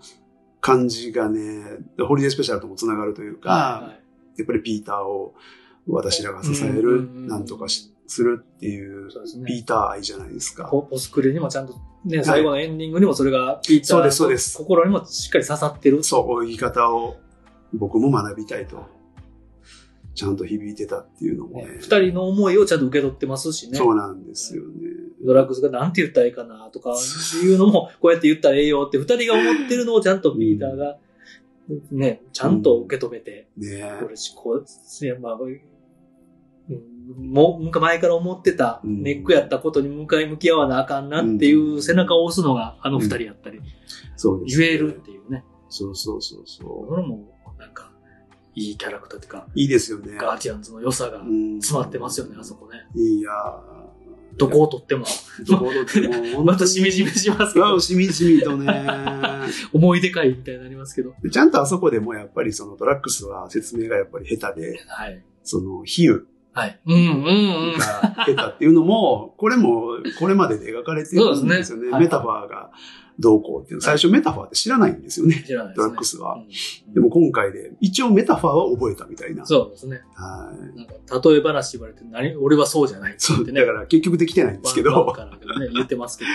Speaker 2: 感じがね、ホリデースペシャルともつながるというか、
Speaker 1: はい
Speaker 2: やっぱりピーターを私らが支え
Speaker 1: う
Speaker 2: る、
Speaker 1: ん
Speaker 2: なんとかしするっていう
Speaker 1: そうですね
Speaker 2: ピーター愛じゃないですか。
Speaker 1: ポポスクレにもちゃんと、ね、最後のエンディングにもそれがピータ
Speaker 2: そうですそうで
Speaker 1: ー
Speaker 2: す
Speaker 1: の心にもしっかり刺さってる。
Speaker 2: そう、泳ぎ方を僕も学びたいと、ちゃんと響いてたっていうのも
Speaker 1: ね
Speaker 2: ね。
Speaker 1: 二人の思いをちゃんと受け取ってますしね。
Speaker 2: そうなんですよね。
Speaker 1: ドラッグスがなんて言ったらいいかなとかいうのも、こうやって言ったらええよって二人が思ってるのをちゃんとピーターが、ね、ちゃんと受け止めて、
Speaker 2: ね
Speaker 1: これ、こう、いやまあ、うんもう、前から思ってた
Speaker 2: うん
Speaker 1: ネックやったことに向かい向き合わなあかんなっていう背中を押すのがあの二人やったり、
Speaker 2: そうです、
Speaker 1: 言えるっ。ていうね。
Speaker 2: そうそうそうそ
Speaker 1: これも、なんか、いいキャラクターというか、
Speaker 2: う。いいですよね。
Speaker 1: ガーディアンズの良さが詰
Speaker 2: 詰
Speaker 1: まってますよね、あそ。こね。[LAUGHS]
Speaker 2: いやー
Speaker 1: どこを取っても。
Speaker 2: どこどっても、
Speaker 1: またしみじみしますけ
Speaker 2: う
Speaker 1: ど
Speaker 2: ん、、しみじみとね。
Speaker 1: 思い出会みたいになりますけど。
Speaker 2: ちゃんとあそこでもやっぱりそのドラッグスは説明がやっぱり下手で、
Speaker 1: はい。
Speaker 2: その比喩
Speaker 1: はい。うんうんうん。
Speaker 2: が下手っていうのも、これも、これまでで描かれてるんです
Speaker 1: そう
Speaker 2: よ
Speaker 1: です
Speaker 2: ね。
Speaker 1: ねはい
Speaker 2: メタファーがどうこうっていうの。最初メタファーって知らないんですよね。
Speaker 1: 知らないです
Speaker 2: ド
Speaker 1: ね。
Speaker 2: ラッグスは。
Speaker 1: うん
Speaker 2: でも今回で、一応メタファーは覚えたみたいな。
Speaker 1: そうですね。
Speaker 2: はい。
Speaker 1: なんか、例え話言われて、何俺はそうじゃないって
Speaker 2: そ
Speaker 1: 言っ
Speaker 2: う、
Speaker 1: てね。
Speaker 2: だから結局できてないんですけ
Speaker 1: バンバン
Speaker 2: ど。
Speaker 1: からでもね、言ってますけど。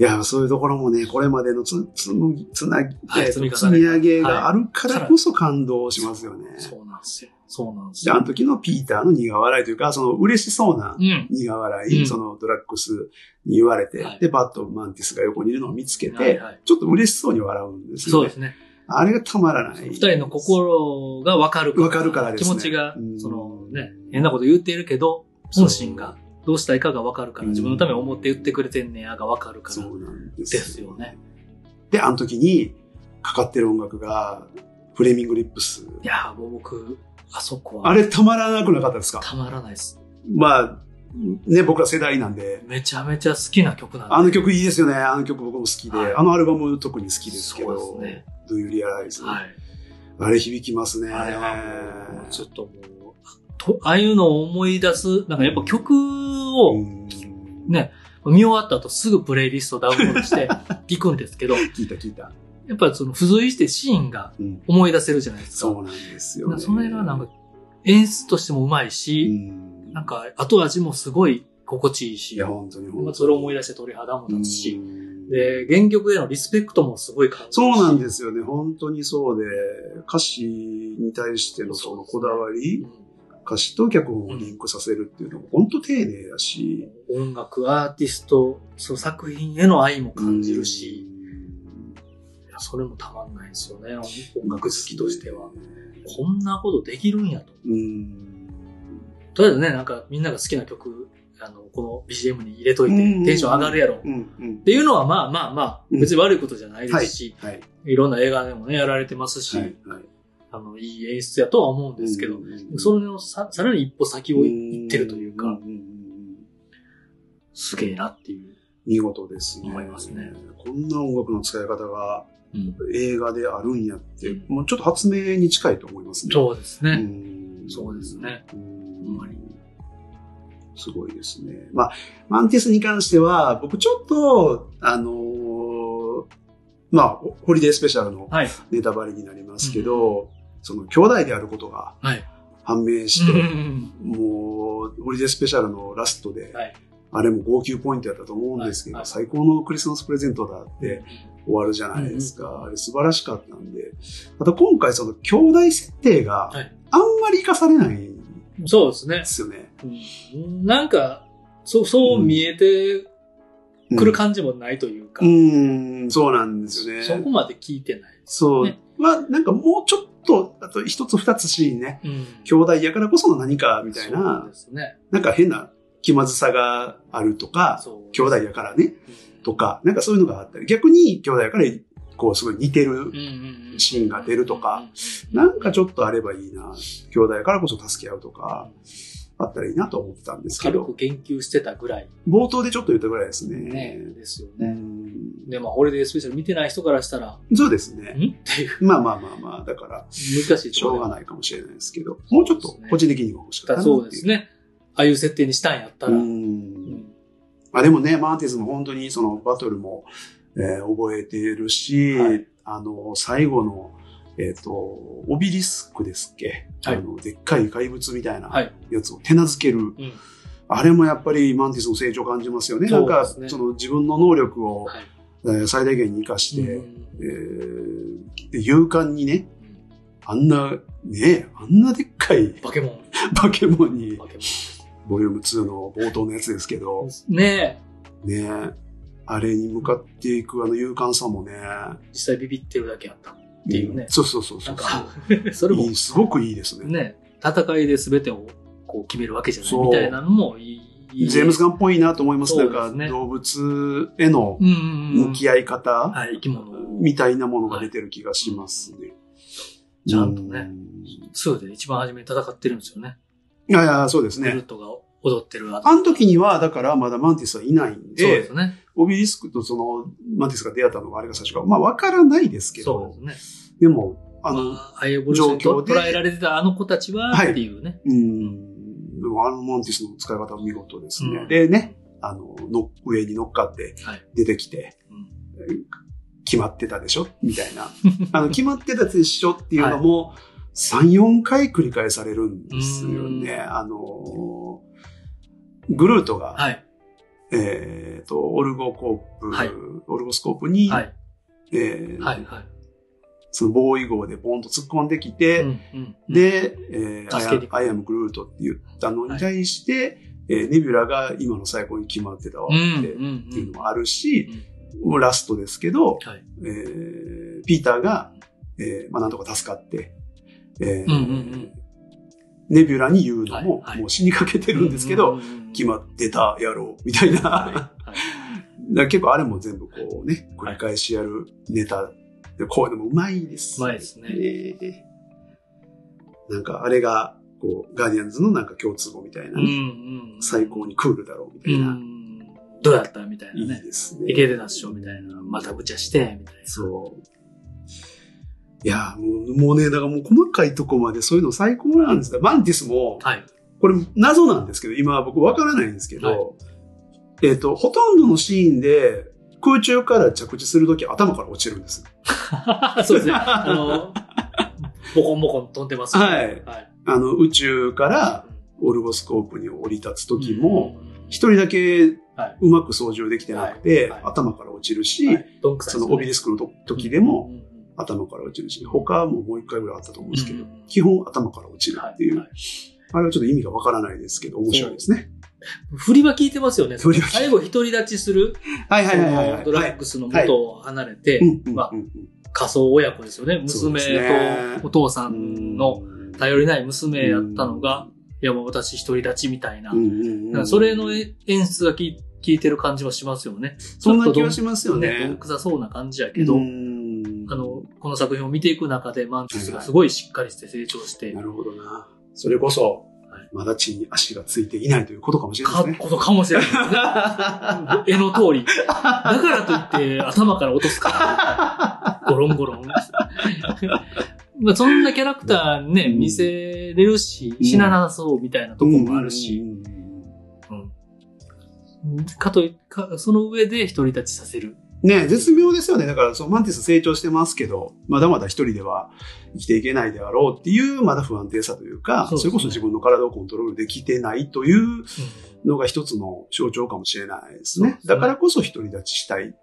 Speaker 2: いや、そういうところもね、これまでのつ、つむぎ、つなぎ、
Speaker 1: はい
Speaker 2: えー
Speaker 1: 積み重ね
Speaker 2: 積み上げがあるからこそ感動しますよね。
Speaker 1: そうなんですよ。そうなんです
Speaker 2: で、あ
Speaker 1: よ。
Speaker 2: の時のピーターの苦笑いというか、その嬉しそうな
Speaker 1: うん。
Speaker 2: 苦笑
Speaker 1: う
Speaker 2: い、
Speaker 1: ん
Speaker 2: そのドラッグスに言われて、
Speaker 1: はい
Speaker 2: で、バットマンティスが横にいるのを見つけて、
Speaker 1: はいはい
Speaker 2: ちょっと嬉しそうに笑うんですよ、
Speaker 1: そう
Speaker 2: ね。
Speaker 1: ですね。
Speaker 2: あれがたまらない。
Speaker 1: 二人の。心が分かる
Speaker 2: わかるからですね
Speaker 1: 気持ちが
Speaker 2: う、ん
Speaker 1: そのね、変なこと言ってるけど、本心がどうしたいかが分かるから、
Speaker 2: うん
Speaker 1: 自分のために思って言ってくれてんねやが分かるか
Speaker 2: そうなんです。
Speaker 1: ですよね。
Speaker 2: で、あの時にかかってる音楽が、フレーミングリップス。
Speaker 1: ら。いやー、もう僕、あそこは
Speaker 2: あれたまらなくなかったですか
Speaker 1: たまらないです。
Speaker 2: まあ、ね、僕ら世代なんで、
Speaker 1: めちゃめちゃ好きな曲なんで。
Speaker 2: あの曲いいですよね。あの曲僕も好きで、
Speaker 1: はい
Speaker 2: あのアルバム特に好きですけ
Speaker 1: そ
Speaker 2: ど、
Speaker 1: うですね
Speaker 2: Do You Realize?、
Speaker 1: はい。
Speaker 2: あれ響きますね。
Speaker 1: あれはもう、ちょっともう、とああいうのを思い出す、なんかやっぱ曲を、
Speaker 2: うん
Speaker 1: ね、見終わった後すぐプレイリストダウンロード
Speaker 2: [LAUGHS]
Speaker 1: して聞くんですけど、や
Speaker 2: 聞いた聞いた。
Speaker 1: っぱりその付随してシーンが
Speaker 2: うん
Speaker 1: 思い出せるじゃないですか。
Speaker 2: そうなんですよ、
Speaker 1: だから
Speaker 2: ね。
Speaker 1: それがなんか演出としてもうまいうし、
Speaker 2: ん、
Speaker 1: なんか後味もすごい心地いい
Speaker 2: い
Speaker 1: し、
Speaker 2: や、本当に本当に。
Speaker 1: まあ、それを思い
Speaker 2: 出
Speaker 1: 出して鳥肌も立つし、
Speaker 2: で
Speaker 1: で、原曲へのリスペクトもすごい感じるし
Speaker 2: そうなんですよね。本当にそうで、歌詞に対してのそのこだわり、歌詞と脚本をリンクさせるっていうのも本当丁寧だし、
Speaker 1: うん音楽、アーティスト、その作品への愛も感じるし、いやそれもたまんないですよね、
Speaker 2: うん、
Speaker 1: 音楽好きとしては
Speaker 2: う。
Speaker 1: こんなことできるんやと。
Speaker 2: ん。
Speaker 1: とりあえずね、なんかみんなが好きな曲、あの、この BGM に入れといて、
Speaker 2: うん
Speaker 1: テンション上がるやろ。っ
Speaker 2: うんうん
Speaker 1: ていうのは、まあまあまあ、
Speaker 2: うん
Speaker 1: 別に悪いことじゃないですし、
Speaker 2: はい。
Speaker 1: いろんな映画でもね、やられてますし、
Speaker 2: はい。はい。
Speaker 1: あの、いい演出やとは思うんですけど、
Speaker 2: うんうんうん、
Speaker 1: それのささらに一歩先を行ってるというか、
Speaker 2: んんうん
Speaker 1: すげえなっていう。
Speaker 2: 見事ですね。
Speaker 1: 思いますね。
Speaker 2: こんな音楽の使い方が
Speaker 1: うん、
Speaker 2: 映画であるんやって、もうちょっと発明に近いと思いますね。
Speaker 1: そうですね。
Speaker 2: うん
Speaker 1: そうですね。
Speaker 2: うん
Speaker 1: ほんまに
Speaker 2: すごいですね。まあ、マンティスに関しては、僕ちょっと、あのーまあ、ホホリデースペシャルの
Speaker 1: はい。
Speaker 2: ネタバレになりますけど、その兄弟であることが
Speaker 1: はい
Speaker 2: 判明して、もう、ホリデースペシャルのラストで、
Speaker 1: はい
Speaker 2: あれも号泣ポイントやったと思うんですけど、
Speaker 1: はいはい
Speaker 2: 最高のクリスマスプレゼントだって終わるじゃないですか。
Speaker 1: うんうん
Speaker 2: あれ素晴らしかったんで、また今回その兄弟設定が
Speaker 1: はい
Speaker 2: あんまり活かされないん
Speaker 1: そうですね
Speaker 2: で。すよね。
Speaker 1: うんなんか、そう、そう見えてくる感じもないというか、
Speaker 2: うん、そうなんですよね。
Speaker 1: そこまで聞いてない。
Speaker 2: そう。
Speaker 1: ね
Speaker 2: まあ、なんかもうちょっと、あと一つ二つシーンね、
Speaker 1: うん
Speaker 2: 兄弟やからこその何かみたい
Speaker 1: そう
Speaker 2: な、
Speaker 1: ですね。
Speaker 2: なんか変な気まずさがあるとか、
Speaker 1: そう
Speaker 2: 兄弟やからね、と
Speaker 1: か、
Speaker 2: か、なんかそういうのがあったり、逆に兄弟やから、こう、すごい似てる
Speaker 1: うんうんうん
Speaker 2: シーンが出るとか、
Speaker 1: う
Speaker 2: なんかちょっとあればいいな、兄弟やからこそ助け合うとか、あったらいいなと思ってたんですけ
Speaker 1: 軽
Speaker 2: ど
Speaker 1: く、言及してたぐらい
Speaker 2: 冒頭でちょっと言ったぐらいですね。
Speaker 1: ね、ですよ
Speaker 2: う
Speaker 1: ね。
Speaker 2: ん
Speaker 1: で、まあ、ホリデースペシャル見てない人からしたら、んっ
Speaker 2: そうですね。
Speaker 1: ていう、
Speaker 2: まあまあまあまあ、だから、
Speaker 1: 難しい
Speaker 2: し
Speaker 1: とこ
Speaker 2: ょ
Speaker 1: ろ
Speaker 2: う
Speaker 1: で
Speaker 2: がないかもしれないですけど、もうちょっと個人的には欲しかったなってい
Speaker 1: そうですね。ああいう設定にしたんやった
Speaker 2: う。
Speaker 1: ら、うんん
Speaker 2: まあでもね、マーティスも本当にそのバトルも、えー覚えてるし、
Speaker 1: はい
Speaker 2: あの、最後の、えっ、と、オビリスクですっけ、
Speaker 1: はい
Speaker 2: あの、でっかい怪物みたいな
Speaker 1: はい
Speaker 2: やつを手なずける。
Speaker 1: うん
Speaker 2: あれもやっぱりマンティスの成長を感じますよね。
Speaker 1: そう
Speaker 2: なんか、
Speaker 1: ですね
Speaker 2: その自分の能力を、
Speaker 1: はい
Speaker 2: えー最大限に活かして、
Speaker 1: うん
Speaker 2: えーで勇敢にね、あんな、ね、あんなでっかい
Speaker 1: バケモン。
Speaker 2: 化け物に、
Speaker 1: バケ
Speaker 2: ボリューム2の冒頭のやつですけ
Speaker 1: モ
Speaker 2: ど、
Speaker 1: ン。ね
Speaker 2: ねあれに向かっていくあの勇敢さもね、
Speaker 1: え、実際ビビってるだけやった。ていうね
Speaker 2: んそうそうそう
Speaker 1: な
Speaker 2: そうん
Speaker 1: か、それも
Speaker 2: いいすごくいいですね。
Speaker 1: ね、戦いで全てをこう決めるわけじゃない
Speaker 2: そう
Speaker 1: みたいなのもいい。いい
Speaker 2: ジェームスガンっぽいなと思います。
Speaker 1: そう
Speaker 2: なんか
Speaker 1: ですね
Speaker 2: 動物への
Speaker 1: うんうんうん
Speaker 2: 向。き合い方
Speaker 1: はい、生き物を
Speaker 2: みたいなものが出てる気がしますね。
Speaker 1: ちゃんとね
Speaker 2: うん。
Speaker 1: 2で一番初めに戦ってるんですよね。
Speaker 2: いやいや、そうです
Speaker 1: グル
Speaker 2: ね
Speaker 1: ー。トが踊ってる後。
Speaker 2: あの時には、だからまだマンティスはいないん
Speaker 1: そうで
Speaker 2: で、
Speaker 1: すね。
Speaker 2: オビリスクとそのマンティスが出会ったのがあれが最初か、まあわからないですけ
Speaker 1: そ
Speaker 2: ど、
Speaker 1: うですね。
Speaker 2: でも、あ
Speaker 1: あ
Speaker 2: の、
Speaker 1: ああいうボリューム
Speaker 2: 状況で
Speaker 1: 捉えられてたあの子たちは
Speaker 2: はい
Speaker 1: っていうね。
Speaker 2: うん、でもあのマンティスの使い方は見事ですね。
Speaker 1: うん
Speaker 2: でね、あの、の上に乗っかって
Speaker 1: はい
Speaker 2: 出てきて、
Speaker 1: うん
Speaker 2: 決まってたでしょみたいな。あの、決まってたでしょっていうのも、3、4回繰り返されるんですよね。
Speaker 1: うん
Speaker 2: あの、グルートが、
Speaker 1: はい。
Speaker 2: えっ、と、オルゴコープ、
Speaker 1: はい
Speaker 2: オルゴスコープに、
Speaker 1: はい。
Speaker 2: えー
Speaker 1: はい。は
Speaker 2: その防衛号でボンと突っ込んでき
Speaker 1: い。
Speaker 2: て、
Speaker 1: うんうんうん、
Speaker 2: で、えー、
Speaker 1: 助けて
Speaker 2: I am- I am Groot って言ったのに対して、えーネビュラが今の最高に決まってたわ
Speaker 1: う
Speaker 2: っ
Speaker 1: ん
Speaker 2: て,、
Speaker 1: うんうん
Speaker 2: いうのもあるし、もうラストですけど、
Speaker 1: はい
Speaker 2: えーピーターが、えーまあ、なんとか助かって、えー
Speaker 1: うんうん
Speaker 2: ネビュラに言うのも、
Speaker 1: はいはい
Speaker 2: もう死にかけてるんですけど、、決ま
Speaker 1: っ
Speaker 2: ってたやろう、みたいな。
Speaker 1: たはいはい
Speaker 2: だから結構あれも全部こうね、繰り返しやるネタ。でこういうのもうまいです。
Speaker 1: うまいですね
Speaker 2: [LAUGHS] えなんかあれが、こう、ガーディアンズのなんか共通語みたいな、
Speaker 1: うんうんうん、
Speaker 2: 最高にクールだろうみた
Speaker 1: う
Speaker 2: いな。
Speaker 1: ん。どうやったみたい
Speaker 2: い
Speaker 1: ないね。
Speaker 2: ですね。
Speaker 1: いけてなっしょみたいな。また無茶して、みたいな。
Speaker 2: そう。いやーもう、もうね、だからもう細かいとこまでそういうの最高なんですよ。マンティスも、
Speaker 1: はい。
Speaker 2: これ謎なんですけど、今は僕わからないんですけど、
Speaker 1: はい
Speaker 2: えっ、と、ほとんどのシーンで空中から着地するとき頭から落ちるんです。
Speaker 1: [LAUGHS] そうですね。あの、ボコンボコン飛んでますよね
Speaker 2: はい
Speaker 1: はい。
Speaker 2: あの、宇宙からオルゴスコープに降り立つときも、
Speaker 1: うん、
Speaker 2: 一人だけう
Speaker 1: はい
Speaker 2: まく操縦できてなく
Speaker 1: は
Speaker 2: て、
Speaker 1: いはい
Speaker 2: 頭から落ちるし、
Speaker 1: はいドンクさ
Speaker 2: そ
Speaker 1: ん
Speaker 2: のオビリスクのと時でも、
Speaker 1: うんうん
Speaker 2: 頭から落ちるし、他ももう一回ぐらいあったと思うんですけど、
Speaker 1: うん
Speaker 2: 基本頭から落ち
Speaker 1: うん
Speaker 2: る
Speaker 1: は
Speaker 2: っていう、
Speaker 1: は
Speaker 2: あれはちょっと意味がわからないですけど、面白いですね。
Speaker 1: 振りは聞いてますよね。
Speaker 2: 振りは聞いて
Speaker 1: 最後独り立ちする、
Speaker 2: はい
Speaker 1: そ
Speaker 2: はいはいはい、
Speaker 1: の
Speaker 2: はい。
Speaker 1: ドラッグスの元を離れて
Speaker 2: う、んうん
Speaker 1: まあ
Speaker 2: うん
Speaker 1: 仮想親子ですよね。
Speaker 2: そうで
Speaker 1: 娘
Speaker 2: すね
Speaker 1: とお父さ
Speaker 2: うん
Speaker 1: んの頼りない娘やったのが、、やもう私独り立ちみたいな。
Speaker 2: うんうんうん
Speaker 1: なんかそれのえ演出が効い効いてる感じはしますよね。
Speaker 2: そんな気はしますよ
Speaker 1: どん
Speaker 2: ね。
Speaker 1: くさそうな感じやけ
Speaker 2: けど、
Speaker 1: ど、あ
Speaker 2: あ
Speaker 1: の、この作品を見ていく中で、マンチェスがすごいしっかりして成長して、
Speaker 2: なるほどな。それこそ
Speaker 1: はい、
Speaker 2: まだ地に足がついていないということかもしれない
Speaker 1: か
Speaker 2: ですね。
Speaker 1: ことかもしれない。 [LAUGHS] 絵の通り。だからといって頭から落とすから、ゴロンゴロン。 [LAUGHS] まあそんなキャラクターね、
Speaker 2: うん
Speaker 1: 見せれるし、死ななそうみたいなとこもあるし、
Speaker 2: うんうんうん
Speaker 1: うんかといか、その上で独り立ちさせる。
Speaker 2: ね、絶妙ですよね。だから、そのマンティス成長してますけど、まだまだ一人では生きていけないであろうっていう、まだ不安定さというか、
Speaker 1: そ
Speaker 2: そ
Speaker 1: で
Speaker 2: う
Speaker 1: すね
Speaker 2: れこそ自分の体をコントロールできてないというのが一つの象徴かもしれないですね。
Speaker 1: そうですね
Speaker 2: だからこそ独り立ちしたい。
Speaker 1: そ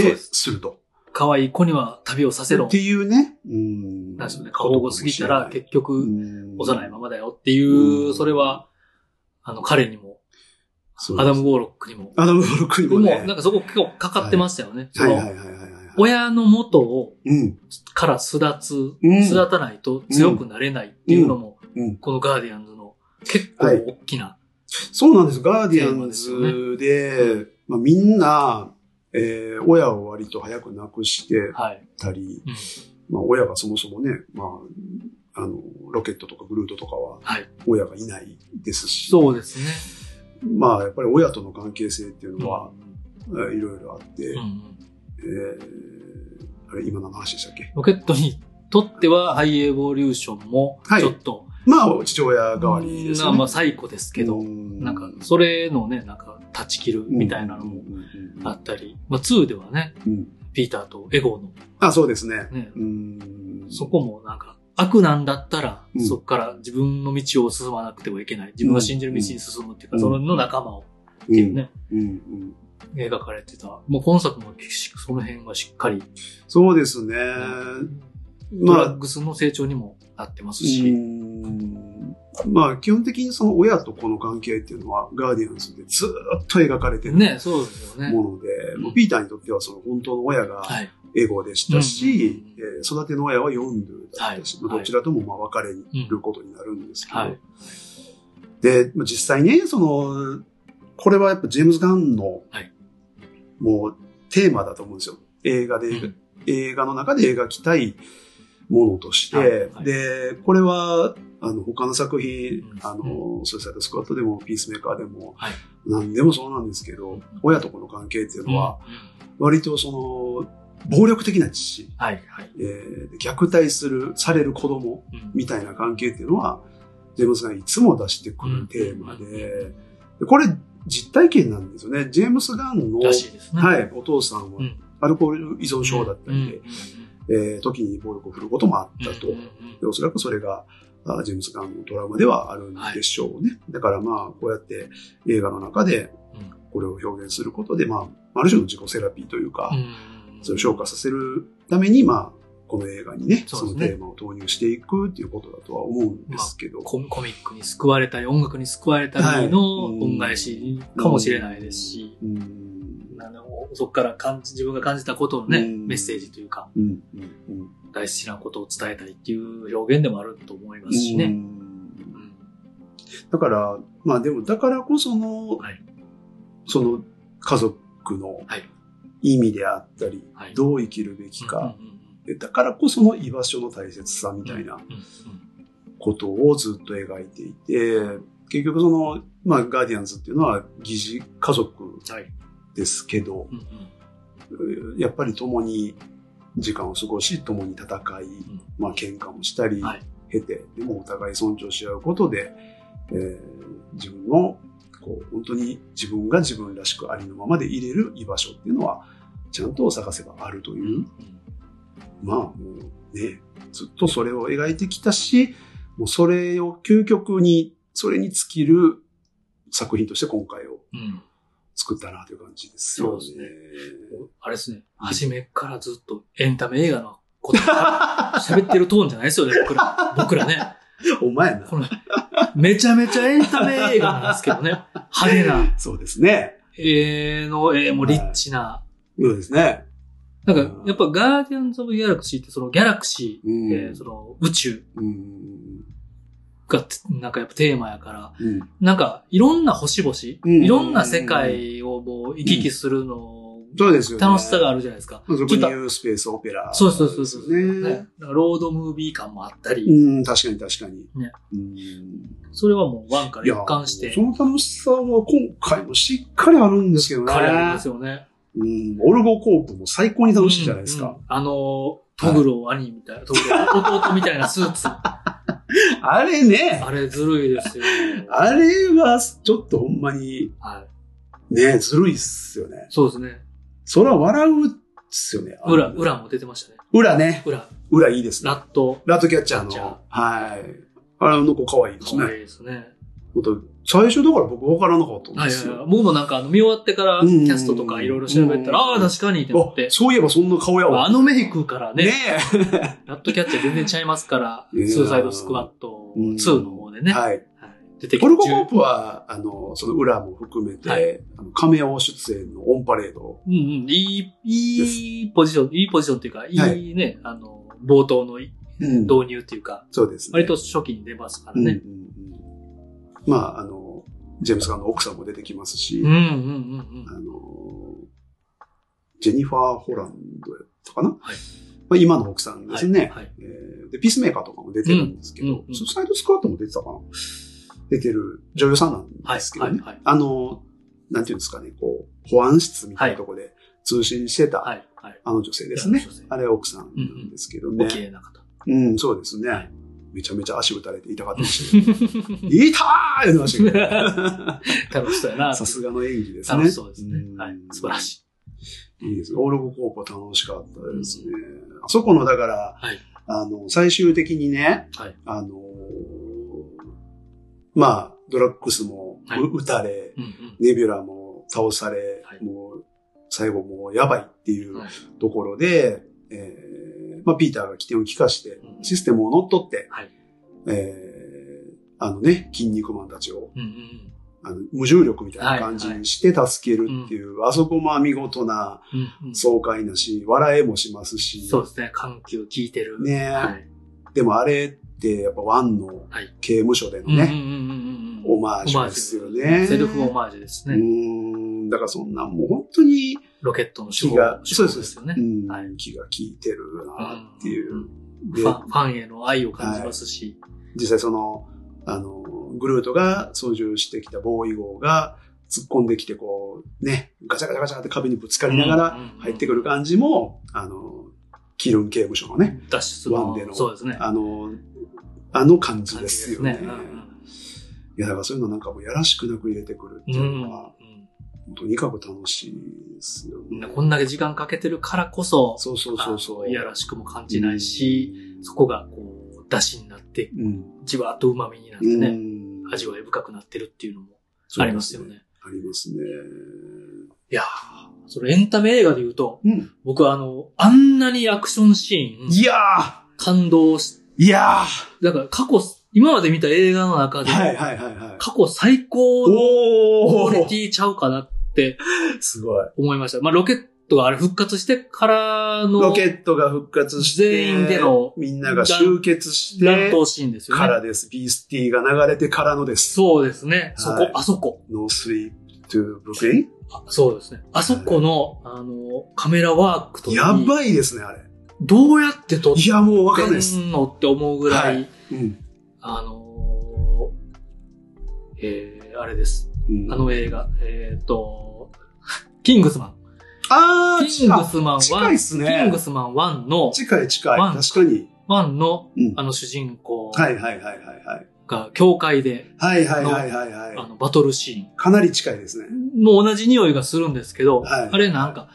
Speaker 1: う
Speaker 2: で、
Speaker 1: です
Speaker 2: ると。
Speaker 1: 可愛い子には旅をさせろ
Speaker 2: っ。ていうね。うん。
Speaker 1: なんでしょうね。過保護過ぎたら結局、
Speaker 2: 局
Speaker 1: 幼いままだよっていうう、
Speaker 2: ん
Speaker 1: それは、あの、彼にも、
Speaker 2: そう
Speaker 1: アダム・ウォーロックにも。
Speaker 2: アダム・ブロックに
Speaker 1: で
Speaker 2: も
Speaker 1: も、
Speaker 2: ね。
Speaker 1: なんかそこ結構かかってましたよね。そ
Speaker 2: はいはい
Speaker 1: の
Speaker 2: はいはいはいはい。
Speaker 1: 親の元を、
Speaker 2: うん。
Speaker 1: から巣立
Speaker 2: うん
Speaker 1: つ、巣立たないと強くなれないっていうのも
Speaker 2: うんうん、
Speaker 1: このガーディアンズの結構
Speaker 2: はい
Speaker 1: 大きな、
Speaker 2: そうなんです。ガーディアン
Speaker 1: テーマ
Speaker 2: ズで、まあ、みんな、えー親を割と早く亡くして
Speaker 1: はい。
Speaker 2: たり、
Speaker 1: うん
Speaker 2: まあ、親がそもそもね、まあ、あの、ロケットとかグルートとかは
Speaker 1: はい、
Speaker 2: 親がいないですし、
Speaker 1: そうですね。
Speaker 2: まあ、やっぱり親との関係性っていう
Speaker 1: うん
Speaker 2: のは、えーいろいろあって、
Speaker 1: うん
Speaker 2: えーあれ、今何の話でしたっけ
Speaker 1: ロケットにとっては、ハイエボリューションも
Speaker 2: は、い
Speaker 1: ちょっと、
Speaker 2: まあ、父親代わりです
Speaker 1: な
Speaker 2: よね。
Speaker 1: まあ、最古ですけど
Speaker 2: う、ん
Speaker 1: なんか、それのね、なんか、断ち切るみたいなのも
Speaker 2: うんうんうんうん
Speaker 1: あったり、まあ、2ではね、
Speaker 2: うん
Speaker 1: ピーターとエゴーの
Speaker 2: あ、そうですね。
Speaker 1: ね、
Speaker 2: うん
Speaker 1: そこもなんか、悪なんだったら、
Speaker 2: うん
Speaker 1: そこから自分の道を進まなくてはいけない。自分が信じる道に進むっていうか、
Speaker 2: うん
Speaker 1: その仲間をっていうね、
Speaker 2: うんうん
Speaker 1: 描かれてた。もう今作もその辺がしっかり、
Speaker 2: そうですね。
Speaker 1: ドラ
Speaker 2: ま
Speaker 1: ッグスの成長にもなってます
Speaker 2: あ、う
Speaker 1: し、
Speaker 2: んまあ、基本的にその親と子の関係っていうのは、ガーディアンズでずっと描かれてる
Speaker 1: ね、そうですよね。
Speaker 2: もので、
Speaker 1: うん
Speaker 2: もうピーターにとってはその本当の親が
Speaker 1: はい。
Speaker 2: エゴでしたし、
Speaker 1: う
Speaker 2: えー育ての親はヨンドゥだったし、
Speaker 1: はい
Speaker 2: まあどちらともまあ別れ
Speaker 1: うん
Speaker 2: ることになるんですけど、
Speaker 1: はい。
Speaker 2: で、まあ実際ね、その、これはやっぱジェームズ・ガンの、
Speaker 1: はい
Speaker 2: もうテーマだと思うんですよ。映画で、
Speaker 1: うん
Speaker 2: 映画の中で描きたいものとして、
Speaker 1: はいはい
Speaker 2: で、これは、あの、他の作品、
Speaker 1: うん
Speaker 2: あの、ソーサイドスクワットでも、ピースメーカーでも、
Speaker 1: はい
Speaker 2: 何でもそうなんですけど、
Speaker 1: うん
Speaker 2: 親と子の関係っていう
Speaker 1: う
Speaker 2: の
Speaker 1: ん
Speaker 2: は、割とその、暴力的な父、
Speaker 1: はい、はい。
Speaker 2: えー虐待する、される子供、
Speaker 1: うん
Speaker 2: みたいな関係っていうのは、ジェームスがいつも出してくるテーマで、でこれ実体験なんですよね。ジェームス・ガンの、
Speaker 1: らしいですね。。
Speaker 2: はいい、お父さんは
Speaker 1: うん
Speaker 2: アルコール依存症だったりで、
Speaker 1: う
Speaker 2: えー時に暴力を振るうこともあっ
Speaker 1: ん
Speaker 2: たと。
Speaker 1: うんうん
Speaker 2: でおそらくそれが、あジェームス・ガンのドラマではあるんでしょうね。だからまあ、こうやって映画の中で
Speaker 1: うん
Speaker 2: これを表現することで、まあ、ある種の自己セラピーというか、
Speaker 1: うん
Speaker 2: それを昇華させるために、まあ、この映画にね、
Speaker 1: そうです
Speaker 2: そ
Speaker 1: ね
Speaker 2: のテーマを投入していくっていうことだとは思うんですけど。
Speaker 1: コミコミックに救われたり、音楽に救われたりの
Speaker 2: はい
Speaker 1: 恩返しかもしれないですし、
Speaker 2: うん
Speaker 1: あのそこから感じ自分が感じたことのね、
Speaker 2: うん
Speaker 1: メッセージというか、
Speaker 2: うんうん
Speaker 1: 大事なことを伝えたいっていう表現でもあると思いますし
Speaker 2: う
Speaker 1: ね。うんん
Speaker 2: だから、まあでも、だからこその、
Speaker 1: はい
Speaker 2: その家族の
Speaker 1: はい
Speaker 2: 意味であったり、
Speaker 1: はい
Speaker 2: どう生きるべきか、
Speaker 1: うんうん
Speaker 2: でだからこその居場所の大切さみたいな
Speaker 1: うんうん
Speaker 2: ことをずっと描いていて、結局その、まあ、ガーディアンズっていうのは疑似家族
Speaker 1: はい
Speaker 2: ですけど
Speaker 1: う、んうん
Speaker 2: やっぱり共に時間を過ごし、共に戦い、
Speaker 1: ん
Speaker 2: まあ喧嘩もしたり、
Speaker 1: はい
Speaker 2: 経て、でもお互い尊重し合うことで、えー自分の、こう、本当に自分が自分らしくありのままで入れる居場所っていうのは、ちゃんと探せばあるという、まあもうね、ずっとそれを描いてきたし、もうそれを究極に、それに尽きる作品として今回を
Speaker 1: うん
Speaker 2: 作ったなという感じですよね。
Speaker 1: そうであれですね、初めからずっとエンタメ映画のこと喋ってるトーンじゃないですよね、僕ら。僕らね。
Speaker 2: お前な。
Speaker 1: このめちゃめちゃエンタメ映画なんですけどね。派手な、
Speaker 2: そうですね。
Speaker 1: えーの、えーもうリッチな。
Speaker 2: そうですね。
Speaker 1: なんか、やっぱガーディアンズ・オブ・ギャラクシーってそのギャラクシー、
Speaker 2: うん
Speaker 1: えーその宇宙
Speaker 2: うん。
Speaker 1: が、なんかやっぱテーマやから、
Speaker 2: うん
Speaker 1: なんか、いろんな星々、
Speaker 2: うん
Speaker 1: いろんな世界をもう行き来するの、
Speaker 2: そうですよね。
Speaker 1: 楽しさがあるじゃないですか。
Speaker 2: まあ。そこ
Speaker 1: ちょ
Speaker 2: に
Speaker 1: っ
Speaker 2: ニ
Speaker 1: と
Speaker 2: ュースペースオペラ、
Speaker 1: そうそうそうそう。
Speaker 2: ね。
Speaker 1: ね、なんかロードムービー感もあったり、
Speaker 2: うん、確かに確かに。
Speaker 1: ね
Speaker 2: うん
Speaker 1: それはもうワンから
Speaker 2: いや
Speaker 1: 一貫して
Speaker 2: そ、の楽しさは今回もしっかりあるんですけどね。
Speaker 1: 彼らですよね。
Speaker 2: うん、オルゴコープも最高に楽しいじゃないです
Speaker 1: うん
Speaker 2: か
Speaker 1: う。んあのー、トグロ兄みたいな、トグロ弟みたいなスー
Speaker 2: [LAUGHS]
Speaker 1: ツ。あ
Speaker 2: あれね、
Speaker 1: れずるいですよ。
Speaker 2: あれはちょっとほんまに
Speaker 1: はい。
Speaker 2: ね、ずるいっすよね。
Speaker 1: そうですね。
Speaker 2: そら笑うっすよね。あの
Speaker 1: 裏、。裏も出てましたね。
Speaker 2: 裏ね。
Speaker 1: 裏、
Speaker 2: 裏いいですね
Speaker 1: ラ。ット、
Speaker 2: ラットキャッチャー
Speaker 1: キャッチャー
Speaker 2: の。はい。あれの子可愛いです
Speaker 1: 可
Speaker 2: ね。
Speaker 1: 愛いですね。
Speaker 2: 本当最初だから僕分からなかったん
Speaker 1: はいは
Speaker 2: で
Speaker 1: い
Speaker 2: す
Speaker 1: はい
Speaker 2: よ。。
Speaker 1: 僕もなんかあの見終わってから
Speaker 2: う
Speaker 1: キ
Speaker 2: んうんうん
Speaker 1: ャストとかいろいろ調べたら、ああ、確かにって思っ
Speaker 2: あ
Speaker 1: て、。
Speaker 2: そういえばそんな顔やわ。
Speaker 1: あのメイクからね、
Speaker 2: ね
Speaker 1: ラットキャッチャー全然ちゃいますから、
Speaker 2: いやー
Speaker 1: スーサイドスクワット
Speaker 2: うん
Speaker 1: 2の方で
Speaker 2: え。
Speaker 1: ね、
Speaker 2: はい。
Speaker 1: はい出てき
Speaker 2: ポ
Speaker 1: て
Speaker 2: ルココープは、あの、その裏も含め
Speaker 1: は
Speaker 2: て、あの亀尾出演のオンパレード。
Speaker 1: うんうん、いい、いいポジション、いいポジションっていうか、いいね、あの、冒頭のい
Speaker 2: うん
Speaker 1: 導入っていうか、
Speaker 2: そうですね。
Speaker 1: 割と初期に出ますから
Speaker 2: うんうん
Speaker 1: ね。
Speaker 2: うん。まあ、あの、ジェームス・ガンの奥さんも出てきますし、
Speaker 1: うんうんうんうん
Speaker 2: あ。の、ジェニファー・ホランドやったかな、
Speaker 1: はい
Speaker 2: まあ、今の奥さんですね、
Speaker 1: はい。はい
Speaker 2: えーで、ピースメーカーとかも出てるんですけど、
Speaker 1: うんうんうん
Speaker 2: スーサイド・スクワットも出てたかな出てる女優さんなんですけどね。
Speaker 1: はいはいはい
Speaker 2: あの、なんていうんですかね、こう、保安室みたいなところで通信してた、
Speaker 1: はい。はい。
Speaker 2: あの女性ですね。
Speaker 1: 女性
Speaker 2: あれ奥さんなんですけど
Speaker 1: お
Speaker 2: ね。
Speaker 1: 綺麗な方。 [LAUGHS]
Speaker 2: うん、そうですね。
Speaker 1: はい
Speaker 2: めちゃめちゃ足打たれて痛かったですけど。痛ー言ってましたけど。
Speaker 1: [LAUGHS] 楽しそうやな。
Speaker 2: さすがの演技ですね。
Speaker 1: 楽しそうですね
Speaker 2: ん。
Speaker 1: はい。素晴らしい。
Speaker 2: いいですね。オールゴコープは楽しかったですね。あそこの、だから、
Speaker 1: はい
Speaker 2: あの、最終的にね、
Speaker 1: はい
Speaker 2: あのーまあ、ドラッグスもう、
Speaker 1: はい
Speaker 2: 打たれ、
Speaker 1: うんうん
Speaker 2: ネビュラも倒され、
Speaker 1: はい
Speaker 2: もう、最後もうやばいっていう
Speaker 1: はい
Speaker 2: ところで、えーまあ、ピーターが起点を利かして、
Speaker 1: うん
Speaker 2: システムを乗っ取って、
Speaker 1: はい
Speaker 2: えーあのね、筋肉マンたちを、
Speaker 1: うんうん
Speaker 2: あの無重力みたいな感じにして助けるっていう、あそこも見事な、
Speaker 1: うんうん。
Speaker 2: 爽快なし、笑えもしますし、
Speaker 1: そうですね。緩急効いてる。
Speaker 2: ね
Speaker 1: はい。
Speaker 2: でもあれってやっぱワンの
Speaker 1: はい
Speaker 2: 刑務所での
Speaker 1: うんうんうん
Speaker 2: ね、
Speaker 1: うんうん。
Speaker 2: オマージュですよね。
Speaker 1: セルフオマージュです
Speaker 2: う
Speaker 1: ね。
Speaker 2: ーん、だからそんなんもう本当に、
Speaker 1: ロケットの手
Speaker 2: 気
Speaker 1: 法
Speaker 2: が、
Speaker 1: 手
Speaker 2: そう
Speaker 1: 法
Speaker 2: です
Speaker 1: ですよね
Speaker 2: う。ん
Speaker 1: はい
Speaker 2: 気が利いてるなってい
Speaker 1: うん
Speaker 2: う。で
Speaker 1: ファンファンへの愛を感じますし。
Speaker 2: 実際その、あの、グルートが操縦してきたボーイ号が突っ込んできてこう、ね、ガチャガチャガチャって壁にぶつかりながら入ってくる感じも、あの、キルン刑務所のね、
Speaker 1: 脱出
Speaker 2: ワンデ
Speaker 1: の、
Speaker 2: の
Speaker 1: そうですね。
Speaker 2: あの、あの感じ
Speaker 1: 感じ
Speaker 2: ですよね。
Speaker 1: うんうん
Speaker 2: いや、だからそういうのなんかもうやらしくなく入れてくるっていうのは、とにかく楽しいですよ
Speaker 1: うん
Speaker 2: ね。
Speaker 1: こんだけ時間かけてるからこそ、
Speaker 2: そうそうそうそう。
Speaker 1: あのいやらしくも感じないし、
Speaker 2: うん
Speaker 1: そこがこう、出汁になって、
Speaker 2: うん。
Speaker 1: じわっと旨味になってね、
Speaker 2: うん
Speaker 1: 味わい深くなってるっていうのもありますよ。ね。
Speaker 2: そうですねありますね。
Speaker 1: いやーそれエンタメ映画で言うと、
Speaker 2: うん。
Speaker 1: 僕はあの、あんなにアクションシーン、
Speaker 2: いやー
Speaker 1: 感動し、
Speaker 2: いや
Speaker 1: だから過去、今まで見た映画の中
Speaker 2: ー
Speaker 1: で、
Speaker 2: はいはいはいはい。
Speaker 1: 過去最高のク
Speaker 2: お
Speaker 1: オリテ
Speaker 2: ー
Speaker 1: ィちゃうかなって
Speaker 2: すごい。
Speaker 1: 思いました。まあ、ロケットがあれ復活してからの
Speaker 2: ロケットが復活して、
Speaker 1: 全員での
Speaker 2: みんなが集結して、
Speaker 1: 乱闘シーンですよ
Speaker 2: か
Speaker 1: ね。
Speaker 2: らです。ビースティが流れてからのです。
Speaker 1: そうですね。そ
Speaker 2: は
Speaker 1: こ
Speaker 2: い、
Speaker 1: あそこ。
Speaker 2: No sleep to Brooklyn?
Speaker 1: あそうですね。あそこの、あの、カメラワークといい
Speaker 2: やばいですね、あれ。
Speaker 1: どうやって撮っ
Speaker 2: いや、もうわかんないです
Speaker 1: て。んのって思うぐらい、
Speaker 2: はうん。
Speaker 1: あのー、えー、あれです。あの映画、えっ、と、キングスマ
Speaker 2: あ
Speaker 1: ン。
Speaker 2: ー、
Speaker 1: キングスマン
Speaker 2: 近い
Speaker 1: 1、
Speaker 2: っす
Speaker 1: キン
Speaker 2: ね
Speaker 1: グ。スマン1の、
Speaker 2: 近い近い。
Speaker 1: ワン
Speaker 2: 確かに。
Speaker 1: 1の
Speaker 2: うん、
Speaker 1: あの主人公
Speaker 2: はいはいはいはいはい。
Speaker 1: が教会で、
Speaker 2: はいはいはいはい
Speaker 1: あ
Speaker 2: は
Speaker 1: の、バトルシ
Speaker 2: い。かなり近いですね
Speaker 1: ー。ンも同じ匂いがするんですけど、
Speaker 2: はい
Speaker 1: あれなんか、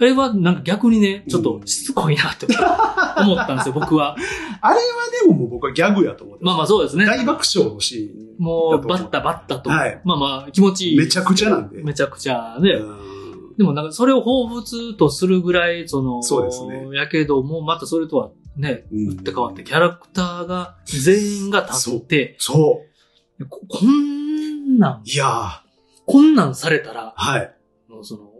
Speaker 1: あれはなんか逆にね、ちょっとしつこいなって [LAUGHS] 思ったんですよ、僕は。
Speaker 2: あれはでももう僕はギャグやと思って
Speaker 1: まあまあ
Speaker 2: あ
Speaker 1: そうですね。
Speaker 2: 大爆笑のシーン。
Speaker 1: もう、バッタバッタと。
Speaker 2: はい
Speaker 1: まあまあ、気持ちいい。
Speaker 2: めちゃくちゃなんで。
Speaker 1: めちゃくちゃね。
Speaker 2: うん
Speaker 1: でもなんか、それを彷彿とするぐらい、その、
Speaker 2: そうですね
Speaker 1: やけども、またそれとはね、
Speaker 2: うん
Speaker 1: 打って変わって、キャラクターが、全員が立って、
Speaker 2: そう。
Speaker 1: ここんなん、
Speaker 2: いやー、
Speaker 1: こんなんされたら、
Speaker 2: はい。
Speaker 1: もうその、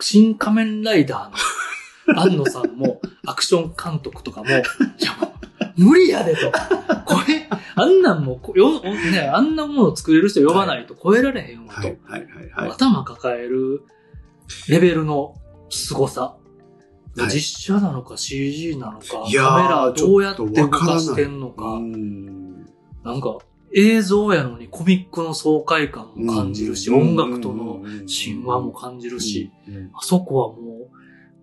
Speaker 1: 新仮面ライダーの安野さんも、アクション監督とかも、いやもう、無理やでと。これ、あんなんもこよ、ね、あんなものを作れる人呼ばないと超えられへんわ
Speaker 2: は
Speaker 1: と
Speaker 2: い。はいはいはい。
Speaker 1: 頭抱えるレベルの凄さ。
Speaker 2: はい
Speaker 1: 実写なのか CG なのか、
Speaker 2: いやー
Speaker 1: カメラどうやって
Speaker 2: ちょ
Speaker 1: 動
Speaker 2: っとわから
Speaker 1: か
Speaker 2: ない
Speaker 1: してんの
Speaker 2: う
Speaker 1: か、
Speaker 2: ー
Speaker 1: なんか映像やのにコミックの爽快感も感じるし、音楽との神話も感じるし、
Speaker 2: うん
Speaker 1: あそこはもう、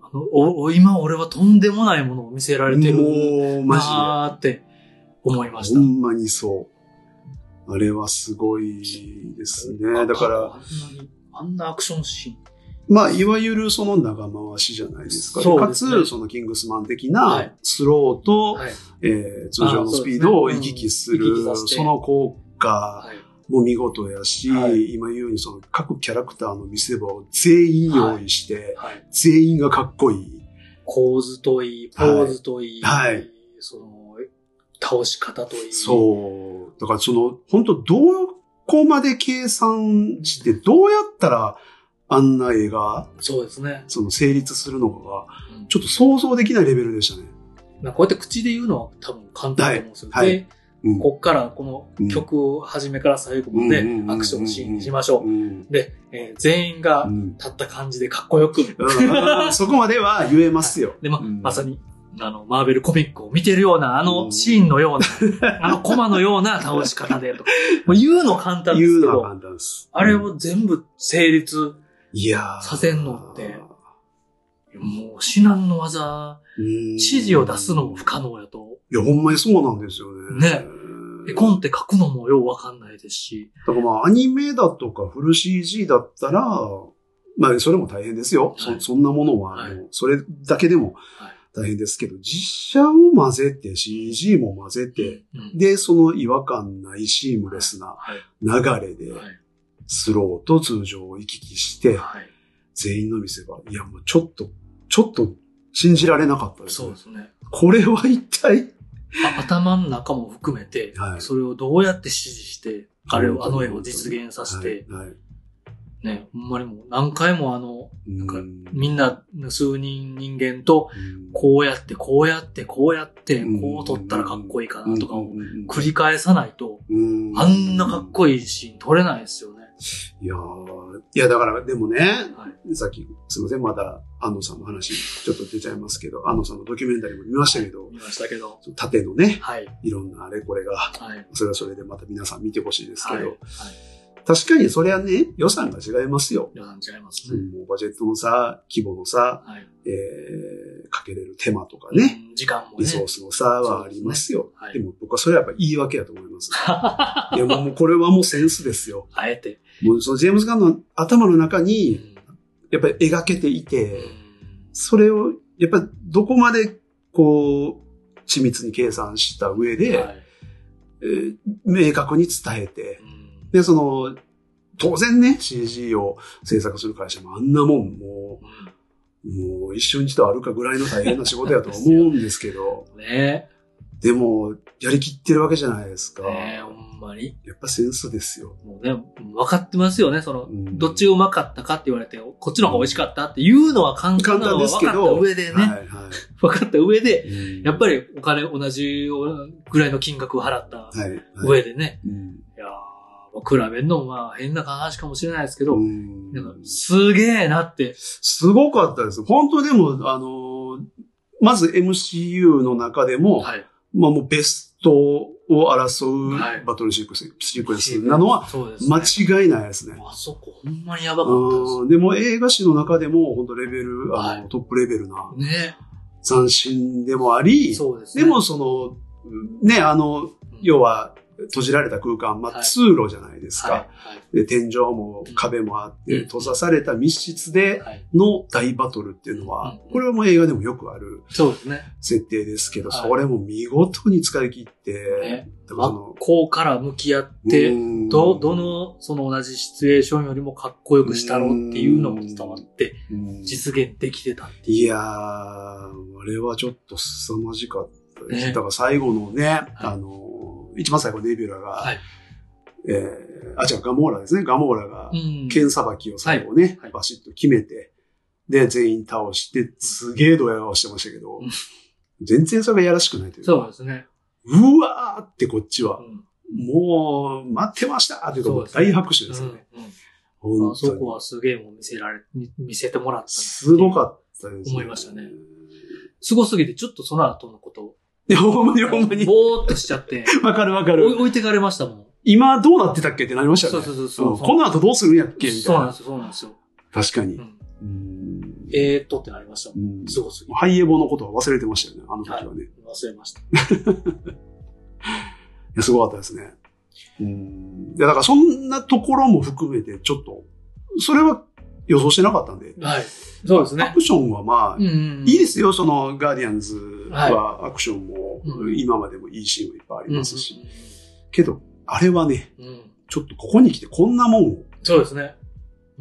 Speaker 1: あのおお今俺はとんでもないものを見せられてる
Speaker 2: もう、マジで。
Speaker 1: なーって思いました
Speaker 2: ほ。んまにそう。あれはすごいですね。だから、
Speaker 1: あんなに、あんなアクションシーン。
Speaker 2: まあ、いわゆるその長回しじゃないですか。
Speaker 1: そう
Speaker 2: か
Speaker 1: ですね
Speaker 2: つ、そのキングスマン的
Speaker 1: は
Speaker 2: ないスローと、
Speaker 1: はい。
Speaker 2: えー通常のスピードを行き来す
Speaker 1: あそうです
Speaker 2: る
Speaker 1: ねうん行き来、させて
Speaker 2: その効果
Speaker 1: はい
Speaker 2: も見事やし、
Speaker 1: はい
Speaker 2: 今言うようにその各キャラクターの見せ場を全員用意して、
Speaker 1: はい。
Speaker 2: 全員がかっこいい。
Speaker 1: 構図といい、ポーズといい、
Speaker 2: はいはい
Speaker 1: その、倒し方といい。
Speaker 2: そう。だからその、本当どこまで計算して、どうやったらあんな映画、
Speaker 1: そうですね。
Speaker 2: その成立するのかが、
Speaker 1: うん
Speaker 2: ちょっと想像できないレベルでしたね。
Speaker 1: まあこうやって口で言うのは多分簡単だと思うんですよ。
Speaker 2: はいはい
Speaker 1: で、
Speaker 2: うん
Speaker 1: こっからこの曲を始めから最後まで
Speaker 2: うんうんうんうんうん
Speaker 1: アクションシーンにしましょ
Speaker 2: うん
Speaker 1: う。で、えー全員が
Speaker 2: うん
Speaker 1: 立った感じでかっこよく。
Speaker 2: うんそこまでは言えますよ。
Speaker 1: で、ま、
Speaker 2: うん
Speaker 1: まさに、あの、マーベルコミックを見てるような、あのシーンのような、 [LAUGHS] あのコマのような倒し方でとか、
Speaker 2: [LAUGHS]
Speaker 1: もう [LAUGHS] 言うの簡単で
Speaker 2: 言
Speaker 1: す
Speaker 2: う
Speaker 1: け
Speaker 2: のは
Speaker 1: ど、
Speaker 2: 簡単です。
Speaker 1: あれを全部成立、
Speaker 2: いやー
Speaker 1: させんのってもう至難の技、
Speaker 2: うん
Speaker 1: 指示を出すのも不可能やと、
Speaker 2: いや、ほんまにそうなんですよね。
Speaker 1: ね絵コ
Speaker 2: 今
Speaker 1: ンテ書くのもようわかんないですし、
Speaker 2: だからまあ、アニメだとかフル CG だったら、まあ、それも大変ですよ。
Speaker 1: はい
Speaker 2: そそんなものは、
Speaker 1: はい
Speaker 2: もうそれだけでも
Speaker 1: はい
Speaker 2: 大変ですけど、実写を混ぜて、CG も混ぜて、
Speaker 1: うん
Speaker 2: で、その違和感ないシームレスな
Speaker 1: はい
Speaker 2: 流れで、
Speaker 1: はい
Speaker 2: スローと通常を行き来して、
Speaker 1: はい
Speaker 2: 全員の見せ場。いや、もうちょっと、ちょっと信じられなかったです、
Speaker 1: そう
Speaker 2: ね
Speaker 1: で。すね。
Speaker 2: これは一体
Speaker 1: あ頭の中も含めて、
Speaker 2: はい
Speaker 1: それをどうやって指示して、あれを、あの絵を実現させて、、
Speaker 2: はいはい
Speaker 1: ね、ほんまにもう何回もあの、
Speaker 2: うん
Speaker 1: かみんな、数人人間と、
Speaker 2: うん
Speaker 1: こうやって、こうやって、こうやって、
Speaker 2: うん
Speaker 1: こう撮ったらかっこいいかなとかを
Speaker 2: うんうんうん
Speaker 1: 繰り返さないと、
Speaker 2: うん
Speaker 1: あんなかっこいいシーン撮れないですよね。
Speaker 2: いやーいや、だから、でもね、
Speaker 1: はい。
Speaker 2: さっき、すいません、まだ、安野さんの話、ちょっと出ちゃいますけど、安野さんのドキュメンタリーも見ましたけど、
Speaker 1: 見ましたけど。
Speaker 2: 縦のね、
Speaker 1: はい。
Speaker 2: いろんなあれこれが、
Speaker 1: はい。はい。
Speaker 2: それはそれでまた皆さん見てほしいですけ
Speaker 1: はい
Speaker 2: ど、。確かにそれはね、予算が違いますよ。
Speaker 1: 皆さん違います
Speaker 2: う
Speaker 1: ね。
Speaker 2: ん、もうバジェットのさ、規模のさ、
Speaker 1: はい。
Speaker 2: えー、かけれる手間とかね、
Speaker 1: うん。時間もね。[LAUGHS]
Speaker 2: リソースの差はありますよ。
Speaker 1: そうですねはい
Speaker 2: でも僕はそれはやっぱ言い訳やと思います。いや、もうもうこれはもうセンスですよ。
Speaker 1: あえて。
Speaker 2: もうそのジェームズ・ガンの頭の中
Speaker 1: う
Speaker 2: に、
Speaker 1: ん
Speaker 2: やっぱり描けていうて、
Speaker 1: ん
Speaker 2: それを、やっぱりどこまで、こう、緻密に計算した上で、
Speaker 1: はい
Speaker 2: えー明確に伝えて
Speaker 1: う、ん
Speaker 2: で、その、当然ね、CG を制作する会社もあんなもん、も
Speaker 1: う
Speaker 2: う、もう一瞬一度あるかぐらいの大変な仕事やとは思うんですけ
Speaker 1: [LAUGHS]
Speaker 2: ど、
Speaker 1: んね
Speaker 2: でも、やりきってるわけじゃないです
Speaker 1: え。
Speaker 2: か。
Speaker 1: ねえ、ほんまに。
Speaker 2: やっぱセンスですよ。
Speaker 1: もうね、分かってますよね。その、
Speaker 2: うん
Speaker 1: どっちがうまかったかって言われて、こっちの方が美味しかったっていうのは簡単なのは分かった上で
Speaker 2: は
Speaker 1: ね。
Speaker 2: いは
Speaker 1: 分かった上で、
Speaker 2: い。
Speaker 1: やっぱりお金同じぐらいの金額を払った
Speaker 2: り、はい、はい。
Speaker 1: 上でね。
Speaker 2: うん
Speaker 1: いやー、まあ比べるのもまあ変な話かもしれないですけど、
Speaker 2: うん
Speaker 1: なんかすげえなって。
Speaker 2: すごかったです。本当でも、あのー、まず MCU の中でも、
Speaker 1: はい。
Speaker 2: まあもうベストを争
Speaker 1: はいう
Speaker 2: バトルシークエンス、シークエンスなのは
Speaker 1: そうですね、
Speaker 2: 間違いないですね。
Speaker 1: あそこほんまにやばかったです
Speaker 2: うんでも映画史の中でも、本当レベル、あ
Speaker 1: は
Speaker 2: の、トップレベルな、
Speaker 1: ね。
Speaker 2: 斬新でもあり、
Speaker 1: そうですね。
Speaker 2: でも、その、ね、あの、要
Speaker 1: は、
Speaker 2: は、閉じられた空間、ま
Speaker 1: は
Speaker 2: あ
Speaker 1: い
Speaker 2: 通路じゃないですか。
Speaker 1: はい。
Speaker 2: で天井も壁もあって、
Speaker 1: うん
Speaker 2: 閉ざされた密室で、
Speaker 1: はいはい。
Speaker 2: の大バトルっていうのは、
Speaker 1: うん
Speaker 2: これはもう映画でもよくある
Speaker 1: そうですね。
Speaker 2: 設定ですけど、
Speaker 1: はい
Speaker 2: それも見事に使い切って、
Speaker 1: ね
Speaker 2: だから
Speaker 1: 真
Speaker 2: そ
Speaker 1: っ
Speaker 2: の、
Speaker 1: 向から向き合って、
Speaker 2: うん
Speaker 1: ど、ど、の、その同じシチュエーションよりもかっこよくしたろうっていうのも伝わって、
Speaker 2: うん
Speaker 1: 実現できてたって
Speaker 2: い
Speaker 1: いう。
Speaker 2: やー、あれはちょっと凄まじかったです。
Speaker 1: ね
Speaker 2: だから最後のね、あの、一番最後ネビュラが、
Speaker 1: はい
Speaker 2: えーあ、違う、ガモーラですね。ガモーラが、
Speaker 1: うん。
Speaker 2: 剣さばきを最後ね、
Speaker 1: はいはい
Speaker 2: バシッと決めて、で、全員倒して、すげえドヤ顔してましたけど
Speaker 1: うん、
Speaker 2: 全然それがやらしくないというか。
Speaker 1: そうですね。
Speaker 2: うわーってこっちは、
Speaker 1: うん
Speaker 2: もう、待ってましたってと
Speaker 1: そ
Speaker 2: こ
Speaker 1: うですね
Speaker 2: 大拍手ですよね。
Speaker 1: うんうんあ
Speaker 2: 本
Speaker 1: そ
Speaker 2: 当
Speaker 1: こ
Speaker 2: に。
Speaker 1: はすげえもん見せられ、見見せてもらった。
Speaker 2: すごかったです
Speaker 1: 思いましたねすごすぎて、ちょっとその後のことを。
Speaker 2: いや、ほんまにほんまに。
Speaker 1: ぼーっとしちゃ
Speaker 2: [LAUGHS]
Speaker 1: って、
Speaker 2: わかるわか
Speaker 1: お
Speaker 2: る。
Speaker 1: 置いてかれましたもん。
Speaker 2: 今どうなってたっけってなりました
Speaker 1: そ
Speaker 2: よ
Speaker 1: う
Speaker 2: ね
Speaker 1: そ。うそうそうう。
Speaker 2: んこの後どうするんやっけみた
Speaker 1: そ
Speaker 2: い
Speaker 1: な
Speaker 2: う
Speaker 1: ん
Speaker 2: な
Speaker 1: で。すよ、そうなんですよ。
Speaker 2: 確かに
Speaker 1: う。ん
Speaker 2: うん
Speaker 1: えーっとってなりましたも
Speaker 2: うん
Speaker 1: ん。すごすぎて。
Speaker 2: ハイエボのことは忘れてましたよね、あの時はね。い、
Speaker 1: 忘れました。
Speaker 2: や、すごかったですね。うん。いや、だからそんなところも含めて、ちょっと、それは予想してなかったんで。
Speaker 1: はい。そうです
Speaker 2: ア
Speaker 1: ね。
Speaker 2: クションはまあ、
Speaker 1: うんうんうん。。
Speaker 2: いいですすよ、その、ガーディアンズはアクションも
Speaker 1: う、ん
Speaker 2: 今までもいいシーンはいっぱいありますし。
Speaker 1: う
Speaker 2: けど、あれはね、
Speaker 1: んうんうんうん。
Speaker 2: ちょっとここに来てこんなもんを
Speaker 1: そうですね。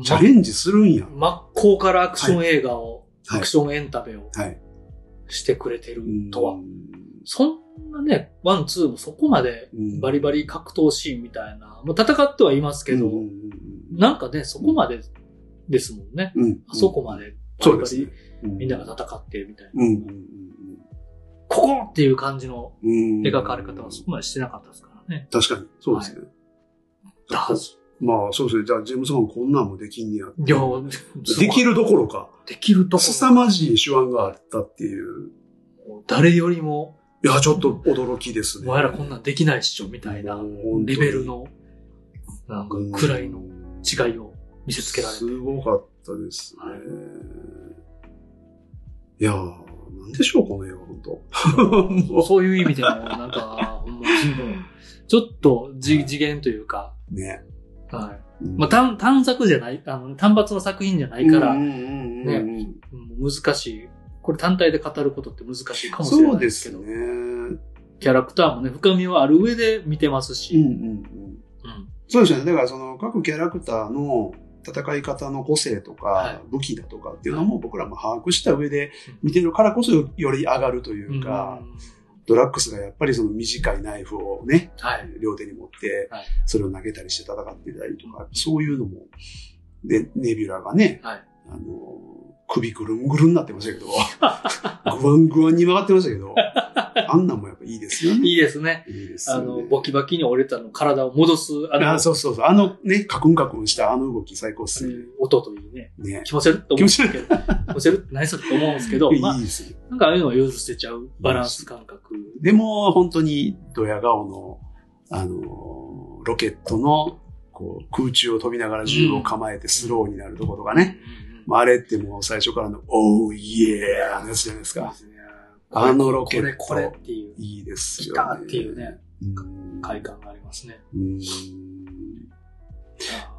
Speaker 2: チャレンジするんや。
Speaker 1: 真っ向からアクション映画を、
Speaker 2: はい
Speaker 1: アクションエンタメを
Speaker 2: はい。
Speaker 1: してくれてると
Speaker 2: う
Speaker 1: は。
Speaker 2: ん
Speaker 1: そんなね、ワン、ツーもそこまで
Speaker 2: うん
Speaker 1: バリバリ格闘シーンみたいな、もう戦ってはいますけど、
Speaker 2: うんうんうん
Speaker 1: なんかね、そこまでですもんね。
Speaker 2: うんうん
Speaker 1: あそこまでバリ
Speaker 2: そうで
Speaker 1: バ
Speaker 2: す
Speaker 1: リ
Speaker 2: ね。うん
Speaker 1: みんなが戦ってみたいな。
Speaker 2: うんうん
Speaker 1: ここっていう感じの
Speaker 2: うんうん。うん
Speaker 1: 描かれ方はそこまでしてなかったですからね。
Speaker 2: 確かに、そうですね。
Speaker 1: だはず。
Speaker 2: まあ、そうですね。じゃあ、ジェームズ・ガンこんなんもできんねや。
Speaker 1: いや、
Speaker 2: でき
Speaker 1: る。
Speaker 2: るどころか、
Speaker 1: できるとこ
Speaker 2: 凄まじい手腕があったっていう。
Speaker 1: 誰よりも、
Speaker 2: いや、ちょっと驚きで
Speaker 1: お
Speaker 2: すね。
Speaker 1: 前らこんなんできないっしょ、みたいな、レベルの、なんか、くらいの違いを見せつけられて。
Speaker 2: すごかったですね。
Speaker 1: はい
Speaker 2: い、やー、なんでしょう、この映画、本
Speaker 1: [LAUGHS]
Speaker 2: 当
Speaker 1: そういう意味でも、なんか、ほんまちょっとじ次元というか、
Speaker 2: ね。
Speaker 1: はい。まあ、単、単作じゃない、あの、単発の作品じゃな
Speaker 2: あ
Speaker 1: いから、
Speaker 2: ね、
Speaker 1: うん難しい。これ単体で語ることって難しいかもしれな
Speaker 2: そ
Speaker 1: いう
Speaker 2: で
Speaker 1: ですけ
Speaker 2: す
Speaker 1: ど、
Speaker 2: ね。うん
Speaker 1: キャラクターもね、深みはある上で見てます
Speaker 2: う
Speaker 1: し、
Speaker 2: んうん
Speaker 1: うん
Speaker 2: そうですよね。だから、その、各キャラクターの戦い方の個性と
Speaker 1: はい
Speaker 2: か、武器だとかっていうのも僕らも把握した上で
Speaker 1: うん
Speaker 2: 見てるからこそより上がるというか、
Speaker 1: うん
Speaker 2: ドラッグスがやっぱりその短いナイフをね、
Speaker 1: はい。
Speaker 2: 両手に持って
Speaker 1: はい、
Speaker 2: それを投げたりして戦ってたりとか、そういうのも、で、ネビュラがね、
Speaker 1: はい
Speaker 2: あの、首ぐるんぐるんになってましたけど、
Speaker 1: [LAUGHS]
Speaker 2: ぐわんぐわんに曲がってましたけど、あんなんもやっぱいいですよね。
Speaker 1: いいですね。
Speaker 2: いいです
Speaker 1: あ
Speaker 2: よね。
Speaker 1: の、ボキバキに折れたの体を戻す、あの、
Speaker 2: あそうそうそう。あのね、カクンカクンしたあの動き最高っす
Speaker 1: う
Speaker 2: ね。
Speaker 1: ん音といいね。
Speaker 2: ね。
Speaker 1: 気持ち悪いと思うんですけど、気持ち悪いって何それと思うんですけど、まあ
Speaker 2: いい、ですよ。
Speaker 1: なんかああいうのは許せちゃうバランス感覚。
Speaker 2: でも、本当に、ドヤ顔の、あの、ロケットの、こう、空中を飛びながら銃を構えてスローになるところとかね。
Speaker 1: うん
Speaker 2: まあ、あれってもう最初からの、おーイエーのやつじゃないですか。
Speaker 1: そうですね
Speaker 2: あのロケット
Speaker 1: これ、これっていう、
Speaker 2: いいです
Speaker 1: 来
Speaker 2: よ、
Speaker 1: た
Speaker 2: ね。
Speaker 1: っていうね、
Speaker 2: うん。
Speaker 1: 快感がありますね。
Speaker 2: うん。い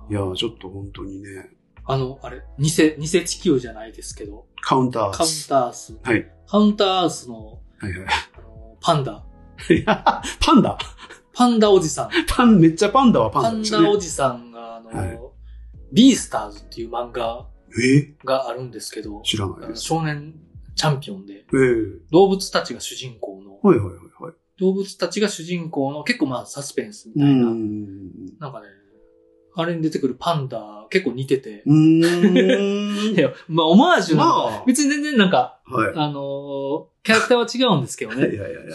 Speaker 2: や、ちょっ
Speaker 1: と。
Speaker 2: と本当にね、
Speaker 1: あの、あれ、偽、偽地球じゃないですけど、
Speaker 2: カウンター
Speaker 1: カウンターアース。
Speaker 2: はい。
Speaker 1: カウンターアースの、
Speaker 2: はいはい
Speaker 1: あの、パンダ。
Speaker 2: い [LAUGHS] や。パンダ
Speaker 1: パンダおじさん。
Speaker 2: パン、めっちゃパンダはパン
Speaker 1: パ
Speaker 2: ダ
Speaker 1: ン
Speaker 2: です
Speaker 1: ダ
Speaker 2: よ
Speaker 1: お
Speaker 2: ね。
Speaker 1: じさんが、あの、
Speaker 2: はい
Speaker 1: ビースターズっていう漫画
Speaker 2: え
Speaker 1: があるんですけど、
Speaker 2: 知らない
Speaker 1: あ
Speaker 2: で
Speaker 1: の
Speaker 2: す。
Speaker 1: 少年チャンピオンで、
Speaker 2: ええ
Speaker 1: 動物たちが主人公の、
Speaker 2: はいはいはいはい。
Speaker 1: 動物たちが主人公の結構まあサスペンスみ
Speaker 2: う
Speaker 1: たいな、
Speaker 2: ん。
Speaker 1: なんかね、あれに出てくるパンダ結構似てて、
Speaker 2: うー
Speaker 1: [LAUGHS] い
Speaker 2: ん。
Speaker 1: やまあオマージュ
Speaker 2: ま
Speaker 1: な、
Speaker 2: あ、
Speaker 1: 別に全然なんか、
Speaker 2: はい。
Speaker 1: あのーキャラクターは違うんですけど
Speaker 2: はい
Speaker 1: ね、
Speaker 2: はいはいは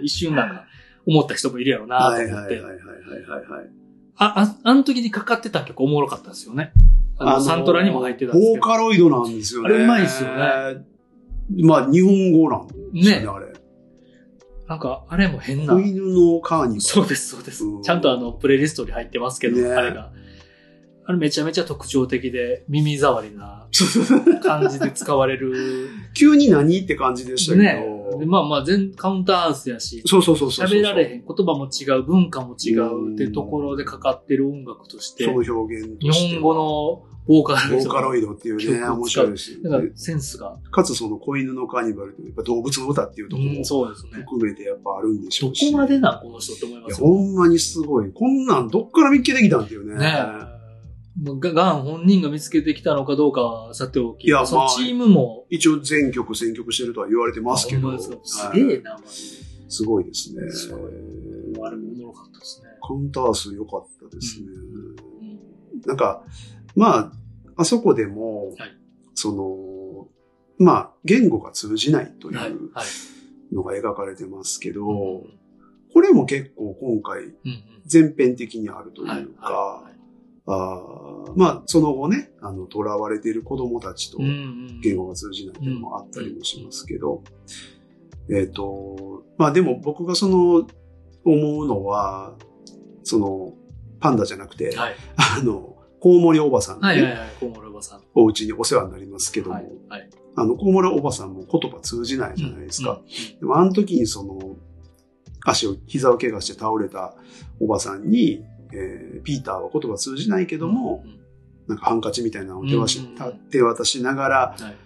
Speaker 2: い。
Speaker 1: 一瞬なんか思った人もいるやろうなと
Speaker 2: は
Speaker 1: 思
Speaker 2: い
Speaker 1: って、
Speaker 2: はいはいはいはいはい。
Speaker 1: あ、あ、あの時にかかってた曲おもろかったですよね。あの、
Speaker 2: あのー
Speaker 1: サントラにも入ってたんです
Speaker 2: ボ
Speaker 1: けど。
Speaker 2: ーカロイドなんですよね。
Speaker 1: あれうまいですよね。
Speaker 2: まあ、日本語なんですよね、
Speaker 1: ね。
Speaker 2: あれ。
Speaker 1: なんか、あれも変な
Speaker 2: 子。犬のカーニバル。
Speaker 1: そうです、そうです
Speaker 2: う。ん
Speaker 1: ちゃんとあの、プレイリストに入ってますけど、
Speaker 2: ね
Speaker 1: あれが。あれめちゃめちゃ特徴的で、耳障りな感じで使われる。
Speaker 2: 急に何って感じでしたけど。
Speaker 1: ね。でまあまあ、全、カウンターアースやし、
Speaker 2: そうそうそうそうそう。
Speaker 1: 喋られへん、言葉も違う、文化も違
Speaker 2: う
Speaker 1: うんってところでかかってる音楽として、
Speaker 2: そう表現
Speaker 1: 日
Speaker 2: として。
Speaker 1: 本語。のボーカル
Speaker 2: ボーカロイ
Speaker 1: ド。
Speaker 2: ドっていう
Speaker 1: 曲を
Speaker 2: ね、
Speaker 1: 使う
Speaker 2: 面白いですよ
Speaker 1: だか
Speaker 2: ね
Speaker 1: ら、センスが。
Speaker 2: かつその子犬のカーニバルっていうやっぱ動物の歌っていうところ
Speaker 1: う
Speaker 2: も
Speaker 1: んそうですね。
Speaker 2: 含めてやっぱあるんでしょ
Speaker 1: どこ
Speaker 2: うし。
Speaker 1: までなん、この人って思いま
Speaker 2: いや、
Speaker 1: すよ
Speaker 2: ほんまにすごい。こんなんどっから見っけてきたんっていうね。
Speaker 1: ね。もうがガン本人が見つけてきたのかどうかはさておき、
Speaker 2: いや
Speaker 1: その
Speaker 2: まあ
Speaker 1: チームも、
Speaker 2: 一応全曲選曲してるとは言われてますけ
Speaker 1: ほん
Speaker 2: ど。
Speaker 1: まですかす
Speaker 2: はい
Speaker 1: げえな、マジです
Speaker 2: ごいですね。
Speaker 1: すごいあれもおもろかったですね。
Speaker 2: カウンター数良かったですね。
Speaker 1: うん
Speaker 2: なんか、まあ、あそこでも、
Speaker 1: はい
Speaker 2: その、まあ、言語が通じないとい
Speaker 1: はい、
Speaker 2: う
Speaker 1: はい。
Speaker 2: のが描かれてますけど、
Speaker 1: うん
Speaker 2: れも結構今回
Speaker 1: うんうん
Speaker 2: 全編的にあると
Speaker 1: はいいう
Speaker 2: か、
Speaker 1: はい
Speaker 2: あーまあ、その後ね、あの、囚われている子供たちと
Speaker 1: うんうん
Speaker 2: 言語が通じないっていうのもあったりもしますけど、えっ、と、まあでも僕がその、思うのは、その、パンダじゃなくて、
Speaker 1: はい
Speaker 2: あの、コウモリおばさんの
Speaker 1: は
Speaker 2: ね、
Speaker 1: いはいはい、小室おばさん。
Speaker 2: お家にお世話になりますけども、
Speaker 1: はいはい。
Speaker 2: あの、コウモリおばさんも言葉通じないじゃないですか。
Speaker 1: うん。
Speaker 2: でもあの時にその、足を、膝を怪我して倒れたおばさんに、えーピーターは言葉通じないけども、
Speaker 1: うんうん
Speaker 2: なんかハンカチみたいなのを手渡し,、
Speaker 1: うん
Speaker 2: 手渡しながら、
Speaker 1: はい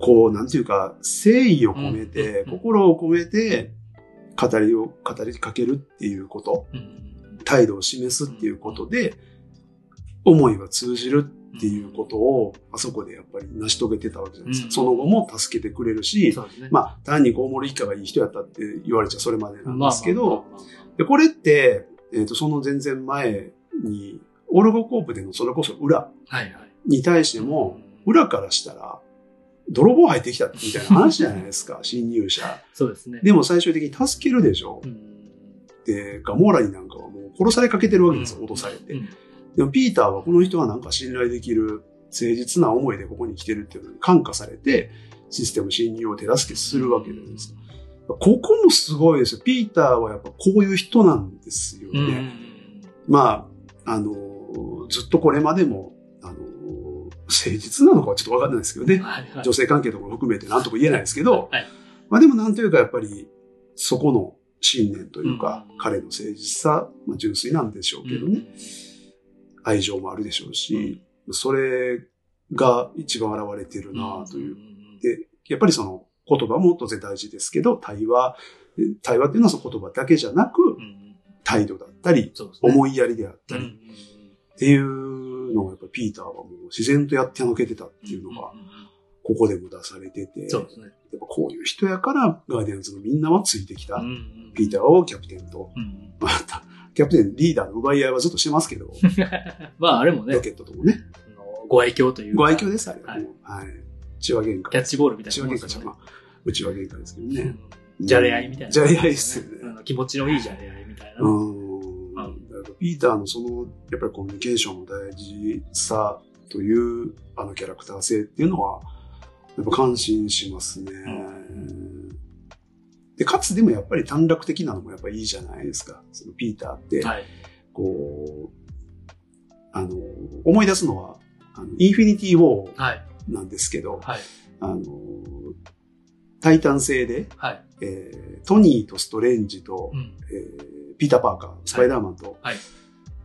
Speaker 2: こう、なんていうか、誠意を込めて、
Speaker 1: うん
Speaker 2: 心を込めて、語りを、語りかけるっていうこと、
Speaker 1: うんうん
Speaker 2: 態度を示すっていうことで、思いは通じる
Speaker 1: うん
Speaker 2: っていうことを、あそこでやっぱり成し遂げてたわけじゃないですか。
Speaker 1: うん
Speaker 2: その後も助けてくれるし、
Speaker 1: そうですね。あ、
Speaker 2: まあ、単にコウモリ一家がいい人やったって言われちゃそれまでなんですけど、
Speaker 1: まあまあまあまあ
Speaker 2: でこれって、えっ、と、その全然前に、オルゴコープでのそれこそ裏
Speaker 1: はいはい。
Speaker 2: に対しても、裏からしたら、泥棒入ってきたみたいな話じゃないです
Speaker 1: [LAUGHS]
Speaker 2: か、侵入者。
Speaker 1: そうですね。
Speaker 2: でも最終的に助けるでしょ
Speaker 1: う。ん、
Speaker 2: で、ガモーラになんかはもう殺されかけてるわけですよ、脅され
Speaker 1: う
Speaker 2: て。
Speaker 1: ん
Speaker 2: でもピーターはこの人はなんか信頼できる、誠実な思いでここに来てるっていうのに感化されて、システム侵入を手助けするわけじゃないですか。ここもすごいですよ。ピーターはやっぱこういう人なんですよね。
Speaker 1: うんうん
Speaker 2: まあ、あのずっとこれまでも、あの誠実なのかはちょっとわかんないですけど
Speaker 1: うん
Speaker 2: ね。
Speaker 1: はいはい
Speaker 2: 女性関係とかも含めて何とも言えないですけど、
Speaker 1: はい
Speaker 2: まあでもなんというかやっぱり、そこの信念というか、
Speaker 1: うん
Speaker 2: 彼の誠実さ、まあ、純粋なんでしょうけどね、愛情もあるでしょうし、それが一番現れてる
Speaker 1: うん
Speaker 2: なという。
Speaker 1: ん
Speaker 2: でやっぱりその言葉も当然大事ですけど、対話、対話っていうのはその言葉だけじゃなく
Speaker 1: う、んうん
Speaker 2: 態度だったり、
Speaker 1: そうですね。
Speaker 2: 思いやりであった
Speaker 1: うんう
Speaker 2: り、
Speaker 1: ん
Speaker 2: っていうのがやっぱピーターはもう自然とやってのけてたっていうのが、
Speaker 1: んんん
Speaker 2: ここでも出されてて、
Speaker 1: そうですね。
Speaker 2: やっぱこういう人やから、ガーディアンズのみんなはついてきた。ピータ
Speaker 1: ー。
Speaker 2: ーをキャプテンと、
Speaker 1: うんうん
Speaker 2: また、キャプテンリーダーの奪い合いはずっとしてます
Speaker 1: [LAUGHS]
Speaker 2: けど、
Speaker 1: まあ、あれもね
Speaker 2: ロ、ケットともね、
Speaker 1: あのご愛嬌というか
Speaker 2: ご愛嬌です、あれは
Speaker 1: はい
Speaker 2: もう。はい。血は喧嘩。
Speaker 1: キャッチボールみたい
Speaker 2: 血
Speaker 1: な
Speaker 2: は
Speaker 1: もん
Speaker 2: 喧
Speaker 1: で
Speaker 2: 嘩
Speaker 1: す
Speaker 2: ちゃ
Speaker 1: よ
Speaker 2: う
Speaker 1: ね
Speaker 2: か。うちは喧嘩ですけどね。
Speaker 1: うんじゃれ合いみたいな。
Speaker 2: じゃれ合いですよね
Speaker 1: あの気持ちのいいじゃれ合いみたいな。
Speaker 2: う
Speaker 1: うん
Speaker 2: ん。だからピーターのその、やっぱりコミュニケーションの大事さという、あのキャラクター性っていうのは、やっぱ感心しますね。で、かつでもやっぱり短絡的なのもやっぱいいじゃないですか。そのピーターって、
Speaker 1: はい。
Speaker 2: こう、あの、思い出すのは、あのインフィニティ・ウォー
Speaker 1: はい。
Speaker 2: なんですけど、
Speaker 1: はい。
Speaker 2: あの、タイタン製で、
Speaker 1: はい。
Speaker 2: えートニーとストレンジと、
Speaker 1: うん。
Speaker 2: えーピーター・パーカー、スパイダーマンと
Speaker 1: はい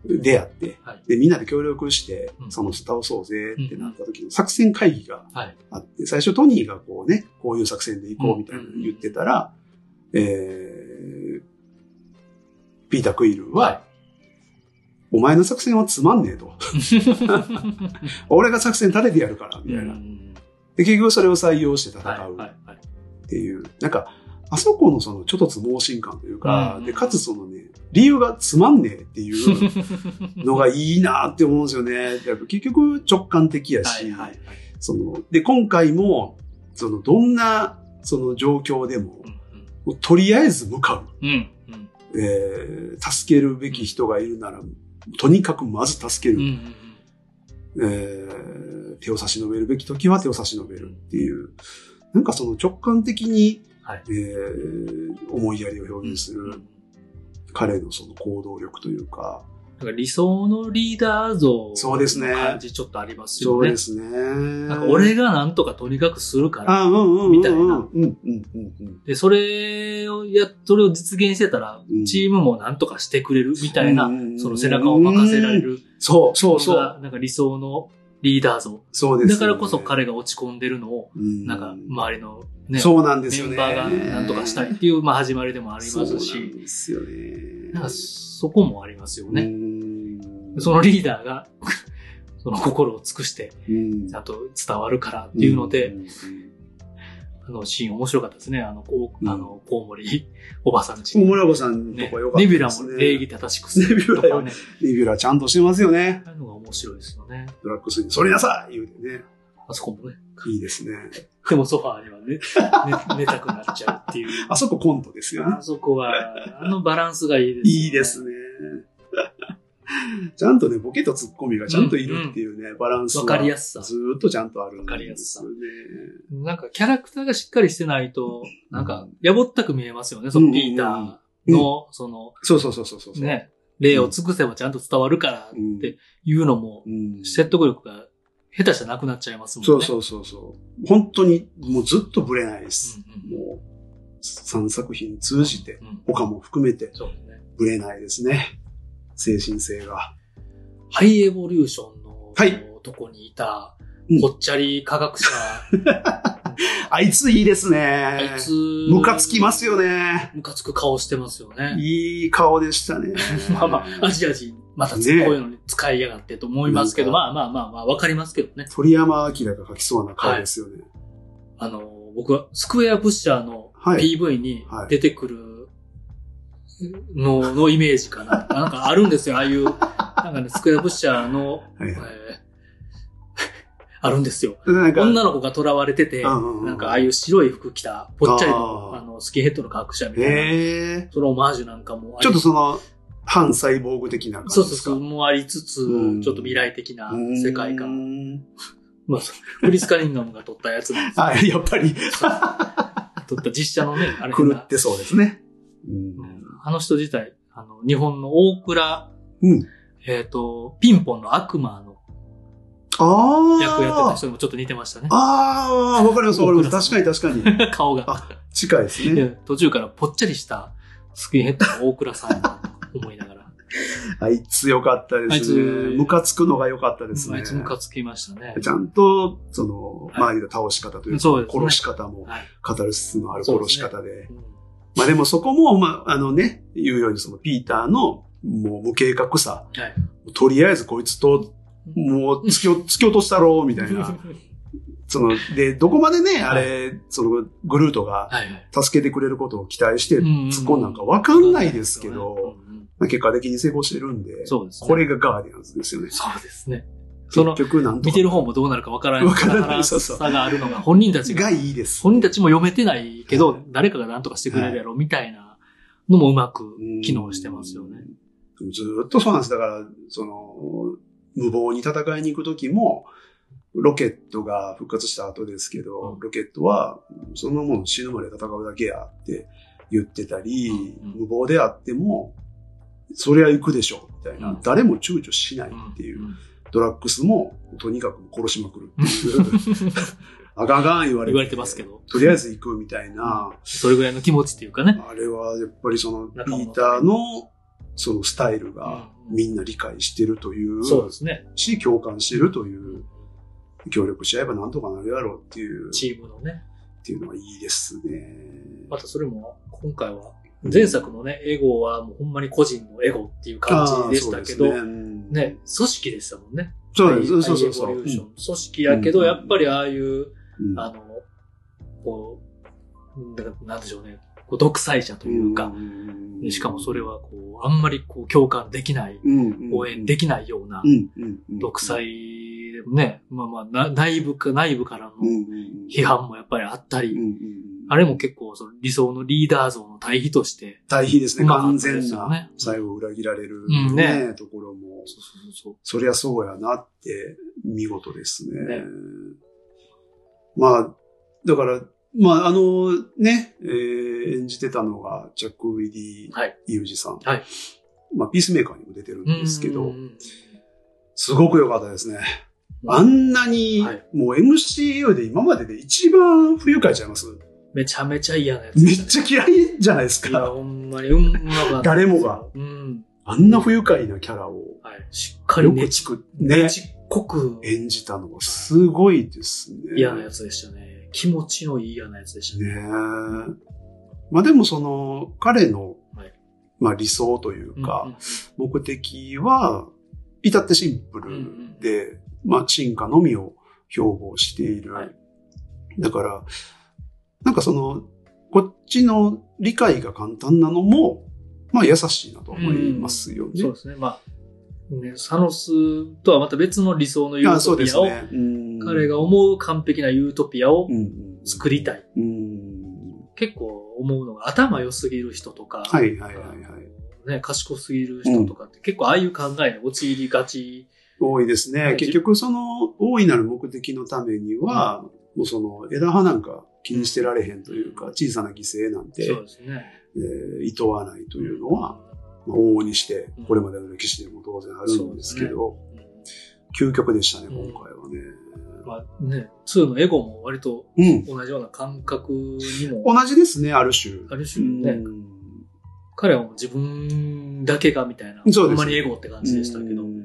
Speaker 2: 出会って、
Speaker 1: はい
Speaker 2: で、みんなで協力して
Speaker 1: う、ん
Speaker 2: その倒そうぜってなった時の作戦会議が
Speaker 1: はい。
Speaker 2: あって、最初トニーがこうね、こういう作戦で行こうみたいなの言ってたら、えーピーター・クイルは、
Speaker 1: は
Speaker 2: お前の作戦はつまんねえと。俺が作戦立ててやるから、
Speaker 1: い。
Speaker 2: みたいな。
Speaker 1: うん
Speaker 2: で、結局それを採用して
Speaker 1: はい。
Speaker 2: 戦う
Speaker 1: はい。はい。
Speaker 2: っていう、なんか、あそこのその、ちょっとつ盲信感というか、
Speaker 1: うん
Speaker 2: で、かつそのね、理由がつまんねえっ
Speaker 1: [LAUGHS]
Speaker 2: ていうのがいいなって思うんですよね。やっぱ結局直感的や
Speaker 1: はい。
Speaker 2: し、
Speaker 1: はい。
Speaker 2: その、で、今回も、その、どんな、その状況でも
Speaker 1: う、ん
Speaker 2: もうとりあえず向か
Speaker 1: うん。うん。うん
Speaker 2: う。えー、助けるべき人がいるなら、とにかくまず助け
Speaker 1: うんう
Speaker 2: る。
Speaker 1: ん
Speaker 2: えー、手を差し伸べるべき時は手を差し伸べるっていう、なんかその直感的に、
Speaker 1: はい
Speaker 2: えー、思いやりを
Speaker 1: う
Speaker 2: 表
Speaker 1: ん。
Speaker 2: 現す
Speaker 1: うん
Speaker 2: る彼のその行動力というか、
Speaker 1: なんか理想のリーダー像
Speaker 2: そうですね
Speaker 1: の感じちょっとあります
Speaker 2: そ
Speaker 1: よ
Speaker 2: うで
Speaker 1: ね。
Speaker 2: すね。
Speaker 1: なんか俺がなんとかとにかくするから。
Speaker 2: あ、うんうんうんうん、
Speaker 1: みたいな
Speaker 2: うんうんうんうん。
Speaker 1: で、それをや、それを実現してたら
Speaker 2: うん、
Speaker 1: チームもなんとかしてくれるみたいな、
Speaker 2: うん
Speaker 1: その背中を任せられ。る。
Speaker 2: そうそうそ
Speaker 1: のが
Speaker 2: う。
Speaker 1: なんか理想のリーダー像。
Speaker 2: そうです、
Speaker 1: だからこそ、彼が落ち込んでるのを、
Speaker 2: うん
Speaker 1: なんか周りのね、
Speaker 2: そうなんですよ
Speaker 1: メン
Speaker 2: ね。
Speaker 1: バーがなんとかしたいっていう、まあ始まりでもあります
Speaker 2: そうな
Speaker 1: し、
Speaker 2: んですよね。
Speaker 1: なんかそこもありますよ
Speaker 2: う
Speaker 1: ね。
Speaker 2: ん
Speaker 1: そのリーダーが、 [LAUGHS] その心を尽くして、
Speaker 2: うん
Speaker 1: ちゃんと伝わるからっていうので、
Speaker 2: んん
Speaker 1: あのシーン面白かったですね。あの、こう、
Speaker 2: うん
Speaker 1: あの、コウモリ、 [LAUGHS] おばさんち。
Speaker 2: 小村子さんと
Speaker 1: ね
Speaker 2: か良、かった
Speaker 1: ネ
Speaker 2: で
Speaker 1: ビュラ
Speaker 2: す
Speaker 1: も
Speaker 2: ね。
Speaker 1: 礼儀正しくする
Speaker 2: ネビュ
Speaker 1: と
Speaker 2: ラよ
Speaker 1: かね。
Speaker 2: ネビュラちゃんとしてますよね。
Speaker 1: ああいうのが面白いですよね。
Speaker 2: ドラッグスに、それなさい言うてね。
Speaker 1: あそこもね。
Speaker 2: いいですね。
Speaker 1: でもソファーにはね、 [LAUGHS] ね寝たくなっちゃうっていう。
Speaker 2: あそこコントですよね
Speaker 1: あ。そこは、あのバランスがいいです、
Speaker 2: いいで。すね。 [LAUGHS] ちゃんとね、ボケとツッコミがちゃんといるっていうね、バランス
Speaker 1: わ
Speaker 2: が
Speaker 1: かりやすさ。
Speaker 2: ずーっとちゃんとあるん
Speaker 1: わかりやすさ
Speaker 2: ですね。
Speaker 1: なんかキャラクターがしっかりしてないと、なんか、やぼったく見えますよね、そのピーターの、その、
Speaker 2: そうそうそうそうそう。
Speaker 1: ね、例を尽くせばちゃんと伝わるからっ
Speaker 2: うん
Speaker 1: ていうのも、
Speaker 2: うん
Speaker 1: 説得力が下手じゃなくなっちゃいますもんね。
Speaker 2: そうそうそうそう。本当にもうずっとぶれないです。
Speaker 1: うんうん。
Speaker 2: もう3作品通じて、
Speaker 1: うん
Speaker 2: 他も含めて
Speaker 1: そうね。
Speaker 2: ぶれないですね。精神性が。
Speaker 1: ハイエボリューションの、
Speaker 2: はい
Speaker 1: とこにいた
Speaker 2: うん、
Speaker 1: ぽっちゃり科
Speaker 2: [LAUGHS]
Speaker 1: 学者、
Speaker 2: あいついいですね。
Speaker 1: あいつ、
Speaker 2: ムカつきますよ。ね。
Speaker 1: ムカつく顔してますよね。。
Speaker 2: いい顔でしたね
Speaker 1: [LAUGHS] まあまあ、アジア人、またこういうのに使いやがってと思いますけど、
Speaker 2: ね
Speaker 1: まあまあまあまあ、わかりますけどね。
Speaker 2: 鳥山明が描きそうな顔ですよね。
Speaker 1: あの、僕はスクエアブッシャーの
Speaker 2: はい
Speaker 1: PV に出てくるの、のイメージか
Speaker 2: [LAUGHS]
Speaker 1: な。なんかあるんですよ、ああいう。なんかね、スクエアブッシャーの、
Speaker 2: はい
Speaker 1: え
Speaker 2: は
Speaker 1: ーあるんですよ。
Speaker 2: なんか、
Speaker 1: 女の子が囚われてて、
Speaker 2: うんうんうん
Speaker 1: なんかああいう白い服着た、ぽっちゃりの
Speaker 2: あ
Speaker 1: あ
Speaker 2: ー
Speaker 1: のスキンヘッドの科学者みたいな、
Speaker 2: へえ。
Speaker 1: そのオマージュなんかもあり
Speaker 2: ちょっとその、反サイボーグ的な感じ
Speaker 1: そう
Speaker 2: です
Speaker 1: そ
Speaker 2: か
Speaker 1: うそう、もありつつ、
Speaker 2: うん
Speaker 1: ちょっと未来的な世界
Speaker 2: うー
Speaker 1: 観。
Speaker 2: ん
Speaker 1: まあ、そうクリス・カリンガムが撮ったやつなんです
Speaker 2: はい、やっぱり、
Speaker 1: 撮った実写のね、あれ
Speaker 2: 狂
Speaker 1: が
Speaker 2: っ。てそうですね。
Speaker 1: うんあの人自体、あの、日本の大倉、
Speaker 2: うん。
Speaker 1: えっ、と、ピンポンの悪魔の
Speaker 2: ああ。
Speaker 1: 役やってた人にもちょっと似てましたね。
Speaker 2: ああ、わかります、わかります。確かに確かに。
Speaker 1: 顔が。
Speaker 2: 近いですね。
Speaker 1: で途中からぽっちゃりしたスキンヘッドの大倉さんだと思いながら。
Speaker 2: あいつ良かったで
Speaker 1: あい
Speaker 2: す
Speaker 1: つ
Speaker 2: ね。ムカつくのが良かったです
Speaker 1: あ
Speaker 2: ね。
Speaker 1: いつムカつきましたね。
Speaker 2: ちゃんと、その、
Speaker 1: はい
Speaker 2: 周りの倒し方というか、
Speaker 1: そうですね
Speaker 2: 殺し方も、
Speaker 1: はい。
Speaker 2: カタルシスのある殺し方で。
Speaker 1: うん
Speaker 2: まあでもそこも、まあ、あのね、言うようにそのピーターの、もう無計画さ。
Speaker 1: はい
Speaker 2: とりあえずこいつと、もう突きお、突き落としたろう、みた
Speaker 1: [LAUGHS]
Speaker 2: いな。その、で、どこまでね、あれ、その、グルートが
Speaker 1: はいはい。
Speaker 2: 助けてくれることを期待して、
Speaker 1: うんうんうん
Speaker 2: 突っ込んだんかわかんないですけど、
Speaker 1: うんうん
Speaker 2: まあ結果的に成功してるんで、
Speaker 1: そうですね。
Speaker 2: これがガーディアンズですよね。
Speaker 1: そうですね。その
Speaker 2: 結、局、なんと
Speaker 1: 見
Speaker 2: か
Speaker 1: て。る方もどうなるかわからない。
Speaker 2: わからない
Speaker 1: だら
Speaker 2: そうそう
Speaker 1: 差があるのが、本人たちが
Speaker 2: が、いいです。
Speaker 1: 本人たちも読めてないけ
Speaker 2: は
Speaker 1: ど
Speaker 2: い、
Speaker 1: 誰かが何とかしてくれるやろ、みたいなのもうまく
Speaker 2: うん
Speaker 1: 機能してますよね。。
Speaker 2: ずーっとそうなんです。だから、その、無謀に戦いに行く時も、ロケットが復活した後ですけど、
Speaker 1: うん
Speaker 2: ロケットは、そんなもん死ぬまで戦うだけやって言ってたり、
Speaker 1: うんうん
Speaker 2: 無謀であっても、そりゃ行くでしょ、みたいな、
Speaker 1: うん
Speaker 2: 誰も躊躇しないっていう。
Speaker 1: うん
Speaker 2: ドラッグスも、とにかく殺しまくるって
Speaker 1: [LAUGHS]
Speaker 2: いう。あかんあかん言われ
Speaker 1: 言われてますけど、
Speaker 2: とりあえず行くみたいな、
Speaker 1: [LAUGHS] それぐらいの気持ちっていうかね。
Speaker 2: あれはやっぱりそのピ
Speaker 1: 仲間の
Speaker 2: ーターのそのスタイルが
Speaker 1: うん
Speaker 2: みんな理解してるという
Speaker 1: そうですね。
Speaker 2: し、共感してるという、協力し合えばなんとかなるやろうっていう、っ
Speaker 1: チームのね。
Speaker 2: ていうのはいいですね。
Speaker 1: またそれも、今回は、前作のね、エゴはもうほんまに個人のエゴっていう感じでしたけ
Speaker 2: あ
Speaker 1: ど、
Speaker 2: ーそうですね。
Speaker 1: ね、組織でしたもんね。
Speaker 2: そうです。そう
Speaker 1: ハ
Speaker 2: そ
Speaker 1: イエ
Speaker 2: うそう。
Speaker 1: ボリューショ
Speaker 2: う
Speaker 1: ン組織やけど、
Speaker 2: うん
Speaker 1: やっぱりああいう、
Speaker 2: ん
Speaker 1: あの、こう、うんだからなんでしょうね、こう独裁者というか、、
Speaker 2: うん
Speaker 1: しかもそれ、はこう、あんまりこう共感できない、応援で
Speaker 2: き
Speaker 1: きないような独裁、ね、まあまあな、内部か、内部からの批
Speaker 2: 批。
Speaker 1: 判もやっぱりあった
Speaker 2: うん
Speaker 1: り、
Speaker 2: うんうん
Speaker 1: あれも結構その理想のリーダー像の対比として、
Speaker 2: 対比ですね。
Speaker 1: うまか
Speaker 2: 完
Speaker 1: ったで
Speaker 2: 全
Speaker 1: すよね
Speaker 2: な、最後裏切られる
Speaker 1: うんね
Speaker 2: ねところも。
Speaker 1: そうそうそう
Speaker 2: そりゃそうやなって、見事ですね。
Speaker 1: ね
Speaker 2: まあ、だから、まあ、あの、ね、えー演じてたのが、ジャック・ウィリ
Speaker 1: そう。はい。
Speaker 2: ー・ユージさん。
Speaker 1: はい
Speaker 2: まあ、ピースメーカーにも出てるんですけ
Speaker 1: う
Speaker 2: ど、
Speaker 1: ん
Speaker 2: すごく良かったですね。あんなに、
Speaker 1: はい
Speaker 2: もう MCU で今までで一番不愉快ちゃいます
Speaker 1: めちゃめちゃ嫌なやつで
Speaker 2: め
Speaker 1: し
Speaker 2: った
Speaker 1: ね。
Speaker 2: ちゃ嫌いじゃないです
Speaker 1: いや、
Speaker 2: か。
Speaker 1: ほんまに、うん、うまかった。
Speaker 2: 誰もが。
Speaker 1: うん。
Speaker 2: あんな不愉快なキャラを、
Speaker 1: はい。しっかり
Speaker 2: よ
Speaker 1: ね
Speaker 2: く作って、ね、
Speaker 1: ちっこく
Speaker 2: 演じたのがすごいですね。
Speaker 1: 嫌なやつでしたね。気持ちのいい嫌なやつでした
Speaker 2: ね
Speaker 1: ね。
Speaker 2: え。まあでもその、彼の、
Speaker 1: はい
Speaker 2: まあ理想という
Speaker 1: うん
Speaker 2: か、
Speaker 1: うん
Speaker 2: 目的は、至ってシンプルで、まあ進化のみを標榜している。
Speaker 1: はい
Speaker 2: だから、なんかその、こっちの理解が簡単なのも、まあ優しいなと思いますよね。
Speaker 1: そうですね。まあ、ね、サノスとはまた別の理想のユ
Speaker 2: あ
Speaker 1: ー
Speaker 2: そ
Speaker 1: ト
Speaker 2: うで
Speaker 1: ピ
Speaker 2: す
Speaker 1: アを、
Speaker 2: ね。うん
Speaker 1: 彼が思う完璧なユートピアを
Speaker 2: うんうん
Speaker 1: 作りたい。
Speaker 2: うん
Speaker 1: 結構思うのが頭良すぎる人とか、
Speaker 2: はいはいはいはい。
Speaker 1: ね、賢すぎる人とかって結構ああいう考えに陥りがち。
Speaker 2: 多いです
Speaker 1: は
Speaker 2: ね。
Speaker 1: い
Speaker 2: 結局その大いなる目的のためには、もうその枝葉なんか気にしてられへんというか、小さな犠牲なんて、
Speaker 1: そうですね。
Speaker 2: えー、厭わないというのは、まあ、往々にして、これまでの歴史でも当然あるんですけど、究極でしたね、
Speaker 1: うん
Speaker 2: 今回はね。
Speaker 1: まあね、2のエゴも割と
Speaker 2: うん。
Speaker 1: 同じような感覚にも、
Speaker 2: 同じですね、ある種。
Speaker 1: ある種ね、
Speaker 2: うん
Speaker 1: 彼はもう自分だけがみたいな、
Speaker 2: そうです
Speaker 1: ほんまにエゴって感じでしたけど、
Speaker 2: うん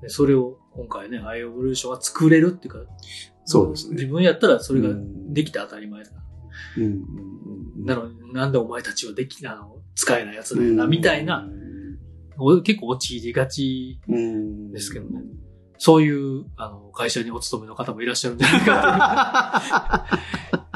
Speaker 1: でそれを今回ね、アイオブリューションは作れるっていうか、
Speaker 2: そうですね
Speaker 1: 自分やったらそれが
Speaker 2: うん
Speaker 1: できて当たり前だ。
Speaker 2: うんうんうん
Speaker 1: なのになんでお前たちはできなの使えないやつだよな、みたいな、。お結構陥りがち、
Speaker 2: うん
Speaker 1: ですけどね。そういう、あの、会社にお勤めの方もいらっしゃるんじゃないか
Speaker 2: [LAUGHS]
Speaker 1: とい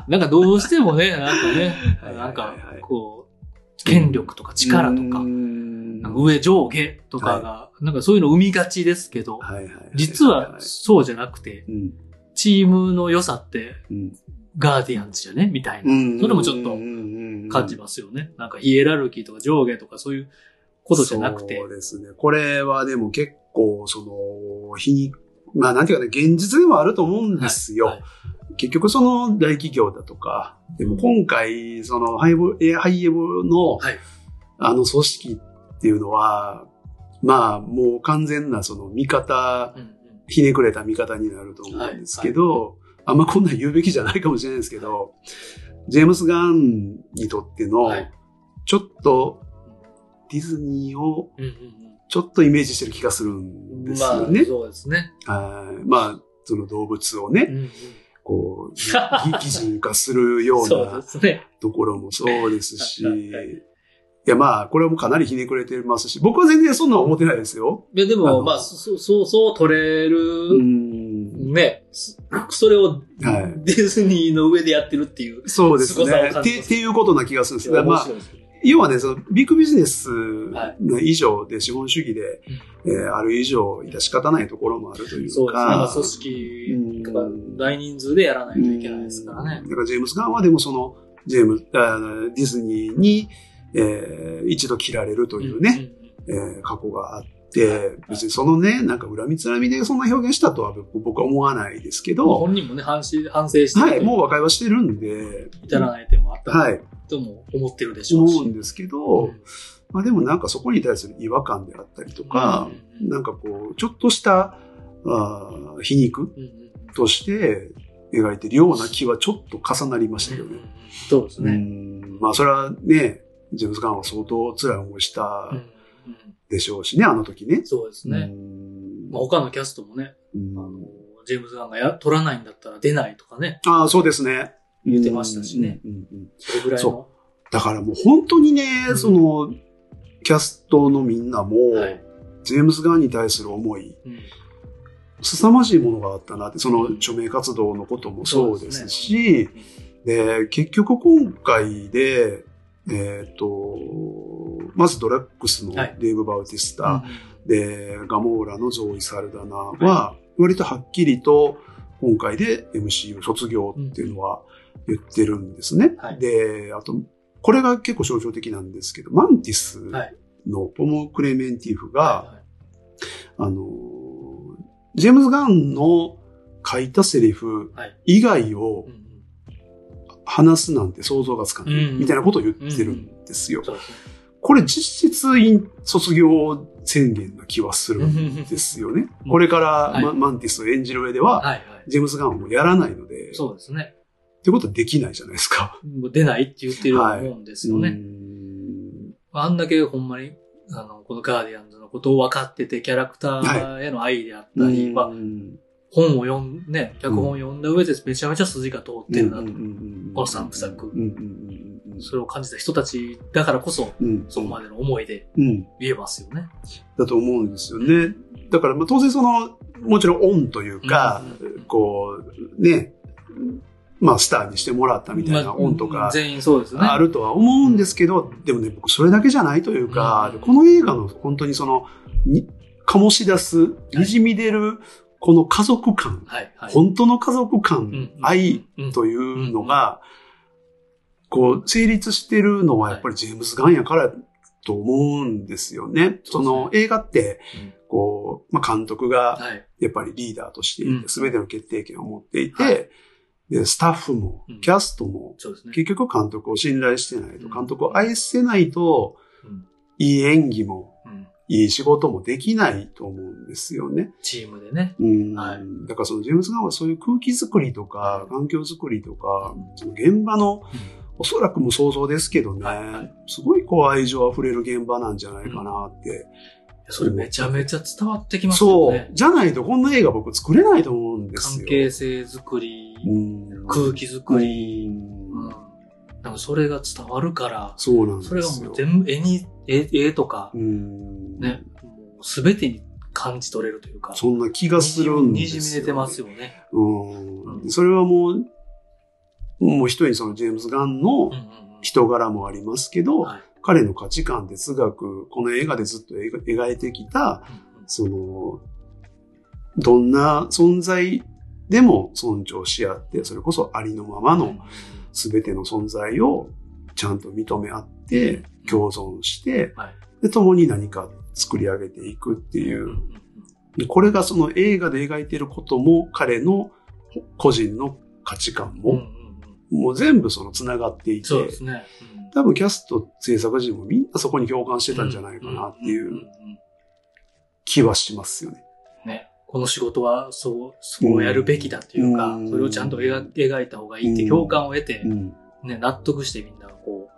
Speaker 1: う。なんかどうしてもね、なんかね、
Speaker 2: はいはいはい
Speaker 1: なんか、こう、権力とか力とか、
Speaker 2: うん
Speaker 1: なんか上上下とかが、なんかそういうの生みがちですけど、
Speaker 2: はいはいはい
Speaker 1: 実
Speaker 2: い
Speaker 1: は
Speaker 2: はい
Speaker 1: そうじゃなくて、
Speaker 2: うん
Speaker 1: チームの良さって
Speaker 2: うん
Speaker 1: ガーディアンズじゃねみたいな、
Speaker 2: うん
Speaker 1: それもちょっと感じますよね。なんかヒエラルキーとか上下とかそういうことじゃなくて
Speaker 2: そう。ですね。これはでも結構、その、日に、まあなんていうかね、現実でもあると思うんですよ。
Speaker 1: はい
Speaker 2: 結局その大企業だとか、でも今回、そのハイボ、えハイエボの、
Speaker 1: はい
Speaker 2: あの組織っていうのは、まあもう完全なその味方、
Speaker 1: うんうん
Speaker 2: ひねくれた見方になると思うんですけど、あんまこんなん言うべきじゃないかもしれないですけど、ジェームス・ガンにとっての
Speaker 1: はい、
Speaker 2: ちょっとディズニーを
Speaker 1: うんうん
Speaker 2: ちょっとイメージしてる気がするん
Speaker 1: うん
Speaker 2: です
Speaker 1: まあ
Speaker 2: よね、。
Speaker 1: そうですね。
Speaker 2: はいまあ、その動物を
Speaker 1: う
Speaker 2: ね、
Speaker 1: んうん [LAUGHS]
Speaker 2: こう、ぎ擬人化するよう
Speaker 1: そう
Speaker 2: な
Speaker 1: ですね。
Speaker 2: ところもそうですし、
Speaker 1: はい
Speaker 2: いやまあ、これはもうかなりひねくれてますし、僕は全然そんなん思ってないですよ。
Speaker 1: いやで
Speaker 2: あ
Speaker 1: も、
Speaker 2: の
Speaker 1: まあ、そう、そう、そう取れ
Speaker 2: う
Speaker 1: る、
Speaker 2: ん。
Speaker 1: ね、そそれを
Speaker 2: はい
Speaker 1: ディズニーの上でやってるっていう。
Speaker 2: そうです
Speaker 1: 凄さを
Speaker 2: ね。
Speaker 1: 感じ
Speaker 2: て
Speaker 1: ます
Speaker 2: っていうことな気がするんですね。ま
Speaker 1: 面
Speaker 2: あ、
Speaker 1: 白いですね。
Speaker 2: 要はね、そのビッグビジネス
Speaker 1: は
Speaker 2: 以上で資本主義で、えーある以上、致し方ないところもあるというか。
Speaker 1: そうですね。まあ組織とか
Speaker 2: うん
Speaker 1: 大人数でやらないといけないですからね。
Speaker 2: だからジェームス・ガンはでもその、ジェームあーディズニーに、えー一度切られるというね、
Speaker 1: んうん
Speaker 2: えー過去があって、別にそのね、なんか恨みつらみでそんな表現したとは僕僕は思わないですけ
Speaker 1: まあ
Speaker 2: ど、
Speaker 1: 本人もね、反省、反省して、
Speaker 2: はい、もう和解はしてるんで、
Speaker 1: 至らない点もあった
Speaker 2: はい、
Speaker 1: とも思ってるでしょう
Speaker 2: 思う
Speaker 1: し。
Speaker 2: んですけど、まあでもなんかそこに対する違和感であったりとか、
Speaker 1: うん
Speaker 2: なんかこう、ちょっとした、あー皮肉
Speaker 1: うんうん
Speaker 2: として描いてるような気はちょっと重なりましたけどね。
Speaker 1: そうです
Speaker 2: う
Speaker 1: ね。
Speaker 2: んまあそれはね、ジェームズ・ガンは相当辛い思いした
Speaker 1: うんうん
Speaker 2: でしょうしね、あの時ね。
Speaker 1: そうですね。
Speaker 2: うん
Speaker 1: まあ、他のキャストもね、
Speaker 2: うん
Speaker 1: あのジェームズ・ガンがや取らないんだったら出ないとかね、
Speaker 2: ああ、そうですね。
Speaker 1: 言ってましたしね
Speaker 2: うん。うんうん
Speaker 1: それぐらいの
Speaker 2: そ。だからもう本当にね
Speaker 1: う、ん
Speaker 2: その、キャストのみんなも、
Speaker 1: はい
Speaker 2: ジェームズ・ガンに対する思い、
Speaker 1: うん
Speaker 2: 凄まじいものがあったなって、その署名活動のこともそうですし、
Speaker 1: そうで
Speaker 2: で、結局今回で、えっ、と、まずドラッグスの
Speaker 1: はい
Speaker 2: デーブ・バウティスタ、
Speaker 1: うん
Speaker 2: で、ガモーラのゾーイ・サルダナは、割とはっきりと今回で MCU 卒業っていうのは言ってるんですね。
Speaker 1: はい
Speaker 2: で、あと、これが結構象徴的なんですけど、マンティス
Speaker 1: はい
Speaker 2: のポモ・クレメンティフが、
Speaker 1: はい
Speaker 2: あのー、ジェームズ・ガンの書いたセリフ
Speaker 1: はい
Speaker 2: 以外を
Speaker 1: うんうん
Speaker 2: 話すなんて想像がつかない、
Speaker 1: うん
Speaker 2: みたいなことを言ってるんですよ。
Speaker 1: そうですね
Speaker 2: これ実質院卒業宣言な気はするんですよね。
Speaker 1: うん
Speaker 2: これから
Speaker 1: はい
Speaker 2: マ,、マンティスを演じる上では、
Speaker 1: はいはい。
Speaker 2: ジェームズ・ガンはもうやらないので、っ
Speaker 1: そうですね。
Speaker 2: てことはできないじゃないですか。
Speaker 1: もう出ないって言ってると思うんですよね。
Speaker 2: うん
Speaker 1: あんだけほんまに、あの、このガーディアンズのことを分かってて、キャラクターへの愛であったり、まあ本を読ん、ね、脚本を読んだ上でめちゃめちゃ筋が通ってるなと。この三部作
Speaker 2: うんうんうんうん
Speaker 1: それを感じた人たちだからこそ、
Speaker 2: うん
Speaker 1: そこまでの思いで
Speaker 2: うん
Speaker 1: 言えますよね。
Speaker 2: だと思うんですよね。だから、まあ、当然その、もちろんオンというか、
Speaker 1: うん
Speaker 2: こう、ね、まあ、スターにしてもらったみたい
Speaker 1: まあ
Speaker 2: なオンとか、
Speaker 1: 全員そうですね。
Speaker 2: あるとは思うんですけど、でもね、僕それだけじゃないというか、
Speaker 1: うん
Speaker 2: この映画の本当にその、に醸し出す、滲み出る、この家族感、
Speaker 1: はい、はい。
Speaker 2: 本当の家族感、
Speaker 1: うん
Speaker 2: 愛
Speaker 1: うん
Speaker 2: というのが、こう、成立してるのはやっぱりジェームズ・ガンやからと思うんですよね。その映画って
Speaker 1: うん、
Speaker 2: こう、まあ、監督が
Speaker 1: はい。
Speaker 2: やっぱりリーダーとして
Speaker 1: うん
Speaker 2: 全ての決定権を持っていて、
Speaker 1: はい
Speaker 2: でスタッフも
Speaker 1: うん、
Speaker 2: キャストも、
Speaker 1: そうですね。
Speaker 2: 結局監督を信頼してないと、
Speaker 1: うん
Speaker 2: 監督を愛せないと
Speaker 1: うん、
Speaker 2: いい演技も、
Speaker 1: うん
Speaker 2: いい仕事もできないと思うんですよね。
Speaker 1: チームでね。
Speaker 2: うん
Speaker 1: はい
Speaker 2: だからそのジェームズ・ガンはそういう空気づくりとか、環境づくりとか
Speaker 1: う、
Speaker 2: その現場の、おそらくもう想像ですけどね、
Speaker 1: はいはい
Speaker 2: すごいこう愛情あふれる現場なんじゃないかなって。
Speaker 1: それめちゃめちゃ伝わってきますよ
Speaker 2: そ
Speaker 1: ね
Speaker 2: う。。じゃないとこんな映画僕作れないと思うんです
Speaker 1: 関
Speaker 2: よ。
Speaker 1: 係性づくり、
Speaker 2: うん
Speaker 1: 空気づくり。
Speaker 2: うん
Speaker 1: うんなんかそれが伝わるから、
Speaker 2: そうなんです
Speaker 1: そ
Speaker 2: よ。
Speaker 1: れがもう全部絵に、絵絵とか、
Speaker 2: うん
Speaker 1: ね、もう全てに感じ取れるというか、
Speaker 2: そんな気がするん
Speaker 1: に
Speaker 2: です
Speaker 1: じ
Speaker 2: よ。
Speaker 1: み出てますよね。
Speaker 2: う。
Speaker 1: うんん
Speaker 2: それはもう、もう一人にそのジェームズ・ガンの
Speaker 1: うんうんうん
Speaker 2: 人柄もありますけど、
Speaker 1: はい
Speaker 2: 彼の価値観、哲学、この映画でずっと描描いてきた、
Speaker 1: うんうん
Speaker 2: その、どんな存在でも尊重し合って、それこそありのまま
Speaker 1: うんう
Speaker 2: の
Speaker 1: ん
Speaker 2: 全ての存在をちゃんと認め合って、共存して、
Speaker 1: はい
Speaker 2: で、共に何か作り上げていくっていううん
Speaker 1: うんうん
Speaker 2: でこれがその映画で描いていることも彼の個人の価値観
Speaker 1: うんうん
Speaker 2: も、
Speaker 1: うん
Speaker 2: もう全部その繋がっていて、
Speaker 1: そうですね。うん
Speaker 2: 多分キャスト制作陣もみんなそこに共感してたんじゃないかなってい
Speaker 1: んん
Speaker 2: うん
Speaker 1: うん
Speaker 2: 気はしますよね。
Speaker 1: ね、この仕事はそう、そうやるべきだというか、
Speaker 2: うん
Speaker 1: それをちゃんと描描いた方がいいって共感を得て、
Speaker 2: うん。
Speaker 1: ね、納得してみんながこ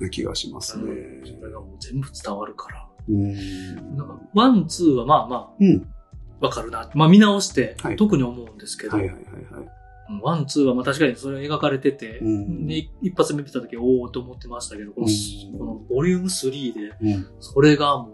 Speaker 1: う、
Speaker 2: な気がしますね。
Speaker 1: それがもう全部伝わるから。
Speaker 2: うん。
Speaker 1: なんか、ワン、ツーはまあま
Speaker 2: うん。
Speaker 1: あ、わかるな。まあ見直して
Speaker 2: はい、
Speaker 1: 特に思うんですけど、
Speaker 2: はいはいはいはい。
Speaker 1: うんワン、ツーはまあ確かにそれ描かれてて、
Speaker 2: うん
Speaker 1: で一発目見た時、おおと思ってましたけど、この、
Speaker 2: うん
Speaker 1: このボリューム3で、
Speaker 2: うん、
Speaker 1: それがも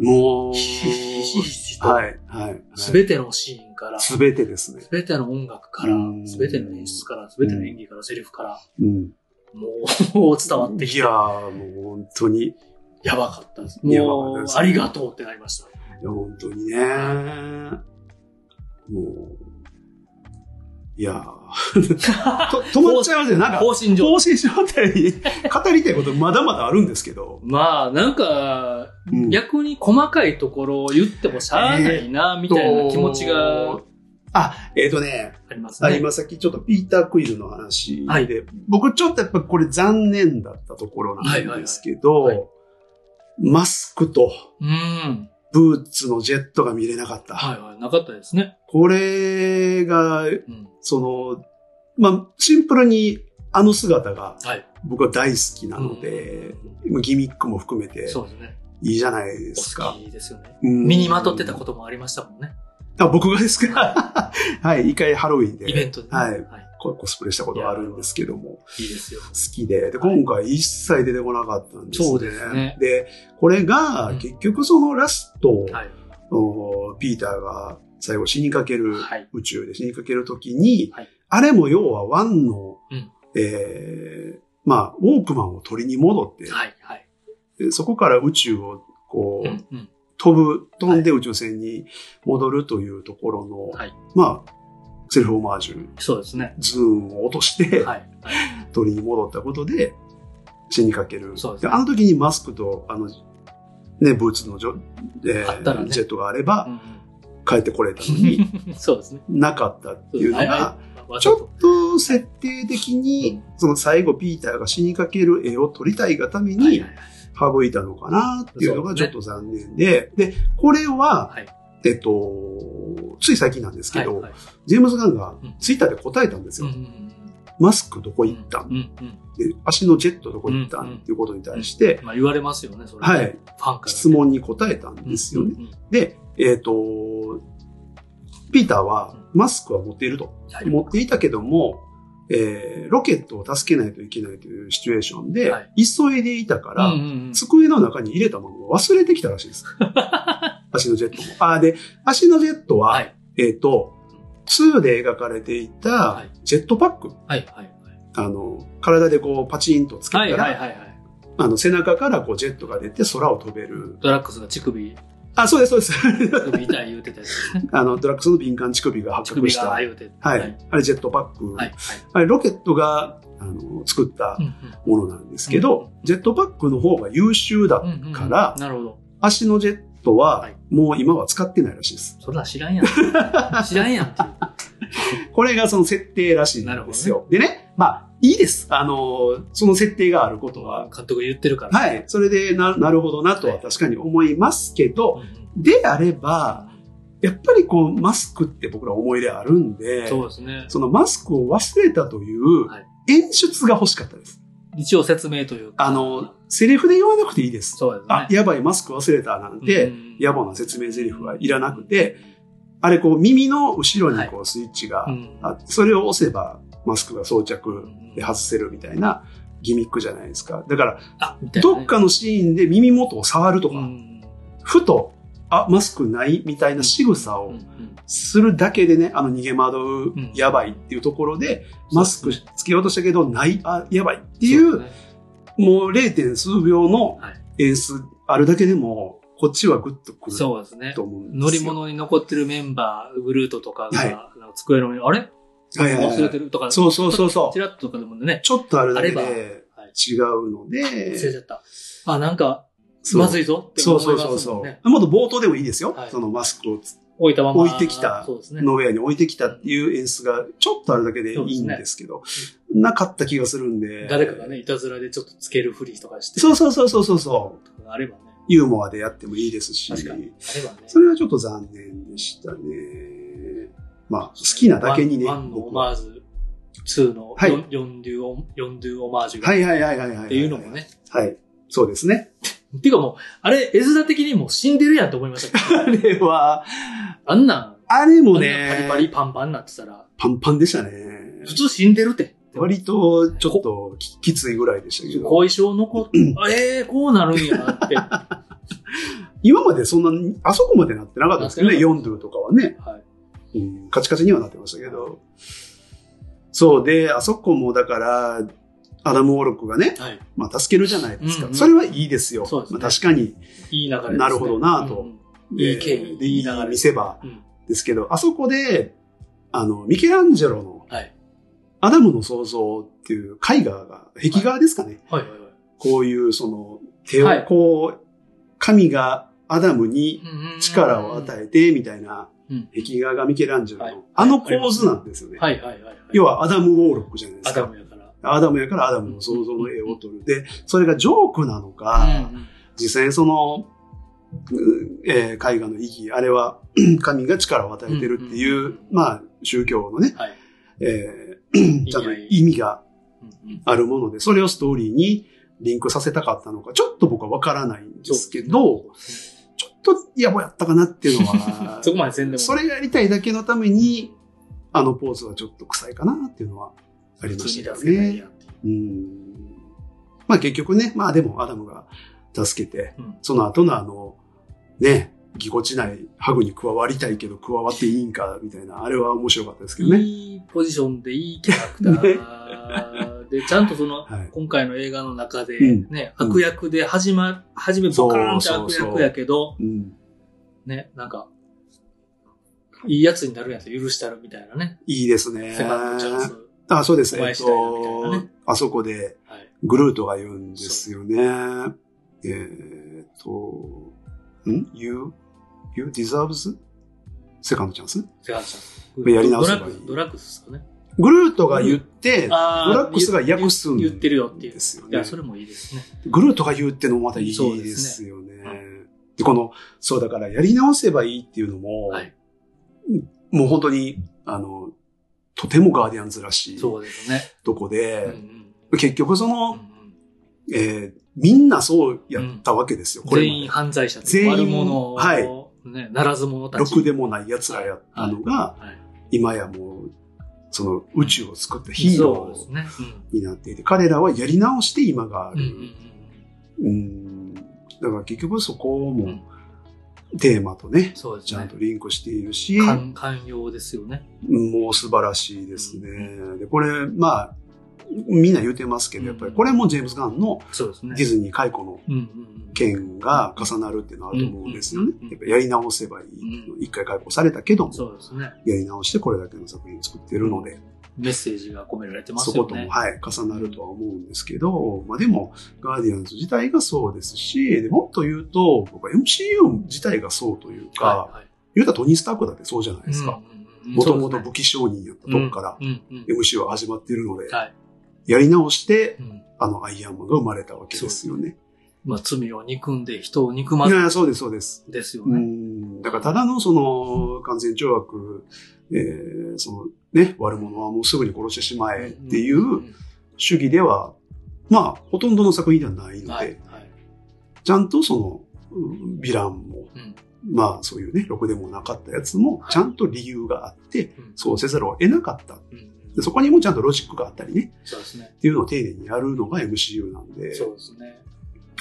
Speaker 1: う、[LAUGHS]
Speaker 2: もう、
Speaker 1: ひしひしと、
Speaker 2: はいはい。
Speaker 1: すべてのシーンから、
Speaker 2: すべてですね
Speaker 1: す。べての音楽から
Speaker 2: うん、
Speaker 1: すべての演出から、すべての演技から、セリフから、
Speaker 2: うん。
Speaker 1: もう [LAUGHS] 伝わってき
Speaker 2: い
Speaker 1: て
Speaker 2: や、ー、もう本当に、い
Speaker 1: やばかったです。
Speaker 2: やば
Speaker 1: もう
Speaker 2: かったで、す
Speaker 1: ありがとうってなりました。
Speaker 2: や本当にね。もう、いや
Speaker 1: [LAUGHS]
Speaker 2: ー、と止まっちゃいますよ。なんか、
Speaker 1: 放心状
Speaker 2: 放心状態に語りたいことまだまだあるんですけど。
Speaker 1: まあ、なんか、
Speaker 2: うん
Speaker 1: 逆に細かいところを言ってもしゃあないな、みたいな気持ちが。
Speaker 2: あ、えっ、とね、
Speaker 1: あります
Speaker 2: あ
Speaker 1: ね。
Speaker 2: 今さっきちょっとピーター・クイズの話で、
Speaker 1: はい
Speaker 2: 僕ちょっとやっぱこれ残念だったところなんですけど、
Speaker 1: はいはいは
Speaker 2: マスクと
Speaker 1: うん。
Speaker 2: ブーツのジェットが見れなかった。
Speaker 1: はいはい、なかったですね。
Speaker 2: これが、
Speaker 1: うん。
Speaker 2: その、まあ、シンプルにあの姿が
Speaker 1: はい。
Speaker 2: 僕は大好きなので、まあギミックも含めて
Speaker 1: そうですね。
Speaker 2: いいじゃないです
Speaker 1: お
Speaker 2: か
Speaker 1: 好。きですよね。
Speaker 2: うん
Speaker 1: 身にまとってたこともありましたもんね。
Speaker 2: あ僕がですか [LAUGHS] はい、一回ハロウィン
Speaker 1: イベ
Speaker 2: で
Speaker 1: ントで、ね。
Speaker 2: はい
Speaker 1: は
Speaker 2: ココスプレしたことがあるんですけども。
Speaker 1: い。いいですよ。
Speaker 2: 好きで、で、今回一切出てこなかったんですね。
Speaker 1: そうですね
Speaker 2: で、これが
Speaker 1: うん
Speaker 2: 結局そのラスト、
Speaker 1: はい。
Speaker 2: おピーターが最後死にかける、
Speaker 1: はい。
Speaker 2: 宇宙で死にかけるときに、
Speaker 1: はい
Speaker 2: あれも要はワンの、
Speaker 1: うん
Speaker 2: えーまあ、ウォークマンを取りに戻って、
Speaker 1: はい。はい。
Speaker 2: でそこから宇宙をこう、
Speaker 1: うん。うん。
Speaker 2: 飛ぶ、飛んで宇宙船に戻るというところの、
Speaker 1: はい
Speaker 2: まあ、セルフオマージュ、
Speaker 1: そうですね。
Speaker 2: ズーンを落として、
Speaker 1: はい。はい。
Speaker 2: 鳥に戻ったことで死にかける。
Speaker 1: そうですね
Speaker 2: あの時にマスクと、あの、ね、ブーツのジョ、えー
Speaker 1: あったらね
Speaker 2: ジェットがあれば
Speaker 1: う、
Speaker 2: 帰ってこれた
Speaker 1: [LAUGHS]
Speaker 2: のに、
Speaker 1: んうん、そうですね。
Speaker 2: なかったっていうの
Speaker 1: はい
Speaker 2: が
Speaker 1: は、わ
Speaker 2: ち
Speaker 1: ざ
Speaker 2: ょ
Speaker 1: と。
Speaker 2: っと設定的に、その最後ピーターが死にかける絵を撮りたいがた
Speaker 1: はい
Speaker 2: めに
Speaker 1: はいはい
Speaker 2: 省いたのかなっていうのがち
Speaker 1: そ
Speaker 2: ょ
Speaker 1: う
Speaker 2: っ
Speaker 1: です
Speaker 2: と残念で、で、これは、
Speaker 1: はい
Speaker 2: えっと、つい最近なんですけ
Speaker 1: はい
Speaker 2: ど、
Speaker 1: はい
Speaker 2: ジェームズ・ガンが
Speaker 1: うん
Speaker 2: ツイッターで答えたんです
Speaker 1: うん
Speaker 2: よ。
Speaker 1: うんうん
Speaker 2: マスクどこ行ったん
Speaker 1: うんうん
Speaker 2: で足のジェットどこ行ったんっていうことに対して、
Speaker 1: まあ言われますよね、それ。
Speaker 2: は
Speaker 1: フ
Speaker 2: い、
Speaker 1: ァンから。
Speaker 2: 質問に答えたんですよね。
Speaker 1: うんうんうん
Speaker 2: で、えっ、と、ピーターはマスクは持っていると。
Speaker 1: はい
Speaker 2: 持っていたけども、えーロケットを助けないといけないというシチュエーションで、
Speaker 1: はい
Speaker 2: 急いでいたから、
Speaker 1: うんうんうん
Speaker 2: 机の中に入れたものを忘れてきたらし
Speaker 1: [LAUGHS]
Speaker 2: いです。足のジェットも。あーで、足のジェットは、
Speaker 1: はい
Speaker 2: えっ、と、2で描かれていた
Speaker 1: はい
Speaker 2: ジェットパック。
Speaker 1: はいはい
Speaker 2: あの、体でこうパチンとつけた
Speaker 1: は
Speaker 2: ら、
Speaker 1: いはいはいはいはい。
Speaker 2: あの、背中からこうジェットが出て空を飛べる。
Speaker 1: ドラッグスが乳首
Speaker 2: あ、そうです、そうです。 [LAUGHS]
Speaker 1: 首痛い言うてたやつですね。
Speaker 2: あの、ドラッグスの敏感乳首が
Speaker 1: 乳
Speaker 2: 発覚
Speaker 1: 首
Speaker 2: し
Speaker 1: が
Speaker 2: た。
Speaker 1: 言うて。
Speaker 2: は
Speaker 1: はい
Speaker 2: い。。あれ、ジェットパック。
Speaker 1: はい。
Speaker 2: あれ、ロケットが、あの、作ったものなんですけど、ジェットパックの方が優秀だ。
Speaker 1: うんうん
Speaker 2: から
Speaker 1: なるほど。
Speaker 2: 足のジェット
Speaker 1: は、
Speaker 2: はいもう今は使ってないらしいです。
Speaker 1: そんなん知らんやん。知らんやんっていう。
Speaker 2: これがその設定らしいんですよ。でね、まあ、いいです。あの、その設定があること [LAUGHS] は。
Speaker 1: 監督言ってるから。
Speaker 2: はい。それでな、なるほどなとは確かに思いますけど、であれば、やっぱりこう、マスクって僕ら思い入れあるんで、
Speaker 1: そうですね。
Speaker 2: そのマスクを忘れたという
Speaker 1: はい
Speaker 2: 演出が欲しかったです。
Speaker 1: 一応説明というか。
Speaker 2: あの、セリフで言わなくていいです。
Speaker 1: そうですね。
Speaker 2: あ、やばい、マスク忘れたなんて、
Speaker 1: うん
Speaker 2: 野暮な説明セリフはいらなくて、あれこう耳の後ろにこうスイッチが
Speaker 1: うん
Speaker 2: あって、それを押せばマスクが装着
Speaker 1: うん
Speaker 2: で外せるみたいなギミックじゃないですか。だから、
Speaker 1: あ、みたいなね
Speaker 2: どっかのシーンで耳元を触るとか、
Speaker 1: うん
Speaker 2: ふと、あ、マスクないみたいな仕
Speaker 1: う
Speaker 2: 草
Speaker 1: んう
Speaker 2: を
Speaker 1: ん
Speaker 2: するだけでね、あの逃げ惑う
Speaker 1: うん、
Speaker 2: やばいっていうところで、マスクつけようとしたけど、ない、あ、やばいってい
Speaker 1: そう
Speaker 2: う、
Speaker 1: ですね
Speaker 2: もう 0. 数秒の
Speaker 1: はい
Speaker 2: 演出あるだけでも、こっちはグッとくる
Speaker 1: そうですね
Speaker 2: と。思うんですよ。
Speaker 1: 乗り物に残ってるメンバー、グルートとか
Speaker 2: はい
Speaker 1: が、あの机の上に、あれ
Speaker 2: はいはいはい
Speaker 1: 忘れてるとか、
Speaker 2: そうそうそうそう
Speaker 1: [LAUGHS] チラッととかでもね、
Speaker 2: ちょっとあるだけで
Speaker 1: あれはい
Speaker 2: 違うの
Speaker 1: 忘
Speaker 2: で、
Speaker 1: れちゃった。あ、なんか、
Speaker 2: そう
Speaker 1: まずいぞって
Speaker 2: そ
Speaker 1: 思
Speaker 2: う
Speaker 1: い
Speaker 2: そう
Speaker 1: ます
Speaker 2: そう
Speaker 1: もん
Speaker 2: そう
Speaker 1: ね。。
Speaker 2: もっと冒頭でもいいですよ。
Speaker 1: はい
Speaker 2: そのマスクを
Speaker 1: 置いたまま。
Speaker 2: 置いてきた
Speaker 1: そうですね。
Speaker 2: ノウェアに置いてきたっていう演出がちょっとあるだけでいいんですけど、なかった気がするんで。
Speaker 1: 誰かがね、いたずらでちょっとつけるふりとかして、
Speaker 2: そうそうそうそうそうそう。
Speaker 1: とかあればね。
Speaker 2: ユーモアでやってもいいですし、
Speaker 1: 確かに。あればね。
Speaker 2: それはちょっと残念でしたね。まあ、好きなだけにね、
Speaker 1: ワンワンのオ
Speaker 2: は。
Speaker 1: マージュ、2の
Speaker 2: はい
Speaker 1: 4、四デュオ、四デュオマージュが
Speaker 2: はいはいはいはいはい。
Speaker 1: っていうのも。ね。
Speaker 2: はい。そうですね。
Speaker 1: っていうかもう、あれ、絵面的にもう死んでるやんと思いましたけど。
Speaker 2: [LAUGHS] あれは、
Speaker 1: あんなん、
Speaker 2: あれも
Speaker 1: あん
Speaker 2: ね
Speaker 1: な、パリパリパンパンになってたら、
Speaker 2: パンパンでしたね。
Speaker 1: 普通死んでるって。
Speaker 2: 割と、ちょっとき、きついぐらいでしたけど。
Speaker 1: 後遺症残
Speaker 2: [LAUGHS]
Speaker 1: っ、ええー、こうなるんやなって。は
Speaker 2: 今までそんなに、あそこまでなってなかったですけどね、
Speaker 1: なって
Speaker 2: 4ドゥとかはね、
Speaker 1: い。
Speaker 2: うんカチカチにはなってましたけど。そうで、あそこもだから、アダム・ウォロックがね、
Speaker 1: はい。
Speaker 2: まあ助けるじゃないですか。
Speaker 1: うんうん
Speaker 2: それはいいですよ。
Speaker 1: そうですね
Speaker 2: まあ確かに、
Speaker 1: いい流れです、ね。
Speaker 2: なるほどなぁと
Speaker 1: うんうんいい経緯
Speaker 2: えー
Speaker 1: い
Speaker 2: で、
Speaker 1: い
Speaker 2: い
Speaker 1: 流れ
Speaker 2: い見せ場
Speaker 1: うん
Speaker 2: ですけど、あそこで、あの、ミケランジェロの
Speaker 1: はい。
Speaker 2: アダムの創造っていう絵画が、壁画ですかね。
Speaker 1: はいはいはい。
Speaker 2: こういう、その、手を
Speaker 1: はい
Speaker 2: こう、神がアダムに
Speaker 1: うん
Speaker 2: 力を与えて、みたいな
Speaker 1: うん、
Speaker 2: 壁画がミケランジェロの、
Speaker 1: はい
Speaker 2: あの構図なんですよね。
Speaker 1: はいはいはい。
Speaker 2: 要、はアダム・ウォーロックじゃないで
Speaker 1: ア
Speaker 2: す
Speaker 1: ダ
Speaker 2: か。
Speaker 1: ムやから。
Speaker 2: アダムやからアダムの創造の絵を撮る。で、それがジョークなのか、
Speaker 1: うんうん
Speaker 2: 実際にその、うえー絵画の意義、あれは [CLEARS THROAT] 神が力を与えてるっていう、
Speaker 1: うんうん
Speaker 2: まあ、宗教のね、
Speaker 1: はい。
Speaker 2: えーちゃんと意味が
Speaker 1: うんうん
Speaker 2: あるもので、それをストーリーにリンクさせたかったのか、ちょっと僕はわからないんですけど、ちょっと野暮やったかなっていうの
Speaker 1: [LAUGHS]
Speaker 2: は、
Speaker 1: そこまで全然
Speaker 2: それがやりたいだけのために、あのポーズはちょっと臭いかなっていうのはありましたよ
Speaker 1: 普通に出せない
Speaker 2: ね
Speaker 1: や。んっていう
Speaker 2: うん。まあ結局ね、まあでもアダムが助けて、
Speaker 1: うん
Speaker 2: その後のあの、ね、ぎこちないハグに加わりたいけど加わっていいんか、みたいな、あれは面白かったですけどね。
Speaker 1: いいポジションでいいキャラクター [LAUGHS] で、ちゃんとその、
Speaker 2: はい。
Speaker 1: 今回の映画の中で、
Speaker 2: うん
Speaker 1: ね、
Speaker 2: うん
Speaker 1: 悪役で始ま、始めボカーンって
Speaker 2: そう
Speaker 1: 悪
Speaker 2: そうそう
Speaker 1: 役やけど、
Speaker 2: うん。
Speaker 1: ね、なんか、いいやつになるやつ許したるみたいなね。
Speaker 2: いいですね。
Speaker 1: セカンドチャンス。
Speaker 2: あ、そうです。
Speaker 1: お
Speaker 2: え
Speaker 1: 会
Speaker 2: っ
Speaker 1: いしたいなみたいなね
Speaker 2: と、あそこで
Speaker 1: はい。
Speaker 2: グルートが言うんですよね。えーっと、ん ?You, you deserves second chance?
Speaker 1: セカンドチャンス。
Speaker 2: やり直せばい
Speaker 1: ドラッ
Speaker 2: い
Speaker 1: グス、ドラッグスですかね。
Speaker 2: グルートが言って、ド
Speaker 1: あー
Speaker 2: ラッグスが訳すん
Speaker 1: 言言ってるよっていう
Speaker 2: ですよ
Speaker 1: い
Speaker 2: ね
Speaker 1: や、。それもいいですね。
Speaker 2: グルートが言うってのもまたいい
Speaker 1: そうで
Speaker 2: ですすよね。で、この、そうだからやり直せばいいっていうのも、
Speaker 1: はい
Speaker 2: もう本当に、あの、とてもガーディアンズらしい
Speaker 1: そうですね。
Speaker 2: とこ
Speaker 1: うんう
Speaker 2: で、
Speaker 1: ん
Speaker 2: 結局その
Speaker 1: う、ん
Speaker 2: えーみんなそうやったわけですよ。
Speaker 1: うん
Speaker 2: これまで
Speaker 1: 全員犯罪者です
Speaker 2: 全員
Speaker 1: 悪者を、
Speaker 2: はい
Speaker 1: ね、ならず者たち。
Speaker 2: ろくでもない奴らやったのが、
Speaker 1: はい
Speaker 2: 今やもう、その宇宙を作ったヒー
Speaker 1: そう
Speaker 2: ロ
Speaker 1: です
Speaker 2: ー
Speaker 1: ね。
Speaker 2: になっていて、彼らはやり直して今があ
Speaker 1: うん。うん
Speaker 2: る。
Speaker 1: うん
Speaker 2: うんだから結局そこ
Speaker 1: う
Speaker 2: も
Speaker 1: ん
Speaker 2: テーマと
Speaker 1: う
Speaker 2: ね
Speaker 1: ん、そうです
Speaker 2: ちゃん
Speaker 1: ね
Speaker 2: と。リンクしているし、
Speaker 1: 寛寛容ですよね。
Speaker 2: もう素晴らしいですね。で、これ、まあ、みんな言うてますけど、やっぱりこれもジェームズ・ガンの
Speaker 1: そうですね
Speaker 2: ディ。ズニー解雇の
Speaker 1: うんうんうん
Speaker 2: 件が重なるっていうのはあると思うんですよね
Speaker 1: うんうんうん。
Speaker 2: やっぱやり直せばいいの。一回解雇されたけども、
Speaker 1: そうですね。
Speaker 2: やり直してこれだけの作品を作ってるので、
Speaker 1: メッセージが込められてます
Speaker 2: そ
Speaker 1: よね。
Speaker 2: ことも、はい、重なるとは思うんですけど、まあでも、ガーディアンズ自体がそうですし、でもっと言うと、僕は MCU 自体がそうというか、
Speaker 1: はいはい
Speaker 2: 言うたらトニー・スタークだってそうじゃないですか。。もともと武器商人やったとこから、
Speaker 1: うんうんうん
Speaker 2: MCU は始まっているので、
Speaker 1: はい
Speaker 2: やり直して、
Speaker 1: うん
Speaker 2: あの、アイアンマンが生まれたわけですよね。
Speaker 1: まあ、罪を憎んで人を憎ま
Speaker 2: い
Speaker 1: ず
Speaker 2: や、そうです、そうです。
Speaker 1: ですよ
Speaker 2: う
Speaker 1: ね。
Speaker 2: んだからただのその完全懲悪、えーそのね、悪者はもうすぐに殺してしまえってい
Speaker 1: ん
Speaker 2: う。主義では、まあ、ほとんどの作品ではないの
Speaker 1: はい
Speaker 2: で、。
Speaker 1: はい
Speaker 2: ちゃんとその、うんヴィランも
Speaker 1: うん、
Speaker 2: まあそういうね、ろくでもなかったやつも、ちゃんと理由があって、
Speaker 1: うん
Speaker 2: そうせざるを得なかった。
Speaker 1: うん
Speaker 2: でそこにもちゃんとロジックがあったりね、
Speaker 1: そうですね。
Speaker 2: っていうのを丁寧にやるのが MCU なんで、
Speaker 1: そうですね。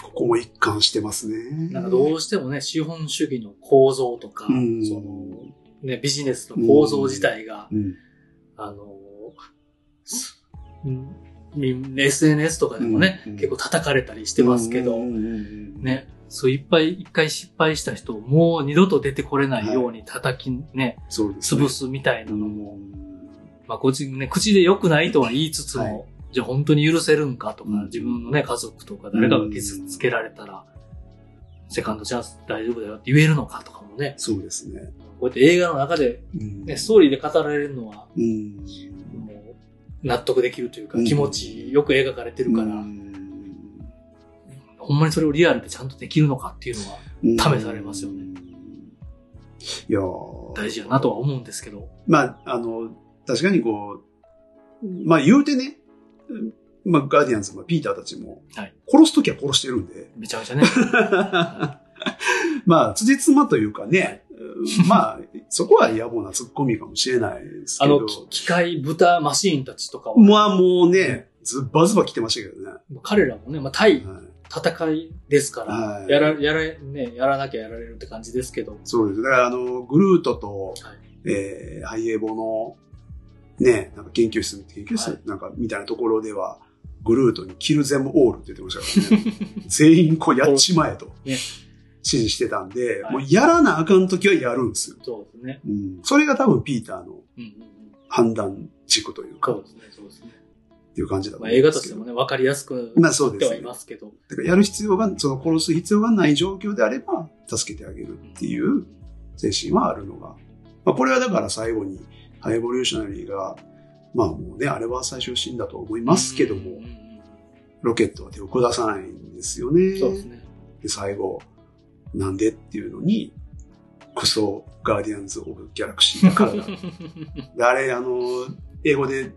Speaker 2: ここも一貫してますね。
Speaker 1: なんかどうしてもね、資本主義の構造とか、
Speaker 2: うん
Speaker 1: その、ね、ビジネスの構造自体が、
Speaker 2: うん
Speaker 1: あの、すうんみ SNS とかでもね、
Speaker 2: うんうん
Speaker 1: 結構叩かれたりしてますけど、
Speaker 2: うんうんうんうん
Speaker 1: ね、そういっぱい、一回失敗した人をもう二度と出てこれないように叩きね、
Speaker 2: そうですね
Speaker 1: 潰すみたいなのも、
Speaker 2: うん
Speaker 1: まあ、こっちね、口で良くないとは言いつつも、
Speaker 2: はい
Speaker 1: じゃあ本当に許せるんかとか、
Speaker 2: うん
Speaker 1: 自分のね、家族とか誰かが傷つけられたら、セカンドチャンス大丈夫だよって言えるのかとかもね、
Speaker 2: そうですね。
Speaker 1: こうやって映画の中で、
Speaker 2: うん
Speaker 1: ね、ストーリーで語られるのは、
Speaker 2: うん。
Speaker 1: もう、納得できるというか、
Speaker 2: うん
Speaker 1: 気持ちよく描かれてるから、
Speaker 2: ら、
Speaker 1: ほんまにそれをリアルでちゃんとできるのかっていうのは試されますよね
Speaker 2: うん。いやー
Speaker 1: 大事やなとは思うんですけど、
Speaker 2: まあ、あの、確かにこう、まあ言うてね、まあガーディアンズ、まあ、ピーターたちも
Speaker 1: はい、
Speaker 2: 殺すときは殺してるんで、 [LAUGHS]
Speaker 1: めちゃめちゃね、
Speaker 2: まあ、辻褄というかね、うんまあ、そこは野暮な突っ込みかもしれないです
Speaker 1: あ
Speaker 2: けど
Speaker 1: の、、き機械豚マシーンたちとかは、
Speaker 2: まあもうね、ズバズバ来てましたけどね。
Speaker 1: 彼らもね、まあ、対
Speaker 2: はい
Speaker 1: 戦いですから、
Speaker 2: はい
Speaker 1: やら、やら、ね、やらなきゃやられるって感じですけど、
Speaker 2: そうです。だから、あの、グルートと、
Speaker 1: は
Speaker 2: えー、ハイエボの、ね、なんか研究室、研究室、
Speaker 1: はい
Speaker 2: なんか、みたいなところでは、グルートにキルゼムオールって言ってましたからね。
Speaker 1: [LAUGHS]
Speaker 2: 全員こうやっちまえと、
Speaker 1: ね
Speaker 2: 指示してたんで、
Speaker 1: はい
Speaker 2: もうやらなあかんときはやるんですよ。
Speaker 1: そうですね。
Speaker 2: うん。それが多分ピーター
Speaker 1: うんうん
Speaker 2: の
Speaker 1: うん。
Speaker 2: 判断軸というか、
Speaker 1: そう
Speaker 2: っ
Speaker 1: ですね、そうですね。
Speaker 2: ていう感じだと
Speaker 1: まあ、
Speaker 2: 思う
Speaker 1: 映
Speaker 2: ん
Speaker 1: 画
Speaker 2: で
Speaker 1: と
Speaker 2: す
Speaker 1: して
Speaker 2: けど。
Speaker 1: もね、わかりやすく
Speaker 2: まあそう
Speaker 1: で
Speaker 2: です
Speaker 1: は
Speaker 2: ね
Speaker 1: いますけど。
Speaker 2: だからやる必要が、その殺す必要がない状況であれば、助けてあげるっていう精神はあるのが。まあ、これはだから最後に、ハイボリューショナリーが、まあもうね、あれは最終死んだと思いますけど
Speaker 1: う
Speaker 2: も
Speaker 1: んう、ん
Speaker 2: ロケットは手を下さないんですよ
Speaker 1: う
Speaker 2: ね。
Speaker 1: んそうですね。
Speaker 2: で、最後、なんでっていうのに、クソガーディアンズ・オブ・ギャラクシーだか
Speaker 1: [LAUGHS]
Speaker 2: らだ。で、あれ、あの、英語で、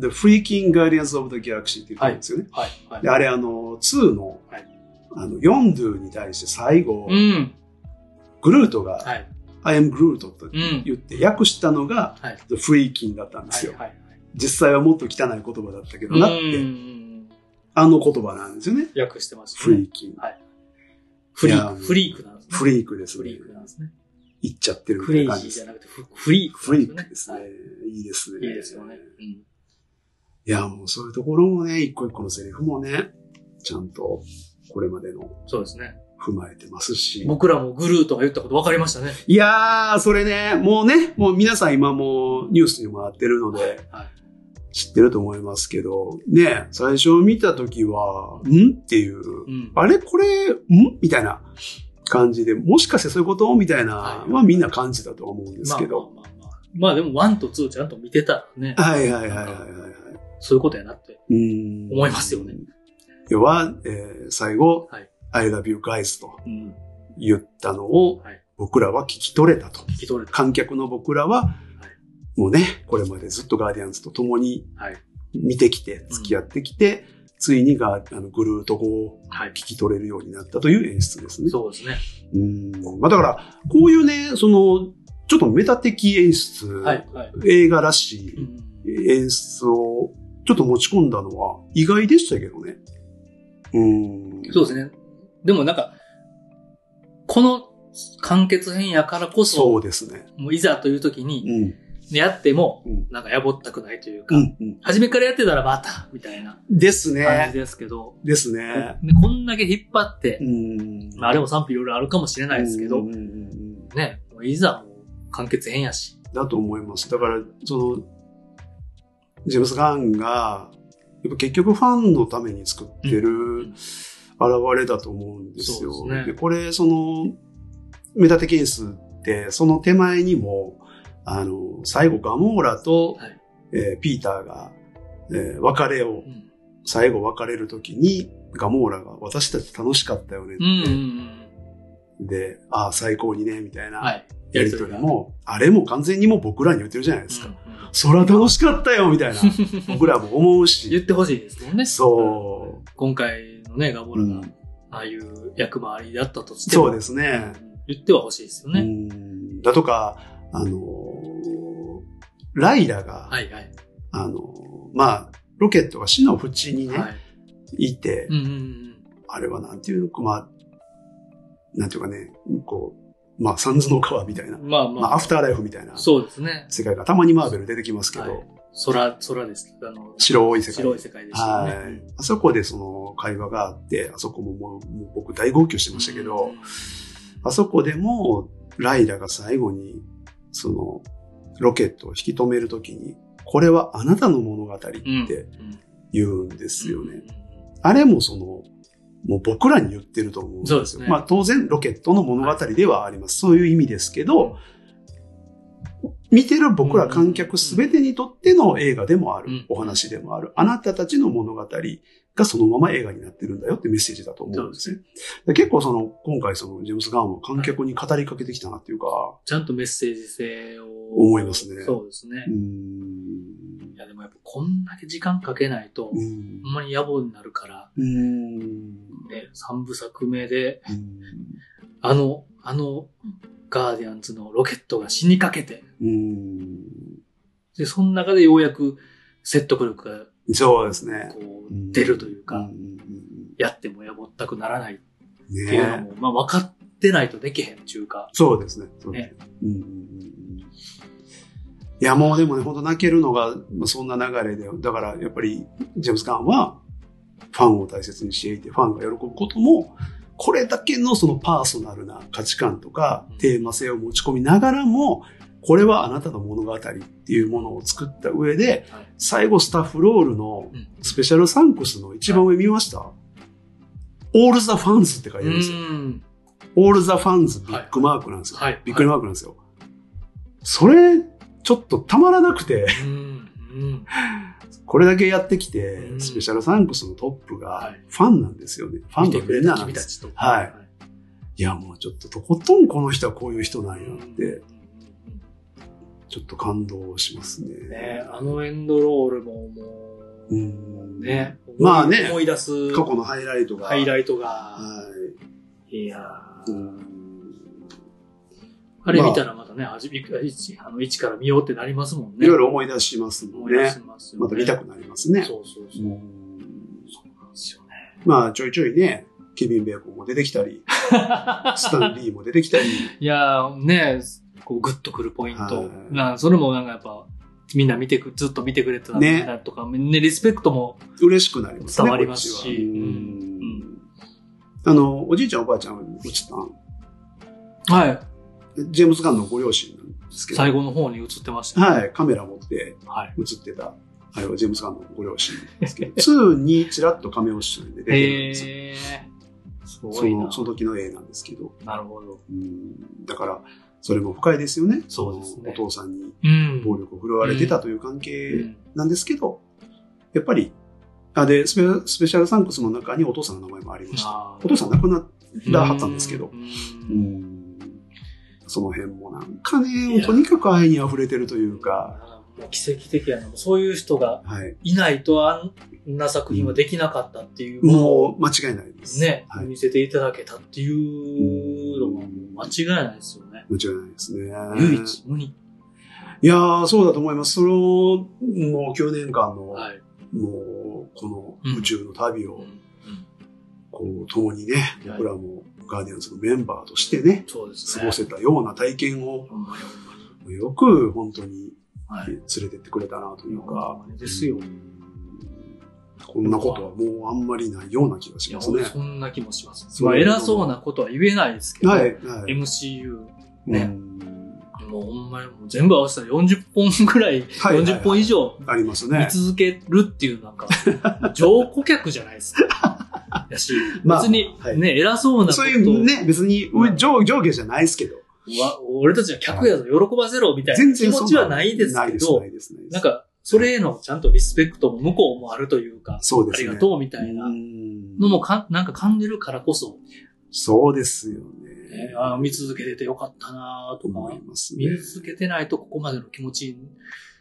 Speaker 2: The Freaking Guardians of the Galaxy って言ってるんですよね。
Speaker 1: はい、はい
Speaker 2: で、。あれ、あの、2の、
Speaker 1: はい
Speaker 2: あの、ヨンドゥに対して最後、
Speaker 1: うん。
Speaker 2: グルートが、
Speaker 1: はい。
Speaker 2: I am Groot と
Speaker 1: うん
Speaker 2: 言って、訳したのが、
Speaker 1: はい。はい。
Speaker 2: フリーキンだったんですよ。
Speaker 1: はい。
Speaker 2: 実際はもっと汚い言葉だったけどな
Speaker 1: は
Speaker 2: っ
Speaker 1: い。
Speaker 2: て、
Speaker 1: ん。
Speaker 2: あの言葉なんですよね。
Speaker 1: 訳してました
Speaker 2: フ
Speaker 1: ね
Speaker 2: リーキン。
Speaker 1: フリ
Speaker 2: いや
Speaker 1: ー
Speaker 2: ー
Speaker 1: ク。フリークなんですね。
Speaker 2: フリークです
Speaker 1: フ
Speaker 2: ね
Speaker 1: リー。クなんですね。
Speaker 2: 言っちゃってるみ
Speaker 1: ク
Speaker 2: た
Speaker 1: レ
Speaker 2: い
Speaker 1: イ
Speaker 2: な
Speaker 1: ジ
Speaker 2: 感じ
Speaker 1: ー
Speaker 2: で
Speaker 1: じゃ
Speaker 2: す。
Speaker 1: なくてフ、フリーク
Speaker 2: フ
Speaker 1: なん
Speaker 2: リ
Speaker 1: よ
Speaker 2: ー
Speaker 1: ね。
Speaker 2: クですね
Speaker 1: はい。
Speaker 2: いいですね。
Speaker 1: いいですよね。うん。
Speaker 2: いや、もうそういうところもね、一個一個のセリフもね、ちゃんとこれまでの
Speaker 1: そうですね。
Speaker 2: 踏まえてますし。
Speaker 1: 僕らもグルーとか言ったこと分かりましたね。
Speaker 2: いやー、それね、もうね、もう皆さん今もうニュースに回ってるので、
Speaker 1: はい。
Speaker 2: 知ってると思いますけど、ね、最初見た時は、んっていう
Speaker 1: うん。
Speaker 2: あれこれ、んみたいな感じで、もしかしてそういうことみたいな
Speaker 1: はい
Speaker 2: のはみんな感じたと思うんですけ
Speaker 1: ま
Speaker 2: ど。
Speaker 1: あまあまあまあ。まあでも、ワンとツーちゃんと見てたらね、
Speaker 2: はいはいはいはいはいはい。
Speaker 1: そういうことやなって。
Speaker 2: うーん
Speaker 1: 思いますよね。
Speaker 2: 要は、えー最後、
Speaker 1: はい
Speaker 2: I love you guys と
Speaker 1: うん。
Speaker 2: 言ったのを
Speaker 1: はい。
Speaker 2: 僕らは聞き取れたと。
Speaker 1: 聞き取れた。
Speaker 2: 観客の僕らは、もうね、これまでずっとガーディアンズと共に
Speaker 1: はい。
Speaker 2: 見てきて、付き合ってきて、ついにガーあのグルート語を
Speaker 1: はい。
Speaker 2: 聞き取れるようになったという演出ですね。
Speaker 1: そうですね。
Speaker 2: うん。まあだから、こういうね、その、ちょっとメタ的演出、
Speaker 1: はい。はい。
Speaker 2: 映画らし
Speaker 1: う
Speaker 2: い
Speaker 1: ん。
Speaker 2: 演出をちょっと持ち込んだのは意外でしたけどね。うん。
Speaker 1: そうですね。でもなんか、この完結編やからこそ、
Speaker 2: そうですね。
Speaker 1: もういざという時に、
Speaker 2: うん。
Speaker 1: やっても
Speaker 2: うん、
Speaker 1: なんかやぼったくないというか、
Speaker 2: うんうん。
Speaker 1: 初めからやってたらバタみたいな
Speaker 2: です
Speaker 1: 感じ
Speaker 2: ね。
Speaker 1: ですけど、
Speaker 2: ですね。
Speaker 1: ねこんだけ引っ張って、
Speaker 2: ん
Speaker 1: まあ、あれも賛否いろいろあるかもしれないですけ
Speaker 2: う
Speaker 1: ど
Speaker 2: ん、うんうんうん
Speaker 1: ね、もういざもう完結編やし。
Speaker 2: だと思います。だから、その、ジェームス・ガンが、やっぱ結局ファンのために作ってる現れだと思うんですよ。
Speaker 1: そうですね
Speaker 2: でこれ、その、メタテケンスって、その手前にも、あの、最後ガモーラと、
Speaker 1: はい
Speaker 2: えーピーターが、えー別れを
Speaker 1: う、ん。
Speaker 2: 最後別れるときに、ガモーラが私たち楽しかったよねっ
Speaker 1: う
Speaker 2: て、
Speaker 1: んうんうん
Speaker 2: で、ああ、最高にね、みたい
Speaker 1: うん。は。
Speaker 2: ないやりとりも、あれも完全にもう僕らに言ってるじゃないですか。
Speaker 1: うんうん
Speaker 2: そら楽しかったよみた
Speaker 1: [LAUGHS]
Speaker 2: いな、僕らも思う
Speaker 1: 言
Speaker 2: し、
Speaker 1: ってほしいですもんね。
Speaker 2: そ
Speaker 1: 今回のね、ガボ
Speaker 2: う、う
Speaker 1: ラが
Speaker 2: ん、
Speaker 1: ああいう役回りだったとしても、
Speaker 2: そうですね。
Speaker 1: 言ってはほしいですよ
Speaker 2: う
Speaker 1: ね。
Speaker 2: んだとか、あのー、ライラが、
Speaker 1: はいはい。
Speaker 2: あのー、まあ、ロケットが死の淵にね、、
Speaker 1: はいい。
Speaker 2: て
Speaker 1: う、んうんうん。
Speaker 2: あれはなんていうのか、まあ、なんていうかね、こう、まあ、サンズの川みたいな、
Speaker 1: まあまあ、
Speaker 2: まあ、アフターライフみたいな
Speaker 1: そうですね。
Speaker 2: 世界がたまにマーベル出てきますけど、
Speaker 1: はい空、空ですけど、あの、
Speaker 2: 白多い世界。
Speaker 1: 白い世界でしたよ
Speaker 2: は
Speaker 1: ね。
Speaker 2: い。あそこでその会話があって、あそこももうもう僕大号泣してましたけど、あそこでもライラが最後に、そのロケットを引き止めるときに、これはあなたの物語っ
Speaker 1: うん、
Speaker 2: て
Speaker 1: うん
Speaker 2: 言うんですよね。。あれもその、もう僕らに言ってると思うんです
Speaker 1: そ
Speaker 2: よ。
Speaker 1: うですね
Speaker 2: まあ当然ロケットの物語ではあります。そういう意味ですけど、見てる僕ら観客すべてにとっての映画でもある、
Speaker 1: うん
Speaker 2: お話でもある、あなたたちの物語がそのまま映画になってるんだよってメッセージだと思うんですね。で結構その、今回そのジェームス・ガンは観客に語りかけてきたなっていうか、
Speaker 1: ちゃんとメッセージ性を。
Speaker 2: 思いますね
Speaker 1: そうですね
Speaker 2: うー。ん
Speaker 1: いやでもやっぱこんだけ時間かけないと、
Speaker 2: う
Speaker 1: ほ
Speaker 2: ん
Speaker 1: んまに野暮になるから、
Speaker 2: うーん
Speaker 1: ね、3部作目で、
Speaker 2: うーん
Speaker 1: あの、あの、ガーディアンズのロケットが死にかけて、
Speaker 2: うー
Speaker 1: で、その中でようやく説得力が
Speaker 2: んそうですね。
Speaker 1: こう
Speaker 2: うん
Speaker 1: 出るというか、
Speaker 2: うんうんうん
Speaker 1: やってもやぼったくならないっ
Speaker 2: ね
Speaker 1: ていうのも、まあ分かってないとできへんっていうか、
Speaker 2: そうですね。そうですねうんうんうんうんいや、もうでもね、本当泣けるのが、まあそんな流れで、だからやっぱり、ジェームス・ガンは、ファンを大切にしていて、ファンが喜ぶことも、これだけのそのパーソナルな価値観とか
Speaker 1: うん、
Speaker 2: テーマ性を持ち込みながらも、これはあなたの物語っていうものを作った上で
Speaker 1: はい、
Speaker 2: 最後スタッフロールの
Speaker 1: うん
Speaker 2: スペシャルサンクスの一番上見ましたオール・ザ・ファンズって書いてあるんですよ。
Speaker 1: ん。
Speaker 2: オールザファンズビッグマークなんですよ。
Speaker 1: はい
Speaker 2: ビッグマークなんですよ。それ、ちょっとたまらなくて、
Speaker 1: うん。うん。
Speaker 2: これだけやってきて
Speaker 1: う、ん
Speaker 2: スペシャルサンクスのトップ
Speaker 1: は
Speaker 2: が
Speaker 1: い
Speaker 2: ファンなんですよね。ファン
Speaker 1: 見
Speaker 2: の
Speaker 1: てく
Speaker 2: み
Speaker 1: れ
Speaker 2: んな
Speaker 1: た
Speaker 2: なん
Speaker 1: 君
Speaker 2: で
Speaker 1: た
Speaker 2: す。
Speaker 1: ちと。
Speaker 2: はいいや、もうちょっととことんこの人はこういう人なんやって、ちょっと感動しますね。
Speaker 1: ねあのエンドロールもも
Speaker 2: う
Speaker 1: う、
Speaker 2: ん。
Speaker 1: ね。
Speaker 2: まあね
Speaker 1: 思い出す
Speaker 2: 過去のハイライトが。
Speaker 1: ハイライトが、
Speaker 2: はい
Speaker 1: やー
Speaker 2: うん
Speaker 1: あれ見たらまたね、味見一あの一から見ようってなりますもんね。
Speaker 2: いろいろ思い出しますも
Speaker 1: 思
Speaker 2: ん
Speaker 1: い出
Speaker 2: ね
Speaker 1: し。ますよね。
Speaker 2: また見たくなりますね。
Speaker 1: そうそうそうう。
Speaker 2: ん
Speaker 1: そうなんですよね。
Speaker 2: まあ、ちょいちょいね、ケビン・ベーコンも出てきた
Speaker 1: [LAUGHS]
Speaker 2: り、スタンリーも出てきたり、
Speaker 1: いやー、ねこうグッとくるポイント。
Speaker 2: はい
Speaker 1: なそれもなんかやっぱ、みんな見てく、ずっと見てくれてたんだなとか、ね、リスペクトも、
Speaker 2: 嬉しくなりますね。
Speaker 1: 伝わりますし
Speaker 2: こっちは
Speaker 1: うん
Speaker 2: うんあの、おじいちゃんおばあちゃん、おじさん、
Speaker 1: は
Speaker 2: ジェームズ・ガンのご両親なんです
Speaker 1: い、
Speaker 2: けど、
Speaker 1: 最後の方に映ってましたね。
Speaker 2: はい、カメラ持って
Speaker 1: はい。
Speaker 2: 映ってた、あれはジェームズ・ガンのご両親ですけど、2に [LAUGHS] ちらっとカメオ出演で出てるん
Speaker 1: へ
Speaker 2: ですよ。
Speaker 1: えー。すご
Speaker 2: そ
Speaker 1: いな
Speaker 2: の、。その時の絵なんですけど、
Speaker 1: なるほど。
Speaker 2: うんだから、それも深いですよね。
Speaker 1: そうですね
Speaker 2: お父さんに
Speaker 1: うん。
Speaker 2: 暴力を振るわれてたという関係
Speaker 1: うん
Speaker 2: なんですけど、やっぱり、あでスペスペシャルサンクスの中にお父さんの名前もありました。
Speaker 1: あ
Speaker 2: お父さん亡くなっ
Speaker 1: ー
Speaker 2: たはったんですけど
Speaker 1: う、
Speaker 2: うんんその辺もなんかね、とにかく愛に溢れてるというか、
Speaker 1: もう奇跡的やな。もうそういう人が
Speaker 2: はい、
Speaker 1: いないとあんな作品はできなかったっていうものを
Speaker 2: もう間違いないです。
Speaker 1: ね、
Speaker 2: はい、
Speaker 1: 見せていただけたっていうのはもう間違いないですよね。
Speaker 2: 間違いないですね。
Speaker 1: 唯一無二。
Speaker 2: いやー、そうだと思います。その、もう9年間の、
Speaker 1: はい。
Speaker 2: もう、この宇宙の旅
Speaker 1: う
Speaker 2: を、
Speaker 1: ん
Speaker 2: こう、共にね、
Speaker 1: はい
Speaker 2: 僕らもガーディアンズのメンバーとしてね、
Speaker 1: そうです
Speaker 2: 過
Speaker 1: ね。
Speaker 2: ごせたような体験を、
Speaker 1: ほんまにほんまに
Speaker 2: よく本当に
Speaker 1: はい
Speaker 2: 連れてってくれたなというか、
Speaker 1: ですよ。
Speaker 2: こんなことはもうあんまりないような気が
Speaker 1: い
Speaker 2: し
Speaker 1: や、
Speaker 2: ますね。
Speaker 1: そんな気もします。
Speaker 2: そう
Speaker 1: まあ、偉そうなことは言えないですけど、
Speaker 2: はい、はい。
Speaker 1: MCU、
Speaker 2: う
Speaker 1: ね
Speaker 2: ん
Speaker 1: もうほんまにもう全部合わせたら40本ぐらい、
Speaker 2: はい
Speaker 1: 40本以上
Speaker 2: あります
Speaker 1: 見
Speaker 2: ね。
Speaker 1: 続けるっていう
Speaker 2: [LAUGHS]
Speaker 1: なんか、上顧客じゃないですか。やし、
Speaker 2: まあ
Speaker 1: 別に
Speaker 2: はい
Speaker 1: ね、偉そうなこと
Speaker 2: そういうね、別に上上下じゃないですけど。
Speaker 1: わ俺たちは客やぞ、喜ばせろみたい
Speaker 2: 全
Speaker 1: な気
Speaker 2: 然そん
Speaker 1: 持ちはないです
Speaker 2: な
Speaker 1: け
Speaker 2: いです、
Speaker 1: ど
Speaker 2: な、いです、ないです。
Speaker 1: なんか、それへのちゃんとリスペクトも向こうもあるというか、
Speaker 2: そうで
Speaker 1: あ
Speaker 2: す
Speaker 1: り
Speaker 2: ね。
Speaker 1: がとうみたいな
Speaker 2: うん
Speaker 1: のもか、なんか感じるからこそ、
Speaker 2: そうですよ
Speaker 1: ね
Speaker 2: ね。
Speaker 1: ああ見続けててよかったなと
Speaker 2: 思
Speaker 1: か
Speaker 2: い、ますね
Speaker 1: 見。続けてないとここまでの気持ち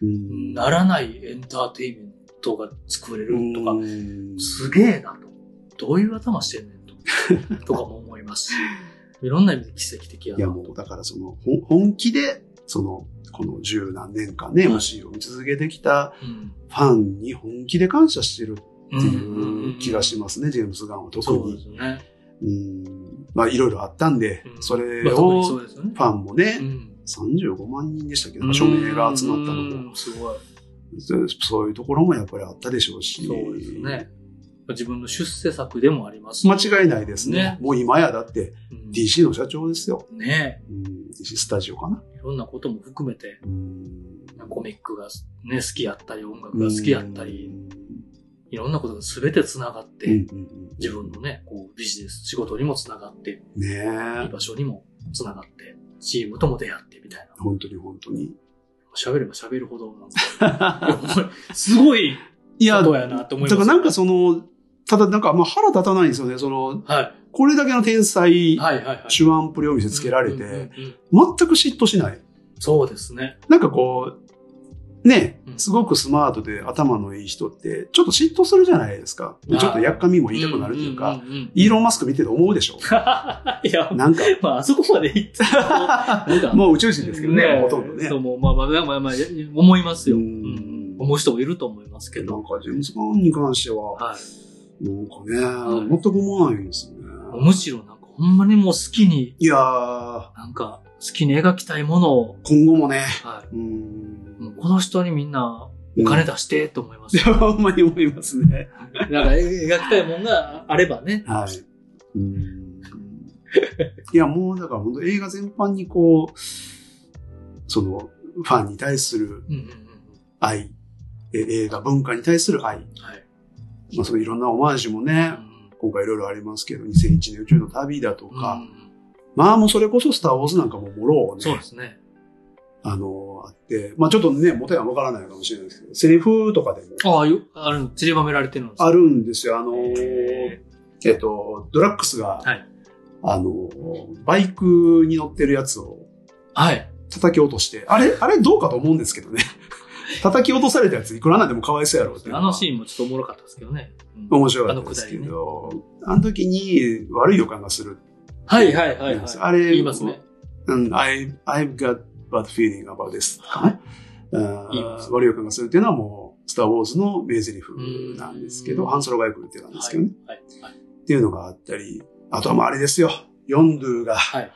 Speaker 2: うん
Speaker 1: にならないエンターテインメントが作れるとか
Speaker 2: う、ん
Speaker 1: すげえなと。どういう頭してんねん
Speaker 2: [LAUGHS]
Speaker 1: と。とかも思いますし。いろんな意味で奇跡的や
Speaker 2: いや
Speaker 1: な
Speaker 2: も
Speaker 1: と
Speaker 2: う、。だからその、ほん本気で、その、この十何年間ね、
Speaker 1: はい
Speaker 2: MC を見続けてきた
Speaker 1: うん
Speaker 2: ファンに本気で感謝してる
Speaker 1: う
Speaker 2: っ
Speaker 1: ん
Speaker 2: て
Speaker 1: うん
Speaker 2: いううん気がしますね、ジェームス・ガンは特
Speaker 1: そうで
Speaker 2: に。
Speaker 1: すね。
Speaker 2: うん。まあ、いろいろあったんで、
Speaker 1: うん
Speaker 2: それ
Speaker 1: まあ特にそ
Speaker 2: を、
Speaker 1: うですよね
Speaker 2: ファンもね、
Speaker 1: うん
Speaker 2: 35万人でしたけど、署名が集まったのも。
Speaker 1: うんすごい。
Speaker 2: そうそういうところもやっぱりあったでしょうし。
Speaker 1: そうですね。自分の出世作でもあります。
Speaker 2: 間違いないですね。
Speaker 1: ね
Speaker 2: もう今やだって
Speaker 1: うん
Speaker 2: DC の社長ですよ。
Speaker 1: ね
Speaker 2: うん、DC スタジオかな。
Speaker 1: いろんなことも含めて、
Speaker 2: うん
Speaker 1: コミックがね、好きやったり、音楽が好きやったり、
Speaker 2: う
Speaker 1: いろんなことが全て繋がって、
Speaker 2: んうんうんうん
Speaker 1: 自分のね、こう、ビジネス、仕事にも繋がって、いい
Speaker 2: ねえ。
Speaker 1: 場所にも繋がって、チームとも出会ってみたいな。
Speaker 2: 本当に本
Speaker 1: [LAUGHS]
Speaker 2: 当に。
Speaker 1: 喋れば喋るほど、なんか、いやほんまにすごい
Speaker 2: いや、
Speaker 1: こと
Speaker 2: だか
Speaker 1: やなと思います。
Speaker 2: らなんかその、ただなんかあんま腹立たないんですよね。その、
Speaker 1: は
Speaker 2: これだけの天才
Speaker 1: い、、はい、はい、はい。
Speaker 2: 手腕プレを見せつけられ
Speaker 1: うんうん
Speaker 2: て、
Speaker 1: うんうん
Speaker 2: 全く嫉妬しない。
Speaker 1: そうですね。
Speaker 2: なんかこう、ね
Speaker 1: う、ん
Speaker 2: すごくスマートで頭のいい人って、ちょっと嫉妬するじゃないですか。で
Speaker 1: あー
Speaker 2: ちょっとやっかみも言いたくなるというか、
Speaker 1: んんうん
Speaker 2: イーロン・マスク見てて思うでしょ
Speaker 1: いや、
Speaker 2: なんか、
Speaker 1: まあ、あそこまで行って [LAUGHS] なんか
Speaker 2: もう宇宙人ですけどね、
Speaker 1: え
Speaker 2: ほとんどね。
Speaker 1: そう、もう、まあまあ、まあまあ、思いますよ。
Speaker 2: う
Speaker 1: うんん思う人もいると思いますけ
Speaker 2: な
Speaker 1: ど。
Speaker 2: んか、ジェームズ・ガンに関しては、
Speaker 1: はい。
Speaker 2: なんかね、
Speaker 1: い
Speaker 2: 全く思わないんですね。
Speaker 1: むしろ、なんか、ほんまにもう好きに、
Speaker 2: いやー、
Speaker 1: なんか、好きに描きたいものを、
Speaker 2: 今後もね、
Speaker 1: は
Speaker 2: う。
Speaker 1: い。もうんこの人にみんな、
Speaker 2: お
Speaker 1: お金出して、と思いま
Speaker 2: い
Speaker 1: す。
Speaker 2: や、ほんまに思いますね。
Speaker 1: なん [LAUGHS] か、描きたいものがあればね。
Speaker 2: はい。うん。いや、もうだから本当映画全般にこう、その、ファンに対する
Speaker 1: うんうんうん。
Speaker 2: 愛、え映画文化に対する愛、
Speaker 1: はい。
Speaker 2: まあそのいろんなオマージュもね、今回いろいろありますけど、2001年宇宙の旅だと
Speaker 1: うんう
Speaker 2: か、
Speaker 1: ん
Speaker 2: まあもうそれこそスターウォーズなんかももろう
Speaker 1: そう
Speaker 2: ね
Speaker 1: で、すね。
Speaker 2: あの、あって、まあちょっとね、元はわからないかもしれないですけど、セリフとかでも
Speaker 1: ああ、よ、ある、散りばめられてるんです
Speaker 2: あるんですよ。あの、
Speaker 1: へ
Speaker 2: えっと、ドラッグスが、
Speaker 1: はい
Speaker 2: あの、バイクに乗ってるやつを
Speaker 1: はい。
Speaker 2: 叩き落として、あれ、あれどうかと思うんですけどね。 [LAUGHS] 叩き落とされたやついくらなんでもかわいそうやろうっていう
Speaker 1: あ
Speaker 2: は
Speaker 1: のシーンもちょっとおもろかったですけどね。うん
Speaker 2: 面白かったですけど、あの,、時に悪い予感がする。
Speaker 1: はいはいはいはい。
Speaker 2: あれ
Speaker 1: 言いますね。
Speaker 2: うん、I, I've got bad feeling about this とかね。うん
Speaker 1: 言います
Speaker 2: 悪い予感がするっていうのはもう、スター・ウォーズの名台詞なんですけ
Speaker 1: う
Speaker 2: ど、
Speaker 1: ん
Speaker 2: ハンソロがよく言ってたんですけどね。
Speaker 1: はいはい
Speaker 2: っていうのがあったり、あとはまああれですよ、ヨンドゥが、
Speaker 1: はい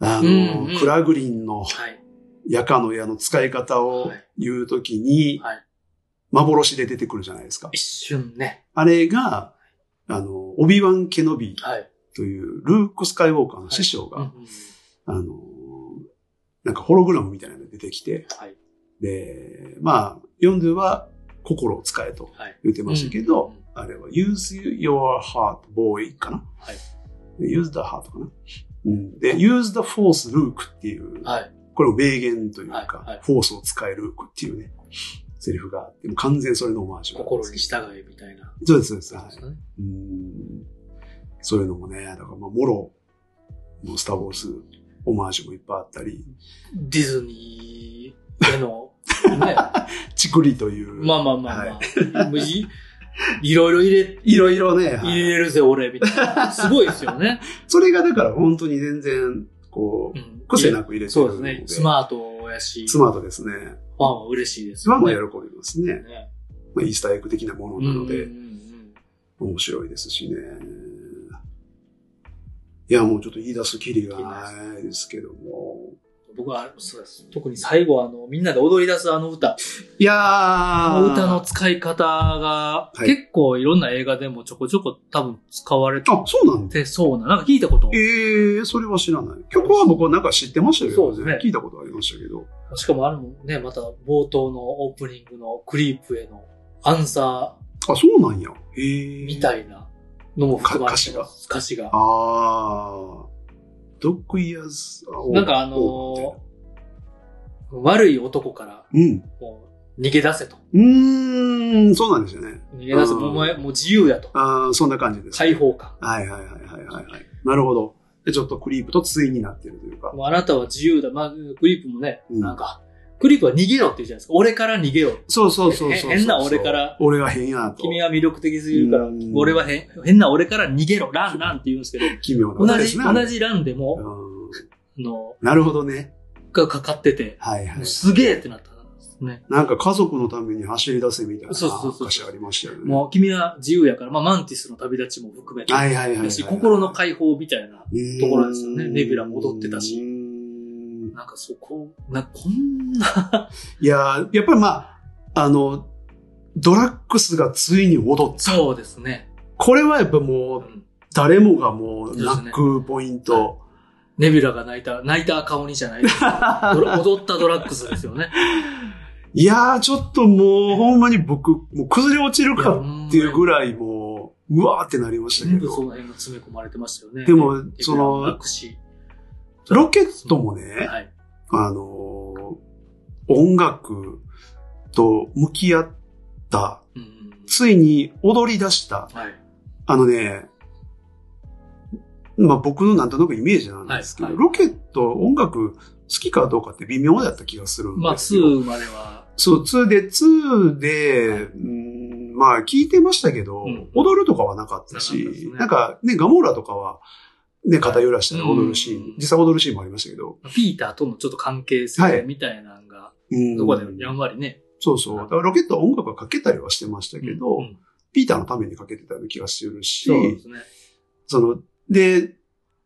Speaker 2: あ
Speaker 1: うん
Speaker 2: の、
Speaker 1: うん
Speaker 2: クラグリンの
Speaker 1: はい
Speaker 2: 夜間の矢の使い方を
Speaker 1: はい
Speaker 2: 言うときに、
Speaker 1: はい
Speaker 2: 幻で出てくるじゃないですか。
Speaker 1: 一瞬ね。
Speaker 2: あれが、あの、オビワン・ケノビー
Speaker 1: はい。
Speaker 2: というルーク・スカイウォーカーの師匠が、
Speaker 1: うんうん
Speaker 2: あの、なんかホログラムみたいなのが出てきて、
Speaker 1: はい
Speaker 2: で、まあ、ヨンドゥは心を使えと
Speaker 1: はい。
Speaker 2: 言ってましたけど、
Speaker 1: うんうん
Speaker 2: あれは use your heart boy かな、
Speaker 1: はい
Speaker 2: で use the heart かな、うん、で、use the force Luke っていう、
Speaker 1: はい。
Speaker 2: これを名言というか、
Speaker 1: はいはい
Speaker 2: フォースを使えルークっていうね、セリフがあって、もう完全にそれのオマージュなんで
Speaker 1: 心
Speaker 2: す
Speaker 1: に従えみたいな。
Speaker 2: そうです、そうです。
Speaker 1: そう
Speaker 2: は
Speaker 1: で
Speaker 2: い
Speaker 1: すかね
Speaker 2: うんそういうのもね、だからまあ、もろ、もうスターウォーズオマージュもいっぱいあったり、
Speaker 1: ディズニーへの、ね。
Speaker 2: チクリという、
Speaker 1: まあまあまあまあ。無事、いろいろ入れ、
Speaker 2: いろいろね、はい
Speaker 1: 入れるぜ俺、みたいな。すごいですよね。
Speaker 2: それがだから本当に全然、こ
Speaker 1: う
Speaker 2: う、
Speaker 1: ん
Speaker 2: 癖なく入れてる
Speaker 1: そう
Speaker 2: の
Speaker 1: で
Speaker 2: で。
Speaker 1: すね。スマートやし、
Speaker 2: ス
Speaker 1: ファ
Speaker 2: マートですね。
Speaker 1: ンは嬉しいです
Speaker 2: スマ
Speaker 1: よ
Speaker 2: ート
Speaker 1: ね。
Speaker 2: は喜びますね。
Speaker 1: ね
Speaker 2: まあ、イースターエッグ的なも
Speaker 1: うん
Speaker 2: の
Speaker 1: う
Speaker 2: なんの
Speaker 1: うんう
Speaker 2: で、
Speaker 1: ん
Speaker 2: 面白いですしね。いや、もうちょっと言い出すきりがないですけども。
Speaker 1: 僕はそうです特に最後あのみんなで踊り出すあの歌
Speaker 2: いや
Speaker 1: あ
Speaker 2: ー
Speaker 1: の歌の使い方が
Speaker 2: はい
Speaker 1: 結構いろんな映画でもちょこちょこ多分使われ
Speaker 2: あ、そうなんだ。
Speaker 1: てそうななんか聞いたこと
Speaker 2: えー、それは知らない。曲は僕はなんか知ってましたけ
Speaker 1: そう
Speaker 2: ど
Speaker 1: です
Speaker 2: ね。
Speaker 1: ね
Speaker 2: 聞いたことありましたけど。
Speaker 1: しかもあれもねまた冒頭のオープニングのクリープへのアンサ
Speaker 2: あ、そうなんや。え
Speaker 1: ー
Speaker 2: ー。
Speaker 1: みたいなのも含まれて
Speaker 2: か
Speaker 1: ます歌詞が
Speaker 2: あー。ドッグイヤーズ。
Speaker 1: なんかあのー悪い男から
Speaker 2: うん。
Speaker 1: もう逃げ出せと
Speaker 2: うーん、そうなんですよね。
Speaker 1: 逃げ出せ
Speaker 2: うん
Speaker 1: もうお前もう自由だと
Speaker 2: あーそんな感じです。
Speaker 1: 解放感
Speaker 2: はいはいはいはいはいはい。なるほど。で、ちょっとクリープと対になってるというか。
Speaker 1: もうあなたは自由だ。まあ、クリープもね、
Speaker 2: うん
Speaker 1: なんか、クリープは逃げろって言うじゃないですか。俺から逃げろ。
Speaker 2: そうそうそうそうそう。
Speaker 1: へ変な俺から
Speaker 2: 俺が変やなと。
Speaker 1: 君は魅力的すぎるから
Speaker 2: うん、
Speaker 1: 俺は変、変な俺から逃げろ。ランランって言うんですけど、
Speaker 2: 奇妙な
Speaker 1: 同
Speaker 2: 歌で
Speaker 1: じ、
Speaker 2: すね。
Speaker 1: 同じランで
Speaker 2: う
Speaker 1: も、
Speaker 2: ん。
Speaker 1: あの、
Speaker 2: なるほどね。
Speaker 1: がかかってて、
Speaker 2: はいはい
Speaker 1: もう。すげえってなったんですね。
Speaker 2: なんか家族のために走り出せみたいな
Speaker 1: そうそうそうそう
Speaker 2: 歌詞ありましたよね。
Speaker 1: もう君は自由やから、まあ、マンティスの旅立ちも含めて、
Speaker 2: はいはいはいはい
Speaker 1: だし、心の解放みたいな、
Speaker 2: と
Speaker 1: ところですよねネビュラ戻ってたし。
Speaker 2: うーん
Speaker 1: なんかそこ、な、こんな、
Speaker 2: いやーやっぱりまあ、あの、ドラッグスがついに踊った。
Speaker 1: そうですね。
Speaker 2: これはやっぱも
Speaker 1: う
Speaker 2: う、
Speaker 1: ん
Speaker 2: 誰もがも
Speaker 1: そ
Speaker 2: う、
Speaker 1: うですね
Speaker 2: 泣くポイント。
Speaker 1: ネビュラが泣いた、泣いた赤鬼じゃない [LAUGHS] ですか。ドラ踊ったドラッグスですよね。
Speaker 2: いやー、ちょっともう、ほんまに僕、もう崩れ落ちるかって [LAUGHS] いうぐらいもう、うわーってなりましたけ
Speaker 1: 全部その
Speaker 2: ど。
Speaker 1: 辺が詰め込まれてましたよね。
Speaker 2: でも
Speaker 1: テレビ
Speaker 2: その
Speaker 1: ランクシー
Speaker 2: ロケットもね、
Speaker 1: はい。
Speaker 2: あのー、音楽と向き合った、
Speaker 1: うんうん
Speaker 2: ついに踊り出した、
Speaker 1: はい。
Speaker 2: あのね、まあ僕のなんとなくイメージなんですけど、
Speaker 1: はいはい
Speaker 2: ロケット音楽好きかどうかって微妙だった気がするん
Speaker 1: まあ、
Speaker 2: ですよ。
Speaker 1: 2までは、
Speaker 2: そう、2で、2で、うんまあ聞いてましたけど、
Speaker 1: うん
Speaker 2: 踊るとかはなかった
Speaker 1: なかったで
Speaker 2: し
Speaker 1: す、ね
Speaker 2: なんかね、ガモーラとかは、ね、肩揺らしたら踊るシーン、
Speaker 1: うん
Speaker 2: 実際踊るシーンもありましたけど、
Speaker 1: ピーターとのちょっと関係
Speaker 2: は
Speaker 1: 性
Speaker 2: い
Speaker 1: みたいなのが、
Speaker 2: うん
Speaker 1: どこでもやんわりね。
Speaker 2: そうそう。だからロケットは音楽はかけたりはしてましたけど、
Speaker 1: うんうん
Speaker 2: ピーターのためにかけてたような気がするし、
Speaker 1: そうですね。
Speaker 2: その、で、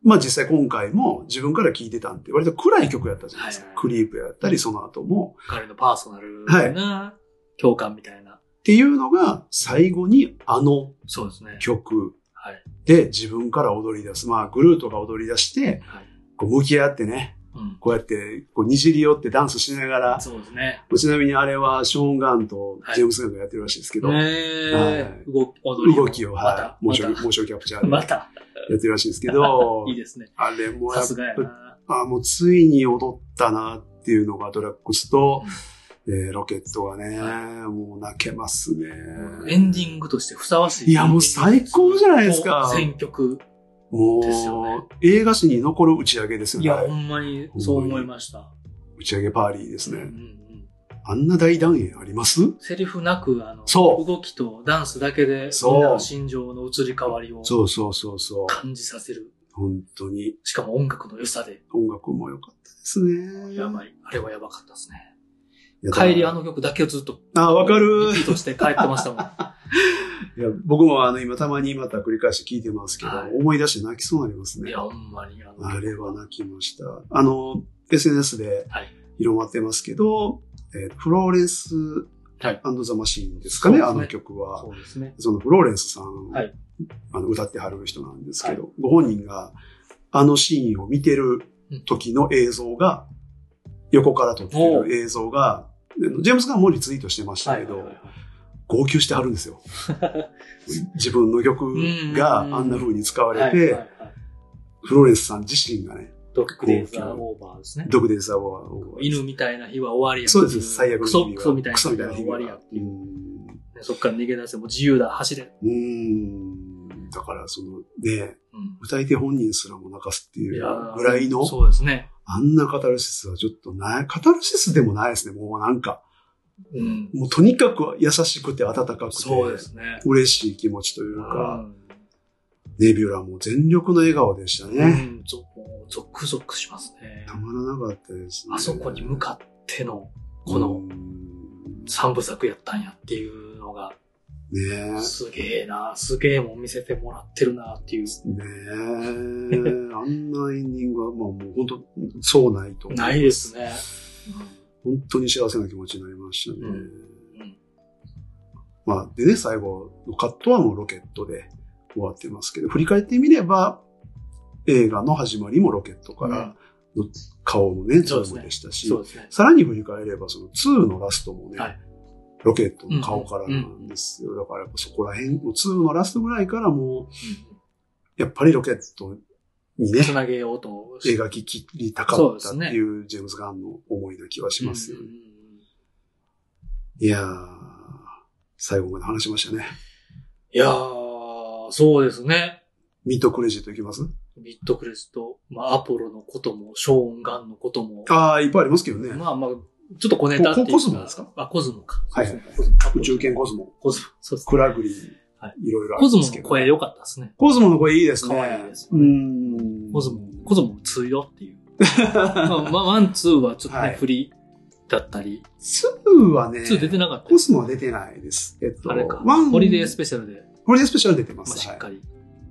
Speaker 2: まあ実際今回も自分から聴いてたんって割と暗い曲やったじゃないですか。
Speaker 1: はい
Speaker 2: クリープやったり、その後も。
Speaker 1: 彼のパーソナルな共感みたいな。
Speaker 2: っていうのが最後にあの
Speaker 1: そうですね。
Speaker 2: 曲
Speaker 1: はい。
Speaker 2: で自分から踊り出す。まあグルートが踊り出して、
Speaker 1: はい。
Speaker 2: こう向き合ってね、
Speaker 1: うん。
Speaker 2: こうやってこうにじり寄ってダンスしながら、
Speaker 1: そうですね。
Speaker 2: ちなみにあれはショーン・ガンと
Speaker 1: はい
Speaker 2: ジェームス・ガンがやってるらしいですけど、
Speaker 1: ねえ。動き、踊りも
Speaker 2: 動きを、
Speaker 1: また
Speaker 2: は、い、モーション
Speaker 1: ま
Speaker 2: モーションキャプチャー
Speaker 1: た、
Speaker 2: でや
Speaker 1: ま。
Speaker 2: ったてるらしいですけ
Speaker 1: [LAUGHS]
Speaker 2: ど
Speaker 1: いい、ですね。
Speaker 2: あれもや
Speaker 1: さ
Speaker 2: っ
Speaker 1: すがや
Speaker 2: ぱ
Speaker 1: な。
Speaker 2: あもうついに踊ったなっていうのがドラッグスと、えーロケットがね、もう泣けますね。
Speaker 1: エンディングとしてふさわしい。
Speaker 2: いやもう最高じゃないですか
Speaker 1: 選曲。
Speaker 2: も
Speaker 1: ですよね
Speaker 2: う、映画史に残る打ち上げですよ
Speaker 1: い
Speaker 2: ね。
Speaker 1: や、
Speaker 2: あれ
Speaker 1: ほんまにそう思いました。
Speaker 2: 打ち上げパーリーです
Speaker 1: うんうん
Speaker 2: ね。
Speaker 1: うん
Speaker 2: あんな大団円あります
Speaker 1: セリフなく、あの、
Speaker 2: そう
Speaker 1: 動きとダンスだけで、
Speaker 2: そう
Speaker 1: みんなの心情の移り変わりを
Speaker 2: そうそうそうそう。
Speaker 1: 感じさせる。
Speaker 2: 本当に
Speaker 1: しかも音楽の良さで、
Speaker 2: 音楽も良かったですね。
Speaker 1: やばい。あれはやばかったですね。
Speaker 2: いやだから
Speaker 1: 帰りあの曲だけをずっと、
Speaker 2: あ、わかる
Speaker 1: リ。ピートして帰ってましたもん。
Speaker 2: [LAUGHS] いや僕もあの今たまにまた繰り返して聞いてますけど、
Speaker 1: はい
Speaker 2: 思い出して泣きそうになりますね。
Speaker 1: いや、ほんまに、あの、
Speaker 2: あれは泣きました。あの、SNS で
Speaker 1: はい
Speaker 2: 広まってますけど、えーフローレンス
Speaker 1: はい
Speaker 2: ザ・マシーンですかね、
Speaker 1: そうです
Speaker 2: あ
Speaker 1: ね
Speaker 2: の曲は
Speaker 1: そ。うですね。
Speaker 2: そのフローレンスさん、
Speaker 1: はい
Speaker 2: あの歌ってはる人なんですけど、ご本人があのシーンを見てる時の映像が、横から撮って
Speaker 1: おう
Speaker 2: る映像が、でジェームスガンもリツイートしてました
Speaker 1: は
Speaker 2: け
Speaker 1: い
Speaker 2: ど、
Speaker 1: はいはいはい。
Speaker 2: 号泣してはるんですよ。自分の曲があんな風に使われ
Speaker 1: はいはいは
Speaker 2: て、
Speaker 1: い
Speaker 2: フローレンスさん自身がね、
Speaker 1: ドッグデイズ・ア・オーバーですね。
Speaker 2: 毒でザワーを。
Speaker 1: 犬みたいな日は終わりや。
Speaker 2: そうです、最悪の
Speaker 1: ク
Speaker 2: 日々
Speaker 1: ソ、
Speaker 2: は
Speaker 1: クソみたいな
Speaker 2: クソ
Speaker 1: 日
Speaker 2: みたい
Speaker 1: は
Speaker 2: な
Speaker 1: 終
Speaker 2: 日
Speaker 1: わり
Speaker 2: 々
Speaker 1: や
Speaker 2: は。
Speaker 1: って
Speaker 2: う
Speaker 1: いうんねそっから逃げ出せ、もう自由だ、走れ。
Speaker 2: うーん。だから、その、ね、
Speaker 1: うん
Speaker 2: 歌い手本人すらも泣かすってい
Speaker 1: いうやー
Speaker 2: ぐらいの、
Speaker 1: そうですね。
Speaker 2: あんなカタルシスはちょっとない、カタルシスでもないですね、もうなんか。
Speaker 1: うん。
Speaker 2: もうとにかく優しくて温かくて、
Speaker 1: そうですね。
Speaker 2: 嬉しい気持ちといううんか、
Speaker 1: ん
Speaker 2: ネビュラも全力の笑顔でした
Speaker 1: う
Speaker 2: ね。
Speaker 1: ん。ゾもうゾクゾクしますね。
Speaker 2: たまらなかったですね。
Speaker 1: あそこに向かっての、この
Speaker 2: うん
Speaker 1: 三部作やったんやっていうのが、
Speaker 2: うね
Speaker 1: すげえな、すげえもん見せてもらってるなっていう。
Speaker 2: え。ねえ。あんなエンディングは、まあもう本当、そうないと。
Speaker 1: ないですね。
Speaker 2: 本当に幸せな気持ちになりましたね。
Speaker 1: うんうん
Speaker 2: まあ、でね、最後のカットはもうロケットで終わってますけど、振り返ってみれば、映画の始まりもロケットから、顔のね、ズ
Speaker 1: そうです
Speaker 2: ー
Speaker 1: ね
Speaker 2: ムでしたし、
Speaker 1: そうですね。
Speaker 2: さらに振り返れば、その2のラストもね、
Speaker 1: はい
Speaker 2: ロケットの顔からなんですよ。だからやっぱそこら辺、2のラストぐらいからもう、やっぱりロケットにね、
Speaker 1: つなげようとし
Speaker 2: 描ききりたかったっていうジェームズ・ガンの思いな気はしますよね。
Speaker 1: うんうんうん
Speaker 2: いやー、最後まで話しましたね。
Speaker 1: いやー、そうですね。
Speaker 2: ミッドクレジットいきます
Speaker 1: ビットクレジット、まあ、アポロのことも、ショーン・ガンのことも、
Speaker 2: ああ、いっぱいありますけどね。
Speaker 1: まあまあ、ちょっと小ネタっていう
Speaker 2: こコズモですか
Speaker 1: あ、コズモか。
Speaker 2: はい
Speaker 1: そうですねコズモ
Speaker 2: 宇宙犬コズモ、
Speaker 1: コズモ。そうですね
Speaker 2: クラグリ
Speaker 1: はい
Speaker 2: いろいろあ
Speaker 1: コ
Speaker 2: り
Speaker 1: ズ
Speaker 2: ま
Speaker 1: モ
Speaker 2: すけ
Speaker 1: の
Speaker 2: ど。
Speaker 1: 声良かったですね。
Speaker 2: コズモの声いいですね。
Speaker 1: 可愛いです
Speaker 2: う
Speaker 1: よね
Speaker 2: ん。
Speaker 1: コズモ、コズモ通よっていう。まあ、まあワン、ツーはちょっとね、
Speaker 2: はい
Speaker 1: 振りだったり、
Speaker 2: 2はね、
Speaker 1: ツー出てなかった
Speaker 2: コズモは出てないです。えっと、
Speaker 1: あれか。
Speaker 2: ワン
Speaker 1: ホリデースペシャルで、
Speaker 2: ホリデースペシャル出て
Speaker 1: ま
Speaker 2: ま
Speaker 1: あ、
Speaker 2: す。
Speaker 1: し
Speaker 2: は
Speaker 1: っ
Speaker 2: い
Speaker 1: かり。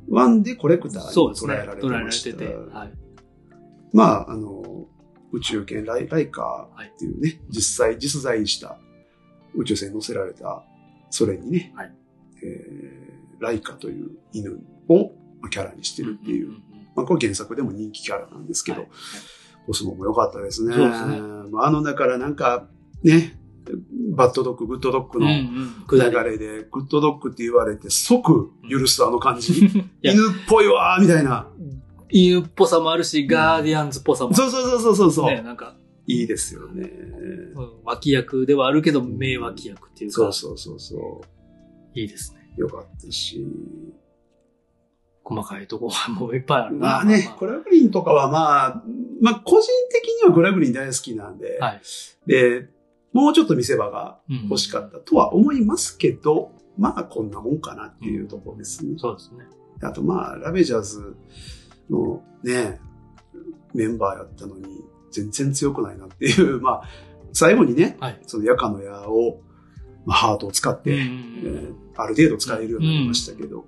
Speaker 2: ワンでコレクターに
Speaker 1: そうです
Speaker 2: 捉
Speaker 1: ね。
Speaker 2: えられて
Speaker 1: 捉えら
Speaker 2: ま
Speaker 1: れ
Speaker 2: してた。
Speaker 1: て。はい。
Speaker 2: まあ、あの、宇宙犬ライライカーっていうね、実際、実在した宇宙船に乗せられた、それにね、
Speaker 1: はい
Speaker 2: えーライカという犬をまあキャラにしてるっていう、
Speaker 1: んんん
Speaker 2: まあ、これ原作でも人気キャラなんですけど、
Speaker 1: はいはい
Speaker 2: コスモも良かったですね。
Speaker 1: そうですね
Speaker 2: まあ、あの、だからなんか、ね、バッドドッグ、グッドドッグ
Speaker 1: うん
Speaker 2: の
Speaker 1: うん。
Speaker 2: 流
Speaker 1: 下り。
Speaker 2: れで、グッドドッグって言われて即許すあの感じ、
Speaker 1: いや
Speaker 2: 犬っぽいわーみたいな。
Speaker 1: 犬っぽさもあるし、ガーディアンズっぽさもある
Speaker 2: そうそうそうそうそう。
Speaker 1: ね、なんか、
Speaker 2: いいですよね。
Speaker 1: うん脇役ではあるけど、名脇役っていうか、
Speaker 2: そうそうそうそ
Speaker 1: いいですね。
Speaker 2: う。よかったし。
Speaker 1: 細かいとこはもういっぱいあるな。
Speaker 2: まあね、グラグリンとかはまあ、まあ個人的にはグラグリン大好きなんで、
Speaker 1: はい
Speaker 2: で、もうちょっと見せ場が欲しかったとは思いますけど、まあこんなもんかなっていうところですね
Speaker 1: た。。そうですね。
Speaker 2: あとまあ、ラベジャーズのね、メンバーやったのに、全然強くないなっていう、まあ、最後にね、
Speaker 1: はい。
Speaker 2: その夜間の矢を、まあ、ハートを使って、えーある程度使えるようになりましたけど、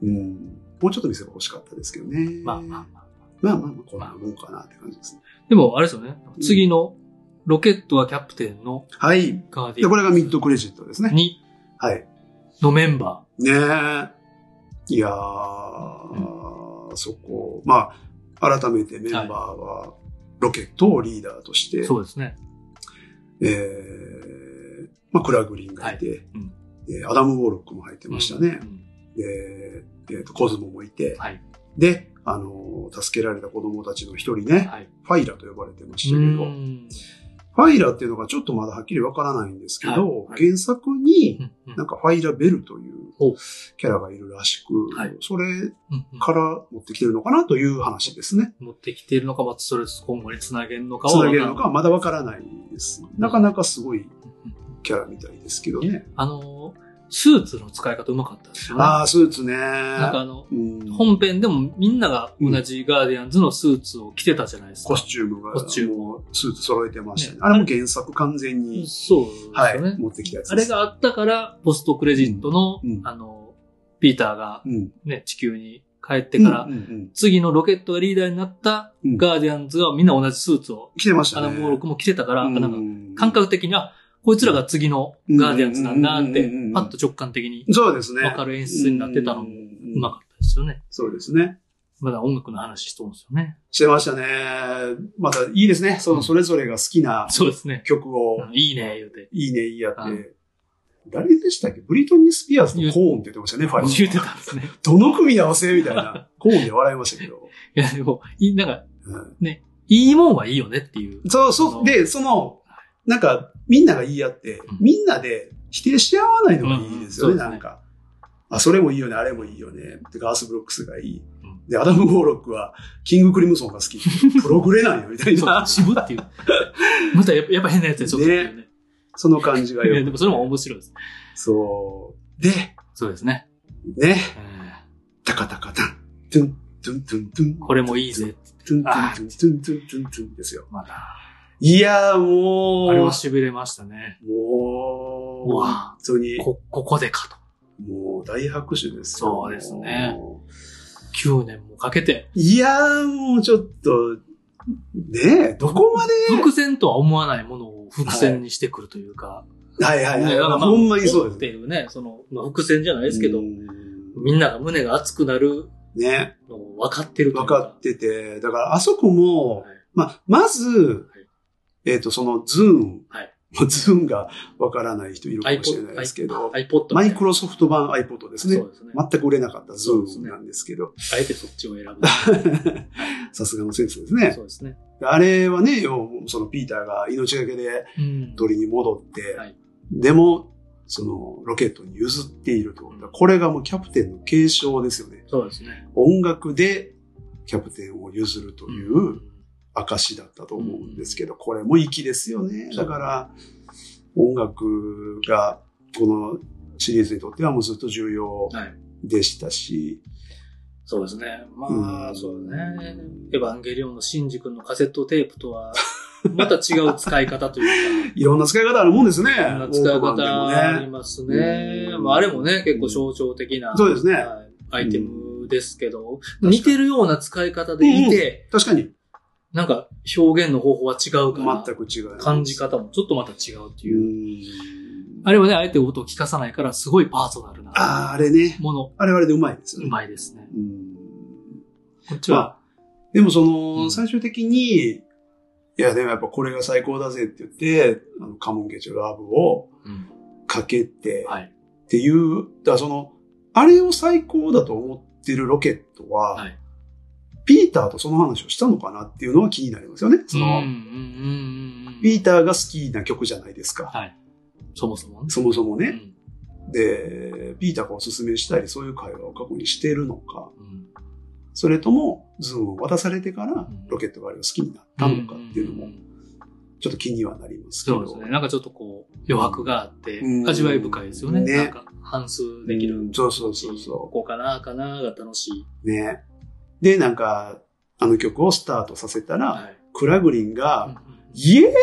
Speaker 2: うん、もうちょっと見せば欲しかったですけどね。
Speaker 1: まあまあまあ。
Speaker 2: まあまあまあこんなもんかなって感じですね。
Speaker 1: でも、あれですよね。次の、ロケットはキャプテンの
Speaker 2: はい。
Speaker 1: ガーディ
Speaker 2: で、
Speaker 1: アン
Speaker 2: これがミッドクレジットですね。
Speaker 1: に、
Speaker 2: はい。
Speaker 1: のメンバ
Speaker 2: ねえ。いやー、そこ、まあ、改めてメンバーは、ロケットをリーダーとして、
Speaker 1: ー。そうですね。
Speaker 2: えーまあ、クラグリンがいて、
Speaker 1: うん
Speaker 2: えーアダム・ウォーロックも入ってましたね。
Speaker 1: うん
Speaker 2: えーえーとコズモもいて、
Speaker 1: はい。
Speaker 2: で、あのー助けられた子供たちの一人ね、
Speaker 1: はい。
Speaker 2: ファイラと呼ばれてましたけど、
Speaker 1: うん
Speaker 2: ファイラっていうのがちょっとまだはっきりわからないんですけど、
Speaker 1: はいはい
Speaker 2: 原作に
Speaker 1: う、んうん
Speaker 2: なんかファイラ・ベルとい
Speaker 1: ほう
Speaker 2: うキャラがいるらしく、
Speaker 1: はい
Speaker 2: それ
Speaker 1: うんうん
Speaker 2: から持ってきてるのかなという話ですね。
Speaker 1: 持ってきているのか、またそれを今後につなげるのか
Speaker 2: つ
Speaker 1: は
Speaker 2: なげるのかはまだわからないです。なかなかすごいキャラみたいですけどね。
Speaker 1: あのー、スーツの使い方うまかったですよね。
Speaker 2: ああ、スーツね。
Speaker 1: なんかあの、
Speaker 2: うん
Speaker 1: 本編でもみんなが同じガーディアンズのスーツを着てたじゃないですか。
Speaker 2: コスチュームが、
Speaker 1: コスチューム
Speaker 2: もうスーツ揃えてましたね。
Speaker 1: ね
Speaker 2: あれも原作完全に、
Speaker 1: そうですよね。
Speaker 2: はい、持ってきたやつ
Speaker 1: あ
Speaker 2: で
Speaker 1: れ
Speaker 2: す。
Speaker 1: があったから、ポストクレジットの、
Speaker 2: うんうん
Speaker 1: あの、ピーターが
Speaker 2: うん、
Speaker 1: ね、地球に帰ってから、
Speaker 2: うんうんうん
Speaker 1: 次のロケットがリーダーになった
Speaker 2: うん
Speaker 1: ガーディアンズがみんな同じスーツを、
Speaker 2: 来てました
Speaker 1: ア
Speaker 2: ね。
Speaker 1: ダム・ウォーロックも着てたから、なんか
Speaker 2: うん
Speaker 1: 感覚的に、あ、こいつらが次のガーディアンズなんだっ
Speaker 2: う
Speaker 1: て
Speaker 2: んうんうんうんう、ん
Speaker 1: パッと直感的に
Speaker 2: そうですね。
Speaker 1: わかる演出になってたのもうま
Speaker 2: く。
Speaker 1: かったですよね。
Speaker 2: そうですね。
Speaker 1: まだ音楽の話しとるんですよね。
Speaker 2: してましたね。またいいですね。そのそれぞれが好きな
Speaker 1: そうですね。
Speaker 2: 曲を
Speaker 1: う、んいいね、言うて。
Speaker 2: いいね、いいやっ
Speaker 1: う
Speaker 2: て。誰でしたっけブリトニー・スピアーズとコーンって言ってましたね、ファイ
Speaker 1: 言うてたんですね。
Speaker 2: どの組み合わせみたいな。コーンで笑いましたけど。
Speaker 1: いや、でも、いなんか、
Speaker 2: うん
Speaker 1: いいもんはいいよねっていう。
Speaker 2: そう、そう、で、その、なんか、みんなが言い合って
Speaker 1: ん、
Speaker 2: みんなで否定し合わないのがいいです
Speaker 1: う
Speaker 2: よね、
Speaker 1: んうんそうですね
Speaker 2: なんか。あ、それもいいよね、あれもいいよね。で、ガース・ブロックスがいい
Speaker 1: うん。
Speaker 2: で、アダム・ゴーロックは、キング・クリムソンが好き。プログレなんよ、みたい
Speaker 1: そう
Speaker 2: な。
Speaker 1: 渋っていう。またやっぱやっぱ変なやつでちょっとっていうね。
Speaker 2: その感じが
Speaker 1: いや
Speaker 2: よ
Speaker 1: で
Speaker 2: く。
Speaker 1: もそれも面白いです。
Speaker 2: そう。で、
Speaker 1: そうですね。う
Speaker 2: ね、
Speaker 1: ん
Speaker 2: タカタカタン、トゥン、トゥン、トゥン、トゥン。
Speaker 1: これもいいぜ。
Speaker 2: トゥン、トゥ
Speaker 1: あ
Speaker 2: ン、トゥン、トゥン、トゥン、トゥン、トゥンですよ。
Speaker 1: まだ。
Speaker 2: いや
Speaker 1: あ
Speaker 2: ー
Speaker 1: れ
Speaker 2: もう
Speaker 1: は、痺れましたね。
Speaker 2: も
Speaker 1: うわ
Speaker 2: 本当に、
Speaker 1: こ、ここでかと。
Speaker 2: もう大拍手ですよ
Speaker 1: そうですね。9年もかけて、
Speaker 2: いやー、もうちょっと、ねえ、どこまで、
Speaker 1: 伏線とは思わないものを伏線にしてくるというか。
Speaker 2: はいはいは
Speaker 1: ね
Speaker 2: い。
Speaker 1: だからまあ
Speaker 2: ほんまにそう
Speaker 1: っ
Speaker 2: で
Speaker 1: て
Speaker 2: す。
Speaker 1: いうね、その、まあ、伏線じゃないですけど、
Speaker 2: うん
Speaker 1: みんなが胸が熱くなる
Speaker 2: ね、
Speaker 1: のを分かってるとい
Speaker 2: 分
Speaker 1: うか。
Speaker 2: かってて、だからあそこも、
Speaker 1: はい
Speaker 2: まあ、まず、えっ、と、そのズーン、
Speaker 1: はい
Speaker 2: まあズーンがわからない人いるかもしれないですけど、
Speaker 1: iPod。
Speaker 2: マイクロソフト版 iPod ですね
Speaker 1: そう。ですね。
Speaker 2: 全く売れなかったズ
Speaker 1: そうです
Speaker 2: ーン
Speaker 1: ね
Speaker 2: なんですけど、
Speaker 1: あえてそっちを選ぶ。
Speaker 2: [LAUGHS] さすがのセンスですね
Speaker 1: そ。うですね。
Speaker 2: あれはね、要はそのピーターが命がけで
Speaker 1: うん
Speaker 2: 鳥に戻って、
Speaker 1: はい
Speaker 2: でも、そのロケットに譲っていると。これがもうキャプテンの継承ですよね。
Speaker 1: そうですね。
Speaker 2: 音楽でキャプテンを譲るという証だったと思うんですけど、これも粋ですよね。だから、音楽がこのシリーズにとってはもうずっと重要
Speaker 1: はい
Speaker 2: でしたし、
Speaker 1: そうですね。ま
Speaker 2: う
Speaker 1: あ、
Speaker 2: ん
Speaker 1: そうね。エヴァンゲリオンのシンジ君のカセットテープとは、 [LAUGHS] また違う使い方というか、
Speaker 2: いろんな使い方あるもんですね。
Speaker 1: いろんな使い
Speaker 2: ウォークマンで
Speaker 1: 方あ
Speaker 2: も
Speaker 1: り
Speaker 2: ね。
Speaker 1: ますね。
Speaker 2: うん
Speaker 1: まあ、あれもね、結構象徴的な、
Speaker 2: そうですね
Speaker 1: はいアイテムですけど、似てるような使い方でいて、
Speaker 2: 確かに、
Speaker 1: なんか表現の方法は違うから、
Speaker 2: 全く違う。
Speaker 1: 感じ方もちょっとまた違うって
Speaker 2: う
Speaker 1: いう。
Speaker 2: ん。
Speaker 1: あれはね、あえて音を聞かさないから、すごいパーソナルな
Speaker 2: あーあれね。
Speaker 1: もの、
Speaker 2: あれはあれでうまいですよ
Speaker 1: う
Speaker 2: ね。
Speaker 1: まいですね。
Speaker 2: うん
Speaker 1: こっちは、
Speaker 2: でもそ
Speaker 1: うん
Speaker 2: の、最終的に、いや、でもやっぱこれが最高だぜって言って、あの、カモンケチュラブを
Speaker 1: うん
Speaker 2: かけて、
Speaker 1: はい。
Speaker 2: っていう、だからその、あれを最高だと思ってるロケットは、
Speaker 1: はい
Speaker 2: ピーターとその話をしたのかなっていうのは気になりますよね。その、
Speaker 1: うんうんうんうんうん
Speaker 2: ピーターが好きな曲じゃないですか。
Speaker 1: はい。そもそもね。
Speaker 2: そもそも
Speaker 1: う
Speaker 2: ね。
Speaker 1: ん
Speaker 2: で、ピーターがおすすめしたり、そういう会話を過去にしてるのか、
Speaker 1: うん
Speaker 2: それとも、ズームを渡されてから
Speaker 1: ん、
Speaker 2: ロケットがあれを好きになったのかっていうのも、
Speaker 1: んんん
Speaker 2: ちょっと気にはなりますけ
Speaker 1: そ
Speaker 2: ど。
Speaker 1: うですね。なんかちょっとこう、余白があって
Speaker 2: う、ん
Speaker 1: 味わい深いですよね。
Speaker 2: ね
Speaker 1: なんか、反数できる。
Speaker 2: うんそうそうそうそ
Speaker 1: こうかな、かな、が楽しい。
Speaker 2: う。ね。で、なんか、あの曲をスタートさせたら、
Speaker 1: はい
Speaker 2: クラグリンが、
Speaker 1: うんうん
Speaker 2: イエ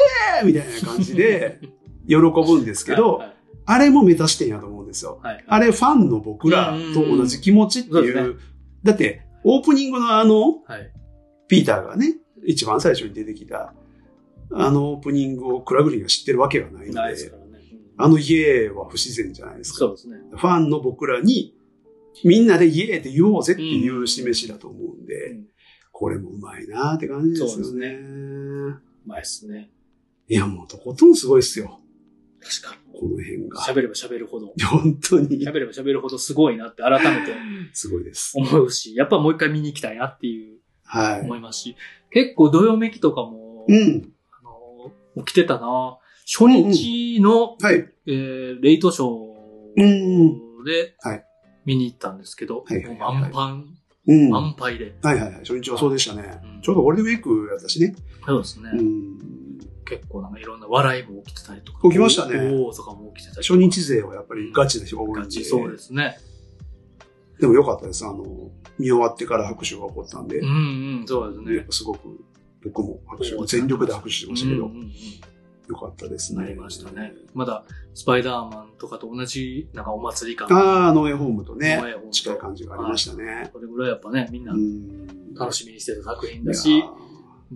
Speaker 2: ーイみたいな感じで喜ぶんですけど、
Speaker 1: はい
Speaker 2: あれも目指してんやと思うんですよ。
Speaker 1: はいはい
Speaker 2: あれファンの僕らと同じ気持ちって
Speaker 1: うんうん
Speaker 2: い
Speaker 1: そう
Speaker 2: う。だって、オープニングのあの、
Speaker 1: はい。
Speaker 2: ピーターがね、一番最初に出てきた、あのオープニングをクラグリンが知ってるわけがない
Speaker 1: な
Speaker 2: の
Speaker 1: い
Speaker 2: で、
Speaker 1: ですからね。うん
Speaker 2: あのイエーイは不自然じゃないですか。
Speaker 1: そうですね。
Speaker 2: ファンの僕らに、みんなでイエーイって言おうぜっていう示しだと思うんで、
Speaker 1: うん
Speaker 2: これもうまいなーって感じですよ
Speaker 1: そうで
Speaker 2: ね。
Speaker 1: うまいっすね。
Speaker 2: いや、もうとことんすごいっすよ。
Speaker 1: 確か
Speaker 2: この辺が。
Speaker 1: に。喋れば喋るほど。
Speaker 2: 本当に
Speaker 1: 喋れば喋るほどすごいなって改めて
Speaker 2: すごいです。
Speaker 1: 思うし、や [LAUGHS] っぱもう一回見に行きたいなっていう
Speaker 2: はい。
Speaker 1: 思いますし、結構どよめきとかも、
Speaker 2: うん。
Speaker 1: あの、起きてたな。初日の、
Speaker 2: はい。
Speaker 1: えーレイトショーで
Speaker 2: はい、
Speaker 1: 見に行ったんですけど、
Speaker 2: はいはいはいはい
Speaker 1: 満帆、
Speaker 2: うん。は
Speaker 1: 満杯で。
Speaker 2: いはいはい。初日はそうでしたね
Speaker 1: うん。
Speaker 2: ちょうどゴールデンウィークやったしね。
Speaker 1: そうですね。
Speaker 2: うん。
Speaker 1: 結構なんかいろんな笑いも起きてたりとか。
Speaker 2: 起きましたね
Speaker 1: おーとかも起きてたり
Speaker 2: 初日勢はやっぱりガチでしょ、多いん
Speaker 1: ガチそうですね。
Speaker 2: でもよかったです。あの、見終わってから拍手が起こったんで
Speaker 1: う、んうん、そうです
Speaker 2: や
Speaker 1: ね。
Speaker 2: っぱすごく僕も拍手、全力で拍手しましたけど
Speaker 1: うん、うんうん
Speaker 2: よかったですね。
Speaker 1: なりましたね。まだ、スパイダーマンとかと同じ、なんかお祭り感。
Speaker 2: ああ、ノーエホームとね
Speaker 1: ノーエホーム、と
Speaker 2: 近い感じがありましたね。
Speaker 1: これぐらいやっぱね、みんな
Speaker 2: うん
Speaker 1: 楽しみにしてた作品だ
Speaker 2: い
Speaker 1: し
Speaker 2: や、
Speaker 1: ま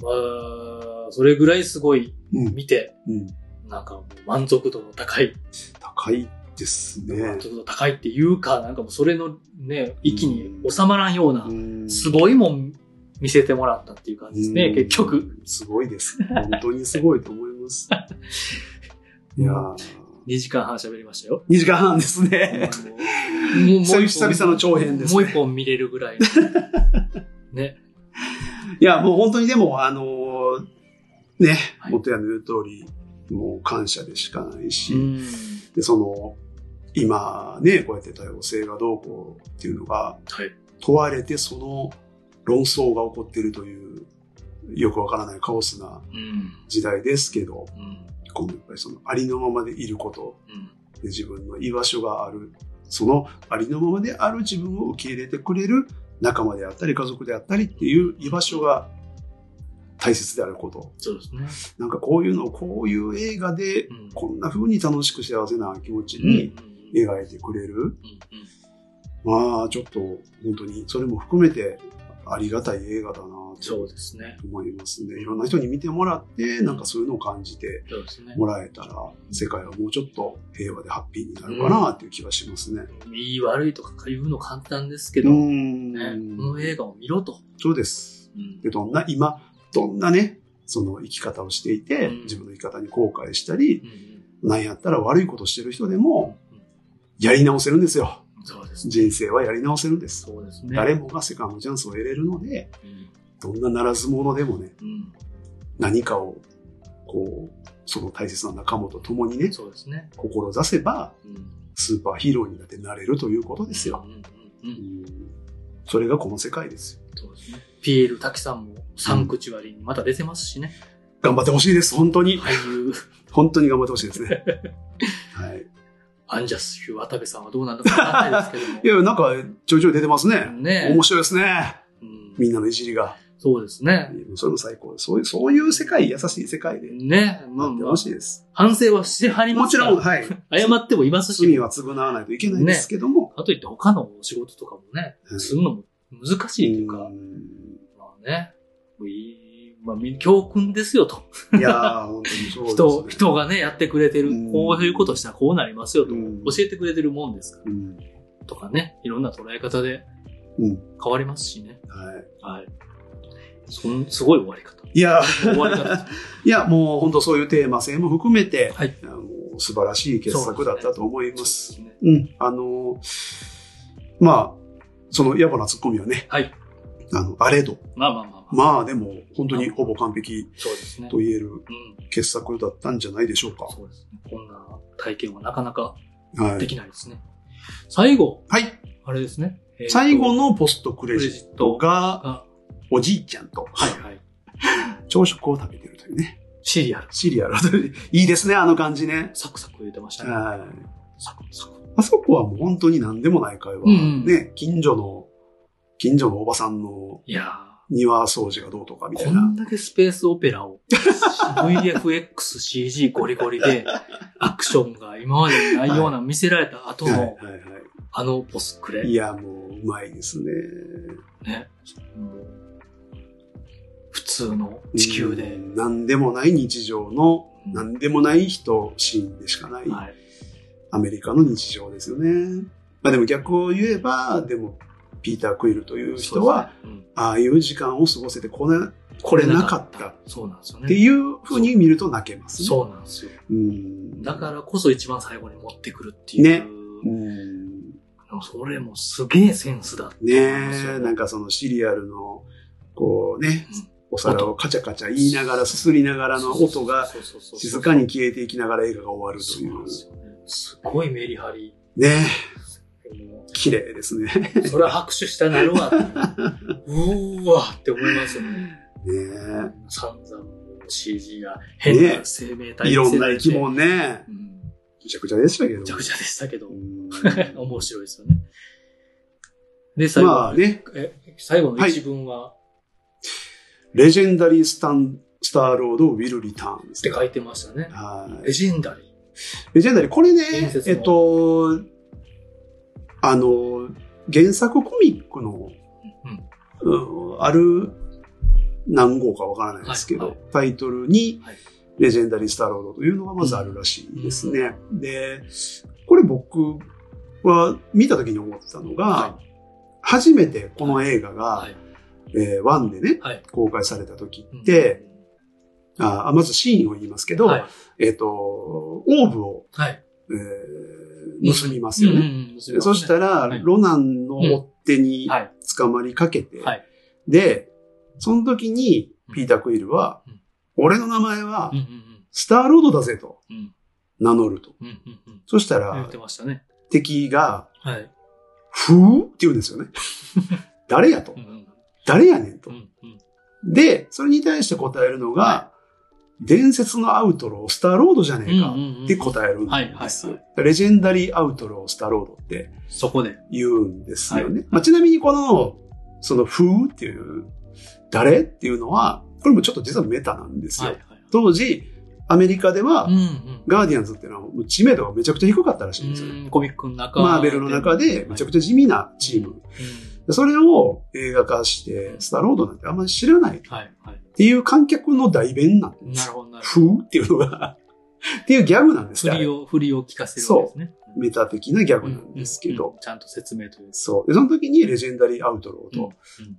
Speaker 1: あ、それぐらいすごい
Speaker 2: ーうん。
Speaker 1: 見て、
Speaker 2: うん。
Speaker 1: なんかもう満足度の高い、
Speaker 2: 高いですね
Speaker 1: 満。足度高いっていうか、なんかもうそれのね、域に収まらんような、
Speaker 2: うん
Speaker 1: すごいもん見せてもらったっていう感じですね、
Speaker 2: うん
Speaker 1: 結局。。
Speaker 2: すごいです。本当にすごいと思
Speaker 1: [LAUGHS]
Speaker 2: います。いやー
Speaker 1: 2時間半喋りました
Speaker 2: [LAUGHS]
Speaker 1: よ。
Speaker 2: 2時間半ですね。
Speaker 1: もうもう
Speaker 2: 久々の長編ですね
Speaker 1: もう一本見れるぐらいの。
Speaker 2: [LAUGHS]
Speaker 1: ね。
Speaker 2: いや、もう本当にでも、あのーね
Speaker 1: は、い
Speaker 2: 元谷の言う通り、もう感謝でしかないし、
Speaker 1: うん。
Speaker 2: で、その、今ね、こうやって多様性がどうこうっていうのが
Speaker 1: はい。
Speaker 2: 問われて、その論争が起こってるという、よくわからないカオスな
Speaker 1: うん。
Speaker 2: 時代ですけど、
Speaker 1: うん。
Speaker 2: このやっぱりそのありのままでいること、
Speaker 1: うん。
Speaker 2: で自分の居場所がある、そのありのままである自分を受け入れてくれる仲間であったり家族であったりっていう居場所が大切であること。
Speaker 1: そうですね。
Speaker 2: なんかこういうのをこういう映画で
Speaker 1: う、ん
Speaker 2: こんな風に楽しく幸せな気持ち
Speaker 1: うん
Speaker 2: に描いてくれる。
Speaker 1: うん
Speaker 2: まあ、ちょっと本当にそれも含めてありがたい映画だな
Speaker 1: そ
Speaker 2: と
Speaker 1: うですね。
Speaker 2: 思いますね。いろんな人に見てもらって、なんかそういうのを感じて
Speaker 1: そうですね。
Speaker 2: もらえたら、世界はもうちょっと平和でハッピーになるかなっていう気がしますね。
Speaker 1: いい悪いとか言うの簡単ですけ
Speaker 2: う
Speaker 1: ど、ね、
Speaker 2: ん。
Speaker 1: この映画を見ろと。
Speaker 2: そうです。
Speaker 1: うん
Speaker 2: で、どんな、今、どんなね、その生き方をしていて、
Speaker 1: うん
Speaker 2: 自分の生き方に後悔したり、
Speaker 1: うん
Speaker 2: なんやったら悪いことしてる人でも、
Speaker 1: う
Speaker 2: やり直せるんですよ。
Speaker 1: んそうですね。
Speaker 2: 人生はやり直せるんです。
Speaker 1: そうですね。
Speaker 2: 誰もがセカンドチャンスを得れるので、
Speaker 1: うん
Speaker 2: どんなならず者でもね、
Speaker 1: うん
Speaker 2: 何かを、こう、その大切な仲間と共にね、
Speaker 1: そうですね。
Speaker 2: 志せば、
Speaker 1: うん
Speaker 2: スーパーヒーローにだってなれるということですよ。
Speaker 1: うんうんう
Speaker 2: うんんそれがこの世界ですよ。
Speaker 1: そうですね。ピエール滝さんもサンクチュアリにまた出てますしね。
Speaker 2: 頑張ってほしいです。本当に。
Speaker 1: 俳優、
Speaker 2: 本当に頑張ってほしいです
Speaker 1: [LAUGHS]
Speaker 2: ね。はい。
Speaker 1: アンジャッシュ渡部さんはどうなるのかわかんないです
Speaker 2: い
Speaker 1: けど
Speaker 2: や、なんか、ちょいちょい出てますね。
Speaker 1: も。ね
Speaker 2: 面白いですね。
Speaker 1: うん
Speaker 2: みんなのいじりが。
Speaker 1: そうですね。
Speaker 2: それも最高ですそういう、そういう世界、優しい世界で。
Speaker 1: ね、ま
Speaker 2: な
Speaker 1: あ
Speaker 2: って
Speaker 1: まあ
Speaker 2: ほしいです。
Speaker 1: 反省はしてはりま
Speaker 2: も
Speaker 1: す
Speaker 2: ち
Speaker 1: から
Speaker 2: ろん、
Speaker 1: [LAUGHS]
Speaker 2: はい。
Speaker 1: 謝ってもいますし、
Speaker 2: 罪は償わないといけないですけども。
Speaker 1: かといって他のお仕事とかもね、
Speaker 2: はい
Speaker 1: するのも難しいというか、
Speaker 2: うん
Speaker 1: まあね、もういい、まあみ、教訓ですよと。
Speaker 2: いやー、本当にそうです、ね。
Speaker 1: 人、人がね、やってくれてる
Speaker 2: うん、
Speaker 1: こういうことしたらこうなりますよと、
Speaker 2: うん
Speaker 1: 教えてくれてるもんですか
Speaker 2: うん。
Speaker 1: ら、とかね、いろんな捉え方で
Speaker 2: うん。
Speaker 1: 変わりますしね。
Speaker 2: は
Speaker 1: はい。そんすごい終わり方。
Speaker 2: い。いや、
Speaker 1: 終わり方。
Speaker 2: いや、もう本当そういうテーマ性も含めて、
Speaker 1: はい。
Speaker 2: あの素晴らしい傑作だったと思い
Speaker 1: そ
Speaker 2: ま
Speaker 1: う
Speaker 2: す。
Speaker 1: ですね
Speaker 2: うん。あのまあ、その野暮なツッコミはね、
Speaker 1: はい。
Speaker 2: あの、あれど。
Speaker 1: [LAUGHS] まあまあまあまあ。
Speaker 2: まあでも、本当にほぼ完璧
Speaker 1: そうですね。
Speaker 2: と
Speaker 1: うん。
Speaker 2: 言える傑作だったんじゃないでしょうか。
Speaker 1: そうですね。こんな体験はなかなか
Speaker 2: は
Speaker 1: で
Speaker 2: い。
Speaker 1: きないですね。最後、
Speaker 2: はい。
Speaker 1: あれですね。えーと
Speaker 2: 最後のポストクレジットが、
Speaker 1: が、
Speaker 2: おじいちゃんと
Speaker 1: はいはい。
Speaker 2: 朝食を食べてるというね。
Speaker 1: シリアル。
Speaker 2: シリアル。 [LAUGHS] いいですね、あの感じね。
Speaker 1: サクサク言ってましたね。
Speaker 2: はい。
Speaker 1: サクサク。
Speaker 2: あそこはもう本当に何でもない会話。
Speaker 1: うんうん
Speaker 2: ね、近所の、近所のおばさんの
Speaker 1: いや
Speaker 2: 庭掃除がどうとかみ
Speaker 1: ー、
Speaker 2: たい
Speaker 1: こん
Speaker 2: な。
Speaker 1: だけスペースオペラを、VFXCG ゴリゴリで、アクションが今までにないような見せられた後
Speaker 2: はい
Speaker 1: の、
Speaker 2: はいは
Speaker 1: あのポスクレ。
Speaker 2: い。いや、もう、うまいですね。
Speaker 1: ね。もう普通の地球で。
Speaker 2: うん。何でもない日常の、
Speaker 1: うん
Speaker 2: 何でもない人、シーンでしかない。
Speaker 1: はい。
Speaker 2: アメリカの日常ですよね。まあでも逆を言えば、でも、ピーター・クイルという人は、
Speaker 1: そうですね、
Speaker 2: ああいう時間を過ごせてこな、これなかったっ
Speaker 1: うん。そうなんですよ
Speaker 2: て
Speaker 1: ね。
Speaker 2: いうふうに見ると泣けますね。
Speaker 1: そうなんですよ。
Speaker 2: うん。
Speaker 1: だからこそ一番最後に持ってくるっていう。
Speaker 2: うん。
Speaker 1: それもすげえセンスだって
Speaker 2: ねえ、
Speaker 1: え
Speaker 2: なんかそのシリアルの、こうね
Speaker 1: うん、
Speaker 2: お皿をカチャカチャ言いながら、すすりながらの音が、静かに消えていきながら映画が終わると
Speaker 1: そう
Speaker 2: い
Speaker 1: なん
Speaker 2: う
Speaker 1: で。すよね。すごいメリハリ。
Speaker 2: ね
Speaker 1: も
Speaker 2: え、綺麗ですね。ね
Speaker 1: うそれは拍手したなるわっていう。うーわって思いますよね。
Speaker 2: え
Speaker 1: 散々もう CG が変な生命体
Speaker 2: い
Speaker 1: に
Speaker 2: ろ
Speaker 1: せ
Speaker 2: ん
Speaker 1: ら
Speaker 2: な
Speaker 1: れ
Speaker 2: 生
Speaker 1: て
Speaker 2: き物ね。
Speaker 1: うん
Speaker 2: むちゃくちゃでしたけど。
Speaker 1: ぐちゃぐちゃでしたけど
Speaker 2: う、ん
Speaker 1: 面白いですよね。で、最後、
Speaker 2: まあね、
Speaker 1: え最後の一文は、
Speaker 2: レジェンダリースタン、スターロードウィルリターンで
Speaker 1: っ
Speaker 2: す
Speaker 1: て
Speaker 2: ね。
Speaker 1: 書いてましたね。
Speaker 2: はい
Speaker 1: レ。ジェンダリー。
Speaker 2: レジェンダリー、これね
Speaker 1: 伝、説
Speaker 2: え
Speaker 1: の
Speaker 2: っと、あの、原作コミックの、うんある何号かわからないですけど、
Speaker 1: はいは
Speaker 2: タイトルに
Speaker 1: はい、
Speaker 2: レジェンダリースターロードというのがまずあるらしいですね。で、これ僕は見た時に思ったのが、
Speaker 1: は
Speaker 2: 初めてこの映画が、
Speaker 1: はい。
Speaker 2: えー、ワンでね、
Speaker 1: はい
Speaker 2: 公開された時って、、あーまずシーンを言いますけど、
Speaker 1: はい。
Speaker 2: えっ、と、オーブを、
Speaker 1: はい。
Speaker 2: えー盗みますよね。
Speaker 1: うんうん
Speaker 2: そしたら、
Speaker 1: はい
Speaker 2: ロナンの追っ手に
Speaker 1: はい。
Speaker 2: 捕まりかけて、
Speaker 1: はい。
Speaker 2: で、その時に、ピーター・クイルは、
Speaker 1: うん
Speaker 2: 俺の名前は
Speaker 1: うん、うん
Speaker 2: スターロードだぜと
Speaker 1: うん。うん
Speaker 2: 名乗ると。
Speaker 1: うんうんうん。
Speaker 2: そした
Speaker 1: 言っ
Speaker 2: ら
Speaker 1: て、ましたね。
Speaker 2: 敵が、
Speaker 1: はい。
Speaker 2: ふーって言うんですよね。 [LAUGHS] 誰やと
Speaker 1: う。ん
Speaker 2: 誰やねん
Speaker 1: う
Speaker 2: と。
Speaker 1: んうん。
Speaker 2: で、それに対して答えるのが、伝説のアウトロー、スターロードじゃねえかって答えるんですよ
Speaker 1: はい
Speaker 2: レジェンダリーアウトロー、スターロードって
Speaker 1: そこで。
Speaker 2: 言うんですよね。まあ、ちなみにこの、その、ふーっていう、誰っていうのは、これもちょっと実はメタなんです
Speaker 1: はい
Speaker 2: よ。
Speaker 1: はい。
Speaker 2: 当時、アメリカでは
Speaker 1: う、ん
Speaker 2: ガーディアンズっていうのはもう知名度がめちゃくちゃ低かったらしいんですよ
Speaker 1: う
Speaker 2: ね。
Speaker 1: ん。コミックの中
Speaker 2: マーベルの中でめちゃくちゃ地味なチーム。
Speaker 1: うん
Speaker 2: でそれを映画化して、スターロードなんてあんまり知らないっ
Speaker 1: はいはい。
Speaker 2: ていう観客の代弁なんで
Speaker 1: な
Speaker 2: す
Speaker 1: る
Speaker 2: よ。
Speaker 1: ほどなるほ
Speaker 2: ふーっていうのが、 [LAUGHS] っていうギャグなんです
Speaker 1: ど。
Speaker 2: よ
Speaker 1: 振
Speaker 2: あ
Speaker 1: り
Speaker 2: れ。
Speaker 1: を、振りを聞かせるわけですね。
Speaker 2: メタ的なギャ
Speaker 1: う
Speaker 2: グなんですけ
Speaker 1: う
Speaker 2: ど
Speaker 1: ん。ちゃんと説明という
Speaker 2: そう。で、その時にレジェンダリーアウトローと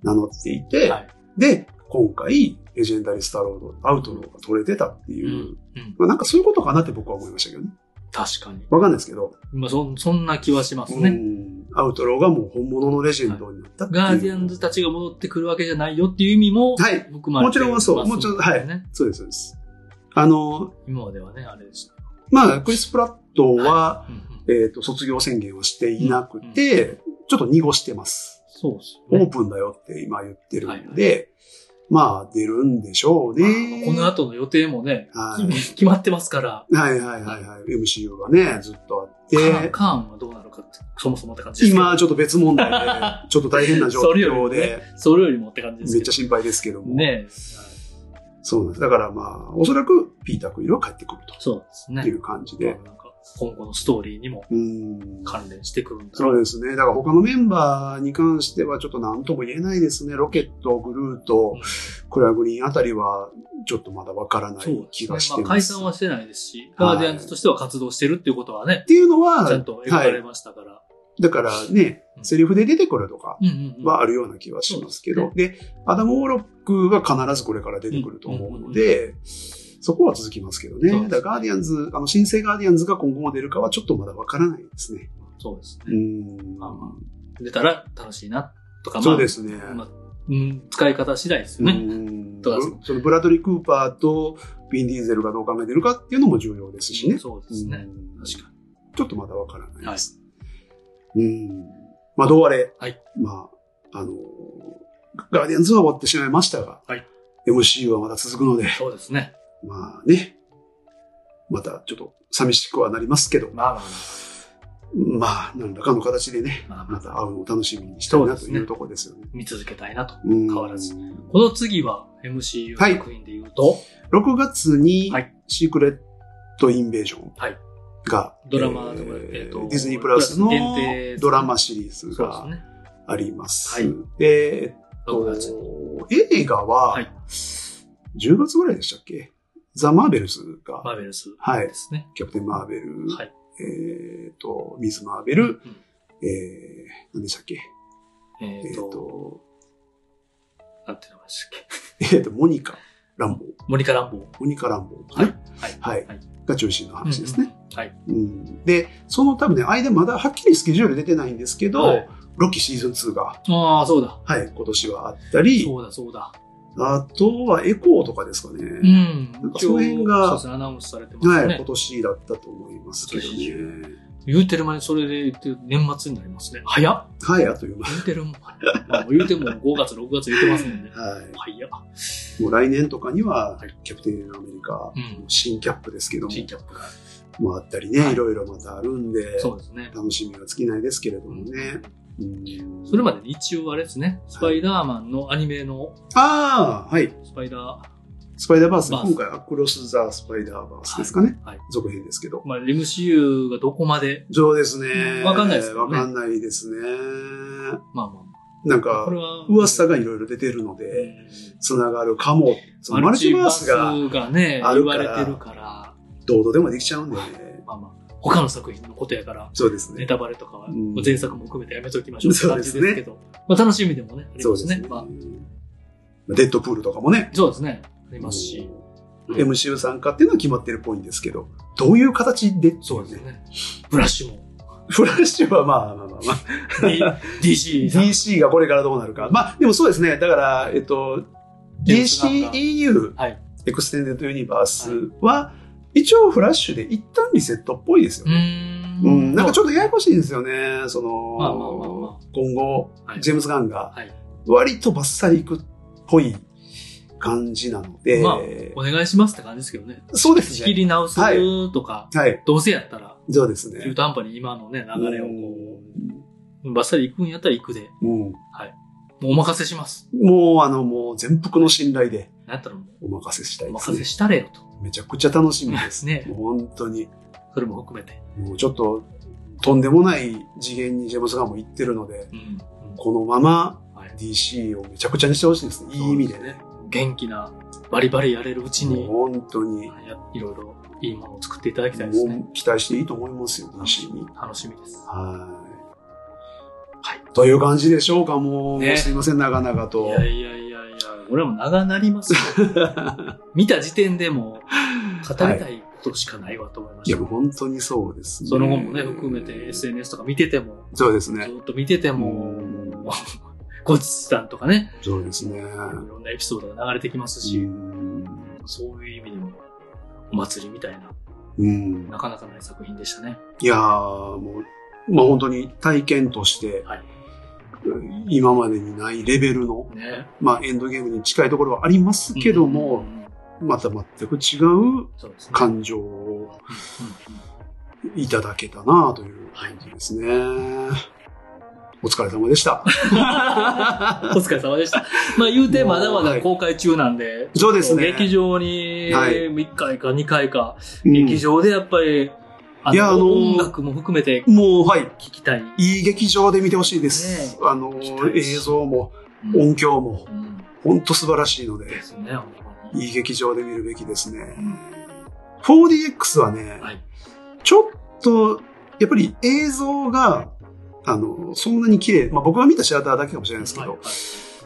Speaker 2: 名乗っていて、
Speaker 1: はい
Speaker 2: で、今回、レジェンダリースターロード、アウトローが取れてたっていう、
Speaker 1: うん
Speaker 2: まあ、なんかそういうことかなって僕は思いましたけどね。
Speaker 1: 確かに。
Speaker 2: わかんないですけど、
Speaker 1: まあ、そそんな気はします
Speaker 2: う
Speaker 1: ね。
Speaker 2: んアウトローがもう本物のレジェンドになったっていう。
Speaker 1: ガーディアンズたちが戻ってくるわけじゃないよっていう意味も
Speaker 2: はい。
Speaker 1: 含まれて
Speaker 2: もちろんそう
Speaker 1: まあ
Speaker 2: もちろん
Speaker 1: そうですね
Speaker 2: そうです、そうです。あの、
Speaker 1: 今まではね、あれでした。
Speaker 2: まあ、クリス・プラットは、
Speaker 1: うんうん
Speaker 2: えっ、と、卒業宣言をしていなくて、ちょっと濁してます。
Speaker 1: そうです
Speaker 2: オ
Speaker 1: よ
Speaker 2: ー
Speaker 1: ね。
Speaker 2: プンだよって今言ってるん
Speaker 1: は
Speaker 2: で、まあ、出るんでしょう
Speaker 1: まあ
Speaker 2: ね。
Speaker 1: この後の予定もね、
Speaker 2: はい
Speaker 1: 決まってますから、
Speaker 2: はいはいはいはい。MCU がね、ずっとあって、
Speaker 1: カーンはどうなるかって、そもそもって感じですけど。
Speaker 2: 今ちょっと別問題で、
Speaker 1: [LAUGHS]
Speaker 2: ちょっと大変な状
Speaker 1: それよ
Speaker 2: 況
Speaker 1: りもね
Speaker 2: で、、
Speaker 1: それよりもって感じです
Speaker 2: め
Speaker 1: け
Speaker 2: っちゃ
Speaker 1: ど。
Speaker 2: 心配ですけども。
Speaker 1: ねえ
Speaker 2: そうなんです。だからまあ、おそらくピーター・クイルは帰ってくると。
Speaker 1: そうです
Speaker 2: ってい
Speaker 1: ね。
Speaker 2: う感じ
Speaker 1: まあ
Speaker 2: で。
Speaker 1: なんか今後のストーリーにも
Speaker 2: うん。
Speaker 1: 関連してくるんだ
Speaker 2: そう
Speaker 1: う
Speaker 2: ですね。だから他のメンバーに関してはちょっと何とも言えないですね。ロケット、グルート、
Speaker 1: ん
Speaker 2: クラグリーンあたりはちょっとまだわからな
Speaker 1: そう
Speaker 2: い
Speaker 1: です
Speaker 2: 気
Speaker 1: ね
Speaker 2: がし。
Speaker 1: ま
Speaker 2: て
Speaker 1: あ
Speaker 2: ます。
Speaker 1: 解散はしてないですし、
Speaker 2: は
Speaker 1: ガ
Speaker 2: い
Speaker 1: ーディアンズとしては活動してるっていうことはね
Speaker 2: っ、ていうのは、
Speaker 1: ちゃんと描かれ
Speaker 2: は
Speaker 1: ましたから。
Speaker 2: い、だからね、
Speaker 1: うん
Speaker 2: セリフで出てくるとか
Speaker 1: うんうんうん。
Speaker 2: はあるような気はしますけど、
Speaker 1: うん
Speaker 2: でアダム・オーロックは必ずこれから出てくると思うので、そこは続きますけどね。
Speaker 1: そうですね
Speaker 2: だからガーディアンズ、あの、新生ガーディアンズが今後も出るかはちょっとまだわからないですね。
Speaker 1: そうです
Speaker 2: う
Speaker 1: ね。
Speaker 2: ん。
Speaker 1: まあま出たら楽しいなとか、まあ
Speaker 2: そうですね。
Speaker 1: まあうん、使い方次第ですよね。
Speaker 2: うん
Speaker 1: とかそう
Speaker 2: そのブラドリー・クーパーとヴィン・ディーゼルがどう考えてるかっていうのも重要ですしね。
Speaker 1: そうですね。
Speaker 2: うん
Speaker 1: 確かに。
Speaker 2: ちょっとまだわからないです。うん。まあ、どうあれ。
Speaker 1: はい
Speaker 2: まあ、あの、ガーディアンズは終わってしまいましたが、
Speaker 1: はい
Speaker 2: MC はまだ続くので、
Speaker 1: そうですね。
Speaker 2: まあね、またちょっと寂しくはなりますけど、
Speaker 1: まあまあ
Speaker 2: まあ、何らかの形でね、
Speaker 1: まあ、まあま
Speaker 2: ま
Speaker 1: あ、
Speaker 2: た会うのを楽しみにしたいなと
Speaker 1: そうです
Speaker 2: い
Speaker 1: ね
Speaker 2: うところですよね。
Speaker 1: 見続けたいなと。
Speaker 2: 変
Speaker 1: 変わらず。この次は MCU
Speaker 2: はい
Speaker 1: 作品で言うと、
Speaker 2: 6月に
Speaker 1: はい、
Speaker 2: シークレット・インベージョン
Speaker 1: はい
Speaker 2: が、
Speaker 1: ドラマとかえ
Speaker 2: え
Speaker 1: っ
Speaker 2: ー
Speaker 1: と
Speaker 2: ディズニープラスの
Speaker 1: プラス限定
Speaker 2: ドラマシリーズ
Speaker 1: そう
Speaker 2: が
Speaker 1: ですね。
Speaker 2: あります。
Speaker 1: はい
Speaker 2: で、えっ
Speaker 1: 6月に。
Speaker 2: と、映画は
Speaker 1: はい、
Speaker 2: 10月ぐらいでしたっけザ・マーベルズ
Speaker 1: マ
Speaker 2: が、
Speaker 1: ーベルス
Speaker 2: はい
Speaker 1: ですね。
Speaker 2: キャプテン・マーベル、
Speaker 1: はい。
Speaker 2: えっと、ミズ・マーベル、
Speaker 1: うん
Speaker 2: えー、何でしたっけ
Speaker 1: え
Speaker 2: え
Speaker 1: っ
Speaker 2: っ
Speaker 1: と、
Speaker 2: と、
Speaker 1: なんて名前でしたっけ。
Speaker 2: えっと、 [LAUGHS] モニカ・ランボー、
Speaker 1: モニカ・ランボー。
Speaker 2: モニカ・ランボー
Speaker 1: は
Speaker 2: ね
Speaker 1: い。はい。
Speaker 2: はい
Speaker 1: はい。
Speaker 2: が中心の話です
Speaker 1: う
Speaker 2: ね。
Speaker 1: んうん。はい。
Speaker 2: うんで、その多分ね、間まだはっきりスケジュール出てないんですけど、
Speaker 1: はい
Speaker 2: ロキシーズン2が、
Speaker 1: ああ、そうだ。
Speaker 2: はい、今年はあったり、
Speaker 1: そうだ、そうだ。
Speaker 2: あとはエコーとかですかね。
Speaker 1: うん
Speaker 2: なんかその辺が
Speaker 1: そうですね、アナウンスされてま
Speaker 2: は
Speaker 1: す
Speaker 2: い、
Speaker 1: ね
Speaker 2: 今。年だったと思いますけどね。
Speaker 1: 言うてる間にそれで言って年末になりますね。早っ
Speaker 2: はい、あっという間。
Speaker 1: 言うてるもん。 [LAUGHS] まあ言うても5月、6月言ってますもんね。
Speaker 2: は
Speaker 1: 早っ。
Speaker 2: い。もう来年とかには
Speaker 1: はい、
Speaker 2: キャプテンアメリカ
Speaker 1: う、ん。
Speaker 2: 新キャップですけども、
Speaker 1: 新キャップが。
Speaker 2: もうあったりね、
Speaker 1: はい
Speaker 2: いろいろまたあるんで、
Speaker 1: そうですね。
Speaker 2: 楽しみが尽きないですけれどもね。うん
Speaker 1: それまでに一応あれですね、スパイダーマンのアニメの、
Speaker 2: ああ、はい。
Speaker 1: スパイダー、は
Speaker 2: スパイダーバース、
Speaker 1: バース
Speaker 2: 今回はクロス・ザ・スパイダーバースですかね。
Speaker 1: い。
Speaker 2: 続編ですけど。
Speaker 1: まあ、MCU がどこまで、
Speaker 2: そうですね。
Speaker 1: わかんないですよ
Speaker 2: わ
Speaker 1: ね
Speaker 2: かんないですね。
Speaker 1: まあま
Speaker 2: なん
Speaker 1: あ、こ
Speaker 2: か
Speaker 1: れ、は、
Speaker 2: 噂がいろいろ出てるの
Speaker 1: う
Speaker 2: で、
Speaker 1: ん
Speaker 2: つながるかも。そのマ
Speaker 1: マ
Speaker 2: ル
Speaker 1: ル
Speaker 2: チ
Speaker 1: チ
Speaker 2: バ
Speaker 1: バ
Speaker 2: ー
Speaker 1: ース
Speaker 2: スが
Speaker 1: がね、
Speaker 2: あ
Speaker 1: 言
Speaker 2: る
Speaker 1: わ
Speaker 2: から
Speaker 1: れてるから、
Speaker 2: どうとでもできちゃうんでね。
Speaker 1: まあまあ、他の作品のことやから、
Speaker 2: そうです
Speaker 1: ネ
Speaker 2: ね。
Speaker 1: タバレとかは
Speaker 2: うん
Speaker 1: 前作も含めてやめておきましょうって感じですけど、まあ楽しみでもね、あり
Speaker 2: そう
Speaker 1: ま
Speaker 2: ですす
Speaker 1: ね。
Speaker 2: ね
Speaker 1: まあ。
Speaker 2: デッドプールとかもね。
Speaker 1: そうですね、ありますし、
Speaker 2: うん MCU 参加っていうのは決まってるっぽいんですけど、どういう形で
Speaker 1: そうです。ね。ブラッシュも、
Speaker 2: フラッシュはまあまあま
Speaker 1: [LAUGHS]
Speaker 2: あまあ。
Speaker 1: D-
Speaker 2: [LAUGHS]
Speaker 1: DC さん
Speaker 2: DC がこれからどうなるか。まあ、でもそうですね。だから、えっと、
Speaker 1: ジェームズガンが
Speaker 2: DCEU、
Speaker 1: はい
Speaker 2: エクステンデッドユニバースは、一応フラッシュで一旦リセットっぽいですよ
Speaker 1: う
Speaker 2: ね。
Speaker 1: ー
Speaker 2: うん、なんかちょっとややこしいんですよね。その、
Speaker 1: まあまあまあま
Speaker 2: 今後、
Speaker 1: はい
Speaker 2: ジェームズ・ガンが
Speaker 1: はい、
Speaker 2: 割とバッサリいくっぽい感じなので、
Speaker 1: まあお願いしますって感じですけどね。
Speaker 2: そうで
Speaker 1: 仕
Speaker 2: す
Speaker 1: 切
Speaker 2: ね。
Speaker 1: り直すとか、
Speaker 2: はい、
Speaker 1: どうせやったら、
Speaker 2: そうですね
Speaker 1: 中。途半端に今のね、流れをこ
Speaker 2: う
Speaker 1: う、バッサリ行くんやったら行くで、
Speaker 2: ん、うん
Speaker 1: はいもうお任せします。
Speaker 2: もう、あの、もう全幅の信頼で
Speaker 1: なんやったらも
Speaker 2: お任せした
Speaker 1: うお
Speaker 2: いです
Speaker 1: 任せ
Speaker 2: ね。
Speaker 1: したれよと。
Speaker 2: めちゃくちゃ楽し
Speaker 1: [LAUGHS]
Speaker 2: みです。
Speaker 1: ね
Speaker 2: もう本当に。
Speaker 1: それも含めて。
Speaker 2: もうちょっと、とんでもない次元にジェームスガンも行ってるので、
Speaker 1: うん。
Speaker 2: このまま
Speaker 1: はい
Speaker 2: DC をめちゃくちゃにしてほしいですね。いい意味でね。
Speaker 1: 元気な、バリバリやれるうちに、
Speaker 2: もう本当に、も
Speaker 1: はいやいろいろいいものを作っていただきたいですね。
Speaker 2: う期待していいと思いますよ、DC に。
Speaker 1: 楽しみです。
Speaker 2: はい。
Speaker 1: はい
Speaker 2: という感じでしょうか、もう。
Speaker 1: ね
Speaker 2: すいません、長々
Speaker 1: い
Speaker 2: と。
Speaker 1: やいやいやいや、俺も長なり
Speaker 2: [LAUGHS]
Speaker 1: ますよ。見た時点でもう語りたいことしかないわと思いま
Speaker 2: い
Speaker 1: し
Speaker 2: や、
Speaker 1: た。
Speaker 2: もう本当にそうですね。
Speaker 1: その後もね、含めて SNS とか見てても、
Speaker 2: そうです
Speaker 1: ず
Speaker 2: ね。
Speaker 1: っと見てても、ゴチさんとかね、
Speaker 2: そうですね。
Speaker 1: いろんなエピソードが流れてきます
Speaker 2: う
Speaker 1: し、
Speaker 2: ん
Speaker 1: そういう意味でも、お祭りみたいな、
Speaker 2: うん。
Speaker 1: なかなかない作品でしたね。
Speaker 2: いやーもう、まあ本当に体験として、
Speaker 1: はい
Speaker 2: 今までにないレベルの、
Speaker 1: ね。
Speaker 2: まあエンドゲームに近いところはありますけど
Speaker 1: う
Speaker 2: も
Speaker 1: ん、うんうん、
Speaker 2: また全く違う
Speaker 1: そうですね。
Speaker 2: 感情を
Speaker 1: うんうんうん
Speaker 2: いただけたなという感じですね。お疲れ様で
Speaker 1: [LAUGHS]
Speaker 2: した。
Speaker 1: お疲れ様でした。まあ言うてまだまだ公開中なんで、
Speaker 2: そうですね。
Speaker 1: 劇場に
Speaker 2: はい
Speaker 1: 1回か2回か、
Speaker 2: うん
Speaker 1: 劇場でやっぱり、あ
Speaker 2: いやあの
Speaker 1: の音楽も含めて
Speaker 2: もう、はい。
Speaker 1: 聞きたい。
Speaker 2: いい劇場で見てほしいで
Speaker 1: ね
Speaker 2: す。あの
Speaker 1: 期待、
Speaker 2: 映
Speaker 1: し
Speaker 2: 像も
Speaker 1: うん
Speaker 2: 音響も
Speaker 1: うん
Speaker 2: 本当素晴らしいので
Speaker 1: で、すね、本当に
Speaker 2: いい劇場で見るべきですね
Speaker 1: うん。
Speaker 2: 4DX はね、
Speaker 1: はい。
Speaker 2: ちょっと、やっぱり映像が、あの、そんなに綺麗、まあ僕が見たシアターだけかもしれないですけど、
Speaker 1: はいはい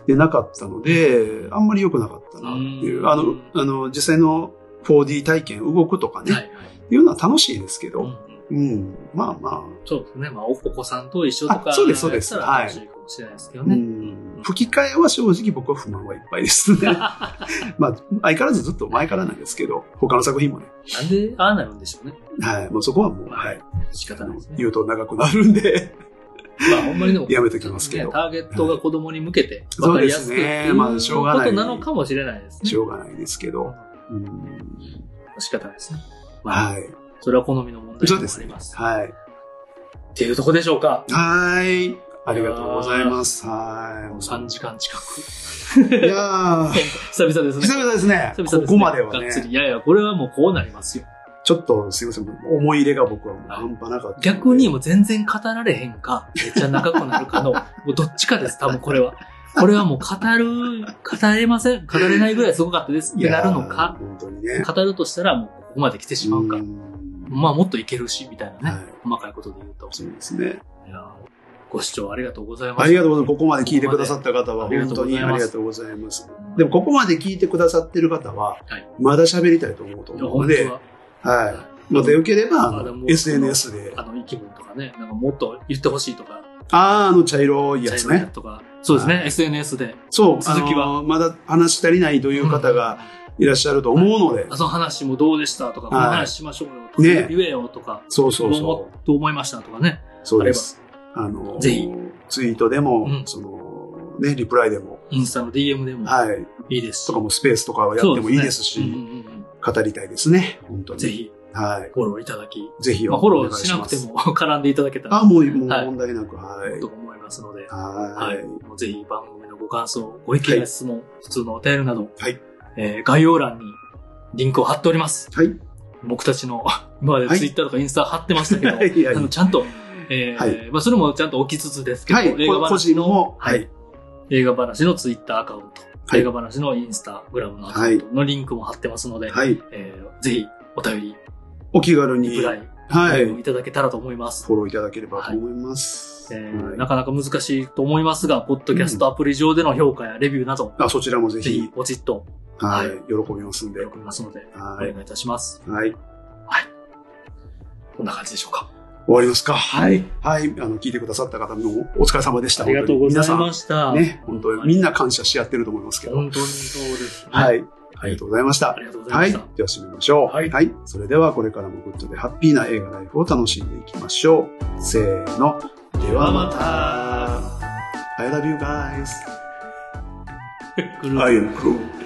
Speaker 2: でなかったので、あんまり良くなかったなっていうう、
Speaker 1: ん
Speaker 2: あの、あの、実際の 4D 体験、動くとかね、、
Speaker 1: はいいはいう
Speaker 2: のは楽しいですけ
Speaker 1: うんう
Speaker 2: ど、
Speaker 1: ん
Speaker 2: うん、まあま
Speaker 1: そうですね。まあ、お子さんと一緒とか。
Speaker 2: あそうですそうです
Speaker 1: やったら楽しいかもしれないですけど
Speaker 2: あ、
Speaker 1: ね。
Speaker 2: う
Speaker 1: うん
Speaker 2: ん、吹き替えは正直僕は不満はいっぱいですね。
Speaker 1: [LAUGHS]
Speaker 2: まあ、相変わらずずっと前からなんですけど、他の作品もね、
Speaker 1: なんで、ああなるんでしょうね。
Speaker 2: はい、もうそこはもう、はい、
Speaker 1: 仕
Speaker 2: あ
Speaker 1: 方ない
Speaker 2: の
Speaker 1: ですね。
Speaker 2: 言うと長くなるんで、
Speaker 1: まあ、ほんまにでも。
Speaker 2: やめときますけど
Speaker 1: ねターゲットが子供に向けて、
Speaker 2: はい
Speaker 1: わかりやすくってい
Speaker 2: そうですね
Speaker 1: う
Speaker 2: まあしょうが
Speaker 1: こ
Speaker 2: ない
Speaker 1: となのかもしれないですね。
Speaker 2: しょうがないですけど、うん、
Speaker 1: 仕方ないですね。まあ、
Speaker 2: はい。
Speaker 1: それは好みの問題で
Speaker 2: そう
Speaker 1: もあ
Speaker 2: で
Speaker 1: りますす。
Speaker 2: ね。はい。
Speaker 1: っていうとこでしょうか。
Speaker 2: はーい。ありがとうございます。は
Speaker 1: もう
Speaker 2: い。
Speaker 1: 3時間近く。 [LAUGHS]
Speaker 2: いやー、
Speaker 1: 久々ですね。
Speaker 2: 久々ですね。
Speaker 1: 久々ですね
Speaker 2: ここまでは
Speaker 1: がっつり。
Speaker 2: ね。
Speaker 1: いやいや、これはもうこうなりますよ。
Speaker 2: ちょっとすいません。思い入れが僕はもう半端なかった。
Speaker 1: 逆に、もう全然語られへんか、めっちゃ長くなる
Speaker 2: [LAUGHS]
Speaker 1: かの、もうどっちかです、多分これは。これはもう語る、語れません、語れないぐらいすごかったですってなるのか
Speaker 2: いやー、本当にね。
Speaker 1: 語るとしたらもうここまで来てしまうか
Speaker 2: ー、ん
Speaker 1: まあもっといけるし、みたいなね、
Speaker 2: はい
Speaker 1: 細かいことで言うと。
Speaker 2: そうですね。
Speaker 1: いやーご視聴ありがとうございました。
Speaker 2: ありがとうございます。ここまで聞いてくださった方は
Speaker 1: ありが
Speaker 2: 本
Speaker 1: と
Speaker 2: 当
Speaker 1: うござ
Speaker 2: に
Speaker 1: い
Speaker 2: あ
Speaker 1: ます
Speaker 2: りがとうございます。でもここまで聞いてくださってる方は
Speaker 1: はい、
Speaker 2: まだ喋りたいと思うと
Speaker 1: いや
Speaker 2: 思
Speaker 1: 本当
Speaker 2: うので、
Speaker 1: は、
Speaker 2: はい。また良ければ、あ
Speaker 1: あで
Speaker 2: の
Speaker 1: も
Speaker 2: SNS で、
Speaker 1: あの、気分とかね、なんかもっと言ってほしいとか、
Speaker 2: あー、あの茶色いやつ
Speaker 1: 茶色い
Speaker 2: ね。
Speaker 1: とか、そうですね、
Speaker 2: はい
Speaker 1: SNS で。
Speaker 2: そう、
Speaker 1: 続きは
Speaker 2: あのまだ話し足りないという方がいらっしゃると思うので
Speaker 1: あ、、その話もどうでしたとか、
Speaker 2: い
Speaker 1: この話しましょうよとか、
Speaker 2: ね
Speaker 1: 言えよとか、
Speaker 2: そうそう
Speaker 1: どう
Speaker 2: そ
Speaker 1: 思どう思いましたとかね。
Speaker 2: う。そうです。あの、
Speaker 1: ぜひ
Speaker 2: ツイートでも、
Speaker 1: うん
Speaker 2: その、ね、リプライでも、
Speaker 1: インスタの DM でも
Speaker 2: はい、
Speaker 1: いいですし。
Speaker 2: とかもスペースとかはやってもいいですし、
Speaker 1: そうねうんうんうん
Speaker 2: 語りたいですね。本当
Speaker 1: うん
Speaker 2: に。
Speaker 1: ぜ。ひ
Speaker 2: はい。
Speaker 1: フォローいただき、
Speaker 2: ぜひ、
Speaker 1: まあ、フォローしなくて
Speaker 2: も。
Speaker 1: も [LAUGHS] 絡んでいただけたら
Speaker 2: あ、もう、もう
Speaker 1: はい
Speaker 2: 問題なく、はい
Speaker 1: と。思いますので、は。
Speaker 2: はいい。
Speaker 1: もうぜひ番組のご感想、ご意見や質問、普通のお便りなど、
Speaker 2: はい
Speaker 1: えー概要欄にリンクを貼っております。
Speaker 2: はい。
Speaker 1: 僕たちの [LAUGHS] 今まで
Speaker 2: はい
Speaker 1: ツイッターとかインスタ貼ってましたけど、
Speaker 2: いやいや
Speaker 1: あのちゃんと、えー
Speaker 2: はい
Speaker 1: まあ、それもちゃんと置きつつですけど、
Speaker 2: はい。
Speaker 1: 映画
Speaker 2: こ個
Speaker 1: 話
Speaker 2: 人
Speaker 1: の、
Speaker 2: も、はい。
Speaker 1: 映画話のツイッターアカウント、
Speaker 2: はい
Speaker 1: 映画話のインスタグラムのアカウントのリンクも貼ってますので、
Speaker 2: はい。
Speaker 1: えーぜひお便り、
Speaker 2: お気軽に
Speaker 1: リプ、ライ、
Speaker 2: はい。
Speaker 1: い、ただけたらと思います。
Speaker 2: フォローいただければと思います。
Speaker 1: えー
Speaker 2: はい
Speaker 1: なかなか難しいと思いますが、ポッドキャストアプリ上での評価やレビューなど、
Speaker 2: あ、そちらもぜ
Speaker 1: ぜひ
Speaker 2: ひ、
Speaker 1: ポチッと
Speaker 2: はい
Speaker 1: は。
Speaker 2: 喜びますんで。
Speaker 1: 喜びますので、お
Speaker 2: はい
Speaker 1: 願。いいたします。
Speaker 2: はい。終
Speaker 1: こんな感じでしょうか。。
Speaker 2: わりますか。はいはい。あの、聞いてくださった方もお疲れ様でした。
Speaker 1: ありがとうござい
Speaker 2: 本
Speaker 1: ました。
Speaker 2: 当に皆さん。ね、本当にみ
Speaker 1: ん
Speaker 2: んな感謝し合ってると思いますけど。
Speaker 1: 本当にそうです、ね。。
Speaker 2: はいい。ありがとうございました
Speaker 1: あ。りがとうございま
Speaker 2: はい。
Speaker 1: し
Speaker 2: で
Speaker 1: た。
Speaker 2: は締めましょう。
Speaker 1: はい
Speaker 2: はい。それではこれからもグッドでハッピーな映画ライフを楽しんでいきましょう。せーの。ではまた。I love you guys.
Speaker 1: 来る
Speaker 2: I am cool.